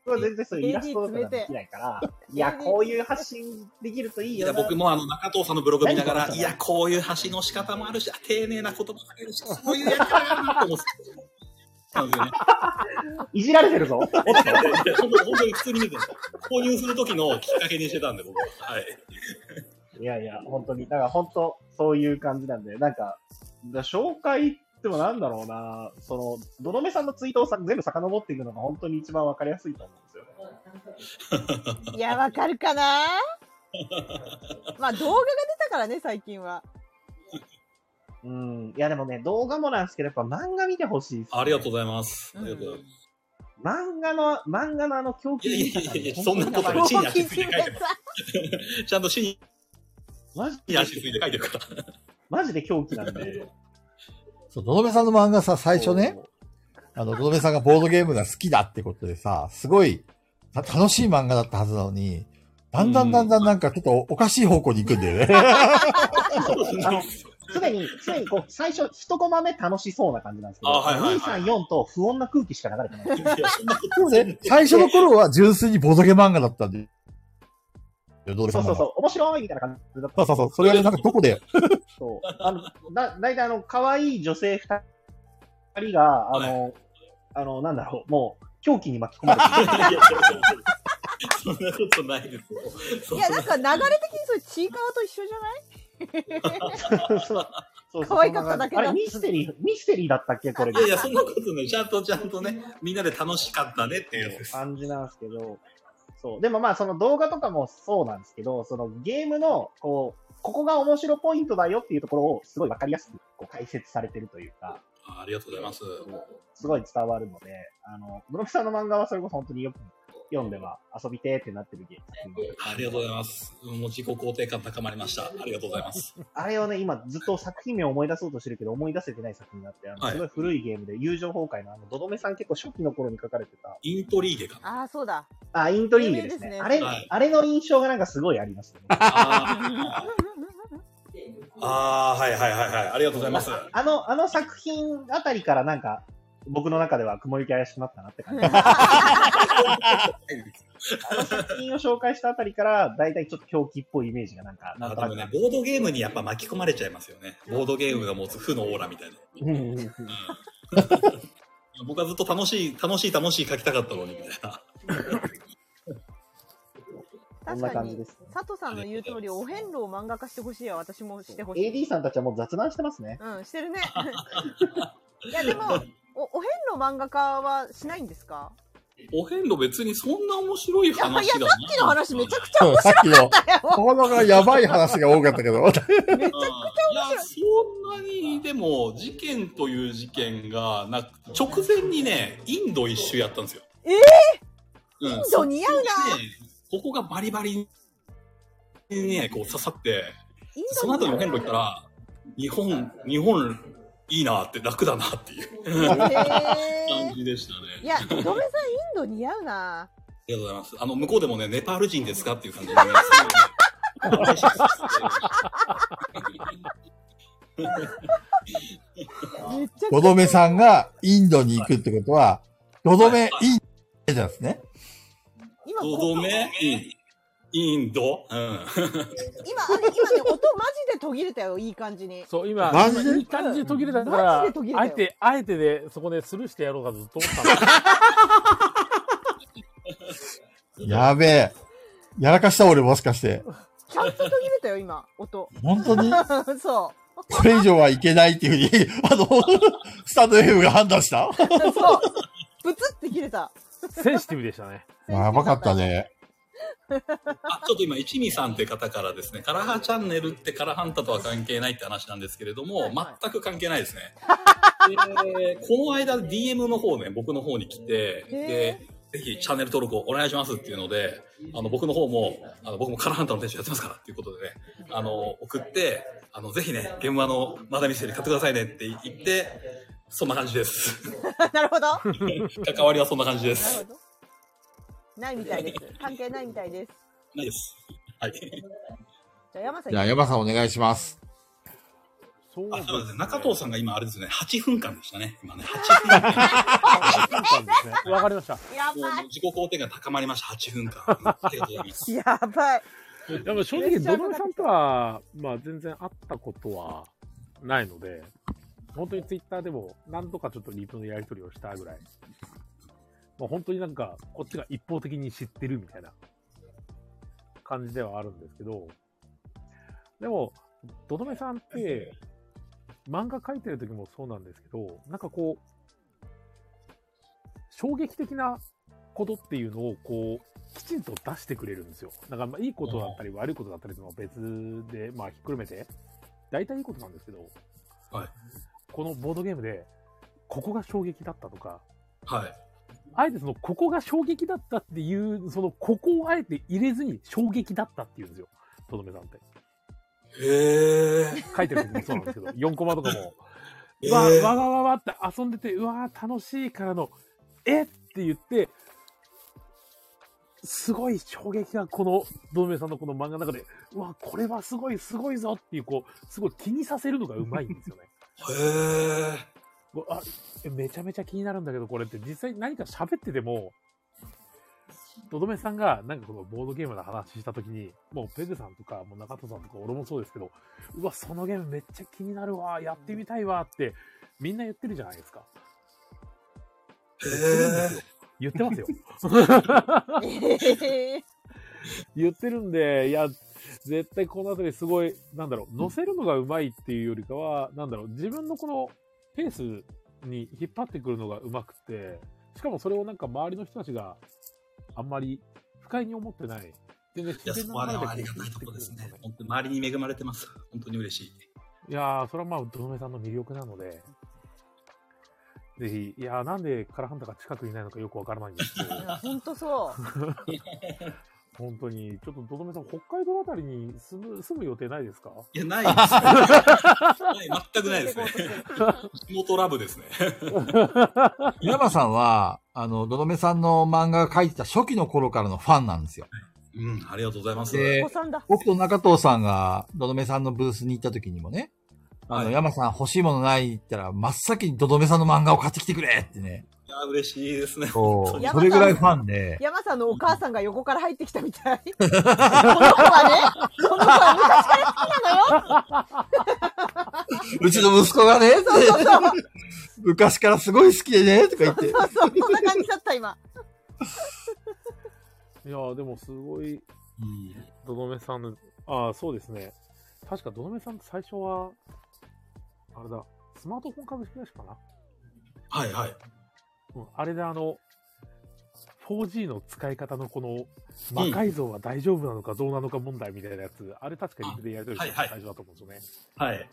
[SPEAKER 4] は全然そういうイラストとかができないから、いや、こういう発信できるといい
[SPEAKER 5] い
[SPEAKER 4] よ
[SPEAKER 5] や
[SPEAKER 4] な。
[SPEAKER 5] 僕もあの中藤さんのブログ見ながら、
[SPEAKER 4] 何
[SPEAKER 5] いや、こういう橋の仕方もあるし、あ丁寧な言葉もある し、そういうやり方があるなと思ってたんですよね。
[SPEAKER 4] いじられてるぞ。おっと
[SPEAKER 5] いや本当に本当に普通に見てた。購入する時のきっかけにしてたんで、僕は。はい。
[SPEAKER 4] いやいや、本当に。だから本当、そういう感じなんで、なんか、だ紹介ってもなんだろうな、その、どどめさんのツイートをさ全部遡っていくのが本当に一番わかりやすいと思うんですよね。
[SPEAKER 1] いや、わかるかなまあ、動画が出たからね、最近は。
[SPEAKER 4] うん。いや、でもね、動画もなんですけど、やっぱ漫画見てほしいです、
[SPEAKER 5] ありがとう
[SPEAKER 4] う。
[SPEAKER 5] ございます。ありがとうございます。
[SPEAKER 4] 漫画の、漫画のあの狂気見た感じ
[SPEAKER 5] いやいやいやそんなこと
[SPEAKER 4] 本当
[SPEAKER 5] な
[SPEAKER 4] にや
[SPEAKER 5] い
[SPEAKER 4] ば
[SPEAKER 5] 地に足ついて書いてます
[SPEAKER 1] い
[SPEAKER 5] ちゃんと死に
[SPEAKER 4] マジ
[SPEAKER 5] 足ついて書いてるから。
[SPEAKER 4] マジで狂気なんで。
[SPEAKER 6] そう、どどめさんの漫画さ、最初ね、あの、どどめさんがボードゲームが好きだってことでさ、すごい、た楽しい漫画だったはずなのに、だんだんだんだんなんかちょっとおかしい方向に行くんだよね。
[SPEAKER 4] あの常に、常にこう、最初、一コマ目楽しそうな感じなんですけど、
[SPEAKER 5] あはいはいはい
[SPEAKER 4] 2、3、4と不穏な空気しか流れてない。
[SPEAKER 5] いやそんなこと
[SPEAKER 6] でもね、最初の頃は純粋にボドゲ漫画だったんで。そう
[SPEAKER 4] そうそうそう、面白いみたいな感じだっ
[SPEAKER 6] そ
[SPEAKER 4] た
[SPEAKER 6] うそうそう。それがねなんかどこで、
[SPEAKER 4] そう。あの、だ、だいたいあの、可愛い女性二人が、あの、あの、なんだろう、もう、狂気に巻き込まれてる。
[SPEAKER 5] いやそんなことないですよ。そ
[SPEAKER 1] い
[SPEAKER 5] ん
[SPEAKER 1] や、
[SPEAKER 5] な
[SPEAKER 1] なんか流れ的にそれ、ちいかわと一緒じゃない
[SPEAKER 4] そうそうそう
[SPEAKER 1] 可愛かっただけだ
[SPEAKER 4] あれ、ミステリー、ミステリーだったっけこれ。
[SPEAKER 5] いやいや、そんなことない。ちゃんとちゃんとね、みんなで楽しかったねっていうやつです。
[SPEAKER 4] 感じなんですけど、そう。でもまあ、その動画とかもそうなんですけど、そのゲームの、こう、ここが面白ポイントだよっていうところを、すごいわかりやすくこう解説されてるというか、
[SPEAKER 5] あありがとうございます。
[SPEAKER 4] すごい伝わるので、あの、室木さんの漫画はそれこそ本当によく読んでは遊びてーってなってるゲーム。
[SPEAKER 5] ありがとうございます。うんもう自己肯定感高まりました。ありがとうございます。
[SPEAKER 4] あれをね、今ずっと作品名を思い出そうとしてるけど、思い出せてない作品があって、あの
[SPEAKER 5] はい
[SPEAKER 4] すごい古いゲームで、友情崩壊のあの、どどめさん結構初期の頃に書かれてた、
[SPEAKER 5] イントリーゲかな。
[SPEAKER 1] ああ、そうだ。
[SPEAKER 4] あ、イントリーグですね。
[SPEAKER 1] 有名ですね
[SPEAKER 4] あれ、
[SPEAKER 5] はい
[SPEAKER 4] あれの印象がなんかすごいありますね。
[SPEAKER 5] あーあー、はいはいはいはい。ありがとうございます。
[SPEAKER 4] あの、あの作品あたりからなんか、僕の中では雲行き怪しくなったなっ て感じ。あの作品を紹介したあたりから、だいたいちょっと狂気っぽいイメージがなんか、な
[SPEAKER 5] あ
[SPEAKER 4] ん
[SPEAKER 5] で
[SPEAKER 4] とな
[SPEAKER 5] も
[SPEAKER 4] く
[SPEAKER 5] ね、ボードゲームにやっぱ巻き込まれちゃいますよね。ボードゲームが持つ負のオーラみたいな。
[SPEAKER 4] うんうん
[SPEAKER 5] 僕はずっと楽しい、楽しい、楽しい書きたかったのに、みたいな。
[SPEAKER 4] こん
[SPEAKER 1] 確
[SPEAKER 4] な
[SPEAKER 1] か
[SPEAKER 4] 感じ
[SPEAKER 1] に
[SPEAKER 4] で、すね。
[SPEAKER 1] 佐藤さんの言う通り、お遍路を漫画化してほしいわ。私もしてほしい。
[SPEAKER 4] AD さんたちはもう雑談してますね。
[SPEAKER 1] うん、してるね。いや、でも、お、お遍路漫画家はしないんですか
[SPEAKER 5] お遍路別にそんな面白い
[SPEAKER 1] いや、い
[SPEAKER 5] 話
[SPEAKER 1] や、
[SPEAKER 5] だ
[SPEAKER 1] さ
[SPEAKER 5] な。
[SPEAKER 1] っきの話めちゃくちゃ
[SPEAKER 6] そうさっきの、
[SPEAKER 1] だよ。
[SPEAKER 6] このがやばい話が多かったけど、
[SPEAKER 1] めっち
[SPEAKER 5] うんいや、そんなに、でも、事件という事件がなく、直前にね、インド一周やったんですよ。
[SPEAKER 1] え
[SPEAKER 5] えイ
[SPEAKER 1] ンド似合うな
[SPEAKER 5] ここがバリバリにね、こう刺さって、
[SPEAKER 1] ゃイン
[SPEAKER 5] そ
[SPEAKER 1] ドに
[SPEAKER 5] の後にお遍路行ったら、日本、日本いいなって楽だなっていう
[SPEAKER 1] へ
[SPEAKER 5] 感
[SPEAKER 1] ー
[SPEAKER 5] じでした
[SPEAKER 1] い
[SPEAKER 5] ね。
[SPEAKER 1] や、ドメさん、インド似合うな。
[SPEAKER 5] ありがとうございます。あの、向こうでもね、ネパール人ですかっていう感じでね。 すごいね嬉しいです
[SPEAKER 1] めっちゃ
[SPEAKER 6] ドドメさんがインドに行くってことは、ドドメインドなんですね。
[SPEAKER 1] 今、
[SPEAKER 5] と
[SPEAKER 1] こ
[SPEAKER 5] どめ、インド、
[SPEAKER 1] 今、
[SPEAKER 5] うん。
[SPEAKER 1] あれ今ね、音マジで途切れたよ、いい感じに。
[SPEAKER 2] そう、今、
[SPEAKER 6] マジで
[SPEAKER 2] 今いい感じで途切れたか
[SPEAKER 1] マ
[SPEAKER 2] ら
[SPEAKER 1] ジで途切れ、たよ
[SPEAKER 2] あえて、あえてで、そこでスルーしてやろうかとずっと思ったの
[SPEAKER 6] やべえ。やらかした俺もしかして。
[SPEAKER 1] ちゃんと途切れたよ、今、音。
[SPEAKER 6] 本当に
[SPEAKER 1] そ
[SPEAKER 6] これ以上はいけないっていうふうに、あの、スタンド FM が判断した
[SPEAKER 1] う。そう。ブツって切れた。
[SPEAKER 2] センシティブでしたね。
[SPEAKER 6] やばかったね。
[SPEAKER 5] あちょっと今、一味さんって方からですね、カラハチャンネルってカラハンタとは関係ないって話なんですけれども、
[SPEAKER 1] はいはい
[SPEAKER 5] 全く関係ないですね。でこの間 DM の方ね、僕の方に来て、で、ぜひチャンネル登録をお願いしますっていうので、あの、僕の方も、あの、僕もカラハンタの店主やってますからっていうことでね、あの、送って、あの、ぜひね、現場のマダミステリー買ってくださいねって言って、そんな感じです。
[SPEAKER 1] なるほど。なる
[SPEAKER 5] 関わりはそんな感じです
[SPEAKER 1] ほ。ど。ないみたいです。関係ないみたいです。
[SPEAKER 5] ないです。はい。
[SPEAKER 1] じゃあ、山さん。
[SPEAKER 6] じゃあ、山さんお願いします。
[SPEAKER 2] そう
[SPEAKER 5] あ、そうですね。中
[SPEAKER 2] で
[SPEAKER 5] 藤さんが今あれですね、8分間でしたね。今ね、8分間。
[SPEAKER 2] すね。わかりました。
[SPEAKER 1] や
[SPEAKER 5] もう
[SPEAKER 1] ばい。
[SPEAKER 5] 自己肯定が高まりました、8分間。 ありがとうございます。
[SPEAKER 1] やばい。
[SPEAKER 2] でも正直、ドドメさんとは、まあ全然会ったことはないので、本当にツイッターでも何度かちょっとリプのやり取りをしたぐらい。まあ本当になんか、こっちが一方的に知ってるみたいな感じではあるんですけど、でも、ドドメさんって、漫画描いてる時もそうなんですけど、なんかこう、衝撃的なことっていうのをこう、きちんと出してくれるんですよ。だからまあいいことだったり悪いことだったりとは別で、まあひっくるめて、大体いいことなんですけど、
[SPEAKER 5] はい
[SPEAKER 2] このボードゲームで、ここが衝撃だったとか、
[SPEAKER 5] はい。
[SPEAKER 2] あえてその、ここが衝撃だったっていう、その、ここをあえて入れずに衝撃だったっていうんですよ。とどめさんって。
[SPEAKER 5] へえ。
[SPEAKER 2] 書いてる時もそうなんですけど、4コマとかも、
[SPEAKER 5] えー
[SPEAKER 2] うわ、わわわわって遊んでて、うわー、楽しいからの、えって言って、すごい衝撃がこの、道明さんのこの漫画の中で、うわ、これはすごい、すごいぞっていう、こう、すごい気にさせるのがうまいんですよね。
[SPEAKER 5] へえ。
[SPEAKER 2] うわあえめちゃめちゃ気になるんだけど、これって実際何か喋ってても、とどめさんがなんかこのボードゲームの話したときに、もうペグさんとか、もう中戸さんとか、俺もそうですけど、うわ、そのゲームめっちゃ気になるわ、やってみたいわって、みんな言ってるじゃないですか。
[SPEAKER 5] へえ。
[SPEAKER 2] 言ってますよ。
[SPEAKER 1] えー
[SPEAKER 2] 言ってるんで、いや、絶対このあたりすごい、なんだろう、乗せるのがうまいっていうよりかは、なんだろう、自分のこのペースに引っ張ってくるのがうまくて、しかもそれをなんか周りの人たちがあんまり不快に思ってない。全然
[SPEAKER 5] いや、
[SPEAKER 2] 自
[SPEAKER 5] そ
[SPEAKER 2] 然
[SPEAKER 5] こは
[SPEAKER 2] な
[SPEAKER 5] ね、
[SPEAKER 2] 流れでこう
[SPEAKER 5] ありがたいところですね。
[SPEAKER 2] 言ってくるん
[SPEAKER 5] 本当に周りに恵まれてます。本当に嬉しい。
[SPEAKER 2] いやー、それはまあ、どめさんの魅力なので、ぜひ、いやー、なんでカラハンタが近くにいないのかよくわからないんですけど
[SPEAKER 1] い。やほんとそう。
[SPEAKER 2] 本当に、ちょっとどどめさん、北海道あたりに住む住む予定ないですか
[SPEAKER 5] いや、ないですねない。全くないですね。地元ラブですね。
[SPEAKER 3] 稲葉さんは、あの、どどめさんの漫画が書いてた初期の頃からのファンなんですよ。
[SPEAKER 5] うん、ありがとうございます。
[SPEAKER 3] で
[SPEAKER 1] お子さんだ。
[SPEAKER 3] 僕と中藤さんが、どどめさんのブースに行った時にもね、あの、
[SPEAKER 5] はい
[SPEAKER 3] 山さん欲しいものないって言ったら、真っ先にどどめさんの漫画を買ってきてくれってね。
[SPEAKER 5] いや、嬉しいですね。
[SPEAKER 3] そ
[SPEAKER 5] 本
[SPEAKER 1] 山さん
[SPEAKER 3] れぐらいファンで、
[SPEAKER 1] 山さんのお母さんが横から入ってきたみたい。この子はね、この子は昔から好きなのよ。
[SPEAKER 3] うちの息子がね、って 昔からすごい好きでね、とか言って。
[SPEAKER 1] そう、そんな感じだった、今。
[SPEAKER 2] いやー、でもすごい、
[SPEAKER 5] 当にうん
[SPEAKER 2] どどめさんの、ああ、そうですね。確かどどめさんって最初は、あれだ、スマートフォン株式会社かな、
[SPEAKER 5] はいはい。
[SPEAKER 2] うん、あれであの、4G の使い方のこの魔改造は大丈夫なのかどうなのか問題みたいなやつ、あれ確か陸でやりとりしたの
[SPEAKER 5] はいはい
[SPEAKER 2] 最初だと思うんです
[SPEAKER 5] はい。
[SPEAKER 2] よね。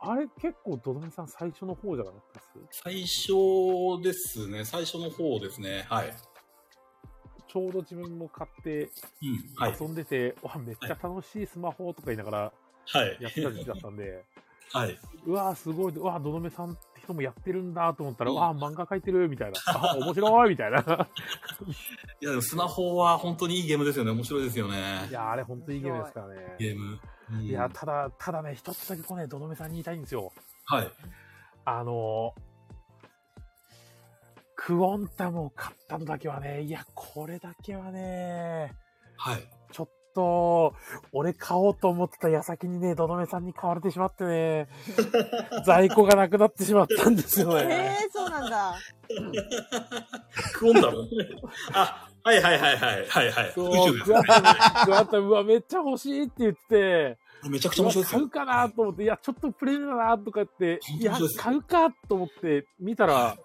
[SPEAKER 2] あれ結構どどめさん最初の方じゃなかったです
[SPEAKER 5] 最初ですね。最初の方ですね。はい。
[SPEAKER 2] ちょうど自分も買って
[SPEAKER 5] うん。はい。
[SPEAKER 2] 遊んでて、わ、めっちゃ楽しいスマホとか言いながら
[SPEAKER 5] はい。
[SPEAKER 2] やってた時期だったんで、
[SPEAKER 5] はい。
[SPEAKER 2] うわーすごい、うわー、どどめさんって人もやってるんだと思ったら、
[SPEAKER 5] うん
[SPEAKER 2] わあ、漫画描いてるみたいな、あ、面白い みたいな。
[SPEAKER 5] いや、でもスマホは本当にいいゲームですよね。面白いですよね。
[SPEAKER 2] いやー、あれ本当にいいゲームですからね。
[SPEAKER 5] ゲーム。うん
[SPEAKER 2] いや、ただ、ただね、一つだけこうね、どどめさんに言いたいんですよ。
[SPEAKER 5] はい。
[SPEAKER 2] あのークオンタムを買ったのだけはね、いや、これだけはね、
[SPEAKER 5] はい。
[SPEAKER 2] ちょっと、俺買おうと思ってた矢先にね、どどめさんに買われてしまって ね、在庫がなくなってしまったんですよ
[SPEAKER 1] へえ
[SPEAKER 2] ね。
[SPEAKER 1] ー、そうなんだ。
[SPEAKER 5] クオンだろあ、はいはいはいはい。はいはい。宇
[SPEAKER 2] そう、
[SPEAKER 5] 宙です
[SPEAKER 2] クワタム、クワタム、うわ、めっちゃ欲しいって言って、
[SPEAKER 5] めちゃくちゃ
[SPEAKER 2] う
[SPEAKER 5] 面
[SPEAKER 2] わ
[SPEAKER 5] 白いです
[SPEAKER 2] 買う
[SPEAKER 5] よ。
[SPEAKER 2] かなと思って、いや、ちょっとプレゼだなとかって、
[SPEAKER 5] 本
[SPEAKER 2] い
[SPEAKER 5] 当
[SPEAKER 2] や
[SPEAKER 5] そうで、す
[SPEAKER 2] 買うかと思って見たら、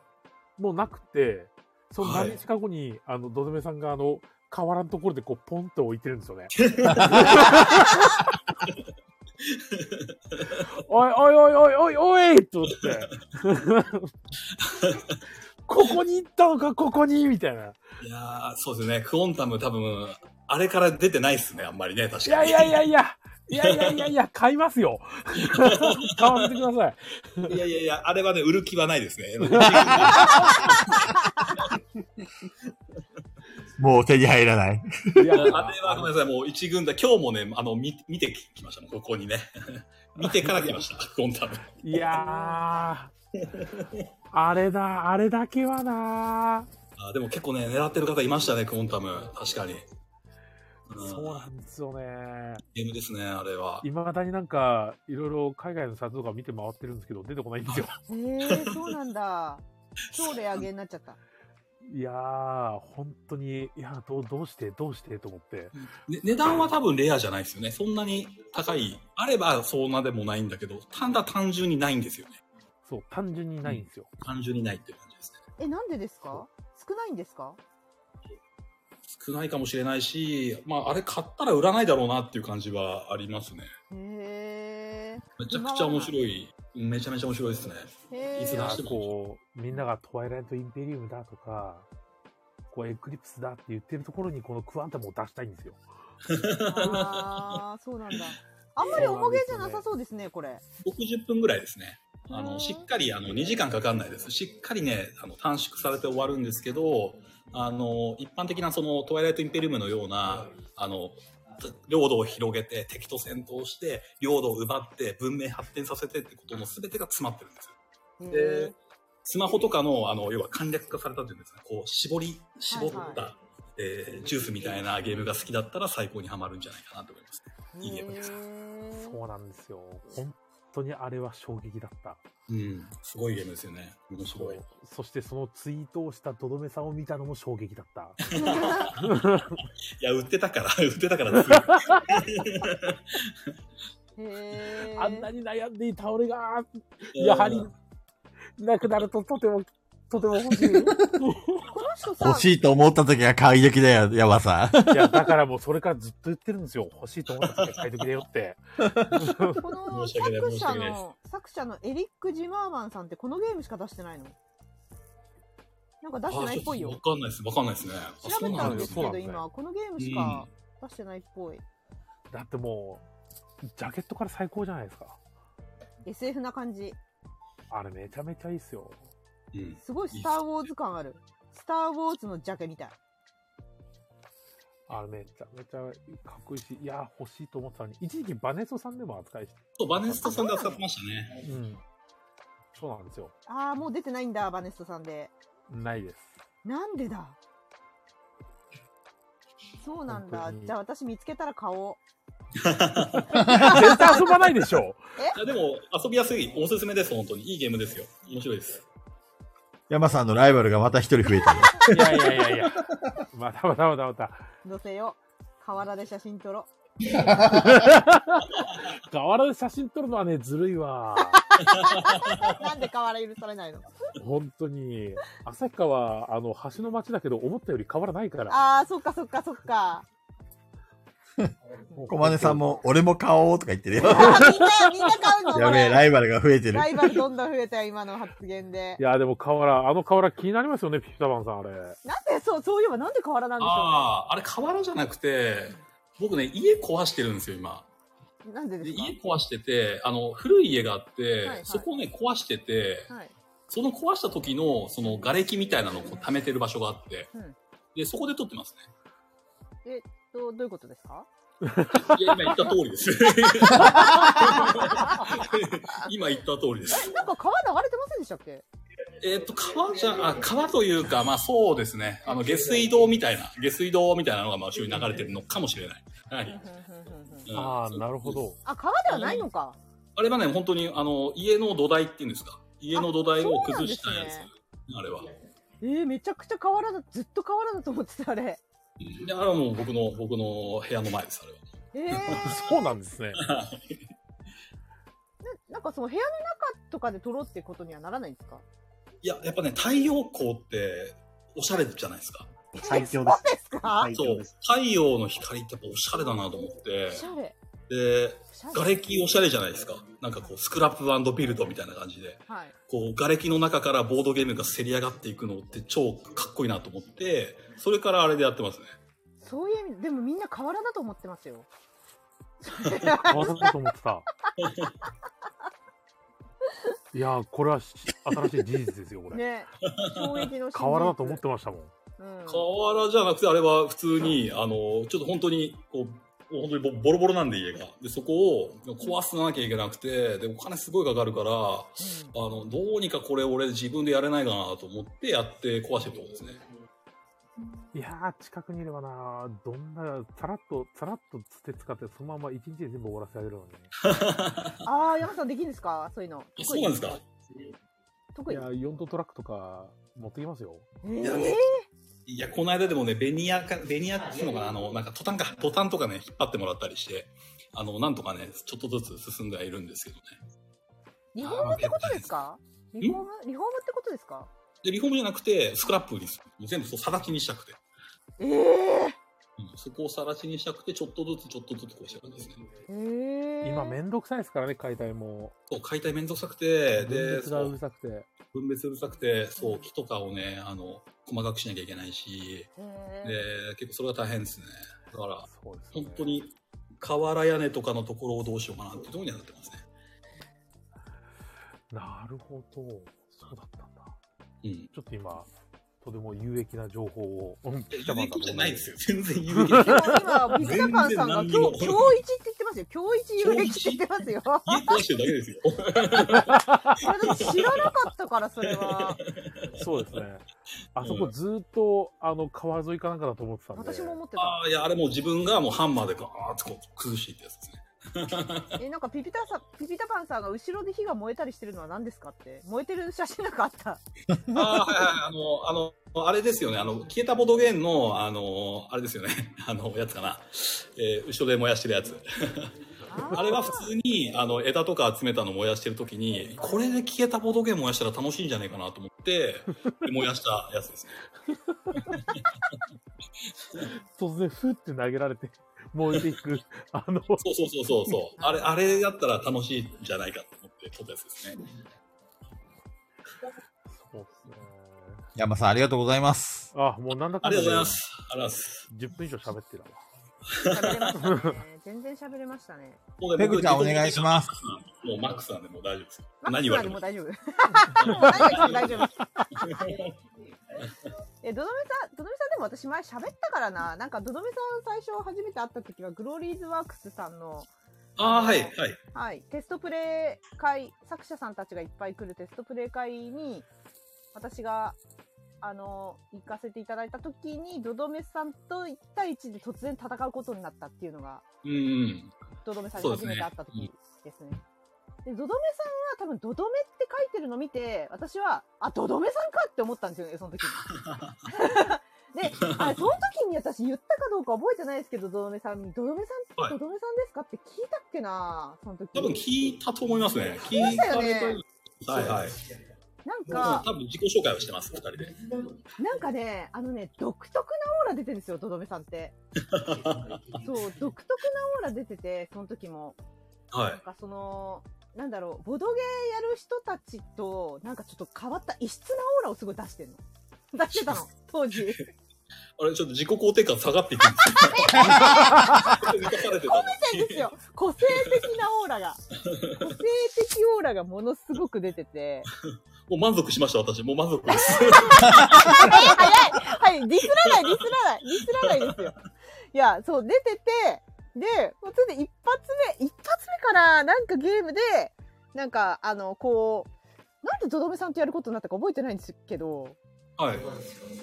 [SPEAKER 2] もうなくて、その
[SPEAKER 5] はい
[SPEAKER 2] 何日か後に、あの、どどめさんが、あの、河原のところでこう、ポンと置いてるんですよ ね。おいおいおいおいおいおいと思 って。ここに行ったのか、ここにみたいな。
[SPEAKER 5] いやーそうですね。クオンタム多分、あれから出てないっすね。あんまりね。確
[SPEAKER 2] いや
[SPEAKER 5] かに。
[SPEAKER 2] いやいやいや、いやいやいやいや、買いますよ。 買わせてください。
[SPEAKER 5] いやいやいや、あれはね、売る気はないですね。
[SPEAKER 3] もう手に入らない。
[SPEAKER 2] いや
[SPEAKER 5] あれはごめんなさい、もう一軍だ。今日もね、あの、見見てきましたもん、ここにね。 見てから来ました、コンタム。
[SPEAKER 2] いやー、あれだ、あれだけはな
[SPEAKER 5] あでも結構ね、狙ってる方いましたね、コンタム。確かに。うん
[SPEAKER 2] そうなんですよね。
[SPEAKER 5] ゲームですね、あれは。
[SPEAKER 2] いまだになんか、いろいろ海外のサイトとか見て回ってるんですけど、出てこないんですよ。
[SPEAKER 1] へえー、そうなんだ。超レアゲーになっちゃった。
[SPEAKER 2] いやー、本当に、いやどう、どうして、どうしてと思って。
[SPEAKER 5] ね値段は多分レアじゃないですよね。そんなに高い。あればそんなでもないんだけど、ただ単純にないんですよね。
[SPEAKER 2] そう、単純にないんですよ。
[SPEAKER 5] 単純にないっていう感じですね。
[SPEAKER 1] え、なんでですか少ないんですか
[SPEAKER 5] 少ないかもしれないし、まあ、あれ買ったら売らないだろうなっていう感じはありますね。
[SPEAKER 1] へ
[SPEAKER 5] めちゃくちゃ面白い。めちゃめちゃ面白いですね。
[SPEAKER 1] え。へ
[SPEAKER 5] いつ
[SPEAKER 2] い
[SPEAKER 5] 出
[SPEAKER 2] や
[SPEAKER 5] し
[SPEAKER 1] ー
[SPEAKER 5] ても
[SPEAKER 2] こう、みんながトワイライト・インペリウムだとか、こう、エクリプスだって言ってるところに、このクアンタムを出したいんですよ。
[SPEAKER 1] あ ーそうなんだ。あんまり重げじゃなさそうですね、これ。
[SPEAKER 5] 60分ぐらいですね。あ
[SPEAKER 1] へー
[SPEAKER 5] の、しっかり、あの、2時間かかんないです。しっかりね、あの、短縮されて終わるんですけど、あの、一般的なその、トワイライトインペリウムのような、あの、領土を広げて、敵と戦闘して、領土を奪って、文明発展させてってことの全てが詰まってるんですよ。で、スマホとかの、あの、要は簡略化されたっていうんですか、こう、絞り、絞った、
[SPEAKER 1] はいは
[SPEAKER 5] えージュースみたいなゲームが好きだったら最高にハマるんじゃないかなと思います。いいゲームです
[SPEAKER 1] へ
[SPEAKER 2] そうなんですよ。本当にあれは衝撃だった。
[SPEAKER 5] うん。すごいゲームですよね。面白い。
[SPEAKER 2] そしてそのツイートをしたドドメさんを見たのも衝撃だった。
[SPEAKER 5] いや、売ってたから、 売ってたからです。
[SPEAKER 1] え
[SPEAKER 2] あんなに悩んでいた俺が、やはり
[SPEAKER 5] うん、
[SPEAKER 2] なくなるととても、とても欲し
[SPEAKER 1] こ
[SPEAKER 2] い。
[SPEAKER 1] の人さ
[SPEAKER 6] 欲しいと思った時は買い時だよ、ヤマさ ん。
[SPEAKER 2] いや、だからもうそれからずっと言ってるんですよ。欲しいと思ったら買い時だよって。
[SPEAKER 1] この
[SPEAKER 5] 申し訳ない
[SPEAKER 1] 作
[SPEAKER 5] 申し
[SPEAKER 1] 者
[SPEAKER 5] 訳ないです
[SPEAKER 1] の、作者のエリック・ジマーマンさんってこのゲームしか出してないのなんか出してないっぽい
[SPEAKER 5] あちょ
[SPEAKER 1] よ
[SPEAKER 5] と。わかんないです。わかんないですね。あ
[SPEAKER 1] 調べたんですけ
[SPEAKER 2] そうなん
[SPEAKER 1] ど
[SPEAKER 2] だよ
[SPEAKER 1] 今、このゲームしか出してないっぽい。
[SPEAKER 2] だってもう、ジャケットから最高じゃないですか。
[SPEAKER 1] SF な感じ。
[SPEAKER 2] あれめちゃめちゃいいっすよ。
[SPEAKER 5] うん。
[SPEAKER 1] すごいスター・ウォーズ感ある。スター・ウォーズのジャケみたい。
[SPEAKER 2] あれめちゃめちゃかっこいいし、いや、欲しいと思ってたのに、一時期バネストさんでも扱いして、
[SPEAKER 5] そう、バネストさんが使ってましたね。
[SPEAKER 2] うん。そうなんですよ。
[SPEAKER 1] あー、もう出てないんだ、バネストさんで。
[SPEAKER 2] ないです。
[SPEAKER 1] なんでだそうなんだ
[SPEAKER 2] 本当。に
[SPEAKER 1] じゃあ私見つけたら買おう。
[SPEAKER 2] 絶対遊ばないでしょ。
[SPEAKER 5] いやでも、遊びやすい。おすすめです、本当に。いいゲームですよ。面白いです。
[SPEAKER 6] ヤマさんのライバルがまた一人 増えたよ。
[SPEAKER 2] いやいやいやいや。またまたまたまた。
[SPEAKER 1] 乗せよう。河原で写真撮ろ
[SPEAKER 2] 河原で写真撮るのはね、ずるいわ。
[SPEAKER 1] う。なんで河原許されないの
[SPEAKER 2] 本当に。旭川、あの、橋の町だけど、思ったより河原ないから。
[SPEAKER 1] あー、そっかそっかそっか。
[SPEAKER 6] 小金さんも、俺も買おうとか言ってるよ。
[SPEAKER 1] あーみんな、みんな買うのこれ
[SPEAKER 6] やべえ、ライバルが増えてる
[SPEAKER 1] ラ。イバルどんどん増えたよ、今の発言で
[SPEAKER 2] い。や、でも河原、あの河原気になりますよね、ピピタパンさん、あれ。
[SPEAKER 1] なんで、そう、そういえばなんで河原なんでしょ
[SPEAKER 5] ああ、あれ瓦じゃなくて、僕ね、家壊してるんですよ、今。
[SPEAKER 1] うね。なんでで
[SPEAKER 5] で、
[SPEAKER 1] す
[SPEAKER 5] 家壊してて、あの、古い家があって、
[SPEAKER 1] はい
[SPEAKER 5] そこをね、壊してて、
[SPEAKER 1] かはい。
[SPEAKER 5] その壊した時の、その瓦礫みたいなのをこう溜めてる場所があって、
[SPEAKER 1] うん
[SPEAKER 5] で、そこで撮ってますね。
[SPEAKER 1] どうどういうことですか
[SPEAKER 5] いや、今言った通り です。今言った通りです。
[SPEAKER 1] なんか川流れてませんでしたっけ
[SPEAKER 5] えっと、川じゃ、あ、川というか、まあそうですね。あの、下水道みたいな、下水道みたいなのが、まあ、周囲に流れてるのかもしれない。はい。うん
[SPEAKER 2] ああ、なるほ。ど。
[SPEAKER 1] あ、川ではないのか。
[SPEAKER 5] あれはね、本当に、あの、家の土台っていうんですか。家の土台を崩したや
[SPEAKER 1] あ
[SPEAKER 5] つ。
[SPEAKER 1] そうなん
[SPEAKER 5] あれは。
[SPEAKER 1] えー、めちゃくちゃ河原だ。ずっと河原だと思ってた、あれ。
[SPEAKER 5] で、あれはもう僕の、僕の部屋の前です、あれ
[SPEAKER 1] え
[SPEAKER 5] は。
[SPEAKER 1] ー、
[SPEAKER 2] そうなんですね。
[SPEAKER 1] ななんかその部屋の中とかで撮ろうってことにはならないんですか
[SPEAKER 5] いや、やっぱね、太陽光って、おしゃれじゃないですか。
[SPEAKER 4] 最強です。
[SPEAKER 1] ですか
[SPEAKER 4] 最
[SPEAKER 5] そ
[SPEAKER 4] 強
[SPEAKER 5] う
[SPEAKER 4] です。。
[SPEAKER 5] 太陽の光ってやっぱおしゃれだなと思って
[SPEAKER 1] お。しゃれ。
[SPEAKER 5] で、
[SPEAKER 1] おしゃれ。
[SPEAKER 5] 瓦礫おしゃれじゃないですか。なんかこう、スクラップビルドみたいな感じで。
[SPEAKER 1] はい。
[SPEAKER 5] こう、瓦礫の中からボードゲームがせり上がっていくのって超かっこいいなと思って、それからあれでやってますね。
[SPEAKER 1] そういう意味、でもみんな河原だと思ってます よ。
[SPEAKER 2] あそうかと思ってた。いやー、これはし新しい事実ですよ、これ。
[SPEAKER 1] ね。衝撃の真実
[SPEAKER 2] 河原だと思ってましたもん。
[SPEAKER 1] うん。
[SPEAKER 5] 河原じゃなくて、あれは普通に、あの、ちょっと本当に、こう、本当にボボロボロなんで家が。で、そこを壊さなきゃいけなくて、で、お金すごいかかるから、あの、どうにかこれ俺自分でやれないかなと思ってやって壊してるところですね。
[SPEAKER 2] いやー、近くにいればなー、どんな、さらっと、さらっとつて使って、そのまま一日で全部終わらせてあげるのに。
[SPEAKER 1] ああ、山さんできるんですかそういうの。
[SPEAKER 5] あそうなんですか
[SPEAKER 1] 得
[SPEAKER 2] い
[SPEAKER 1] 意。
[SPEAKER 2] やー、4トントラックとか持ってきますよ。
[SPEAKER 1] え
[SPEAKER 5] いや
[SPEAKER 1] ー、
[SPEAKER 5] いや、この間でもね、ベニヤか、ベニヤっていうのかな、あの、なんか、トタンか、トタンとかね、引っ張ってもらったりして、あの、なんとかね、ちょっとずつ進んではいるんですけどね。
[SPEAKER 1] リフォームってことですかリフォームリフォームってことですか
[SPEAKER 5] で、リフォームじゃなくて、スクラップにする。もう全部そう、さらちにしたくて。
[SPEAKER 1] えー、
[SPEAKER 5] うん、そこをさらちにしたくて、ちょっとずつ、ちょっとずつこうしてるんですね。
[SPEAKER 1] えー、
[SPEAKER 2] 今、めんどくさいですからね、解体も。
[SPEAKER 5] そう、解体めんどくさくて、
[SPEAKER 2] 分
[SPEAKER 5] で、
[SPEAKER 2] 別が
[SPEAKER 5] そうう
[SPEAKER 2] るさくて。
[SPEAKER 5] 分別うるさくて、そう、木とかをね、あの、細かくしなきゃいけないし、
[SPEAKER 1] えー
[SPEAKER 5] で、結構それは大変ですね。だから、
[SPEAKER 2] そうです、ね。
[SPEAKER 5] 本当。に、瓦屋根とかのところをどうしようかなっていうところにはなってますね。
[SPEAKER 2] なるほど。そうだったんだ。
[SPEAKER 5] うん。
[SPEAKER 2] ちょっと今、とても有益な情報を。うん
[SPEAKER 5] いや有益じゃないですよ。。全然有益。
[SPEAKER 1] 今、今、ピピタパンさんが
[SPEAKER 5] 全然何に
[SPEAKER 1] 今
[SPEAKER 5] も
[SPEAKER 1] 日、今日一って言ってますよ。今日一有益って言ってますよ。
[SPEAKER 5] 家壊してるだけですよ。
[SPEAKER 1] それでも知らなかったから、それ は。
[SPEAKER 2] そうですね。あそこずっと、あの、川沿いかなんかだと思ってたんで。
[SPEAKER 1] 私も思ってた。
[SPEAKER 5] ああ、いや、あれもう自分がもうハンマーでガーッとこう崩していってやつですね。
[SPEAKER 1] え、なんかピピタさん、ピピタパンさんが後ろで火が燃えたりしてるのは何ですかって。燃えてる写真なんかあった。
[SPEAKER 5] ああ、はいはい。あの、あの、あれですよね。あの、消えたボドゲンの、あの、あれですよね。 あの、やつかな。えー後ろで燃やしてるやつ。あれは普通に、あの、枝とか集めたの燃やしてるときに、これで消えたボドゲン燃やしたら楽しいんじゃないかなと思って、で燃やしたやつですね。
[SPEAKER 2] 突然、ふって投げられ て、燃えていく。あの、
[SPEAKER 5] そうそうそうそうそう。あれ、あれだったら楽しいんじゃないかと思って撮ったやつですね。
[SPEAKER 2] そうですね。
[SPEAKER 6] 山さん、ありがとうございます。
[SPEAKER 2] あ、もうなんだか
[SPEAKER 5] あ
[SPEAKER 2] ん
[SPEAKER 5] り
[SPEAKER 2] だ
[SPEAKER 5] がとうございま。
[SPEAKER 2] です
[SPEAKER 5] ありがとうございます。
[SPEAKER 2] 10分以上喋ってるわ。
[SPEAKER 1] 喋れましたね。全然喋れましたね。
[SPEAKER 5] もうね
[SPEAKER 6] ペグちゃんお願いし ます。
[SPEAKER 5] 僕もうマックスなんでもう大丈夫です。
[SPEAKER 1] マックス
[SPEAKER 5] 何言
[SPEAKER 1] な
[SPEAKER 5] わ
[SPEAKER 1] ん
[SPEAKER 5] れ
[SPEAKER 1] で
[SPEAKER 5] て
[SPEAKER 1] も
[SPEAKER 5] も
[SPEAKER 1] う。大丈夫。も う何が来ても大丈夫。え、どどめさん、どどめさんでも私前喋ったからな。なんかどどめさん最初初めて会った時はグローリーズワークスさんの、
[SPEAKER 5] ああ、はい、はい。
[SPEAKER 1] はい、テストプレイ会、作者さんたちがいっぱい来るテストプレイ会に、私が、あの、行かせていただいた時に、どどめさんと1対1で突然戦うことになったっていうのが、
[SPEAKER 5] うんうん。
[SPEAKER 1] どどめさんに初めて会った時ですね。で、どどめさんは多分、どどめって書いてるの見て、私は、あ、どどめさんかって思ったんですよね、その 時に。で、あその時に私言ったかどうか覚えてないですけど、どどめさんに、どどめさん、
[SPEAKER 5] はい
[SPEAKER 1] どどめさんですかって聞いたっけなその時。
[SPEAKER 5] 多分聞いたと思いますね。聞
[SPEAKER 1] ましたよ
[SPEAKER 5] れ
[SPEAKER 1] ね
[SPEAKER 5] たはいはい。
[SPEAKER 1] なん
[SPEAKER 5] も
[SPEAKER 1] か
[SPEAKER 5] う、多分自己紹介をしてます、二人で。
[SPEAKER 1] なんかね、あのね、独特なオーラ出てるんですよ、とどめさんって。そう、独特なオーラ出てて、その時も。
[SPEAKER 5] は
[SPEAKER 1] なんかその、なんだろう、ボドゲーやる人たちと、なんかちょっと変わった異質なオーラをすごい出してんの。出してたの、当時。
[SPEAKER 5] い。あれ、ちょっと自己肯定感下がっていくんですよ。 満たされ てたの
[SPEAKER 1] ですよ。個性的なオーラが。個性的オーラがものすごく出てて。
[SPEAKER 5] もう満足しました、私。もう満足です。
[SPEAKER 1] 早い早いはい、ディスらない、ディスらない、ディスらないですよ。いや、そう、出てて、で、もうそれで一発目、一発目からなんかゲームで、なんか、あの、こう、なんでドドメさんとやることになったか覚えてないんですけど、
[SPEAKER 5] はい。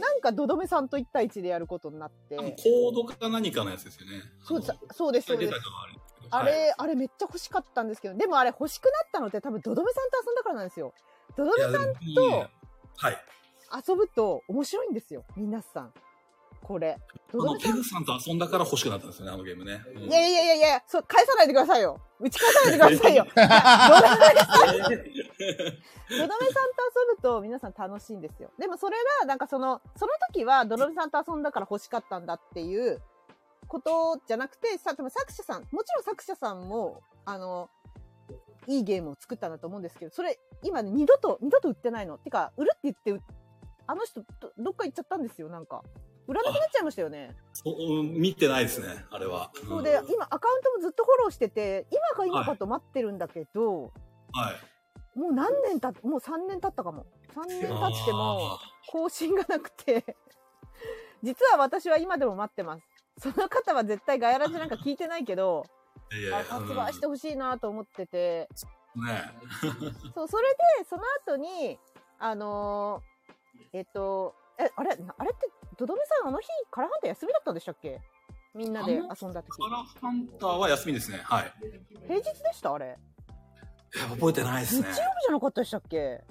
[SPEAKER 1] なんかドドメさんと一対一でやることになっ
[SPEAKER 5] 多分
[SPEAKER 1] て、
[SPEAKER 5] コードか何かのやつですよね。
[SPEAKER 1] そうです、そうです、そう
[SPEAKER 5] 出
[SPEAKER 1] で
[SPEAKER 5] た
[SPEAKER 1] す
[SPEAKER 5] か。はあるんですけど
[SPEAKER 1] あ
[SPEAKER 5] はい
[SPEAKER 1] れ、あれめっちゃ欲しかったんですけど、でもあれ欲しくなったのって多分ドドメさんと遊んだからなんですよ。ドド
[SPEAKER 5] い
[SPEAKER 1] メ
[SPEAKER 5] やでもいいねはい。
[SPEAKER 1] 遊ぶと面白いんですよ、皆さん。これ。
[SPEAKER 5] あ
[SPEAKER 1] ドド
[SPEAKER 5] の、
[SPEAKER 1] メさ
[SPEAKER 5] ペ
[SPEAKER 1] ん
[SPEAKER 5] グさんと遊んだから欲しくなったんですよね、あのゲームね。うん
[SPEAKER 1] いやいやいやいや、そう、返さないでくださいよ。打ち返さないでくださいよ。いやのだめのだめさんと遊ぶと皆さん楽しいんですよ。でもそれが、なんかその、その時は、のだめさんと遊んだから欲しかったんだっていうことじゃなくて、さ、多分作者さん、もちろん作者さんも、あの、いいゲームを作ったんだと思うんですけど、それ、今ね、二度と、二度と売ってないの。てか、売るって言って、あの人ど、どっか行っちゃったんですよ、なんか。売らなくなっちゃいましたよね。
[SPEAKER 5] そううん見てないですね、あれは。ん
[SPEAKER 1] そうで、今アカウントもずっとフォローしてて、今か今かと待ってるんだけど、
[SPEAKER 5] はい。
[SPEAKER 1] もう何年たもう3年経ったかも。3年経っても
[SPEAKER 5] あ
[SPEAKER 1] 更新がなくて、 実は私は今でも待ってます。その方は絶対ガヤラジなんか聞いてないけど、
[SPEAKER 5] ー。いやいや
[SPEAKER 1] あ発売してほしいなと思ってて、
[SPEAKER 5] うんね
[SPEAKER 1] そう、それで、その後に、あのーえっと、え、あれ、なあれって、ドドメさんあの日、カラハンタ休みだったんでしたっけみんなで遊んだ時。
[SPEAKER 5] カラハンターは休みですね。はい。
[SPEAKER 1] 平日でしたあれ。
[SPEAKER 5] いや覚えてないで
[SPEAKER 1] 日
[SPEAKER 5] す
[SPEAKER 1] 曜
[SPEAKER 5] ね
[SPEAKER 1] 日。じゃなかったでしたっけ
[SPEAKER 5] う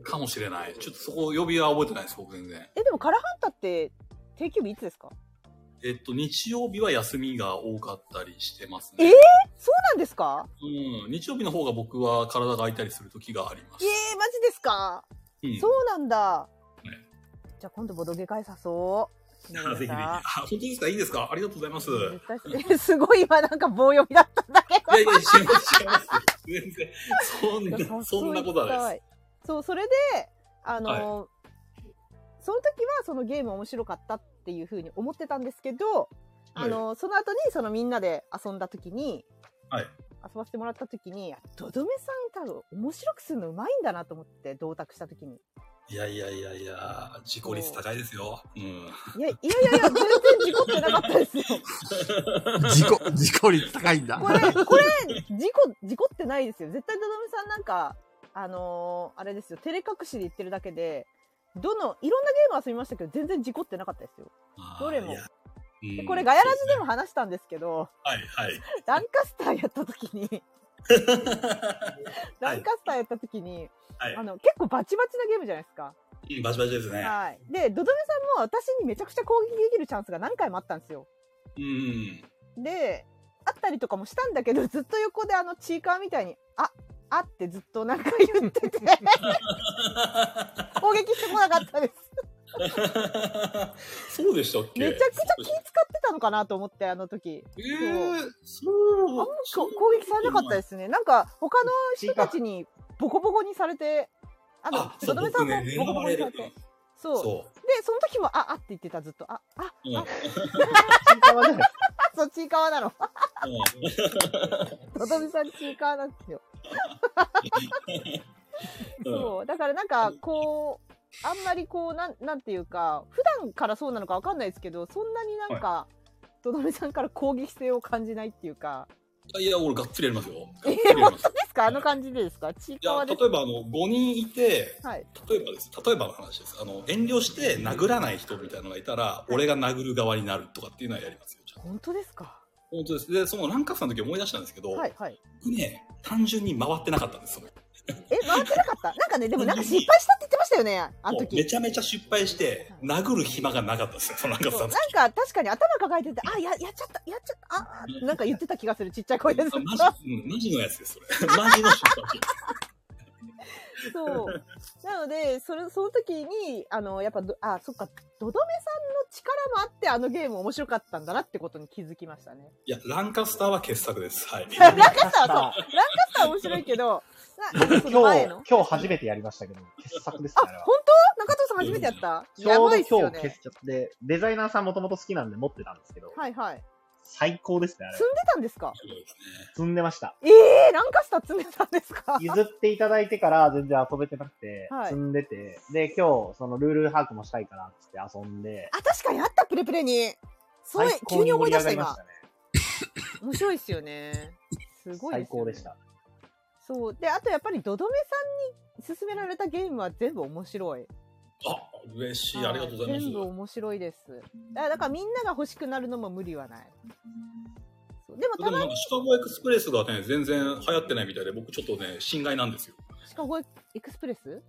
[SPEAKER 5] ん。かもしれない。ちょっとそこ、曜日は覚えてないです、僕全然。
[SPEAKER 1] え、でもカラハンタって定休日いつですか
[SPEAKER 5] えっと、日曜日は休みが多かったりしてます
[SPEAKER 1] え
[SPEAKER 5] ね。
[SPEAKER 1] ーそうなんですか
[SPEAKER 5] うん。日曜日の方が僕は体が空いたりする時がありま
[SPEAKER 1] え
[SPEAKER 5] す。
[SPEAKER 1] ー、マジですか
[SPEAKER 5] うん
[SPEAKER 1] そうなんだ
[SPEAKER 5] ね。
[SPEAKER 1] じゃあ今度ボドゲ会誘おう。
[SPEAKER 5] あぜひぜひ。あ、本当ですかいいですかありがとうございます。い
[SPEAKER 1] 絶対すすごい今なんか棒読みだったんだけ
[SPEAKER 5] やいや、違います、違います。全然。そん
[SPEAKER 1] ど。
[SPEAKER 5] な、そんなことはないです。
[SPEAKER 1] い。そう、それで、あのーその時はそのゲーム面白かったっていうふうに思ってたんですけど、あのーその後にそのみんなで遊んだ時に、
[SPEAKER 5] はい
[SPEAKER 1] 遊ばせてもらった時に、ドドメさん多分面白くするのうまいんだなと思って、同卓した時に。
[SPEAKER 5] いやいやいやいや、事故率高いですよ。うん。
[SPEAKER 1] いやいやいやいや、全然事故ってなかったですよ。
[SPEAKER 3] 事故、事故率高いんだ。
[SPEAKER 1] これ、これ、事故、事故ってないですよ。絶対、とどめさんなんか、あのーあれですよ、照れ隠しで言ってるだけで、どの、いろんなゲーム遊びましたけど、全然事故ってなかったですよ。
[SPEAKER 5] あー
[SPEAKER 1] どれも
[SPEAKER 5] いやうん
[SPEAKER 1] これ、ガヤラジでも話したんですけど、
[SPEAKER 5] はいはい。
[SPEAKER 1] ランカスターやった時に、ランカスターやった時に、
[SPEAKER 5] はい
[SPEAKER 1] あの、結構バチバチなゲームじゃないですか。
[SPEAKER 5] うんバチバチですね。
[SPEAKER 1] はい。で、ドドメさんも私にめちゃくちゃ攻撃できるチャンスが何回もあったんですよ。
[SPEAKER 5] うん。
[SPEAKER 1] で、あったりとかもしたんだけど、ずっと横であのチーカーみたいに、あ、あってずっとなんか言ってて、攻撃してこなか ったです。
[SPEAKER 5] そうでしたっけ
[SPEAKER 1] めちゃくちゃ気使ってたのかなと思って、あの時。
[SPEAKER 5] えー、そう。
[SPEAKER 1] あんまこ攻撃されなかったですね。なんか、他の人たちにボコボコにされて、あの
[SPEAKER 5] あ、、
[SPEAKER 1] ド
[SPEAKER 5] そう、
[SPEAKER 1] ドメさ
[SPEAKER 5] 僕
[SPEAKER 1] んも
[SPEAKER 5] ね、
[SPEAKER 1] ボコボ
[SPEAKER 5] 狙わ
[SPEAKER 1] コ
[SPEAKER 5] れ
[SPEAKER 1] にさ
[SPEAKER 5] る
[SPEAKER 1] れ。て。そう。
[SPEAKER 5] そ
[SPEAKER 1] で、その時も、あ、あって言ってた、ずっと。あ、あ、
[SPEAKER 5] う。うん。うん
[SPEAKER 4] 新川じゃないですか
[SPEAKER 1] あ、そっち側なの。のぞみさんチーカーなんです よ。そう。だからなんか、こう、あんまりこう、なん、なんていうか、普段からそうなのかわかんないですけど、そんなになんか、とどめさんから攻撃性を感じないっていうか、
[SPEAKER 5] うんいや、俺、がっつりやりますよ。
[SPEAKER 1] え
[SPEAKER 5] がっつりや
[SPEAKER 1] 本
[SPEAKER 5] りま
[SPEAKER 1] 当
[SPEAKER 5] す
[SPEAKER 1] ですかあの感じでですかチー
[SPEAKER 5] いや
[SPEAKER 1] カーです
[SPEAKER 5] 例えばあの5人いて、
[SPEAKER 1] はい
[SPEAKER 5] 例えばです例えばの話ですあの遠慮して殴らない人みたいなのがいたら俺が殴る側になるとかっていうのはやりますよちゃんと
[SPEAKER 1] 本当ですか
[SPEAKER 5] 本当ですでそのランカフさんの時思い出したんですけど、
[SPEAKER 1] はい、はい。
[SPEAKER 5] 僕ね単純に回ってなかったんですその
[SPEAKER 1] え、回ってなかったなんかね、でもなんか失敗したって言ってましたよね、あの
[SPEAKER 5] もうめ
[SPEAKER 1] 時。
[SPEAKER 5] ちゃめちゃ失敗して殴る暇がなかったですよそのランカフ
[SPEAKER 1] そ
[SPEAKER 5] さ
[SPEAKER 1] うん
[SPEAKER 5] の
[SPEAKER 1] なんか確かに頭抱えてて、あ、や、やっちゃった、やっちゃった、あ、なんか言ってた気がする、ちっちゃい声でずっ
[SPEAKER 5] 時
[SPEAKER 1] と。
[SPEAKER 5] マジうんマジのやつですそれ マジの失敗
[SPEAKER 1] そう。なので、それ、その時に、あの、やっぱど、あ、そっか、ドドメさんの力もあって、あのゲーム面白かったんだなってことに気づきましたね。
[SPEAKER 5] いやランカスターは傑作ですはい
[SPEAKER 1] ランカスターはそう。ランカスターは面白いけど、な、なんかその
[SPEAKER 4] 今
[SPEAKER 1] 前
[SPEAKER 4] 日
[SPEAKER 1] の。、
[SPEAKER 4] 今日初めてやりましたけど、傑作ですね、
[SPEAKER 1] あ、
[SPEAKER 4] あれは。
[SPEAKER 1] 本当中藤さん初めてやった
[SPEAKER 4] ち
[SPEAKER 1] や
[SPEAKER 4] ょう
[SPEAKER 1] ば
[SPEAKER 4] ど
[SPEAKER 1] いっすよ
[SPEAKER 4] 今日消
[SPEAKER 1] ね
[SPEAKER 4] し。ちゃって、デザイナーさんもともと好きなんで持ってたんですけど、
[SPEAKER 1] はいはい。
[SPEAKER 4] 最高ですね、あれ
[SPEAKER 1] 積。んでたんですか
[SPEAKER 4] 積んでました。
[SPEAKER 1] ええー、ランカスター積んでたんですか
[SPEAKER 4] 譲っていただいてから全然遊べてなくて、
[SPEAKER 1] はい
[SPEAKER 4] 積んでて、で、今日、そのルール把握もしたいからってって遊んで、
[SPEAKER 1] あ、確かにあった、プレプレに。すごい
[SPEAKER 4] 最、高
[SPEAKER 1] 急に思い出した、
[SPEAKER 4] 盛り上がり
[SPEAKER 1] 今
[SPEAKER 4] ま。ね。
[SPEAKER 1] 面白いっすよね。すごい
[SPEAKER 4] 最
[SPEAKER 1] すよ
[SPEAKER 4] 高
[SPEAKER 1] ね
[SPEAKER 4] でした。
[SPEAKER 1] そう。で、あとやっぱり、ドドメさんに勧められたゲームは全部面白い。
[SPEAKER 5] あ嬉しい
[SPEAKER 1] は
[SPEAKER 5] ありがとうございます
[SPEAKER 1] 全部面白いです。だからだからみんなが欲しくなるのも無理はない。そうでもた
[SPEAKER 5] でもな
[SPEAKER 1] ま
[SPEAKER 5] ん
[SPEAKER 1] に
[SPEAKER 5] かシカゴエクスプレスがね全然流行ってないみたいで僕ちょっとね心外なんですよ
[SPEAKER 1] シカゴエクスプレス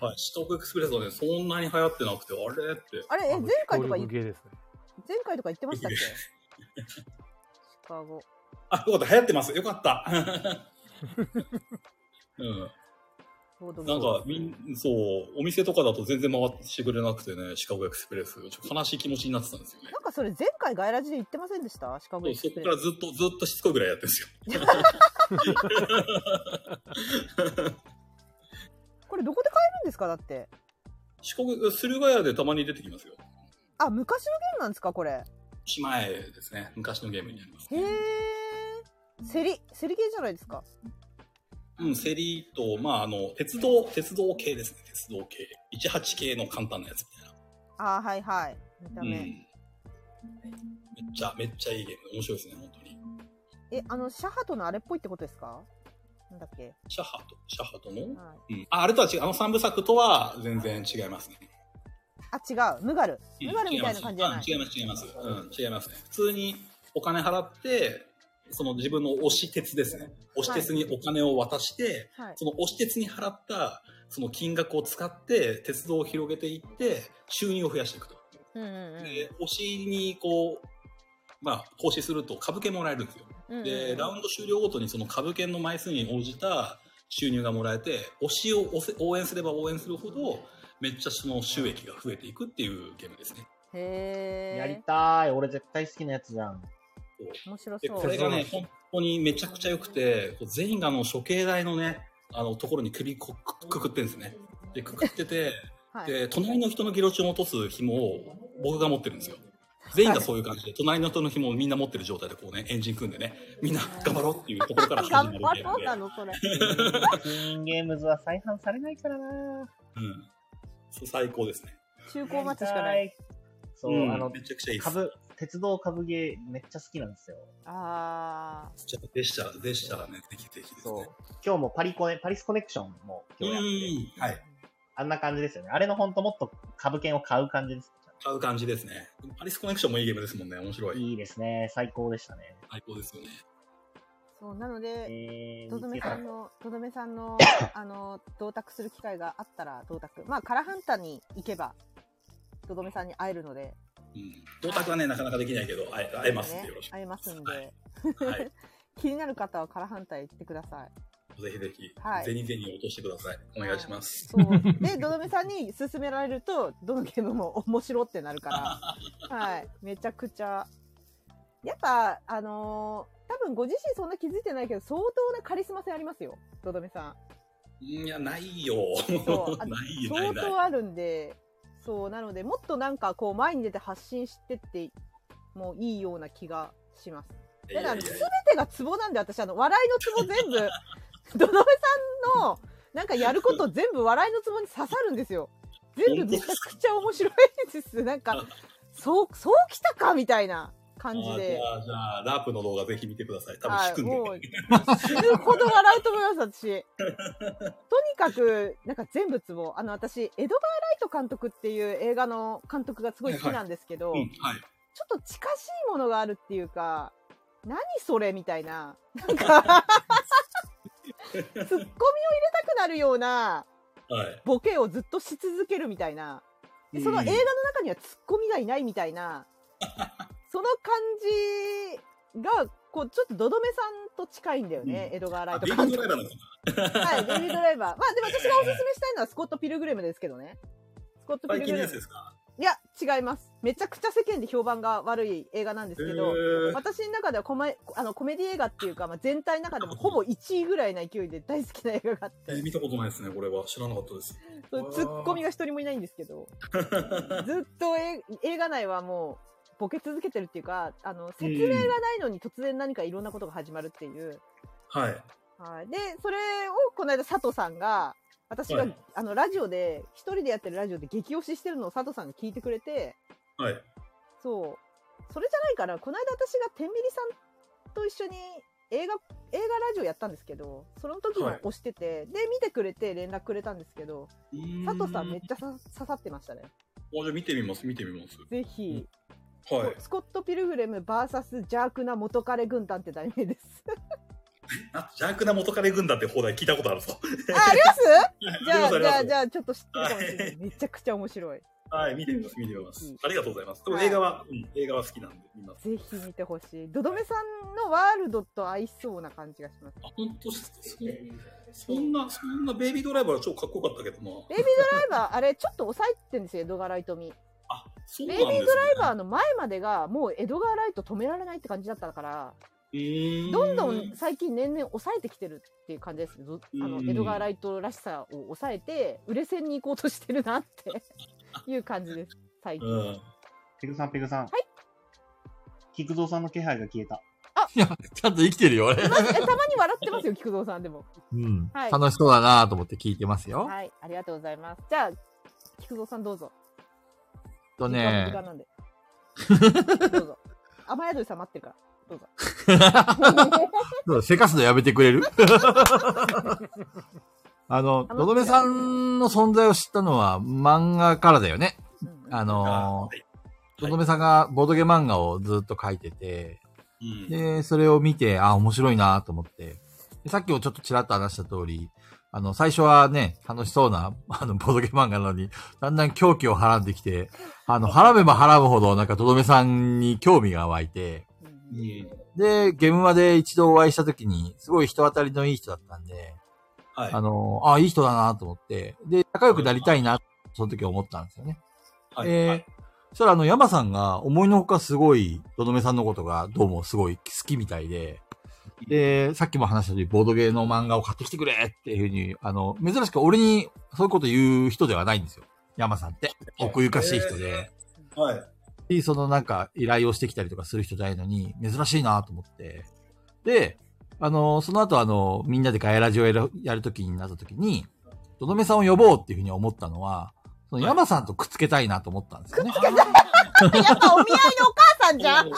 [SPEAKER 5] はい、シトクエクスプレスはね、そんなに流行ってなくて、あれって。
[SPEAKER 1] あれ、え前回とか言
[SPEAKER 2] 協力
[SPEAKER 1] っ、
[SPEAKER 2] ゲーですね。
[SPEAKER 1] 前回とか言ってま したっけシカゴ。
[SPEAKER 5] あ、よかった、流行ってます。よかった。 う
[SPEAKER 1] そうで
[SPEAKER 5] ん、
[SPEAKER 1] も
[SPEAKER 5] なんかみんそうお店とかだと全然回してくれなくてねシカゴエクスプレスちょっと悲しい気持ちになってたんですよね
[SPEAKER 1] なんかそれ前回ガイラジで言ってませんでしたシカゴ
[SPEAKER 5] そ
[SPEAKER 1] エ
[SPEAKER 5] う
[SPEAKER 1] ク
[SPEAKER 5] そ
[SPEAKER 1] ス
[SPEAKER 5] っ
[SPEAKER 1] プ
[SPEAKER 5] か
[SPEAKER 1] レ
[SPEAKER 5] ら
[SPEAKER 1] ス。
[SPEAKER 5] ずっとずっとしつこいぐらいやってるんですよ
[SPEAKER 1] これどこで買えるんですかだって。
[SPEAKER 5] シカゴ駿河屋でたまに出てきますよ
[SPEAKER 1] あ、昔のゲームなんですかこれ。
[SPEAKER 5] 一前ですね昔のゲームになります
[SPEAKER 1] へえ。セリ、セリゲーじゃないですか。
[SPEAKER 5] うんセリとまああの鉄道鉄道系ですね鉄道系18系の簡単なやつみたいな
[SPEAKER 1] あーはいはい。見た
[SPEAKER 5] うん
[SPEAKER 1] 目。
[SPEAKER 5] めっちゃめっちゃいいゲーム面白いですね本当に
[SPEAKER 1] え、あの、シャハトのあれっぽいってことですかなんだっけ、
[SPEAKER 5] シャハと、シャハとの、
[SPEAKER 1] はい、
[SPEAKER 5] うん、ああれとは違う、あの三部作とは全然違いますね。
[SPEAKER 1] あ、違う。ムガル。
[SPEAKER 5] うん
[SPEAKER 1] ムガルみたいな感じじゃない。
[SPEAKER 5] 違います、違います。違いますうん、違いますね。普通にお金払って、その自分の推し鉄ですね。推し鉄にお金を渡して、
[SPEAKER 1] はい。
[SPEAKER 5] その推し鉄に払った、その金額を使って、鉄道を広げていって、収入を増やしていくと。
[SPEAKER 1] うんうんうん。
[SPEAKER 5] で、推しにこう、まあ、投資すると株券もらえるんですよ。
[SPEAKER 1] うんうん
[SPEAKER 5] で、ラウンド終了ごとにその株券の枚数に応じた収入がもらえて、推しを押せ応援すれば応援するほど、めっちゃその収益が増えていくっていうゲームですね。
[SPEAKER 4] やり
[SPEAKER 1] へ
[SPEAKER 4] たい。俺絶対好きなやつじゃん。
[SPEAKER 1] え。面白
[SPEAKER 5] で、
[SPEAKER 1] そう。
[SPEAKER 5] これがね、本当にめちゃくちゃ良くて、こう全員があの処刑台のね、あのところに首こくくくってんですね。で、くくってて、
[SPEAKER 1] はい。
[SPEAKER 5] で、隣の人のギロチンを落とす紐を僕が持ってるんですよ。全員がそういう感じで、隣の人の紐をみんな持ってる状態でこうね、エンジン組んでね、みんな頑張ろうっていうところから始ま
[SPEAKER 1] 頑
[SPEAKER 5] るゲ
[SPEAKER 1] 張
[SPEAKER 5] ーム
[SPEAKER 1] ろう
[SPEAKER 5] で
[SPEAKER 1] な。のそれ。
[SPEAKER 4] ティーンゲームズは再販されないからな
[SPEAKER 5] うんそう最高ですね。
[SPEAKER 1] 中古を待つしかない。
[SPEAKER 4] そう、
[SPEAKER 5] うん
[SPEAKER 4] あの
[SPEAKER 5] め、ちゃくちゃいいです。
[SPEAKER 4] 株、鉄道株ゲーめっちゃ好きなんですよ。
[SPEAKER 1] ああ。
[SPEAKER 5] じゃあでしたら、でしたらね、できてきです
[SPEAKER 4] そう
[SPEAKER 5] ね。。
[SPEAKER 4] 今日もパリコネ、パリスコネクションも今日やって、
[SPEAKER 5] うん。はい。
[SPEAKER 4] あんな感じですよね。あれのほんともっと株券を買う感じです。
[SPEAKER 5] 買う感じですね。アリスコネクションもいいゲームですもんね。面白い。
[SPEAKER 4] いいですね。最高でしたね。
[SPEAKER 5] 最高ですよね。
[SPEAKER 1] そう、なので、
[SPEAKER 4] えー、
[SPEAKER 1] とどめさん
[SPEAKER 4] 三
[SPEAKER 1] の、とどめさん の、あの、同卓する機会があったら同卓。まあ、カラハンタに行けば、とどめさんに会えるので。
[SPEAKER 5] うん。同卓はね、なかなかできないけど、会え会えますんでよろしく。
[SPEAKER 1] 会えますんで。
[SPEAKER 5] はい。はい
[SPEAKER 1] 気になる方はカラハンタへ行ってください。
[SPEAKER 5] ぜひぜひ、
[SPEAKER 1] はい
[SPEAKER 5] ゼニゼニ落としてください。お願いします。
[SPEAKER 1] そう。で、どどめさんに勧められると、どのゲームも面白ってなる から。はい。めちゃくちゃ。やっぱ、あのー多分ご自身そんな気づいてないけど、相当なカリスマ性ありますよ。どどめさん。
[SPEAKER 5] いや、ないよ。
[SPEAKER 1] そうあ
[SPEAKER 5] ないよ、ない
[SPEAKER 1] 相
[SPEAKER 5] ない。
[SPEAKER 1] 当あるんで、そう、なので、もっとなんかこう、前に出て発信してって、もういいような気がします。
[SPEAKER 5] い
[SPEAKER 1] だ
[SPEAKER 5] や
[SPEAKER 1] から、
[SPEAKER 5] い
[SPEAKER 1] す
[SPEAKER 5] や
[SPEAKER 1] べ
[SPEAKER 5] いや
[SPEAKER 1] てがツボなんで、私、あの、笑いのツボ全部、 どどめさんの、なんかやること全部笑いのツボに刺さるんですよ。全部めちゃくちゃ面白いです。なんか、そう、そうきたかみたいな感じ
[SPEAKER 5] あじ
[SPEAKER 1] で。
[SPEAKER 5] ゃあ、じゃあ、ラープの動画ぜひ見てください。多分
[SPEAKER 1] は
[SPEAKER 5] 引く
[SPEAKER 1] い、
[SPEAKER 5] んで。
[SPEAKER 1] もう、死ぬほど笑うと思います、 私。とにかく、なんか全部ツボ。あの、私、エドガー・ライト監督っていう映画の監督がすごい好きなんですけど、
[SPEAKER 5] うん、はい。
[SPEAKER 1] ちょっと近しいものがあるっていうか、何それみたいな、なん か、ツッコミを入れたくなるような
[SPEAKER 5] はい。
[SPEAKER 1] ボケをずっとし続けるみたいな、でその映画の中にはツッコミがいないみたい な、その感じが、こう、ちょっとどどめさんと近いんだよね、エドガー・ライ
[SPEAKER 5] あ
[SPEAKER 1] ト
[SPEAKER 5] ビッ
[SPEAKER 1] 監
[SPEAKER 5] グドラ
[SPEAKER 1] 督
[SPEAKER 5] イ。バーなのか
[SPEAKER 1] はい、デイビードライバー。まあでも私がおすすめしたいのはスコット・ピルグレムですけどね。スコット・ピル
[SPEAKER 5] 最
[SPEAKER 1] グ
[SPEAKER 5] 近の
[SPEAKER 1] レ
[SPEAKER 5] やつ
[SPEAKER 1] ム
[SPEAKER 5] で。すか
[SPEAKER 1] いや、違います。めちゃくちゃ世間で評判が悪い映画なんですけど、
[SPEAKER 5] えー
[SPEAKER 1] 私の中ではコメあのコメディ映画っていうか、まあ、全体の中でもほぼ1位ぐらいな勢いで大好きな映画があって、
[SPEAKER 5] えー見たことないですね、これは。知らなかったです。
[SPEAKER 1] そのツッコミが一人もいないんですけ ど、ずっとえ映画内はもう、ボケ続けてるっていうか、あの、説明がないのに突然何かいろんなことが始まるっていう。
[SPEAKER 5] はい。
[SPEAKER 1] はい。で、それをこの間佐藤さんが、私が、
[SPEAKER 5] はい
[SPEAKER 1] あの、ラジオで、一人でやってるラジオで激推ししてるのを佐藤さんが聞いてくれて、
[SPEAKER 5] はい。
[SPEAKER 1] そう。それじゃないかな。この間私が天秤さんと一緒に映画、映画ラジオやったんですけど、その時も
[SPEAKER 5] はい
[SPEAKER 1] 押してて、で、見てくれて連絡くれたんですけど、佐藤さんめっちゃさ刺さってましたね。
[SPEAKER 5] あ、じゃあ見てみます、見てみます。
[SPEAKER 1] ぜひ、
[SPEAKER 5] はい。
[SPEAKER 1] スコット・ピルグレム VS 邪悪な元彼軍団 って題名です。
[SPEAKER 5] あ、邪悪な元彼軍団って放題聞いたことあるぞ。
[SPEAKER 1] あ、あります じゃあ、
[SPEAKER 5] り
[SPEAKER 1] じ
[SPEAKER 5] ま
[SPEAKER 1] ゃ
[SPEAKER 5] す
[SPEAKER 1] あ、
[SPEAKER 5] ります
[SPEAKER 1] じゃあ、ちょっと知ってるかもしれない。めちゃくちゃ面白い。
[SPEAKER 5] はい、見てみます、見てみま
[SPEAKER 1] う
[SPEAKER 5] す
[SPEAKER 1] ん。
[SPEAKER 5] ありがとうございます。でも
[SPEAKER 1] はい
[SPEAKER 5] 映画は、うん、映画は好きなんで、見ます。
[SPEAKER 1] ぜひ見てほしい。どどめさんのワールドと合いそうな感じがします。
[SPEAKER 5] あ、本当そ、そんな、そんなベイビードライバーは超かっこよかったけどな。
[SPEAKER 1] ベイビードライバー、あれ、ちょっと抑えてんですよ、エドガー・ライト見。
[SPEAKER 5] あ、そうな
[SPEAKER 1] ベイ
[SPEAKER 5] んで
[SPEAKER 1] ビ
[SPEAKER 5] すね。
[SPEAKER 1] ードライバーの前までが、もうエドガー・ライト止められないって感じだったから、
[SPEAKER 5] うー
[SPEAKER 1] どんどん最近年々抑えてきてるっていう感じですね。どあ
[SPEAKER 5] う
[SPEAKER 1] の、
[SPEAKER 5] ん
[SPEAKER 1] エドガー・ライトらしさを抑えて、売れ線に行こうとしてるなっていう感じです、最近。。
[SPEAKER 5] うん。
[SPEAKER 4] ペグさん、ペグさん。はい菊蔵さんの気配が消えた。
[SPEAKER 3] いや、ちゃんと生きてるよ、俺。
[SPEAKER 1] まえたまに笑ってますよ、菊蔵さんでも。
[SPEAKER 3] うん。
[SPEAKER 1] はい
[SPEAKER 3] 楽しそうだなと思って聞いてますよ。えっ
[SPEAKER 1] はい、ありがとうございます。じゃあ、菊蔵さんどうぞ。
[SPEAKER 3] と
[SPEAKER 1] 時間
[SPEAKER 3] ね、
[SPEAKER 1] なんで。 どうぞ。雨宿りさん待ってるから。どうぞ。
[SPEAKER 3] そうせかすのやめてく れるあの、のどめさんの存在を知ったのは漫画からだよね。
[SPEAKER 1] うんうん
[SPEAKER 3] あ
[SPEAKER 5] あ
[SPEAKER 3] の
[SPEAKER 5] はい
[SPEAKER 3] ー、のどめさんがボードゲ漫画をずっと書いてて、
[SPEAKER 5] うん
[SPEAKER 3] で、それを見て、あ、面白いなと思って。でさっきもちょっとちらっと話した通り、あの、最初はね、楽しそうな、 あの、ボードゲ漫画なのに、だんだん狂気をはらんできて、あの、はらめばはらむほど、なんか、とどめさんに興味が湧いて、
[SPEAKER 1] うん
[SPEAKER 5] うん
[SPEAKER 3] で、ゲームマで一度お会いした時に、すごい人当たりのいい人だったんで、
[SPEAKER 5] はい。
[SPEAKER 3] あの、あ、いい人だなと思って、で、仲良くなりたいな、その時思ったんですよね。
[SPEAKER 5] はい
[SPEAKER 3] えー
[SPEAKER 5] はい
[SPEAKER 3] そしたらあの、山さんが思いのほかすごい、どどめさんのことがどうもすごい好きみたいで、で、さっきも話した通り、ボードゲーの漫画を買ってきてくれっていうふうに、あの、珍しく俺にそういうこと言う人ではないんですよ。山さんって。奥ゆかしい人で。
[SPEAKER 5] はい。
[SPEAKER 3] でそのなんか依頼をしてきたりとかする人じゃないのに、珍しいなと思って。で、あの、その後あの、みんなでガヤラジオやるやる時になった時に、とどめさんを呼ぼうっていうふうに思ったのは、その山さんとくっつけたいなと思ったんですよね。
[SPEAKER 1] やっぱお見合いのお母さんじ ゃん。お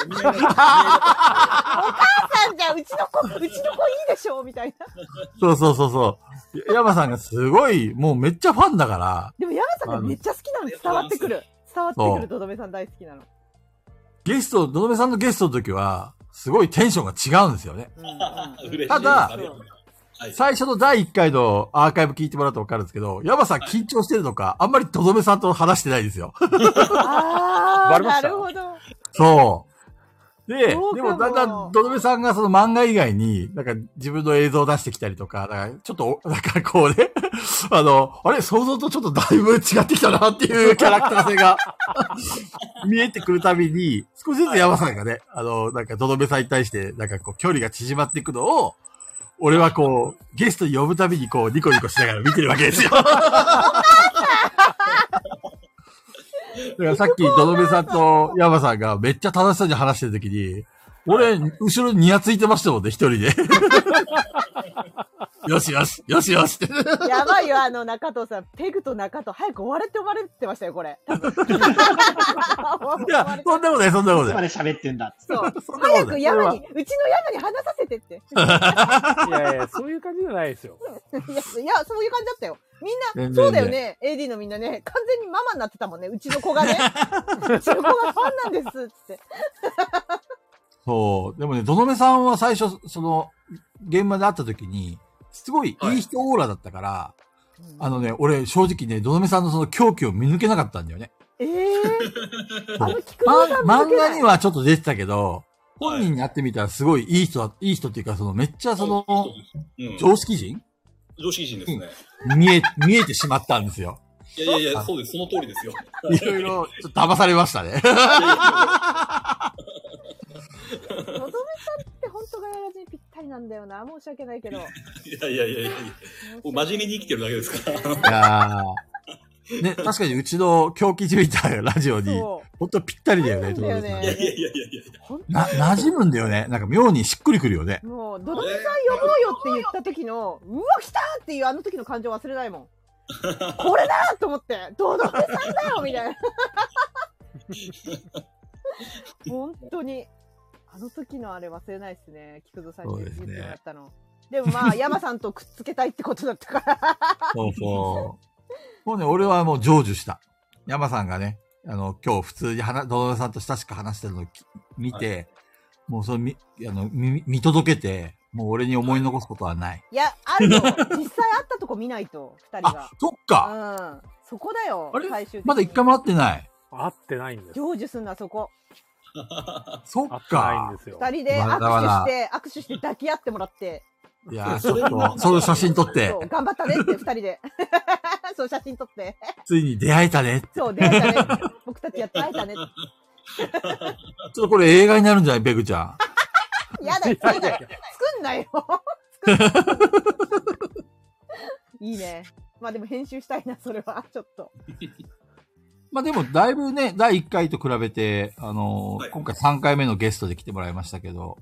[SPEAKER 1] 母さんじゃん。うちの子、うちの子いいでしょみたいな。
[SPEAKER 3] そうそうそうそう。山さんがすごい、もうめっちゃファンだから、
[SPEAKER 1] でも山さんがめっちゃ好きなの伝わってくる。伝わってく
[SPEAKER 3] そ
[SPEAKER 1] る、
[SPEAKER 3] う
[SPEAKER 1] とどめさん大好きなの。
[SPEAKER 3] ゲスト、のどめさんのゲストの時は、すごいテンションが違うんですよね。
[SPEAKER 1] うんうんうん
[SPEAKER 5] 嬉しいです
[SPEAKER 3] ただ
[SPEAKER 5] ありがとうございますはい
[SPEAKER 3] 最初の第1回のアーカイブ聞いてもらうとわかるんですけど、山さん緊張してるのか、あんまりとどめさんと話してないんですよ。
[SPEAKER 1] あ
[SPEAKER 2] バ
[SPEAKER 1] あ、
[SPEAKER 2] レまし
[SPEAKER 1] な
[SPEAKER 2] た
[SPEAKER 1] るほど。
[SPEAKER 3] そう。で、で
[SPEAKER 1] そうかも
[SPEAKER 3] もだんだん、どどめさんがその漫画以外に、なんか自分の映像を出してきたりとか、なんかちょっとお、なんかこうね、 あの、あれ、想像とちょっとだいぶ違ってきたなっていうキャラクター性が 見えてくるたびに、少しずつ山さんがね、あの、なんかどどめさんに対して、なんかこう、距離が縮まっていくのを、俺はこう、ゲストに呼ぶたびにこう、ニコニコしながら見てるわけですよ。だからさっき、どどめさんと山さんがめっちゃ楽しそうに話してるときに、俺、後ろにニヤついてましたもんね、一 人で。よしよし、よしよしって。
[SPEAKER 1] やばいよ、あの中藤さん。ペグと中藤、早く終われって思われてましたよ、これ。多分
[SPEAKER 3] いや、そんなことない、そんなこと
[SPEAKER 4] いつま
[SPEAKER 3] ない。
[SPEAKER 4] で喋ってんだっつって。
[SPEAKER 1] そう。
[SPEAKER 3] そんなこ
[SPEAKER 1] 早
[SPEAKER 3] とな
[SPEAKER 1] く
[SPEAKER 3] い。
[SPEAKER 1] 山に、うちの山に話させて って。
[SPEAKER 2] いやいや、そういう感じじゃないで すよ。
[SPEAKER 1] いや、いやそういう感じだったよ。みんな、
[SPEAKER 3] 全然
[SPEAKER 1] そうだよね。AD のみんなね、完全にママになってたもんね。うちの子 がね。うちの子がファンなんですって。
[SPEAKER 3] そう。でもね、どのめさんは最初、その、現場で会った時に、すごいいい人オーラだったから、あのね、俺、正直ね、どのめさんのその狂気を見抜けなかったんだよね。
[SPEAKER 1] ええー。あの、菊
[SPEAKER 3] ま
[SPEAKER 1] 蔵さん抜
[SPEAKER 3] 漫
[SPEAKER 1] けない
[SPEAKER 3] 画にはちょっと出てたけど、
[SPEAKER 5] はい
[SPEAKER 3] 本人に会ってみたらすごいいい人だ、いい人っていうか、その、めっちゃその、
[SPEAKER 5] うん
[SPEAKER 3] 常識人
[SPEAKER 5] 常識人ですね。
[SPEAKER 3] 見え、見えてしまったんですよ。
[SPEAKER 5] いやいやいや、そうです。その通りですよ。
[SPEAKER 3] いろいろ、ちょっと騙されましたね。
[SPEAKER 1] のどめさんって本当ガヤラジにぴったりなんだよな。申し訳ないけ ど。
[SPEAKER 5] いやいやいやいやいや。もう真面目に生きてるだけです から。
[SPEAKER 3] いやーね、確かにうちの狂気じみたラジオに、
[SPEAKER 1] そう。
[SPEAKER 3] ほんとぴったりだよね、
[SPEAKER 1] そうなんだよね
[SPEAKER 5] いやいやいやいやいや。
[SPEAKER 1] 本当
[SPEAKER 3] な、馴染むんだよね。なんか妙にしっくりくるよね。
[SPEAKER 1] もう、どどめさん呼ぼうよって言った時の、うわ、来たっていうあの時の感情忘れないもん。これだと思って、どどめさんだよみたいな。本当に。あの時のあれ忘れないですね。菊蔵さんに言ってもらったの。でもまあ、山さんとくっつけたいってことだったから。
[SPEAKER 3] そうそう。もうね、俺はもう成就した。山さんがね、あの、今日普通に話、ドドメさんと親しく話してるのをき見て、もうそのみ、あの、見、見届けて、もう俺に思い残すことはない。
[SPEAKER 1] いや、あるよ。実際会ったとこ見ないと、二人
[SPEAKER 3] あ
[SPEAKER 1] が。、
[SPEAKER 3] そっ
[SPEAKER 1] う
[SPEAKER 3] か
[SPEAKER 1] ん。そこだよ
[SPEAKER 3] あれ。
[SPEAKER 1] 最終的に
[SPEAKER 3] まだ一回も会ってない。
[SPEAKER 2] 合ってないんです。
[SPEAKER 1] 成就すんな、そこ。
[SPEAKER 3] そっ
[SPEAKER 2] 合ってないん
[SPEAKER 3] か
[SPEAKER 2] で すよ。
[SPEAKER 1] 二人で
[SPEAKER 3] わざわ
[SPEAKER 1] 握
[SPEAKER 3] ざ
[SPEAKER 1] 手して、握手して抱き合ってもらって。
[SPEAKER 3] いやー、ちょっと、そういう写真撮って
[SPEAKER 1] そ、う、頑張った ねって二人で。 そう、写真撮って。
[SPEAKER 3] ついに出会えたね。
[SPEAKER 1] そう、出会え たね。僕たちやって会えたね。
[SPEAKER 3] ちょっとこれ映画になるんじゃないペグちゃん。
[SPEAKER 1] やだ、作んなよ。作んな よ。いいね。まあでも編集したいな、それは。ちょっと。
[SPEAKER 3] まあでも、だいぶね、第1回と比べて、あのー
[SPEAKER 5] はい
[SPEAKER 3] 今回3回目のゲストで来てもらいましたけど、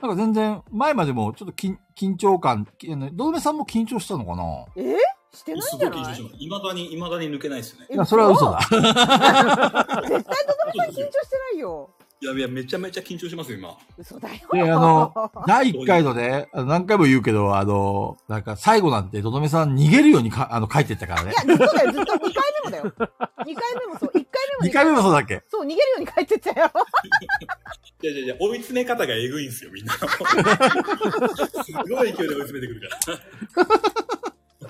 [SPEAKER 3] なんか全然、前までもちょっと緊緊張感、きあのどどめさんも緊張したのかな
[SPEAKER 1] えしてない
[SPEAKER 5] す
[SPEAKER 1] ん
[SPEAKER 5] ご
[SPEAKER 1] じ
[SPEAKER 5] い
[SPEAKER 1] ゃ
[SPEAKER 5] 緊
[SPEAKER 1] な
[SPEAKER 5] 張
[SPEAKER 1] い
[SPEAKER 5] します。いまだに、いまだに抜けないですね。
[SPEAKER 3] いや、それは嘘。だ。
[SPEAKER 1] 嘘絶対とどめさん緊張してないよ。
[SPEAKER 5] いやいや、めちゃめちゃ緊張しますよ、今。
[SPEAKER 1] 嘘だよ。
[SPEAKER 3] いやあの第1回のね、あの何回も言うけど、あのーなんか最後なんてどどめさん逃げるようにかあの書いてったからね
[SPEAKER 1] い。や、ずっとだよ、ずっと2回目もだよ。2回目もそう、1回目
[SPEAKER 3] 2
[SPEAKER 1] も、
[SPEAKER 3] 回目もそうだっけ
[SPEAKER 1] そう、逃げるように帰ってった よ。
[SPEAKER 5] いやいやいや、追い詰め方がえぐいんですよ、み んな。すごい勢いで追い詰めてくるから。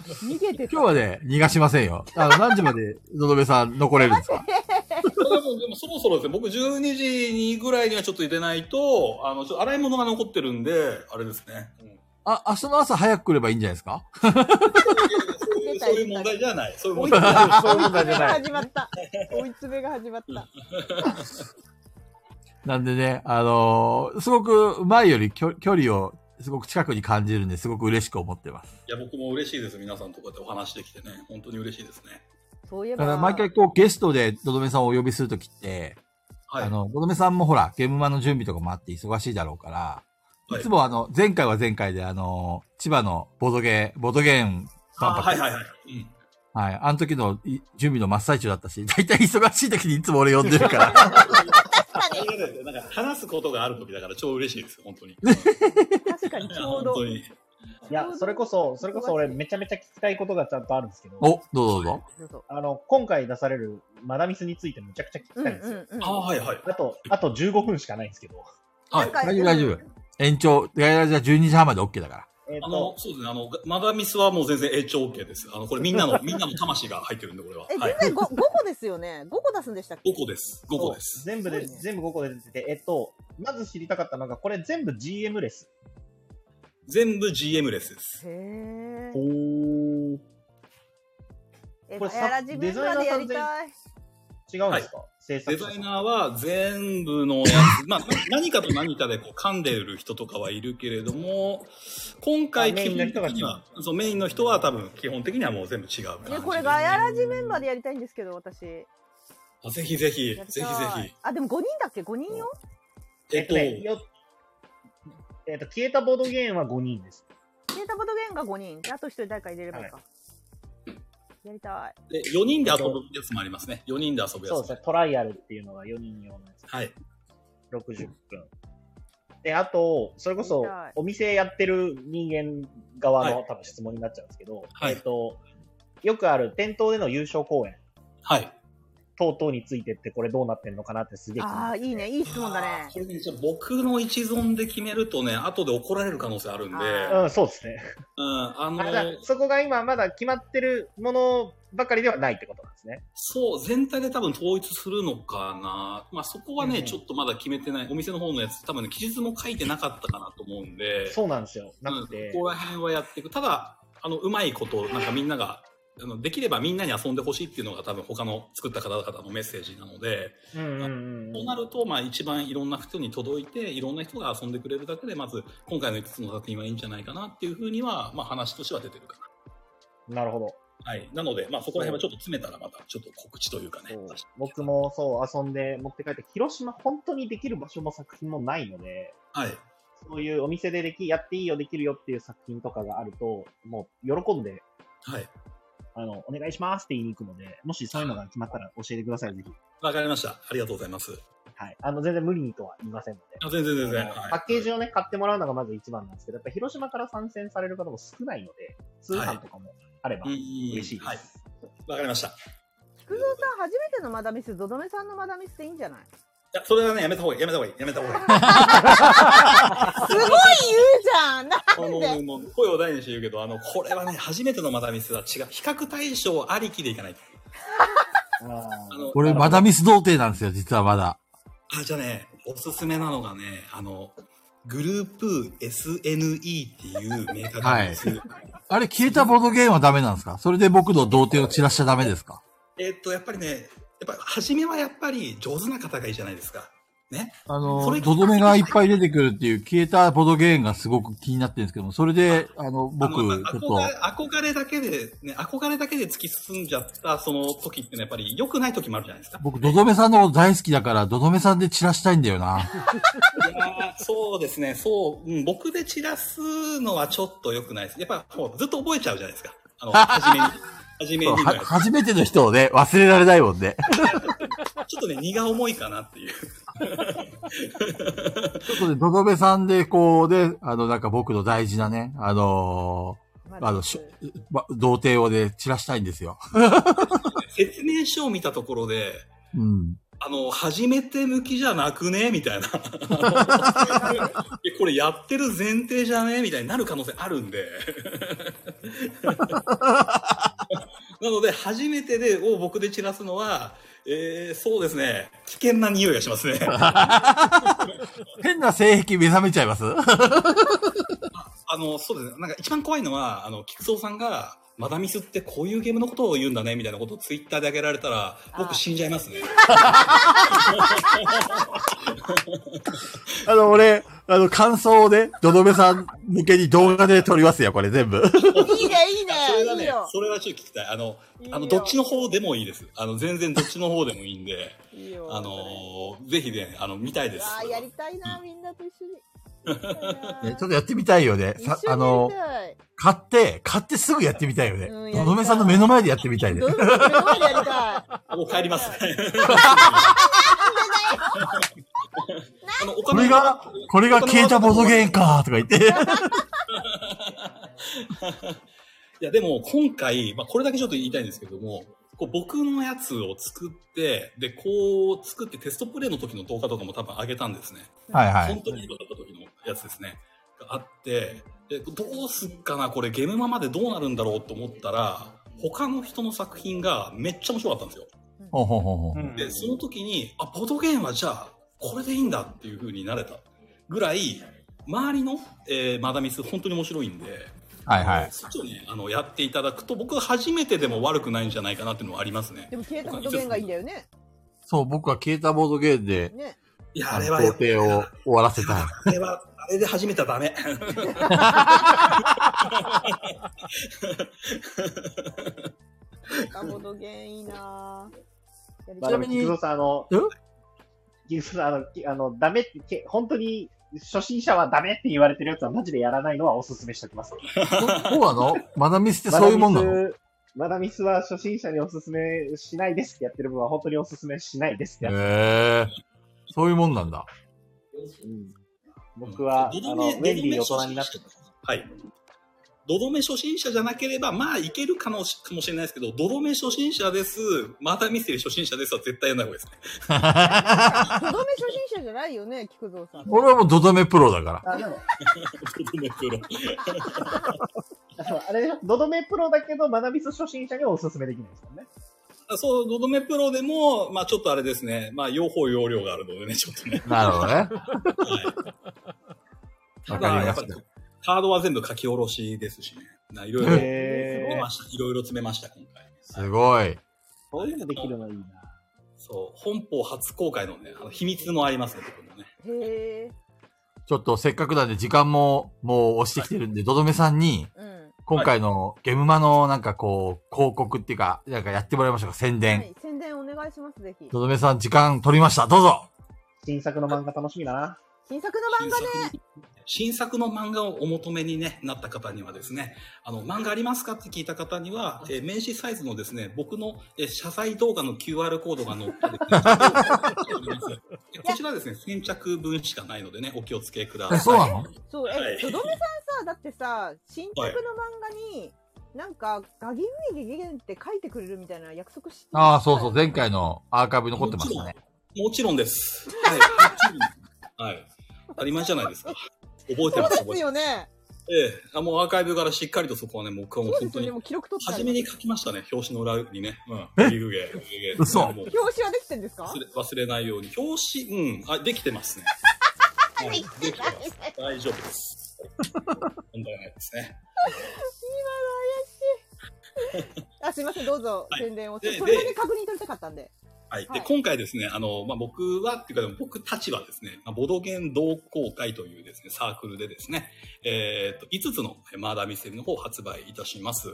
[SPEAKER 1] 逃げてた
[SPEAKER 3] 今日はね、逃がしませんよ。あの、何時までどどめさん残れるんですか
[SPEAKER 5] でも、でもそろそろですね、僕12時にぐらいにはちょっと入れないと、あの、ちょっと洗い物が残ってるんで、あれですね。うん
[SPEAKER 3] あ、明日の朝早く来ればいいんじゃないですか
[SPEAKER 5] そういうそういう問題じゃない。そういう
[SPEAKER 1] 追
[SPEAKER 5] 問
[SPEAKER 1] い
[SPEAKER 5] 題じゃ
[SPEAKER 1] 詰め
[SPEAKER 2] そ
[SPEAKER 5] ない。
[SPEAKER 2] ういう問題じゃ
[SPEAKER 1] が
[SPEAKER 2] ない
[SPEAKER 1] 始まった。追い詰めが始まった。
[SPEAKER 3] なんでね、あのーすごく前より距距離をすごく近くに感じるんですごく嬉しく思ってます。
[SPEAKER 5] いや、僕も嬉しいです。皆さんとこうやってお話できてね。本当に嬉しいですね。
[SPEAKER 1] そういえ
[SPEAKER 3] だから
[SPEAKER 1] ば、
[SPEAKER 3] 毎回こうゲストでどどめさんをお呼びするときって、
[SPEAKER 5] はい。
[SPEAKER 3] あの、どどめさんもほら、ゲームマンの準備とかもあって忙しいだろうから、、
[SPEAKER 5] はい
[SPEAKER 3] つもあの、前回は前回であのー千葉のボドゲ、ボドゲーン万
[SPEAKER 5] あはい
[SPEAKER 3] 博
[SPEAKER 5] はいはい。うん。
[SPEAKER 3] はい。あの時のい準備の真っ最中だったし、だいたい忙しい時にいつも俺呼んでる から。
[SPEAKER 5] ありがたいですなんか話すことがある時だから超嬉しいです、本当に。
[SPEAKER 1] 確かにちょうど
[SPEAKER 5] 本。当に。
[SPEAKER 4] いや、それこそ、それこそ俺めちゃめちゃ聞きたいことがちゃんとあるんですけど、
[SPEAKER 3] お、どうぞどうぞ。
[SPEAKER 1] どうぞ
[SPEAKER 4] あの、今回出されるマダミスについてめちゃくちゃ聞きた
[SPEAKER 1] う
[SPEAKER 4] い
[SPEAKER 1] んうんん
[SPEAKER 4] ですよ。
[SPEAKER 1] うん。
[SPEAKER 5] ああ、はいはい。
[SPEAKER 4] あと、あと15分しかないんですけど。
[SPEAKER 5] は
[SPEAKER 1] ないん。か
[SPEAKER 3] 大丈夫大丈夫。延長、いやいやじゃあ12時半まで OK だから。
[SPEAKER 4] えっ、
[SPEAKER 5] あ
[SPEAKER 4] と、、
[SPEAKER 5] のそうですね。あの、マダミスはもう全然 H OK です。あの、これみんなの、みんなの魂が入ってるんで、これは。
[SPEAKER 1] え、全
[SPEAKER 5] はい。
[SPEAKER 1] 然 5, 5個ですよね。5個出すんでしたっけ
[SPEAKER 5] 5個です。5個です。
[SPEAKER 4] 全部
[SPEAKER 1] す
[SPEAKER 4] で、
[SPEAKER 1] ごいね
[SPEAKER 4] 全部5個で出てて、えっと、まず知りたかったのが、これ全部 GM レス。
[SPEAKER 5] 全部 GM レスです。
[SPEAKER 1] へ
[SPEAKER 4] お
[SPEAKER 1] ー
[SPEAKER 4] ー。
[SPEAKER 1] え、
[SPEAKER 4] これ
[SPEAKER 1] マ
[SPEAKER 4] さ
[SPEAKER 1] ヤラジブーまでやりたい。
[SPEAKER 4] 違うんですか、制
[SPEAKER 5] デ
[SPEAKER 4] 作者
[SPEAKER 5] ザ
[SPEAKER 4] さん
[SPEAKER 5] イナーは全部のやつ、まあ、何かと何かでこう噛んでる人とかはいるけれども、今回
[SPEAKER 4] あメ
[SPEAKER 5] 基
[SPEAKER 4] インの
[SPEAKER 5] 本
[SPEAKER 4] 人
[SPEAKER 5] 的
[SPEAKER 4] が
[SPEAKER 5] には、そう、メインの人は多分基本的にはもう全部違う感じで
[SPEAKER 1] え、これガヤラジメンバーでやりたいんですけど、私。ぜ
[SPEAKER 5] あぜひぜひ、ぜひぜひ。
[SPEAKER 1] あ、でも5人だっけ ?5 人よ
[SPEAKER 5] え
[SPEAKER 4] え
[SPEAKER 5] っ
[SPEAKER 4] っ
[SPEAKER 5] と
[SPEAKER 4] と、ね、よえっと、消えたボードゲームは5人です。
[SPEAKER 1] データボードゲームが5人。であと1人誰か入れればいいか。やりたい。
[SPEAKER 5] で4人で遊ぶやつもありますね。4人で遊ぶや
[SPEAKER 4] そうで
[SPEAKER 5] つ
[SPEAKER 4] す。ね、トライアルっていうのが4人用のやつ。
[SPEAKER 5] はい。
[SPEAKER 4] 60分。で、あと、それこそ
[SPEAKER 1] 見たい、
[SPEAKER 4] お店やってる人間側の、
[SPEAKER 5] は
[SPEAKER 4] 多分質問になっちゃうんですけど、
[SPEAKER 5] はい
[SPEAKER 4] えっと、よくある店頭での優勝公演
[SPEAKER 5] はい。
[SPEAKER 4] 等々についてってこれどうなってんのかなってすげえ気に
[SPEAKER 1] あ
[SPEAKER 4] な
[SPEAKER 1] あ、
[SPEAKER 4] る
[SPEAKER 1] いいね。いい質問だね
[SPEAKER 5] こ。れね、ちょっと僕の一存で決めるとね、後で怒られる可能性あるんで、
[SPEAKER 1] あ
[SPEAKER 4] うん、そうですね。
[SPEAKER 5] うん、あの
[SPEAKER 4] あじゃあそこが今まだ決まってるものばかりではないってことなんですね。
[SPEAKER 5] そう、全体で多分統一するのかな。まあそこはね、
[SPEAKER 4] うん
[SPEAKER 5] ちょっとまだ決めてない。お店の方のやつ、多分ね、記述も書いてなかったかなと思うんで、
[SPEAKER 4] そうなんですよ。な
[SPEAKER 5] うん
[SPEAKER 4] くて
[SPEAKER 5] こ、こら辺はやっていく。ただ、あの、うまいこと、なんかみんなが、あのできればみんなに遊んでほしいっていうのが多分他の作った方々のメッセージなので、
[SPEAKER 4] うんうん
[SPEAKER 5] そううなると、まあ一番いろんな人に届いて、いろんな人が遊んでくれるだけで、まず今回の5つの作品はいいんじゃないかなっていうふうには、まあ話としては出てるかな。
[SPEAKER 4] ん。なるほど。
[SPEAKER 5] はい。なので、まあそこら辺はちょっと詰めたらまたちょっと告知というかね
[SPEAKER 4] そう。僕もそう遊んで持って帰って、広島本当にできる場所も作品もないので、
[SPEAKER 5] はい。
[SPEAKER 4] そういうお店ででき、やっていいよ、できるよっていう作品とかがあると、もう喜んで、
[SPEAKER 5] はい。
[SPEAKER 4] あの、お願いしますって言いに行くので、もしそういうのが決まったら教えてください、ぜひ。
[SPEAKER 5] わかりました。ありがとうございます。
[SPEAKER 4] はい。あの、全然無理にとは言いませんので。
[SPEAKER 5] あ全然全然。
[SPEAKER 4] あの
[SPEAKER 5] はい
[SPEAKER 4] パッケージをね、買ってもらうのがまず一番なんですけど、やっぱ広島から参戦される方も少ないので、通販とかもあれば
[SPEAKER 5] うんうん
[SPEAKER 4] 嬉しいです。
[SPEAKER 5] はい。わかりました。い
[SPEAKER 1] 菊蔵さん、初めてのマダミス、ドドメさんのマダミスでいいんじゃない
[SPEAKER 5] や、それはね、やめた方がいい。やめた方がいい。やめた方 がいい。
[SPEAKER 1] すごい言うじゃんな
[SPEAKER 5] あの
[SPEAKER 1] んで
[SPEAKER 5] もう声を大にして言うけど、あの、これはね、初めてのマダミスは違う。比較対象ありきでいかないと。あの、
[SPEAKER 3] 俺、まだミス童貞なんですよ、実はまだ。
[SPEAKER 5] あ、じゃあね、おすすめなのがね、あの、グループ SNE っていうメーカーがあるんです。
[SPEAKER 3] あれ、消えたボードゲームはダメなんですかそれで僕の童貞を散らしちゃダメですか
[SPEAKER 5] えっと、やっぱりね、やっぱ、初めはやっぱり上手な方がいいじゃないですか。ね。
[SPEAKER 3] あ
[SPEAKER 5] そ
[SPEAKER 3] の
[SPEAKER 5] れ、
[SPEAKER 3] ドドメがいっぱい出てくるっていう消えたボードゲームがすごく気になってるんですけども、それで、あの、僕、
[SPEAKER 5] あの
[SPEAKER 3] ちょっと、
[SPEAKER 5] 憧れ憧れだけで、ね、憧れだけで突き進んじゃったその時ってのはやっぱり良くない時もあるじゃない ですか。
[SPEAKER 3] 僕、ドドメさんのこと大好きだから、ドドメさんで散らしたいんだよな。
[SPEAKER 5] いやーそうですね、そう、うん、僕で散らすのはちょっと良くないです。やっぱもうずっと覚えちゃうじゃないですか。あ の、初めに。初めにの
[SPEAKER 3] は
[SPEAKER 5] やつ
[SPEAKER 3] 初めての人をね、忘れられないもんね。
[SPEAKER 5] ちょっとね、荷が重いかなっていう。
[SPEAKER 3] ちょっとね、ドドメさんで、こうね、あの、なんか僕の大事なね、あのーあの、しょま、童貞をね、散らしたいんですよ。
[SPEAKER 5] 説明書を見たところで、
[SPEAKER 3] うん。
[SPEAKER 5] あの、初めて向きじゃなくねみたいな。 えこれやってる前提じゃねみたいになる可能性あるんで。 なので、初めてで、を僕で散らすのは、えー、そうですね。危険な匂いがしますね。 あ
[SPEAKER 3] 変な性癖目覚めちゃいます
[SPEAKER 5] の、そうですね。なんか一番怖いのは、あの、菊蔵さんが、マダミスってこういうゲームのことを言うんだね、みたいなことをツイッターであげられたら、
[SPEAKER 1] あ
[SPEAKER 5] 僕死んじゃいますね。
[SPEAKER 3] あの、俺、あの、感想をね、ドドメさん向けに動画で撮りますよ、これ全部。
[SPEAKER 1] いいねいいね
[SPEAKER 5] それは
[SPEAKER 1] い
[SPEAKER 5] いね
[SPEAKER 1] よ、
[SPEAKER 5] それはちょっと聞きたい。あの、
[SPEAKER 1] いい
[SPEAKER 5] あの、
[SPEAKER 1] よ
[SPEAKER 5] どっちの方でもいいです。あの、全然どっちの方でもいい んで、
[SPEAKER 1] いいよ
[SPEAKER 5] あのーぜひね、あの、見たいです。
[SPEAKER 1] あやりたいなみんなと一緒に
[SPEAKER 3] ねちょっとやってみたいよね。
[SPEAKER 1] 一緒
[SPEAKER 3] さ
[SPEAKER 1] に、や
[SPEAKER 3] あの
[SPEAKER 1] り、たい。
[SPEAKER 3] 買って、買ってすぐやってみたいよね。
[SPEAKER 1] うんやりたい
[SPEAKER 3] のどめさんの目の前でやってみたいね
[SPEAKER 1] ど。うぞ、目の前でやりたい。
[SPEAKER 5] あもう帰ります。 あの、お
[SPEAKER 3] これ
[SPEAKER 5] が
[SPEAKER 3] が、これが消えたボードゲームかとか言 って。
[SPEAKER 5] いや、でも今回、まあ、これだけちょっと言いたいんですけども、こう僕のやつを作って、で、こう作ってテストプレイの時の動画とかも多分上げたんですね。
[SPEAKER 3] はいは
[SPEAKER 5] 本
[SPEAKER 3] い。
[SPEAKER 5] 当に良かった時のやつですね。があって、で、どうすっかな、これゲームマまでどうなるんだろうと思ったら、他の人の作品がめっちゃ面白かったんですよ。
[SPEAKER 3] ほうほうほうほう。
[SPEAKER 2] ん
[SPEAKER 5] で、その時に、あ、ボードゲームはじゃあ、これでいいんだっていう風になれたぐらい、周りの、えーマダミス本当に面白いんで、
[SPEAKER 3] はいはい。
[SPEAKER 5] そっちをね、あの、やっていただくと、僕初めてでも悪くないんじゃないかなっていうのはありますね
[SPEAKER 1] で。も、消えたこと弦がいいんだよね。
[SPEAKER 3] そう、僕は消えたボードゲームで、
[SPEAKER 1] ね。
[SPEAKER 5] いや、あ
[SPEAKER 3] あの
[SPEAKER 5] れは、
[SPEAKER 3] 工程を終わらせたい。
[SPEAKER 5] あれは、あれで始めたらダメ。
[SPEAKER 1] カボドゲンいいなぁ。やり
[SPEAKER 4] まあ
[SPEAKER 1] た
[SPEAKER 4] で
[SPEAKER 1] い
[SPEAKER 3] ちなみ
[SPEAKER 4] も、
[SPEAKER 3] に
[SPEAKER 4] 菊蔵さん、あの
[SPEAKER 3] え、
[SPEAKER 4] 菊蔵さん、あのき、あの、ダメって、け本当に、初心者はダメって言われてるやつはマジでやらないのはお勧めしておきます。
[SPEAKER 3] そうなのマダミスってそういうもんなの
[SPEAKER 4] マダミスは初心者にお勧めしないですってやってる分は本当にお勧めしないですってやつ、
[SPEAKER 3] へえ。そういうもんなんだ。
[SPEAKER 4] うん僕は、
[SPEAKER 5] うん
[SPEAKER 4] あの、ウェンディー大人になって
[SPEAKER 5] どどめ初心者はい。どどめ初心者じゃなければ、まあ、いけるかもしかもしれないですけど、どどめ初心者です、またミステリー初心者ですは絶対やんない方がいいですね。
[SPEAKER 1] とどめ初心者じゃないよね、菊蔵さん。
[SPEAKER 3] 俺はもうドドメプロだから。
[SPEAKER 4] あ、でも、
[SPEAKER 5] どどめプロ。
[SPEAKER 4] あれでしょ、ドドメプロだけど、マダミス初心者にはお勧めできないですもんね。
[SPEAKER 5] そう、どどめプロでも、まあ、ちょっとあれですね。まあ、用法用量があるのでね、ちょっとね。
[SPEAKER 3] なるほどね。
[SPEAKER 5] た
[SPEAKER 3] わ
[SPEAKER 5] だ
[SPEAKER 3] かりま
[SPEAKER 5] やっぱり
[SPEAKER 3] した。
[SPEAKER 5] カードは全部書き下ろしですしね。ないろいろ詰
[SPEAKER 4] へ
[SPEAKER 5] め
[SPEAKER 4] ー
[SPEAKER 5] ました。いろいろ詰めました、今回。
[SPEAKER 3] すごい。
[SPEAKER 4] そういうのできるのいいな。
[SPEAKER 5] そう、本邦初公開のね、あの秘密もありますね、ここもね。
[SPEAKER 1] へえ。
[SPEAKER 3] ちょっとせっかくなんで時間ももう押してきてるんで、ドドメさんに
[SPEAKER 1] うん。
[SPEAKER 3] 今回のゲムマのなんかこう広告っていうか、なんかやってもらいましょうか、宣
[SPEAKER 1] は
[SPEAKER 3] 伝。
[SPEAKER 1] い、宣伝お願いします、ぜひ。
[SPEAKER 3] ドドメさん時間取りました。どうぞ
[SPEAKER 4] 新作の漫画楽しみだな。
[SPEAKER 1] 新作の漫画ね。
[SPEAKER 5] 新作の漫画をお求めに、ね、なった方にはですね、あの、漫画ありますかって聞いた方には、えー名刺サイズのですね、僕の、えー謝罪動画の QR コードが載 ってですねこちらですね、先着分しかないのでね、お気をつけくださ
[SPEAKER 3] え
[SPEAKER 5] い。
[SPEAKER 3] そうなの
[SPEAKER 1] そう、
[SPEAKER 5] は
[SPEAKER 1] え、
[SPEAKER 5] い
[SPEAKER 1] とどめさんさ、だってさ、新着の漫画に、なんか、ガギウイゲゲゲンって書いてくれるみたいな約束して
[SPEAKER 3] ああ、そうそう、前回のアーカイブに残ってましたね。
[SPEAKER 5] もちろんです。 はい。はい。当たり前じゃないですか。覚えて
[SPEAKER 1] そう
[SPEAKER 5] ます、
[SPEAKER 1] で
[SPEAKER 5] 覚
[SPEAKER 1] す
[SPEAKER 5] えてます。
[SPEAKER 1] よね。
[SPEAKER 5] ええあもうアーカイブからしっかりとそこはね、もう僕はもう
[SPEAKER 1] そう
[SPEAKER 5] 本
[SPEAKER 1] です
[SPEAKER 5] 当
[SPEAKER 1] よ
[SPEAKER 5] に
[SPEAKER 1] ね。もう記録取ってあ
[SPEAKER 5] 初
[SPEAKER 1] る
[SPEAKER 5] めに書きましたね、表紙の裏にね。うん。え湯気、湯気。
[SPEAKER 3] 嘘
[SPEAKER 5] もう
[SPEAKER 1] 表紙はできてんですか
[SPEAKER 5] 忘れ忘れないように。表紙、うん。あ、できてますね。はい できてます。大丈夫です。問題ないですね。
[SPEAKER 1] あ、すいません、どうぞ、
[SPEAKER 5] はい
[SPEAKER 1] 宣伝を。そ
[SPEAKER 5] で
[SPEAKER 1] れだ
[SPEAKER 5] で
[SPEAKER 1] け確認取りたかったんで。
[SPEAKER 5] はい。で、
[SPEAKER 1] はい
[SPEAKER 5] 今回ですね、あの、まあ、僕は、っていうか、でも僕たちはですね、まあ、ボドゲン同好会というですね、サークルでですね、えっと、5つのえマーダーミステリーの方を発売いたします。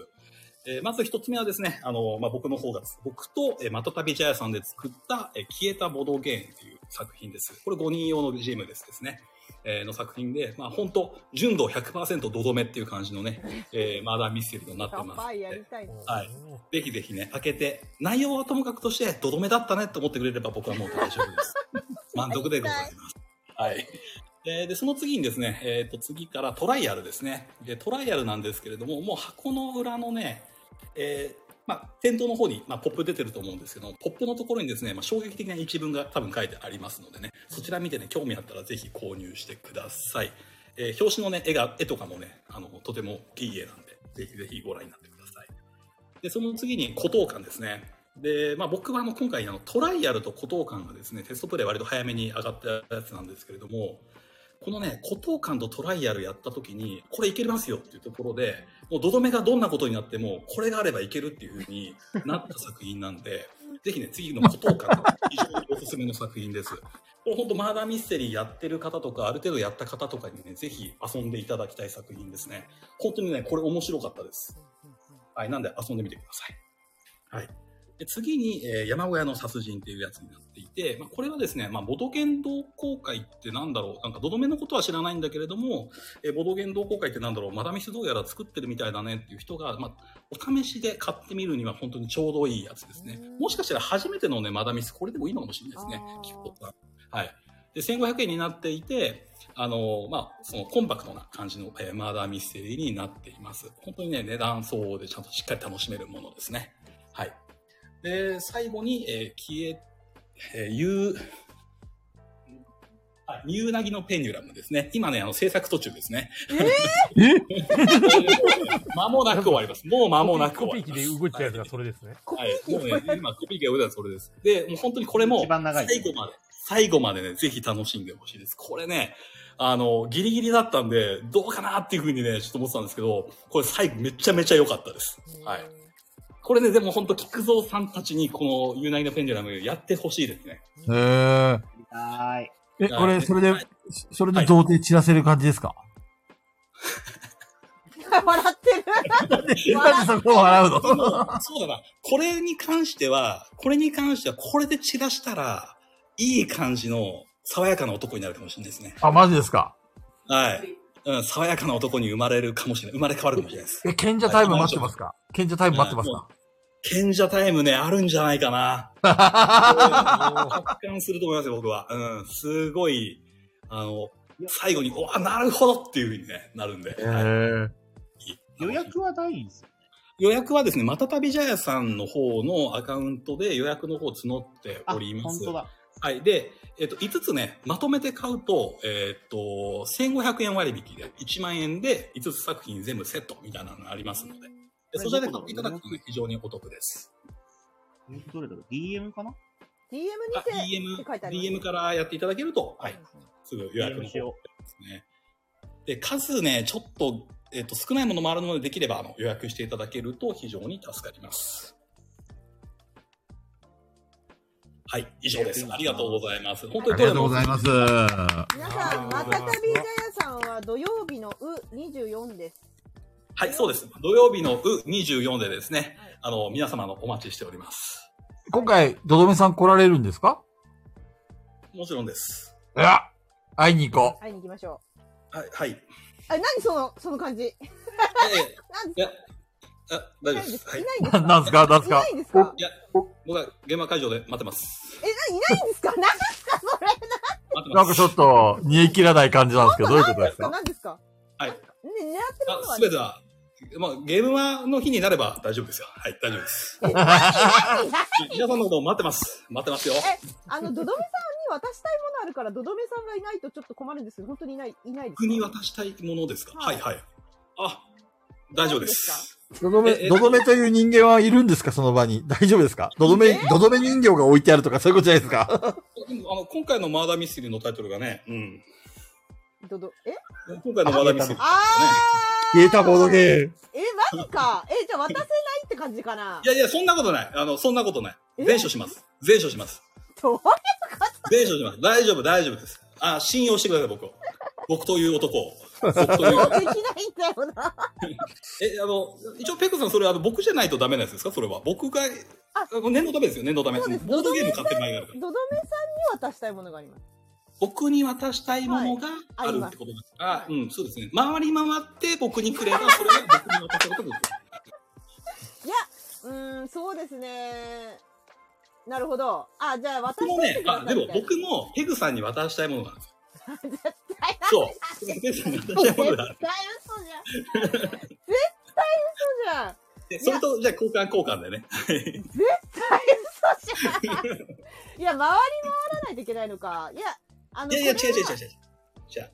[SPEAKER 5] えーまず一つ目はですね、あの、まあ、僕の方が、僕と、えーまたたび茶屋さんで作った、えー消えたボドゲーンという作品です。これ5人用のジムですですね。えーの作品で、まあ、本当純度100%どどめっていう感じ のね、えーマーダーミステリーとなって
[SPEAKER 1] 乾
[SPEAKER 5] ますの
[SPEAKER 1] 杯や
[SPEAKER 5] で
[SPEAKER 1] り。たいな。
[SPEAKER 5] はいぜひぜひね、開けて、内容はともかくとして、どどめだったねと思ってくれれば僕はもう大丈夫です。満足でございます。はい。で、でその次にですね、えっ、と、次からトライアルですね。で、トライアルなんですけれども、もう箱の裏のね、えーまあ、店頭の方に、まあ、ポップ出てると思うんですけど、ポップのところにですね、まあ、衝撃的な一文が多分書いてありますのでね、そちら見てね、興味あったらぜひ購入してください。えー表紙のね、絵が、絵とかもね、あの、とてもいい絵なんで、ぜひぜひご覧になってください。で、その次に孤島感ですね。で、まあ僕はあの今回あのトライアルと孤島感がですね、テストプレイ割と早めに上がったやつなんですけれども、このね、孤島感とトライアルやった時に、これいけますよっていうところで、もうドドメがどんなことになっても、これがあればいけるっていうふうになった作品なんで、ぜひね、次の孤島感が非常におすすめの作品です。これ本当マーダーミステリーやってる方とか、ある程度やった方とかにね、ぜひ遊んでいただきたい作品ですね。本当にね、これ面白かったです。はい、なんで遊んでみてください。はい。で次に、えー山小屋の殺人っていうやつになっていて、まあ、これはですね、まあ、ボドゲン同好会ってなんだろう、なんか、どどめのことは知らないんだけれども、えーボドゲン同好会ってなんだろう、マダミスどうやら作ってるみたいだねっていう人が、まあ、お試しで買ってみるには本当にちょうどいいやつですね
[SPEAKER 1] うん。
[SPEAKER 5] もしかしたら初めてのね、マダミス、これでもいいのかもしれないですね
[SPEAKER 1] あー、
[SPEAKER 5] 聞くことは。はい。で、1500円になっていて、あの、まあ、そのコンパクトな感じの、えーマーダーミステリーになっています。本当にね、値段相応でちゃんとしっかり楽しめるものですね。はい。で、最後に、えー消え、えー、ゆう、あ、ニューナギのペニュラムですね。今ね、あの、制作途中ですね。 間もなく終わります。もう間もなく終
[SPEAKER 2] コ
[SPEAKER 5] わ
[SPEAKER 2] ピー機
[SPEAKER 5] ります。
[SPEAKER 2] で動いちゃうやつがそれですね。
[SPEAKER 5] はい。もうね、今コピー機が上だそれです。で、もう本当にこれも、
[SPEAKER 4] 一番長い
[SPEAKER 5] 最後まで、最後までね、ぜひ楽しんでほしいです。これね、あの、ギリギリだったんで、どうかなっていうふうにね、ちょっと思ってたんですけど、これ最後めちゃめちゃ良かったです。はい。これね、でも本当菊蔵さんたちにこのユーナギのペンデュラムやってほしいですね。
[SPEAKER 6] へえ。
[SPEAKER 4] はーい。
[SPEAKER 6] え、これ、それで
[SPEAKER 5] はい、
[SPEAKER 6] それで童貞散らせる感じですか
[SPEAKER 1] 笑 ってる。
[SPEAKER 6] なんでそこを笑うの
[SPEAKER 5] そうだな。これに関しては、これに関しては、これで散らしたら、いい感じの爽やかな男になるかもしれないですね。
[SPEAKER 6] あ、マジですか
[SPEAKER 5] はい。うん、爽やかな男に生まれるかもしれない。生まれ変わるかもしれないです。
[SPEAKER 6] え、賢者タイム待ってますか賢者タイム待ってますか
[SPEAKER 5] 賢者タイムね、あるんじゃないかな。発感すると思いますよ、僕は。うん、すごい、あの、最後に、おあ、なるほどっていうふうに、ね、なるんで。
[SPEAKER 6] へ
[SPEAKER 5] はい
[SPEAKER 6] え。
[SPEAKER 4] 予約はないんですよ。
[SPEAKER 5] 予約はですね、またたびじゃやさんの方のアカウントで予約の方を募って
[SPEAKER 4] あ、
[SPEAKER 5] おりま
[SPEAKER 4] 本
[SPEAKER 5] す。
[SPEAKER 4] 当だ。
[SPEAKER 5] はい。で、えっと、5つね、まとめて買うと、えっと、1500円割引で、1万円で5つ作品全部セットみたいなのがありますので、でそちらで買っていただくとね、非常にお得です。
[SPEAKER 4] どれだろう ?DM かな
[SPEAKER 1] DM に
[SPEAKER 5] あ
[SPEAKER 1] て、って書いてありま
[SPEAKER 5] DM、
[SPEAKER 1] す
[SPEAKER 5] DM からやっていただけると、はい、すぐ予約
[SPEAKER 4] ?DM
[SPEAKER 5] の
[SPEAKER 4] し
[SPEAKER 5] 方
[SPEAKER 4] よ
[SPEAKER 5] ですね。で、数ね、ちょっと、えっと、少ないものもあるので、できれば、あの、予約していただけると非常に助かります。はい、以上です。ありがとうございます。本当
[SPEAKER 6] あ
[SPEAKER 5] に
[SPEAKER 6] りがとうござい
[SPEAKER 5] ま
[SPEAKER 6] ます。
[SPEAKER 1] 皆さん、またたびじゃやさんは土曜日のう24です。
[SPEAKER 5] す。はい、そうです。土曜日のう24でですね、あの、皆様のお待ちしております。
[SPEAKER 6] 今回、ドドメさん来られるんですか
[SPEAKER 5] もちろんです。
[SPEAKER 6] いや会いに行こ
[SPEAKER 1] 会いに行きましょ
[SPEAKER 5] はい、はい。
[SPEAKER 1] う。あ、何その、その感じ。
[SPEAKER 5] え
[SPEAKER 1] なん
[SPEAKER 5] え、いや、あ、大
[SPEAKER 1] いな
[SPEAKER 5] 丈夫
[SPEAKER 1] いん
[SPEAKER 5] で。
[SPEAKER 1] ですす。
[SPEAKER 5] はいい。
[SPEAKER 1] ないんです
[SPEAKER 6] う。なん
[SPEAKER 1] か
[SPEAKER 6] すかなんす
[SPEAKER 1] いな
[SPEAKER 6] か
[SPEAKER 1] いんですか
[SPEAKER 5] 僕は現場会場で待ってます。
[SPEAKER 1] え、ない、いないんですか何ですかそれ。
[SPEAKER 5] 待って
[SPEAKER 6] な
[SPEAKER 5] ま
[SPEAKER 6] んか
[SPEAKER 5] す。
[SPEAKER 6] ちょっと、煮え切らない感じなんですけど、どういうことですか
[SPEAKER 1] 何ですか
[SPEAKER 5] はい
[SPEAKER 1] ね、狙ってるもの
[SPEAKER 5] あ、
[SPEAKER 1] は
[SPEAKER 5] すべては、まあ、ゲームはの日になれば大丈夫ですよ。はい、大丈夫です。皆さんのことを待ってます。待ってますよ。
[SPEAKER 1] あの、ドドメさんに渡したいものあるから、ドドメさんがいないとちょっと困るんですけど、本当にいない、いないですか。
[SPEAKER 5] 僕に渡したいものですか、
[SPEAKER 1] は
[SPEAKER 5] はいい、はいはいあ、大丈夫です。
[SPEAKER 6] ドド
[SPEAKER 5] え
[SPEAKER 6] メ、
[SPEAKER 5] え
[SPEAKER 6] ドドメという人間はいるんですかその場に。大丈夫ですかドドメ、ドドメ人形が置いてあるとかそういうことじゃないですか
[SPEAKER 5] でもあの今回のマーダーミステリーのタイトルがね、うん。
[SPEAKER 1] ドド、え
[SPEAKER 5] 今回のマーダーミステリー、ね。
[SPEAKER 1] あー
[SPEAKER 6] 消えたボードゲーム。
[SPEAKER 1] え、マジか。え、じゃあ渡せないって感じかな。
[SPEAKER 5] いやいや、そんなことない。あの、そんなことない。
[SPEAKER 1] え
[SPEAKER 5] 全処します。全処します。
[SPEAKER 1] どう
[SPEAKER 5] 全処します。大丈夫、大丈夫です。あ、信用してください、僕を。僕という男を。僕という。
[SPEAKER 1] できないんだよな。
[SPEAKER 5] え、あの、一応、ペクさん、それ、あの、僕じゃないとダメなやつですかそれは。僕が、あの念のためですよ、念のため。
[SPEAKER 1] そうです
[SPEAKER 5] ボードゲーム買ってる場合があるか
[SPEAKER 1] ドド
[SPEAKER 5] ら。
[SPEAKER 1] メさんに渡したいものがあります。
[SPEAKER 5] 僕に渡したいものがあるってことですから、
[SPEAKER 1] はいあり
[SPEAKER 5] うん、そうですね。回り回って僕にくれば、それは僕に渡したことです。
[SPEAKER 1] うーん、そうですね。なるほど。あ、じゃあ渡
[SPEAKER 5] 僕
[SPEAKER 1] し とい
[SPEAKER 5] もね
[SPEAKER 1] て、くださいみ
[SPEAKER 5] あ、でも
[SPEAKER 1] たいな。
[SPEAKER 5] 僕も、ペグさんに渡したいものなんですよ。
[SPEAKER 1] 絶対な
[SPEAKER 5] そう。ペグさんに渡したいものがある
[SPEAKER 1] 絶。対嘘じゃん。絶対嘘じゃん。
[SPEAKER 5] でそれと、じゃあ、交換交換でね。
[SPEAKER 1] 絶対嘘じゃん。いや、回り回らないといけないのか。いや、あの、
[SPEAKER 5] いやいや、違
[SPEAKER 1] こ
[SPEAKER 5] う
[SPEAKER 1] れは
[SPEAKER 5] 違う違う違う。じゃあ、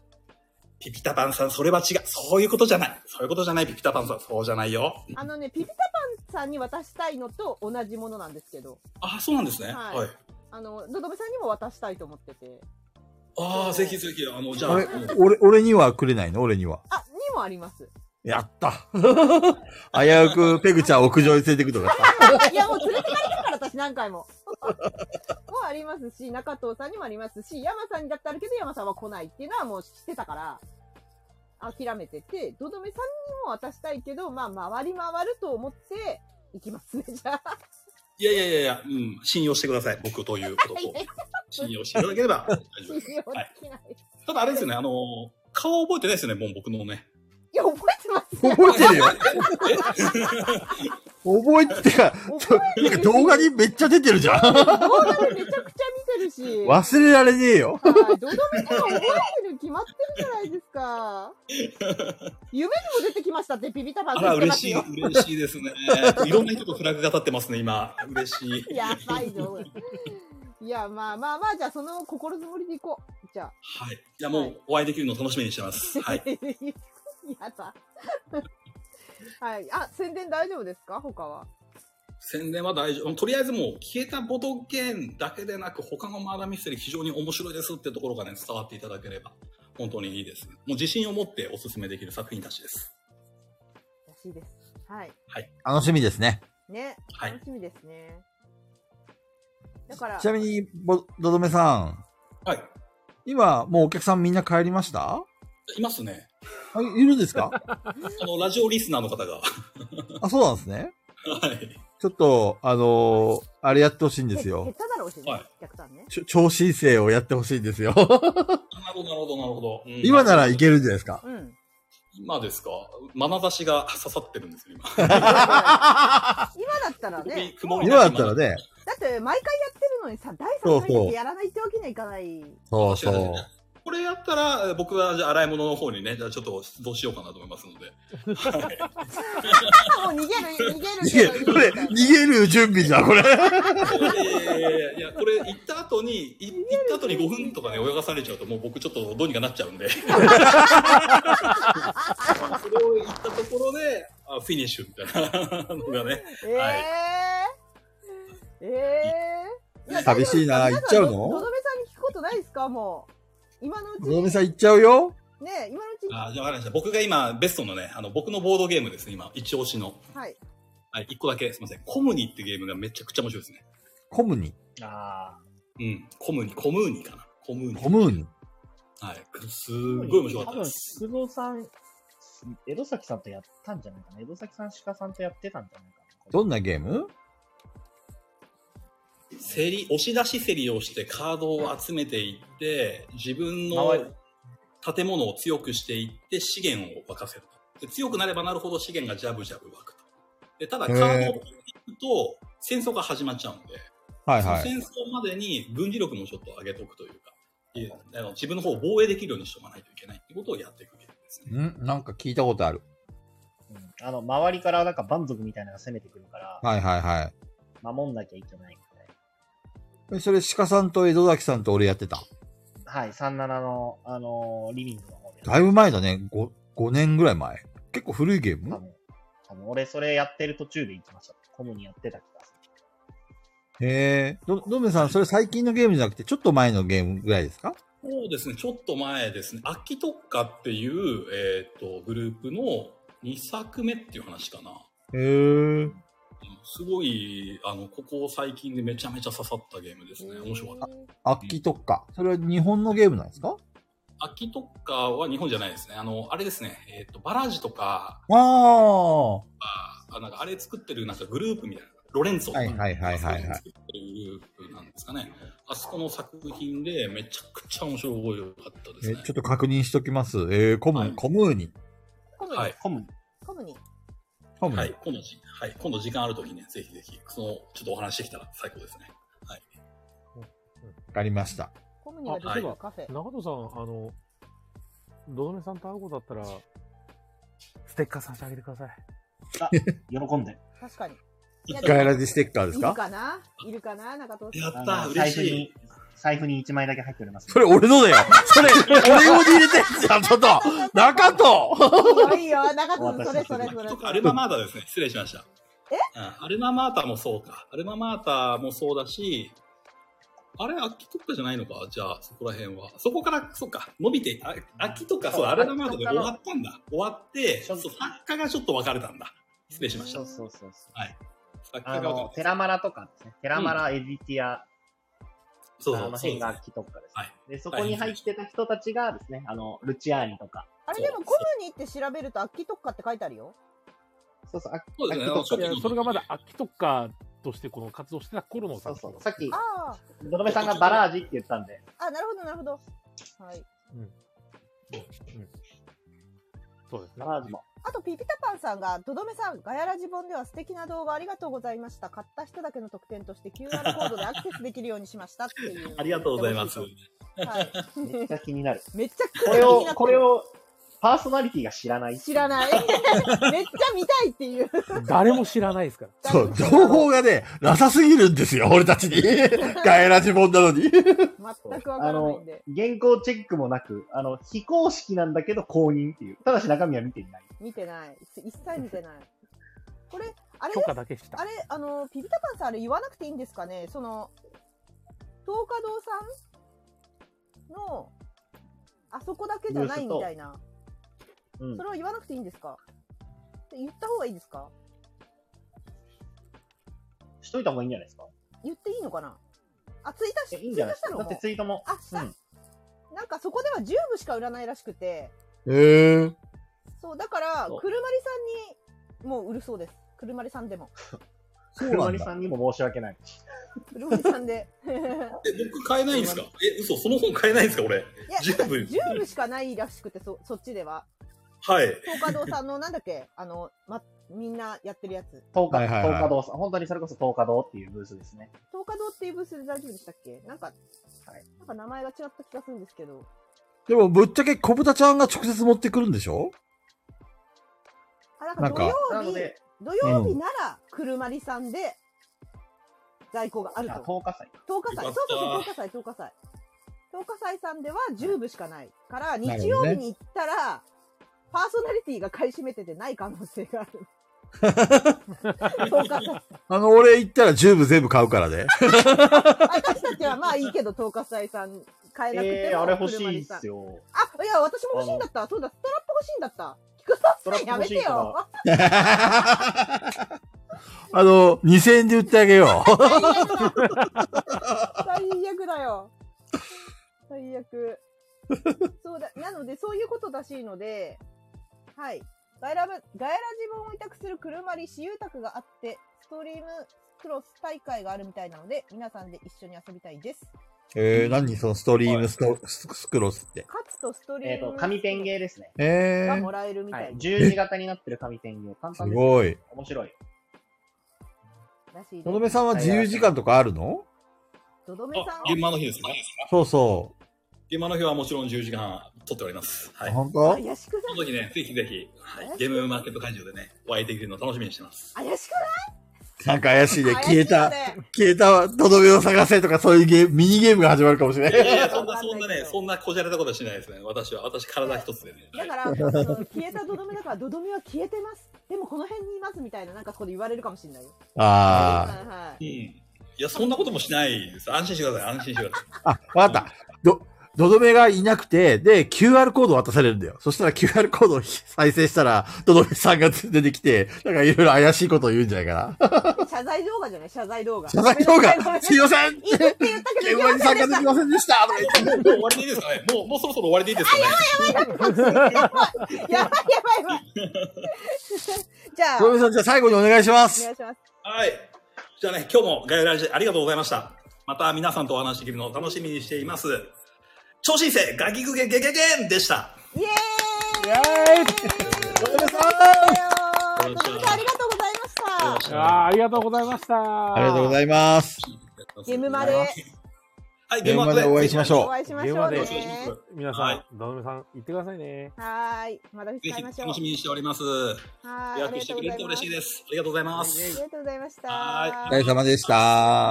[SPEAKER 5] ピピタパンさん、それは違う。そういうことじゃない。そういうことじゃない、ピピタパンさん。そうじゃないよ。
[SPEAKER 1] あのね、ピピタパンさんに渡したいのと同じものなんですけど、
[SPEAKER 5] あ、そうなんですね。
[SPEAKER 1] はい
[SPEAKER 5] はい
[SPEAKER 1] あの、のどめさんにも渡したいと思ってて。
[SPEAKER 5] ああ、ぜひぜひ、あの、じゃあ、
[SPEAKER 6] あ
[SPEAKER 5] う
[SPEAKER 6] れ
[SPEAKER 5] ん
[SPEAKER 6] 俺、俺にはくれないの俺には。
[SPEAKER 1] あ、にもあります。
[SPEAKER 6] やった。 危うく、ペグちゃん屋上に連れてくとかさ。
[SPEAKER 1] いや、もう連れてかれてるから、私何回も。 もうありますし、中藤さんにもありますし、山さんにだってあるけど、山さんは来ないっていうのはもう知ってたから、諦めてて、どどめさんにも渡したいけど、まあ、回り回ると思って、行きますね、じゃあ。
[SPEAKER 5] いやいやいやいや、うん、信用してください。僕という男を。信用していただけれ ば大丈夫です。
[SPEAKER 1] 信用できない。
[SPEAKER 5] ただあれですよね、あのー顔覚えてないですよね、もう僕のね。
[SPEAKER 1] いや、覚えてます よ。
[SPEAKER 3] 覚えてるよ。
[SPEAKER 1] 覚
[SPEAKER 3] 覚えてるか、
[SPEAKER 5] え
[SPEAKER 1] えてるし
[SPEAKER 3] 動画にめっちゃ出てるじゃん。
[SPEAKER 1] 動画でめちゃくちゃ見てるし。
[SPEAKER 3] 忘れられねえよ。
[SPEAKER 1] はいドドメちゃん覚えてるに決まってるじゃないですか。夢にも出てきましたってピピタパン
[SPEAKER 5] あ
[SPEAKER 1] が
[SPEAKER 5] ら、
[SPEAKER 1] 言って
[SPEAKER 5] 嬉
[SPEAKER 1] ます
[SPEAKER 5] しい、
[SPEAKER 1] よ。
[SPEAKER 5] 嬉しいです ね。いろんな人とフラグが立ってますね、今。嬉しい。
[SPEAKER 1] やばいぞ。いや、まあまあまあ、じゃあその心づもりでいこう。じゃあ。
[SPEAKER 5] はい。じゃあもうお会いできるの楽しみにして ます。はい。
[SPEAKER 1] やだ。はい。あ、宣伝大丈夫ですか他は。
[SPEAKER 5] 宣伝は大丈夫。とりあえずもう消えたボドゲンだけでなく他のマーダーミステリー非常に面白いですってところがね、伝わっていただければ本当にいいです。もう自信を持ってお勧めできる作品たちです。
[SPEAKER 1] らしいです。はい。
[SPEAKER 3] 楽しみですね。
[SPEAKER 1] ね。
[SPEAKER 5] はい
[SPEAKER 1] 楽しみですね。だから
[SPEAKER 3] ち、なみに、ぼ、どどめさん。
[SPEAKER 5] はい。
[SPEAKER 3] 今、もうお客さんみんな帰りました
[SPEAKER 5] いますね。
[SPEAKER 3] あいるんです か
[SPEAKER 5] あの、ラジオリスナーの方が。
[SPEAKER 3] あ、そうなんですね。
[SPEAKER 5] はい。
[SPEAKER 3] ちょっと、あのーあれやってほしいんです
[SPEAKER 1] え
[SPEAKER 3] よ
[SPEAKER 1] 下手。だろ、教えて、
[SPEAKER 5] はい
[SPEAKER 1] お客さんね。
[SPEAKER 3] ちょ超新星をやってほしいん ですよ。
[SPEAKER 5] なるほど、なるほど、なるほど。うん
[SPEAKER 3] 今ならいけるんじゃないですか。
[SPEAKER 1] うん。
[SPEAKER 5] 今ですか眼差しが刺さってるんですよ、今。
[SPEAKER 1] 今だったらね、
[SPEAKER 5] 曇り
[SPEAKER 3] 今だったらね、
[SPEAKER 1] だって毎回やってるのにさ、第3回ってやらないってわけにはいかない。
[SPEAKER 3] そうそう。
[SPEAKER 5] これやったら、えー僕はじゃあ洗い物の方にね、じゃあちょっと出動しようかなと思いますので。
[SPEAKER 1] あ、もう逃げる、逃
[SPEAKER 3] 逃
[SPEAKER 1] げ
[SPEAKER 3] げ
[SPEAKER 1] るけ
[SPEAKER 3] る、
[SPEAKER 1] ど
[SPEAKER 3] これ、
[SPEAKER 1] 逃
[SPEAKER 3] 逃
[SPEAKER 1] げる
[SPEAKER 3] げる準備じゃん、これ。
[SPEAKER 5] いやいやいやいやいや、これ行った後に、い行った後に5分とかね、泳がされちゃうと、もう僕ちょっとどうにかなっちゃうんで。それを行ったところで、あフィニッシュみたいなのがね。
[SPEAKER 1] え
[SPEAKER 5] はい
[SPEAKER 1] ー、えー、や
[SPEAKER 3] 寂しいな
[SPEAKER 1] 大丈夫です
[SPEAKER 3] 行っちゃうの
[SPEAKER 1] 皆さんのどめさんに聞くことないですかもう。今のうち
[SPEAKER 3] の
[SPEAKER 1] に。
[SPEAKER 3] め
[SPEAKER 1] ね
[SPEAKER 3] さん行っちゃうよ。
[SPEAKER 1] 今のうちに。
[SPEAKER 5] あじゃあわかりました。僕が今、ベストのね、あの、僕のボードゲームですね、今、一押しの。
[SPEAKER 1] はい。
[SPEAKER 5] はい、一個だけ、すみません。コムニってゲームがめちゃくちゃ面白いですね。
[SPEAKER 3] コムニ。
[SPEAKER 4] あ
[SPEAKER 5] うん。コムニ、コムーニかな。コムーニ。
[SPEAKER 3] コムーニ。
[SPEAKER 5] はい。す
[SPEAKER 4] あ。
[SPEAKER 5] っごい面白かった
[SPEAKER 4] 多
[SPEAKER 5] で
[SPEAKER 4] 分、
[SPEAKER 5] す。
[SPEAKER 4] 菊蔵さん、江戸崎さんとやったんじゃないかな。江戸崎さん、鹿さんとやってたんじゃないかな。
[SPEAKER 3] どんなゲーム
[SPEAKER 5] 競り、押し出し競りをしてカードを集めていって、自分の
[SPEAKER 4] 回る
[SPEAKER 5] 建物を強くしていって資源を沸かせると。で強くなればなるほど資源がジャブジャブ湧くと。でただカードを
[SPEAKER 3] へー
[SPEAKER 5] 引くと戦争が始まっちゃうんで、
[SPEAKER 3] はいはい。
[SPEAKER 5] その戦争までに軍事力もちょっと上げとくというか、いやあの自分の方を防衛できるようにしておかないといけないってことをやっていくゲームですね。
[SPEAKER 3] んなんか聞いたことある。
[SPEAKER 4] うんあの、周りからなんか蛮族みたいなのが攻めてくるから、
[SPEAKER 3] はいはいは
[SPEAKER 4] 守んなきゃいけないみたい
[SPEAKER 3] い。それ、鹿さんと江戸崎さんと俺やってた。
[SPEAKER 4] な。はい、37の、あのーリビングの方で。
[SPEAKER 3] だいぶ前だね。5、5年ぐらい前。結構古いゲー
[SPEAKER 4] 多
[SPEAKER 3] ム
[SPEAKER 4] 分、多分俺それやってる途中で行きました。コムにやってた気がする。
[SPEAKER 3] へえ。ど、どめさん、それ最近のゲームじゃなくて、ちょっと前のゲームぐらいですか
[SPEAKER 5] そうですね、ちょっと前ですね、秋特化っていう、えーっとグループの2作目っていう話かな。
[SPEAKER 3] へえ。
[SPEAKER 5] すごい、あの、ここ最近でめちゃめちゃ刺さったゲームですね。面白かった。
[SPEAKER 1] た。
[SPEAKER 3] 悪鬼特化。それは日本のゲームなんですか
[SPEAKER 5] 秋とかは日本じゃないですね。あの、あれですね。えっ、と、バラージとか、
[SPEAKER 3] ああ。は
[SPEAKER 5] あなんかあれ作ってるなんかグループみたいな。ロレンツォとか。
[SPEAKER 3] いはいはいはいはい
[SPEAKER 5] 作。ってるグループなんですかね。あそこの作品でめちゃくちゃ面白かったです
[SPEAKER 3] え
[SPEAKER 5] ね。
[SPEAKER 3] ちょっと確認しときます。えー、コム、
[SPEAKER 5] はい
[SPEAKER 3] コムーニ。
[SPEAKER 1] コム
[SPEAKER 5] は
[SPEAKER 1] に
[SPEAKER 5] い。
[SPEAKER 4] コム、
[SPEAKER 1] コムに。
[SPEAKER 3] コムーニ。
[SPEAKER 5] はい。今度じ、はい。今度時間あるときね、ぜひぜひ、その、ちょっとお話しできたら最高ですね。はい。
[SPEAKER 3] わかりました。
[SPEAKER 1] コムにが出てくるカフェ。
[SPEAKER 2] 中戸さん、あの、どどめさんと会うことだったら、ステッカーさせてあげてください。
[SPEAKER 4] 喜んで。
[SPEAKER 1] 確かに。いや
[SPEAKER 3] ガイラジステッカーです
[SPEAKER 1] いる
[SPEAKER 3] か
[SPEAKER 1] かないるかな中藤さ
[SPEAKER 5] や
[SPEAKER 1] ん。
[SPEAKER 5] った
[SPEAKER 4] あ
[SPEAKER 5] ー、
[SPEAKER 4] の
[SPEAKER 5] 嬉
[SPEAKER 4] 財布
[SPEAKER 5] しい
[SPEAKER 4] に。、財布に1枚だけ入っております。
[SPEAKER 3] それ俺のだよそれ、俺用に入れてんじゃん、ちょっと中と
[SPEAKER 1] いいよ、いいよ、中藤それそれそれ
[SPEAKER 5] と
[SPEAKER 1] そ
[SPEAKER 5] かア
[SPEAKER 1] れ
[SPEAKER 5] ル。ママータですね。失礼しました。えアルママータもそうか。アルママータもそうだし、あれ、秋とかじゃないのかじゃあ、そこら辺は。そこから、そっか、伸びて、あ秋とか、そう、アルママータで終わったんだ。終わって、そう作家がちょっと分かれたんだ。失礼しました
[SPEAKER 4] そう。そうそうそう。
[SPEAKER 5] 作
[SPEAKER 4] あ
[SPEAKER 5] 家が分か
[SPEAKER 4] の、
[SPEAKER 5] れ
[SPEAKER 4] テ
[SPEAKER 5] た。
[SPEAKER 4] ラマラとかですね。テラマラ、エディティア、
[SPEAKER 5] そう
[SPEAKER 4] あ
[SPEAKER 5] そ
[SPEAKER 4] の
[SPEAKER 5] う、そう
[SPEAKER 4] 辺
[SPEAKER 5] です
[SPEAKER 4] が
[SPEAKER 5] ね。
[SPEAKER 4] 木とかです、
[SPEAKER 5] はい
[SPEAKER 4] で、そこに入ってた人たちがですね、あの、ルチアーニとか、
[SPEAKER 1] あれでもコムにって調べると、アッキー特化って書いてあるよ。
[SPEAKER 4] そうそう、あ
[SPEAKER 5] そうですね。
[SPEAKER 4] あ
[SPEAKER 5] あの
[SPEAKER 4] 木とか
[SPEAKER 5] 初期
[SPEAKER 2] いや
[SPEAKER 5] の
[SPEAKER 2] それがまだ秋とかとしてこの活動してた頃の
[SPEAKER 4] そう
[SPEAKER 2] 作
[SPEAKER 4] そ
[SPEAKER 2] 品
[SPEAKER 4] う。さっき、
[SPEAKER 1] あ
[SPEAKER 4] ドロメさんがバラージって言ったんで、
[SPEAKER 1] あ、あ、なるほど、なるほど。はい。
[SPEAKER 2] そうですね
[SPEAKER 4] バ。ラージも。
[SPEAKER 1] あと、ピピタパンさんが、とどめさん、ガヤラジ本では素敵な動画ありがとうございました。買った人だけの特典として QR コードでアクセスできるようにしましたっていう。
[SPEAKER 5] ありがとうございます。
[SPEAKER 1] はい。
[SPEAKER 4] めっちゃ気になる。
[SPEAKER 1] めっちゃ気
[SPEAKER 4] これ
[SPEAKER 1] に
[SPEAKER 4] を
[SPEAKER 1] なっ、
[SPEAKER 4] こ
[SPEAKER 1] て
[SPEAKER 4] れ
[SPEAKER 1] る。
[SPEAKER 4] を、パーソナリティが知らない。
[SPEAKER 1] 知らない。めっちゃ見たいっていう。
[SPEAKER 2] 誰も知らないですから。
[SPEAKER 3] そう、情報がね、なさすぎるんですよ、俺たちに。ガエラジモンなのに。
[SPEAKER 1] 全くわからないんで。
[SPEAKER 4] 原稿チェックもなく、あの、非公式なんだけど公認っていう。ただし中身は見ていない。
[SPEAKER 1] 見てない。一切見てない。これ、あれ
[SPEAKER 2] 許可だけし
[SPEAKER 1] あ
[SPEAKER 2] た。
[SPEAKER 1] れ、あの、ピピタパンさん、あれ言わなくていいんですかねその、東華堂さんの、あそこだけじゃないみたいな。
[SPEAKER 4] うん
[SPEAKER 1] そ。れは言わなくていいんですか言った方がいいですか
[SPEAKER 4] しといた方がいいんじゃないですか
[SPEAKER 1] 言っていいのかなあ、ツイートし、
[SPEAKER 4] え、いいん
[SPEAKER 1] ツ
[SPEAKER 4] じ
[SPEAKER 1] イ
[SPEAKER 4] ゃ
[SPEAKER 1] ート
[SPEAKER 4] ないで
[SPEAKER 1] し
[SPEAKER 4] す
[SPEAKER 1] た
[SPEAKER 4] か
[SPEAKER 1] の
[SPEAKER 4] だって
[SPEAKER 1] も
[SPEAKER 4] ツイートも。
[SPEAKER 1] あ、した、
[SPEAKER 4] うん
[SPEAKER 1] なんかそこでは10部しか売らないらしくて、
[SPEAKER 3] へえ。
[SPEAKER 1] そう、だから、
[SPEAKER 4] そう
[SPEAKER 1] くるまりさんに、もう売るそうです。くるまりさんでも。
[SPEAKER 3] そう
[SPEAKER 4] ふ
[SPEAKER 3] な
[SPEAKER 4] ま
[SPEAKER 3] ん
[SPEAKER 4] り
[SPEAKER 3] だ。
[SPEAKER 4] さんにも申し訳ない。
[SPEAKER 1] くるまりさん で。
[SPEAKER 5] え、僕買えないんですかえ、嘘、その本買えないんですか俺。
[SPEAKER 1] いや、
[SPEAKER 5] 10
[SPEAKER 1] なんか
[SPEAKER 5] 部
[SPEAKER 1] 10部しかないらしくて、そ、そっちでは。
[SPEAKER 5] はい。
[SPEAKER 1] 東華堂さんの、なんだっけ、あの、ま、みんなやってるやつ。
[SPEAKER 4] 東
[SPEAKER 3] は
[SPEAKER 4] 華、
[SPEAKER 3] いはいはい
[SPEAKER 4] 東華堂さん。本当にそれこそ東華堂っていうブースですね。
[SPEAKER 1] 東華堂っていうブースで大丈夫でしたっけなんか、
[SPEAKER 4] はい
[SPEAKER 1] なんか名前が違った気がするんですけど。
[SPEAKER 3] でも、ぶっちゃけ小豚ちゃんが直接持ってくるんでしょ
[SPEAKER 1] あ、なんか土
[SPEAKER 4] な
[SPEAKER 1] 曜
[SPEAKER 4] の
[SPEAKER 1] 日、
[SPEAKER 4] で、
[SPEAKER 1] 土曜日なら、くるまりさんで、在庫がある
[SPEAKER 4] あ、
[SPEAKER 1] と。
[SPEAKER 4] 東華祭。
[SPEAKER 1] 10日祭。そう
[SPEAKER 5] よかった
[SPEAKER 1] そうそう、10日祭、10日祭。10日祭さんでは10部しかない。から、
[SPEAKER 3] なるほどね
[SPEAKER 1] 日曜日に行ったら、パーソナリティが買い占めててない可能性が ある。10日祭。
[SPEAKER 3] あの、俺行ったら10部全部買うから ね。
[SPEAKER 1] 私たちはまあいいけど、10日祭さん買えなくても。
[SPEAKER 4] えー、あれ欲しいっ
[SPEAKER 1] 車にさ
[SPEAKER 4] すよ。
[SPEAKER 1] あ、いや、私も欲しいんだった。そうだ、ストラップ欲しいんだった。菊蔵さんやめて
[SPEAKER 4] ストラ
[SPEAKER 1] よ。
[SPEAKER 3] あの、2000円で売ってあげよ う。
[SPEAKER 1] 最悪だ。最悪だよ。最悪。そうだ、なので、そういうことらしいので、はい。ガイラブ、ガイラジ本を委託する車り私有宅があって、ストリームクロス大会があるみたいなので、皆さんで一緒に遊びたいです。
[SPEAKER 3] えー、何そのストリームスト、ススクロスって。
[SPEAKER 1] 勝つとストリ
[SPEAKER 4] えっ、
[SPEAKER 1] ーム
[SPEAKER 4] と、紙ペンゲーですね。
[SPEAKER 3] え
[SPEAKER 1] が
[SPEAKER 3] ー
[SPEAKER 1] も、らえるみた
[SPEAKER 4] はいい。十字型になってる紙ペンゲー。簡
[SPEAKER 3] す
[SPEAKER 4] 単です。
[SPEAKER 3] ごい。
[SPEAKER 4] 面白い。
[SPEAKER 1] らしいで
[SPEAKER 3] の
[SPEAKER 1] す
[SPEAKER 3] ど。めさんは自由時間とかあるの
[SPEAKER 1] どどめさ
[SPEAKER 5] あ、
[SPEAKER 1] ん
[SPEAKER 5] 現場の日ですね。
[SPEAKER 3] そうそ
[SPEAKER 5] 現場の日はもちろん10時間撮っております。
[SPEAKER 3] う。
[SPEAKER 5] はい。
[SPEAKER 3] 本
[SPEAKER 1] は、
[SPEAKER 3] 当
[SPEAKER 1] 怪しくない
[SPEAKER 5] その時ね、ぜひぜひ、はい、ゲームマーケット会場でね、お会いできるの楽しみにしてます。
[SPEAKER 1] 怪しく
[SPEAKER 3] なんか怪しいね。消えた
[SPEAKER 1] 怪、しいよね
[SPEAKER 3] 消えた、とどめを探せとかそういうゲーム、ミニゲームが始まるかもしれ
[SPEAKER 5] いや
[SPEAKER 3] ない。
[SPEAKER 5] いや、 そんな、そんなね、そんなこじゃれたことはしないですね。私は、私体一つでね。は
[SPEAKER 1] だ
[SPEAKER 5] い
[SPEAKER 1] から、あの消えたドドメだから、ドドメは消えてます。でもこの辺にいますみたいな、なんかここで言われるかもしれないよ。
[SPEAKER 3] あ
[SPEAKER 1] はいは
[SPEAKER 5] う
[SPEAKER 1] い。
[SPEAKER 5] ん。いや、そんなこともしないです。安心してください、安心してくださ
[SPEAKER 3] あ。あ、わかった。ど、どどめがいなくて、で、QR コード渡されるんだよ。そしたら QR コードを再生したら、どどめさんが出てきて、なんかいろいろ怪しいことを言うんじゃないかな。
[SPEAKER 1] 謝罪動画じゃない謝罪動画。
[SPEAKER 3] 謝罪動
[SPEAKER 1] ごめんなさ
[SPEAKER 3] 画
[SPEAKER 1] い
[SPEAKER 3] すいません
[SPEAKER 1] 行くって言ったけ
[SPEAKER 3] 現
[SPEAKER 1] ど、
[SPEAKER 3] 場に参加できませんでしたとか言って
[SPEAKER 5] い。もうもう終わりでいいですかねもう、もうそろそろ終わりでいいですか
[SPEAKER 1] やば
[SPEAKER 5] ね
[SPEAKER 1] いやばいやばい。じゃあ、
[SPEAKER 3] どど
[SPEAKER 1] お
[SPEAKER 3] めさん、じゃあ最後にお願いします
[SPEAKER 1] 願。いします。
[SPEAKER 5] はい。じゃあね、今日もガイラジありがとうございました。また皆さんとお話しできるのを楽しみにしています。超新星ガキグゲゲゲゲンでした。
[SPEAKER 1] イエーイ
[SPEAKER 3] イエーイどどめさん
[SPEAKER 1] どどめさんありがとうございました。
[SPEAKER 2] ああ、ありがとうございました。
[SPEAKER 3] ありがとうございます。
[SPEAKER 1] ゲームまで
[SPEAKER 5] はい、
[SPEAKER 3] 現場でお会いしまし
[SPEAKER 1] お
[SPEAKER 3] ょう。
[SPEAKER 1] 会いしましょうね。
[SPEAKER 2] 皆
[SPEAKER 5] は
[SPEAKER 2] さ
[SPEAKER 5] い
[SPEAKER 2] ん、どのめさん、行ってくださいね。
[SPEAKER 1] はーい。また見つ
[SPEAKER 5] ぜ
[SPEAKER 1] か
[SPEAKER 5] ひ
[SPEAKER 1] りましょう。
[SPEAKER 5] 楽しみにしております。
[SPEAKER 1] はー
[SPEAKER 5] 予
[SPEAKER 1] い。あり
[SPEAKER 5] 約
[SPEAKER 1] が
[SPEAKER 5] し
[SPEAKER 1] と
[SPEAKER 5] て
[SPEAKER 1] うご
[SPEAKER 5] く
[SPEAKER 1] ざ
[SPEAKER 5] れると
[SPEAKER 1] いま
[SPEAKER 5] 嬉
[SPEAKER 1] す
[SPEAKER 5] しい。です。ありがとうございます。
[SPEAKER 1] ありがとうございました。
[SPEAKER 3] お
[SPEAKER 5] は
[SPEAKER 3] 疲れ様でした。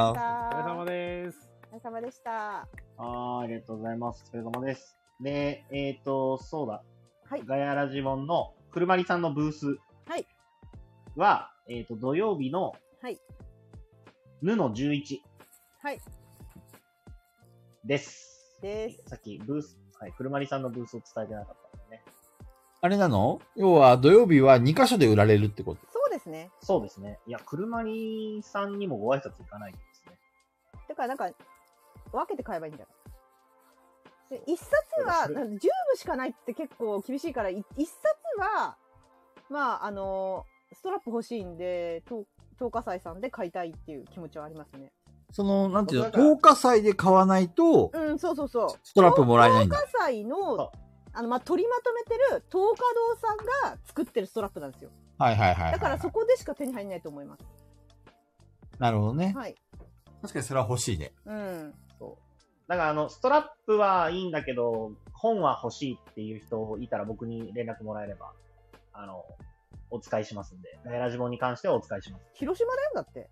[SPEAKER 2] お疲れ
[SPEAKER 1] お
[SPEAKER 2] 様です。
[SPEAKER 1] 疲れ様でした。
[SPEAKER 4] あーありがとうございます。お疲れ様です。で、えっ、と、そうだ。
[SPEAKER 1] はい
[SPEAKER 4] ガヤラジモンのくるまりさんのブース
[SPEAKER 1] はい
[SPEAKER 4] は、えっ、と、土曜日の
[SPEAKER 1] はい。
[SPEAKER 4] ぬの11
[SPEAKER 1] はい。
[SPEAKER 4] です。
[SPEAKER 1] です。
[SPEAKER 4] さっきブース、はい、くるまりさんのブースを伝えてなかったのでね。
[SPEAKER 3] あれなの要は土曜日は2箇所で売られるってこと
[SPEAKER 1] そうですね。
[SPEAKER 4] そうですね。いや、くるまりさんにもご挨拶行かないとですね。
[SPEAKER 1] だからなんか、分けて買えばいいんじゃないで一冊は、
[SPEAKER 4] そうだそれ
[SPEAKER 1] なんか10部しかないって結構厳しいから、い一冊は、まあ、あのストラップ欲しいんで、と東華祭さんで買いたいっていう気持ちはありますね。
[SPEAKER 6] その、なんていうの、
[SPEAKER 4] 僕なん
[SPEAKER 6] 10日祭で買わないと、
[SPEAKER 1] うん、そうそうそう。
[SPEAKER 6] ストラップもらえないん
[SPEAKER 1] 東
[SPEAKER 6] だ。
[SPEAKER 1] 華祭の
[SPEAKER 4] そ、
[SPEAKER 1] あの、まあ、取りまとめてる東華堂さんが作ってるストラップなんですよ。
[SPEAKER 6] はいはいはいはい。
[SPEAKER 1] だからそこでしか手に入んないと思います。
[SPEAKER 6] なるほどね。
[SPEAKER 1] はい。
[SPEAKER 6] 確かにそれは欲しいね。
[SPEAKER 1] うん。
[SPEAKER 4] だからあの、ストラップはいいんだけど、本は欲しいっていう人いたら僕に連絡もらえれば、あの、お使いしますんで。ライラジボンに関してはお使いします。
[SPEAKER 1] 広島だよ、だって。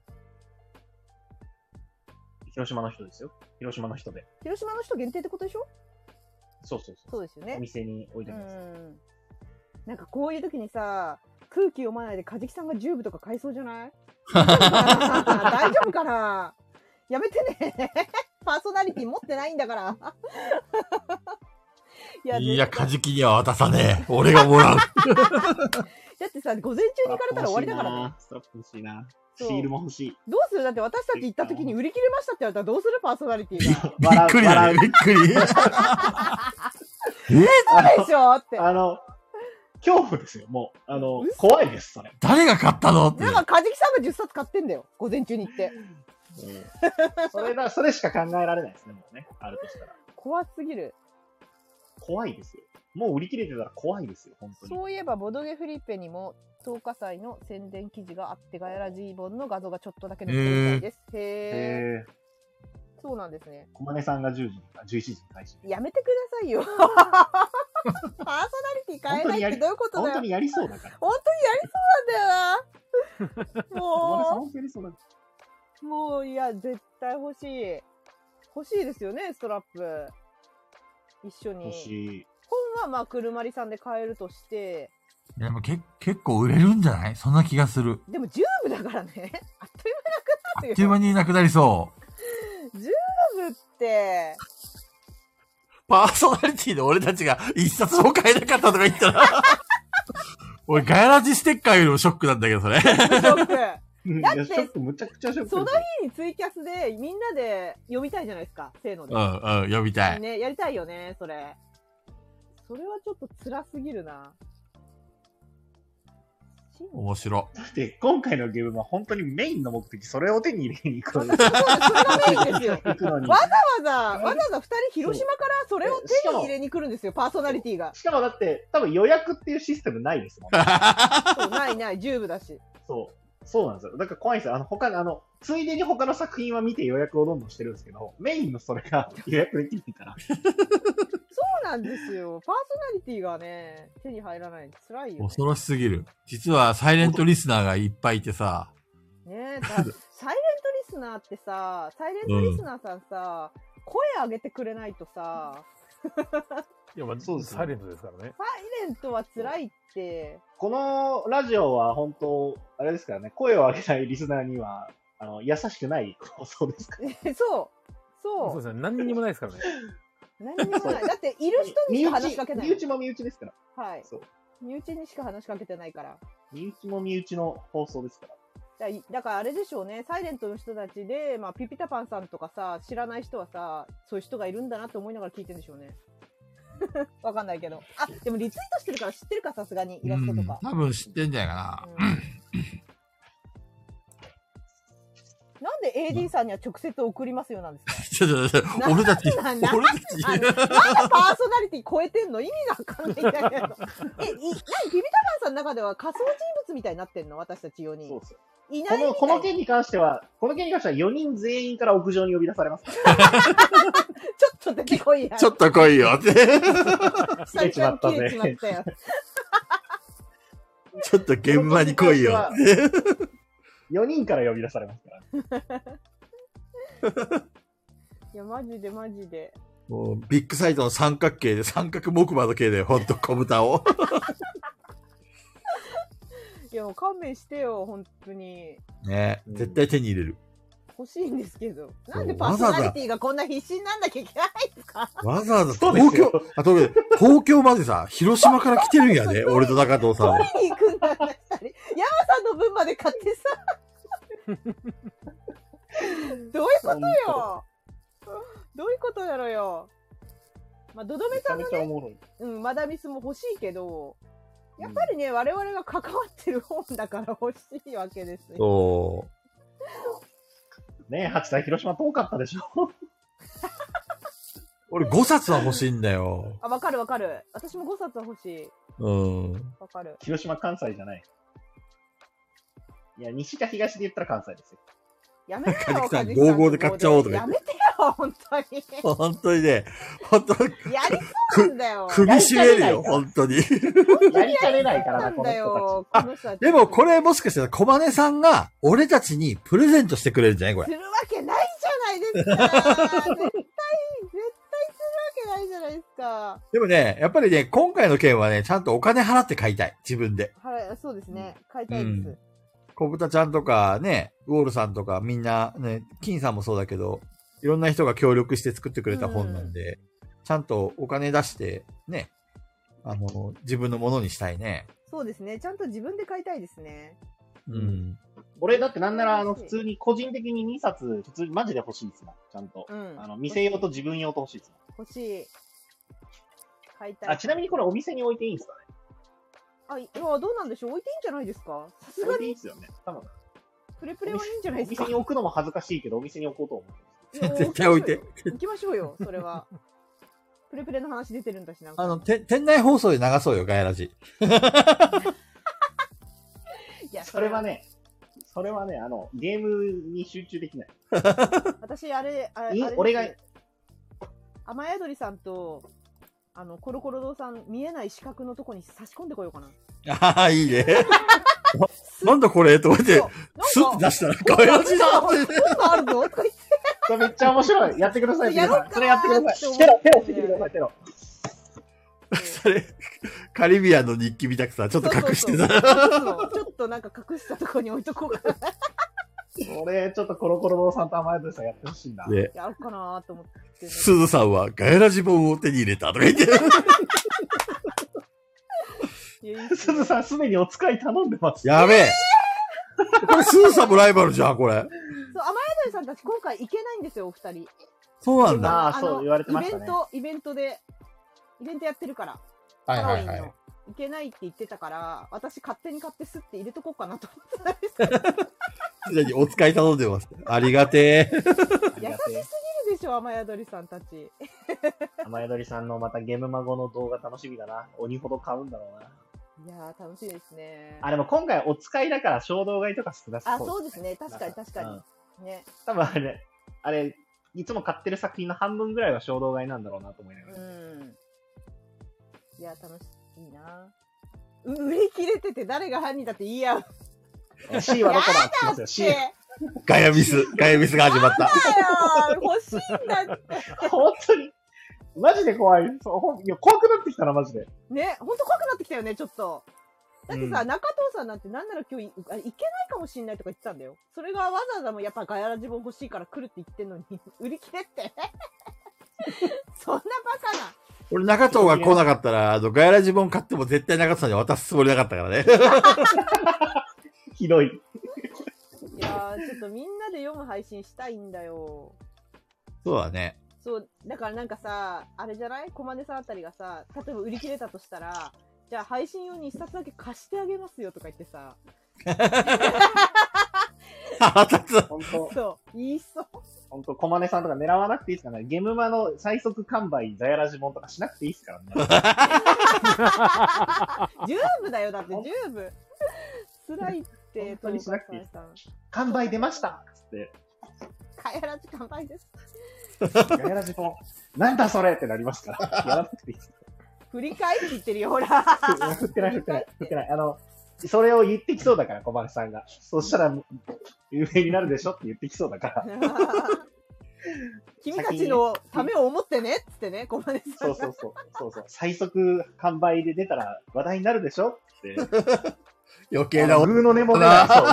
[SPEAKER 4] 広島の人ですよ。広島の人で。
[SPEAKER 1] 広島の人限定ってことでしょ
[SPEAKER 4] そうそうそう。
[SPEAKER 1] そうですよね
[SPEAKER 4] お。店に置いて
[SPEAKER 1] う
[SPEAKER 4] ます。
[SPEAKER 1] ん。なんかこういう時にさ、空気読まないでカジキさんが10部とか買いそうじゃない大丈夫かなやめてね。 パーソナリティ持ってないんだから。 い
[SPEAKER 3] いや、
[SPEAKER 1] 絶
[SPEAKER 3] カ
[SPEAKER 1] 対
[SPEAKER 3] ジキには渡さねえ。俺が もらう。
[SPEAKER 1] だってさ、午前中に行かれたら終わりだからね。
[SPEAKER 4] ストラップ欲しいな。
[SPEAKER 1] そ
[SPEAKER 4] シ
[SPEAKER 1] う
[SPEAKER 4] ールも欲しい。
[SPEAKER 1] どうするだって私たち行った時に売り切れましたって言われたらどうするパーソナリティが。
[SPEAKER 3] びっくりだ
[SPEAKER 4] 笑う
[SPEAKER 3] ね。びっ くり。
[SPEAKER 1] そうでしょって。
[SPEAKER 4] あの、恐怖ですよ、もう。あの
[SPEAKER 1] 嘘、
[SPEAKER 4] 怖いです、それ。
[SPEAKER 3] 誰が買ったのって
[SPEAKER 1] な。んかカジキさんが10冊買ってんだよ。午前中に行って。
[SPEAKER 4] それだ、それしか考えられないですね、もうね。あるとしたら。
[SPEAKER 1] 怖すぎる。
[SPEAKER 4] 怖いですよ。もう売り切れてたら怖いですよ、本当に。
[SPEAKER 1] そういえばボドゲフリッペにも10日祭の宣伝記事があってガヤラジー本の画像がちょっとだけ載ってるみたいです。へえ。
[SPEAKER 4] えー、
[SPEAKER 1] そうなんですね。
[SPEAKER 4] 小金さんが10時か、11時に開始。
[SPEAKER 1] やめてくださ いよ。パーソナリティ変えないってどういうこと
[SPEAKER 4] 本
[SPEAKER 1] だよ。
[SPEAKER 4] 当
[SPEAKER 1] 本
[SPEAKER 4] にやりそうだから。
[SPEAKER 1] 当にやりそうなんだよな。
[SPEAKER 4] 小金さん
[SPEAKER 1] も
[SPEAKER 4] 本当にやりそうだか
[SPEAKER 1] う、もういや、絶対欲しい。欲しいですよね、ストラップ。一緒
[SPEAKER 4] ら。欲し
[SPEAKER 1] に。
[SPEAKER 4] い。
[SPEAKER 1] 本はまあ、車りさんで買えるとして、
[SPEAKER 3] いやでもけ結構売れるんじゃないそんな気がする。
[SPEAKER 1] でも10部だからね。 あっという
[SPEAKER 3] あ
[SPEAKER 1] 間
[SPEAKER 3] っ
[SPEAKER 1] なくなるよ
[SPEAKER 3] という間になくなりそう。
[SPEAKER 1] 部って、
[SPEAKER 3] パーソナリティの俺たちが一冊も買えなかったとか言ったら。 俺、ガヤラジステッカーよりもショックなんだけど、 それ。
[SPEAKER 1] ショ ック。
[SPEAKER 4] い
[SPEAKER 1] だっ
[SPEAKER 4] や
[SPEAKER 1] て
[SPEAKER 4] ショック、むちゃくちゃショック。
[SPEAKER 1] その日にツイキャスでみんなで読みたいじゃないですか、せーので
[SPEAKER 3] う。ん、うん、読みたい。
[SPEAKER 1] ね、やりたいよね、それ。それはちょっと辛すぎるな。シン
[SPEAKER 3] 面白。
[SPEAKER 4] だって、今回のゲームは本当にメインの目的、それを手に入れに行くのに。
[SPEAKER 1] それがメイ ンですよ。
[SPEAKER 4] 行くのに
[SPEAKER 1] わざわざ、わざわざ二人広島からそれを手に入れに来るんですよ、パーソナリティが。
[SPEAKER 4] しかもだって、多分予約っていうシステムないですもんね。
[SPEAKER 1] そう、ないない、十部だし。
[SPEAKER 4] そう。そうなんですよ。だから怖いんですよ。あの、他の、あの、ついでに他の作品は見て予約をどんどんしてるんですけど、メインのそれが予約できないから。
[SPEAKER 1] そうなんですよ。パーソナリティがね、手に入らない。辛いよね。
[SPEAKER 3] 恐ろしすぎる。実は、サイレントリスナーがいっぱいいてさ。
[SPEAKER 1] ねえ、だサイレントリスナーってさ、サイレントリスナーさんさ、声上げてくれないとさ、
[SPEAKER 2] いや、まあ、
[SPEAKER 4] そうですね
[SPEAKER 2] サイレントですからね。
[SPEAKER 1] サイレントは辛いって、
[SPEAKER 4] このラジオは本当、あれですからね、声を上げないリスナーには、あの、優しくない放送ですから。
[SPEAKER 1] えそう、
[SPEAKER 2] そ
[SPEAKER 1] そ
[SPEAKER 2] うで
[SPEAKER 1] う、
[SPEAKER 2] すね。何にもない ですからね。
[SPEAKER 1] 何にもない。だって、いる人にし
[SPEAKER 4] 身
[SPEAKER 1] か話しかけ
[SPEAKER 4] 内、
[SPEAKER 1] な
[SPEAKER 4] 身
[SPEAKER 1] い。
[SPEAKER 4] 内も身内ですから。
[SPEAKER 1] はい。
[SPEAKER 4] そう。
[SPEAKER 1] 身内にしか話しかけてないから。
[SPEAKER 4] 身内も身内の放送ですから。
[SPEAKER 1] だいだからあれでしょうね、サイレントの人たちで、まあ、ピピタパンさんとかさ、知らない人はさ、そういう人がいるんだなって思いながら聞いてるんでしょうね。 わかんないけど。あ、でもリツイートしてるから知ってるか、さすがに、イ
[SPEAKER 3] う
[SPEAKER 1] ラストと
[SPEAKER 3] ん
[SPEAKER 1] か。
[SPEAKER 3] 多分知ってんじゃないかな。
[SPEAKER 1] なんで AD さんには直接送りますよなんです か
[SPEAKER 3] ちょちょちょ、俺たち、
[SPEAKER 1] なんな
[SPEAKER 3] 俺
[SPEAKER 1] んあの
[SPEAKER 3] た
[SPEAKER 1] なん
[SPEAKER 3] ち。
[SPEAKER 1] でパーソナリティ超えてんの意味がわかんないんだけど。え、い、何ビビタパンさんの中では仮想人物みたいになってんの私たち4
[SPEAKER 4] そう
[SPEAKER 1] 人。
[SPEAKER 4] ですよ。
[SPEAKER 1] いな
[SPEAKER 4] こ
[SPEAKER 1] いみたい
[SPEAKER 4] の、この件に関しては、この件に関しては4人全員から屋上に呼び出されますから。
[SPEAKER 1] ちょっと出てこいや。
[SPEAKER 6] ちょっと来いよって。
[SPEAKER 1] 久々に切れちまったよ。
[SPEAKER 6] ちょっと現場に来いよって。
[SPEAKER 4] 4人から呼び出されますから。
[SPEAKER 1] いや、マジでマジで。
[SPEAKER 6] もうビッグサイトの三角形で、三角木馬の形で、ほんと小豚を。
[SPEAKER 1] いや、もう勘弁してよ、本当に。
[SPEAKER 6] ね
[SPEAKER 4] うん
[SPEAKER 6] 絶対手に入れる。
[SPEAKER 1] 欲しいんですけど。
[SPEAKER 6] う
[SPEAKER 1] なんでパーソナリティがこんな必死になんなきゃいけないんですか
[SPEAKER 6] わざわざ
[SPEAKER 4] そうです
[SPEAKER 6] 東
[SPEAKER 4] よ
[SPEAKER 6] 京、あ、東京、東京までさ、広島から来てるんやね、俺と中藤さん
[SPEAKER 1] 取
[SPEAKER 6] は。
[SPEAKER 1] りに行くんだったり。ヤマさんの分まで買ってさ。 どういうことよ。どういうことやろよ。まあ、ドドメ
[SPEAKER 4] めち
[SPEAKER 1] さ
[SPEAKER 4] ゃ
[SPEAKER 1] ん
[SPEAKER 4] め
[SPEAKER 1] の
[SPEAKER 4] ちゃお
[SPEAKER 1] ね、
[SPEAKER 4] もろい。
[SPEAKER 1] うん、マダミスも欲しいけど、やっぱりね、我々が関わってる本だから欲しいわけですよ。
[SPEAKER 3] そ
[SPEAKER 4] ねえ、八さん、広島遠かったでしょ
[SPEAKER 3] う。俺5冊は欲しいんだよ。
[SPEAKER 1] あ、わかるわかる。私も5冊は欲しい。
[SPEAKER 3] うん。
[SPEAKER 1] わかる。
[SPEAKER 4] 広島、関西じゃない。いや、西か東で言ったら関西ですよ。
[SPEAKER 1] やめてよ、
[SPEAKER 3] カジキさん
[SPEAKER 1] カジキ
[SPEAKER 3] 合合で買っちゃおうとか言
[SPEAKER 1] や
[SPEAKER 3] って
[SPEAKER 1] めてよ、本当 に。
[SPEAKER 3] 本当にね、本当に
[SPEAKER 1] やりそうなんだよ。
[SPEAKER 3] 首絞めるよ、本当に。
[SPEAKER 4] やりかねないから
[SPEAKER 1] な
[SPEAKER 4] な、
[SPEAKER 1] ん
[SPEAKER 4] こ
[SPEAKER 1] だ
[SPEAKER 4] の人
[SPEAKER 1] よ、この人たち。
[SPEAKER 3] でもこれもしかしたら小金さんが俺たちにプレゼントしてくれるんじゃないこ
[SPEAKER 1] す
[SPEAKER 3] れ。
[SPEAKER 1] るわけないじゃないですか。絶対、絶対するわけないじゃないですか。
[SPEAKER 3] でもね、やっぱりね、今回の件はね、ちゃんとお金払って買いたい。自分で。
[SPEAKER 1] はい、そうですね。買いたいです。
[SPEAKER 7] うん
[SPEAKER 3] 小豚ちゃんとかね、ウォールさんとかみんなね、金さんもそうだけど、いろんな人が協力して作ってくれた本なんで、ちゃんとお金出して、ね、あの、自分のものにしたいね。
[SPEAKER 1] そうですね。ちゃんと自分で買いたいですね。
[SPEAKER 3] うん。
[SPEAKER 4] たち。俺、だってなんなら、あの、普通に個人的に2冊、普通にマジで欲しいですもん、ちゃんと。
[SPEAKER 1] うん。
[SPEAKER 4] あの、店用と自分用と欲しいですもん。
[SPEAKER 1] 欲しい。買いたい。
[SPEAKER 4] あ、ちなみにこれお店に置いていいんですかね
[SPEAKER 1] あ、いや、どうなんでしょう置いていいんじゃないですかさす
[SPEAKER 4] 置
[SPEAKER 1] が
[SPEAKER 4] いていい
[SPEAKER 1] に、
[SPEAKER 4] ですよね。多分。
[SPEAKER 1] プレプレはいいんじゃない
[SPEAKER 4] お
[SPEAKER 1] ですか
[SPEAKER 4] 店に置くのも恥ずかしいけど、お店に置こうと思う。
[SPEAKER 1] いや
[SPEAKER 3] 絶対置いて。
[SPEAKER 1] 行きましょうよ、行きましょうよそれは。プレプレの話出てるんだし、なんか。
[SPEAKER 3] あの、て、店内放送で流そうよ、ガヤラジ。
[SPEAKER 1] いや、
[SPEAKER 4] それは。ね、それはね、あの、ゲームに集中できない。
[SPEAKER 1] 私、あれ、ああれ
[SPEAKER 4] い
[SPEAKER 1] です
[SPEAKER 4] 俺が。
[SPEAKER 1] 雨宿りさんと、あの、コロコロ堂さん、見えない四角のとこに差し込んでこようかな。
[SPEAKER 3] ああ、い いね。なんだこれと思って
[SPEAKER 1] そう、
[SPEAKER 3] スッて出したら、ガ
[SPEAKER 1] な
[SPEAKER 3] ヤ
[SPEAKER 1] ん
[SPEAKER 3] ラ
[SPEAKER 1] か
[SPEAKER 3] ジだ
[SPEAKER 1] こんなのあるぞとか言って
[SPEAKER 4] それめっちゃ面白い。やってください。
[SPEAKER 1] やろうかなー
[SPEAKER 4] それやってくだ
[SPEAKER 1] って
[SPEAKER 4] さ
[SPEAKER 1] 思っ
[SPEAKER 4] い。
[SPEAKER 1] て
[SPEAKER 4] テロ、テロしてきてください、テロ。
[SPEAKER 3] それ、カリビアンの日記みたくさ、ちょっと隠して
[SPEAKER 1] そう
[SPEAKER 3] た。
[SPEAKER 1] そうそうちょっとなんか隠したとこに置いとこうかな。
[SPEAKER 4] これ、ちょっとコロコロ堂さんと甘えとさんやってほしいな。
[SPEAKER 3] で、
[SPEAKER 1] やるかなーと思ってるんです
[SPEAKER 3] すずさんはガヤラジ本を手に入れたとか言って。
[SPEAKER 1] けど。いやいいっす
[SPEAKER 4] すずさん、すでにお使い頼んでます。
[SPEAKER 3] やべえ。これ、スーさんもライバルじゃん、これ。
[SPEAKER 1] そう、雨宿りさんたち今回行けないんですよ、お二人。
[SPEAKER 3] そうなんだ。
[SPEAKER 4] あ
[SPEAKER 1] の
[SPEAKER 4] そう言われてましたね
[SPEAKER 1] イベント、イベントで、イベントやってるから、
[SPEAKER 3] はい
[SPEAKER 1] ハ
[SPEAKER 3] は
[SPEAKER 1] ロウィ
[SPEAKER 3] い
[SPEAKER 1] ン
[SPEAKER 3] は
[SPEAKER 1] の。
[SPEAKER 3] い。
[SPEAKER 1] 行けないって言ってたから、私勝手に買ってすって入れとこうかなと思ってたんですけど、
[SPEAKER 3] すでにお使い頼んでます。ありがてえ。
[SPEAKER 4] ありがて
[SPEAKER 1] 優しいるでしょ、雨宿りさんたち。
[SPEAKER 4] え。甘えどりさんのまたゲーム孫の動画楽しみだな。鬼ほど買うんだろうな。
[SPEAKER 1] いやー、楽しいですね。
[SPEAKER 4] あ、でも今回お使いだから衝動買いとか少なさ
[SPEAKER 1] あ、
[SPEAKER 4] そう。
[SPEAKER 1] そうですね。確かに確
[SPEAKER 4] うん
[SPEAKER 1] かに。ね。
[SPEAKER 4] 多分あれ、あれ、いつも買ってる作品の半分ぐらいは衝動買いなんだろうなと思いなが
[SPEAKER 1] う
[SPEAKER 4] ら。
[SPEAKER 1] ん。いやー、楽しい、いいなう 売り切れてて誰が犯人だって言い合うっ
[SPEAKER 4] C はどこだ って言いますよ。
[SPEAKER 1] て
[SPEAKER 4] C
[SPEAKER 1] だ。
[SPEAKER 3] ガヤミス、ガヤミスが始まった。
[SPEAKER 1] よー欲しいんだって
[SPEAKER 4] 本当に。マジで怖い。そうほんいや怖くなってきたな、マジで。
[SPEAKER 1] ね、ほんと怖くなってきたよね、ちょっと。だってさ、
[SPEAKER 3] うん
[SPEAKER 1] 中藤さんなんてなんなら今日いあ行けないかもしんないとか言ってたんだよ。それがわざわざもうやっぱガヤラジボン欲しいから来るって言ってんのに、 売り切れって。そんなバカな。
[SPEAKER 3] 俺、中藤が来なかったら、あの、ガヤラジ本買っても絶対中藤さんに渡すつもりなかったからね。
[SPEAKER 4] ひどい。
[SPEAKER 1] いやー、ちょっとみんなで読む配信したいんだよ。
[SPEAKER 3] そうだね。
[SPEAKER 1] そう、だからなんかさ、あれじゃないコマネさんあたりがさ、例えば売り切れたとしたら、じゃあ配信用に一冊だけ貸してあげますよとか言ってさ、
[SPEAKER 3] 腹立つ。
[SPEAKER 4] 本当
[SPEAKER 1] そう、言いそう。
[SPEAKER 4] 本当コマネさんとか狙わなくていいですからね。ゲムマの最速完売、ザヤラジモンとかしなくていいですからね。
[SPEAKER 1] 十部だよ、だって十部。辛いって、
[SPEAKER 4] 本当にしなくていい
[SPEAKER 1] 友さん
[SPEAKER 4] 完売出ましたっつって、
[SPEAKER 1] カエラ時間前です。
[SPEAKER 4] ザヤラジモン、なんだそれってなりますから。やらなくていいです。
[SPEAKER 1] 振り返って言ってるよ、ほら。
[SPEAKER 4] 振ってない、振ってない、振ってない。あの、それを言ってきそうだから、小林さんが。そしたら、有名になるでしょって言ってきそうだから。
[SPEAKER 1] 君たちのためを思ってねっつってね、小金さ
[SPEAKER 4] そ
[SPEAKER 1] ん
[SPEAKER 4] う
[SPEAKER 1] が。
[SPEAKER 4] そうそう。そうそう。最速完売で出たら話題になるでしょって。
[SPEAKER 3] 余計な
[SPEAKER 4] あの
[SPEAKER 3] 音。
[SPEAKER 4] グーの根も出ない。そう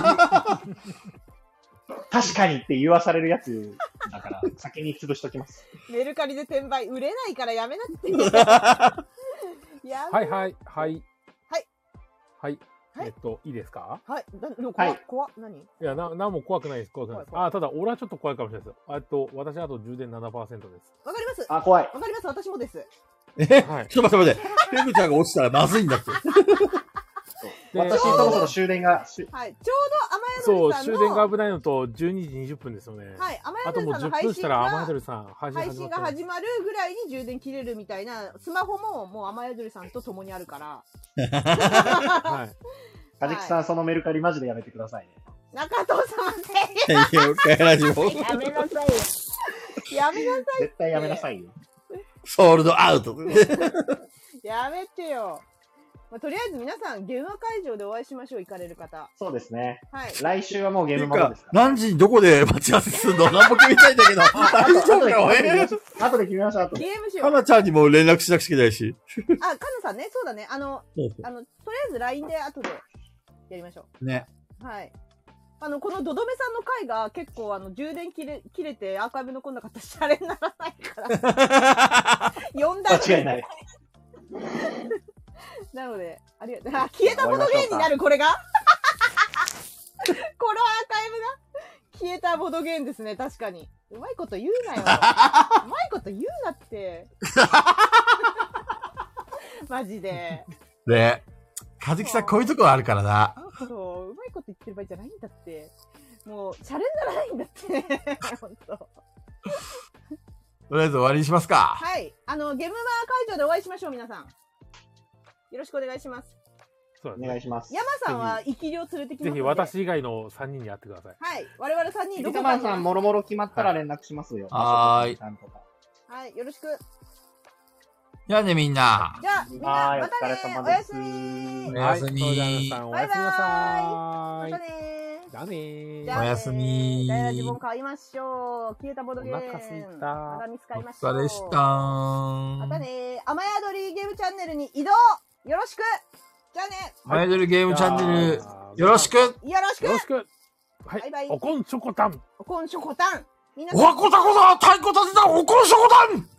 [SPEAKER 4] 確かにって言わされるやつだから、先に潰しときます。
[SPEAKER 1] メルカリで転売、売れないからやめな って。や
[SPEAKER 2] は
[SPEAKER 1] め
[SPEAKER 2] いはい、はい。
[SPEAKER 1] はい。
[SPEAKER 2] はい。
[SPEAKER 1] はい
[SPEAKER 2] えっと、いいですか
[SPEAKER 1] はい、なでも怖
[SPEAKER 4] はい
[SPEAKER 1] い、怖い、何
[SPEAKER 2] いや、な、なんも怖くないです、怖くないです。
[SPEAKER 1] 怖
[SPEAKER 2] あ、ただ、俺はちょっと怖いかもしれないですよ。えっと、私、あと充電7%で
[SPEAKER 1] わかりますわ
[SPEAKER 4] あ、怖い。
[SPEAKER 1] かります私もです。
[SPEAKER 3] え
[SPEAKER 2] す。はい。
[SPEAKER 3] ちょっと待って待って。ペグちゃんが落ちたらまずいんだって。
[SPEAKER 2] で
[SPEAKER 4] 私、そろそろ終電が、し
[SPEAKER 1] はい。ちょう
[SPEAKER 2] そ
[SPEAKER 1] ど
[SPEAKER 2] う、
[SPEAKER 1] 雨宿りさんの。
[SPEAKER 2] 終電が危ないのと、12時20分ですよね。
[SPEAKER 1] はい。雨
[SPEAKER 2] あと
[SPEAKER 1] 宿
[SPEAKER 2] も
[SPEAKER 1] り
[SPEAKER 2] う
[SPEAKER 1] さんの
[SPEAKER 2] 10
[SPEAKER 1] 配
[SPEAKER 2] 分し
[SPEAKER 1] 信
[SPEAKER 2] たら、雨
[SPEAKER 1] が
[SPEAKER 2] 宿りさん、配信
[SPEAKER 1] 配
[SPEAKER 2] 始ま
[SPEAKER 1] 信
[SPEAKER 2] っ
[SPEAKER 1] が
[SPEAKER 2] てます
[SPEAKER 1] 始まるぐらいに充電切れるみたいな、スマホももう雨宿りさんと共にあるから、
[SPEAKER 2] はい。
[SPEAKER 4] カジキさん、そのメルカリマジでやめてくださいね。
[SPEAKER 1] 中藤さんで
[SPEAKER 6] 太陽カラジオ、
[SPEAKER 1] やめなさいよ。やめなさ
[SPEAKER 4] 絶対やめなさいよ。
[SPEAKER 6] ソールドアウト。
[SPEAKER 1] い。やめてよ。まあ、とりあえず皆さん、現場会場でお会いしましょう、行かれる方。
[SPEAKER 4] そうですね。
[SPEAKER 1] はい。
[SPEAKER 4] 来週はもうゲームマンですから。
[SPEAKER 6] 何時にどこで待ち合わせするの何も決めたいんだけど。大丈夫か
[SPEAKER 4] 後で決め
[SPEAKER 6] 俺
[SPEAKER 4] ましょう。後で決めましょう。後で
[SPEAKER 1] ゲームしよ
[SPEAKER 6] か
[SPEAKER 1] う。
[SPEAKER 6] なちゃんにも連絡しなくちゃいけないし。
[SPEAKER 1] あ、かなさんね、そうだね。あの、あの、とりあえず LINE で後でやりましょう。
[SPEAKER 6] ね。
[SPEAKER 1] はい。あの、このドドメさんの回が結構あの、充電切れ、切れてアーカイブ残んなかったらシャレにならないから。 呼んだ
[SPEAKER 4] 間違いない。
[SPEAKER 1] なので、ありがとう。あ、消えたボドゲーになる、これが このアーカイブが消えたボドゲーですね、確かに。うまいこと言う なよ。うまいこと言うなって。マジで。
[SPEAKER 3] で、かずきさんこういうところあるからな。
[SPEAKER 1] そう、うまいこと言ってる場合じゃないんだって。もう、シャレにならないんだって。 本当。
[SPEAKER 3] とりあえず終わりにしますか。
[SPEAKER 1] はい。あの、ゲームマー会場でお会いしましょう、皆さん。よろしくお願いします。
[SPEAKER 2] そうだ
[SPEAKER 4] お
[SPEAKER 2] ね。
[SPEAKER 4] 願いします。
[SPEAKER 1] 山さんは生き量連れてきます
[SPEAKER 2] ぜ
[SPEAKER 1] ので
[SPEAKER 2] ひ私以外の3人に会ってください。
[SPEAKER 1] はい。我々3人、
[SPEAKER 4] ピ
[SPEAKER 1] ど
[SPEAKER 4] タ
[SPEAKER 1] こ
[SPEAKER 4] マ
[SPEAKER 1] か
[SPEAKER 4] ン
[SPEAKER 1] に
[SPEAKER 4] さん、もろもろ決まったら連絡しますよ。
[SPEAKER 3] はーい
[SPEAKER 4] ちゃんとか
[SPEAKER 1] はい。よろしく。
[SPEAKER 3] じゃあね、みんな。
[SPEAKER 1] じゃあ、みんな、
[SPEAKER 4] はーい、お
[SPEAKER 1] またね
[SPEAKER 4] 疲れ様
[SPEAKER 1] お
[SPEAKER 4] で
[SPEAKER 1] や
[SPEAKER 4] す
[SPEAKER 1] す。み。
[SPEAKER 3] おやすみ
[SPEAKER 2] はいそうだ皆さんおやすみな
[SPEAKER 1] ま
[SPEAKER 2] さ
[SPEAKER 1] た
[SPEAKER 2] い。
[SPEAKER 1] ね
[SPEAKER 2] じゃあねー
[SPEAKER 1] じゃあね
[SPEAKER 3] おやすみ
[SPEAKER 1] ダイヤ自分買いましょう。消えたボドゲーム。
[SPEAKER 2] お腹すいた
[SPEAKER 1] また見つか
[SPEAKER 3] お
[SPEAKER 1] りましょう。
[SPEAKER 3] 疲れでした。
[SPEAKER 1] またね雨宿りゲームチャンネルに移動よろしくじゃあね
[SPEAKER 3] アイドルゲームチャンネル、よろし
[SPEAKER 2] く
[SPEAKER 3] く
[SPEAKER 1] よろしく
[SPEAKER 2] よろしくはい、
[SPEAKER 1] バイバイ
[SPEAKER 2] おこんちょこたん
[SPEAKER 1] おこんしょこたんみんな
[SPEAKER 3] おはこたこだ太鼓立てたおこんしょこたん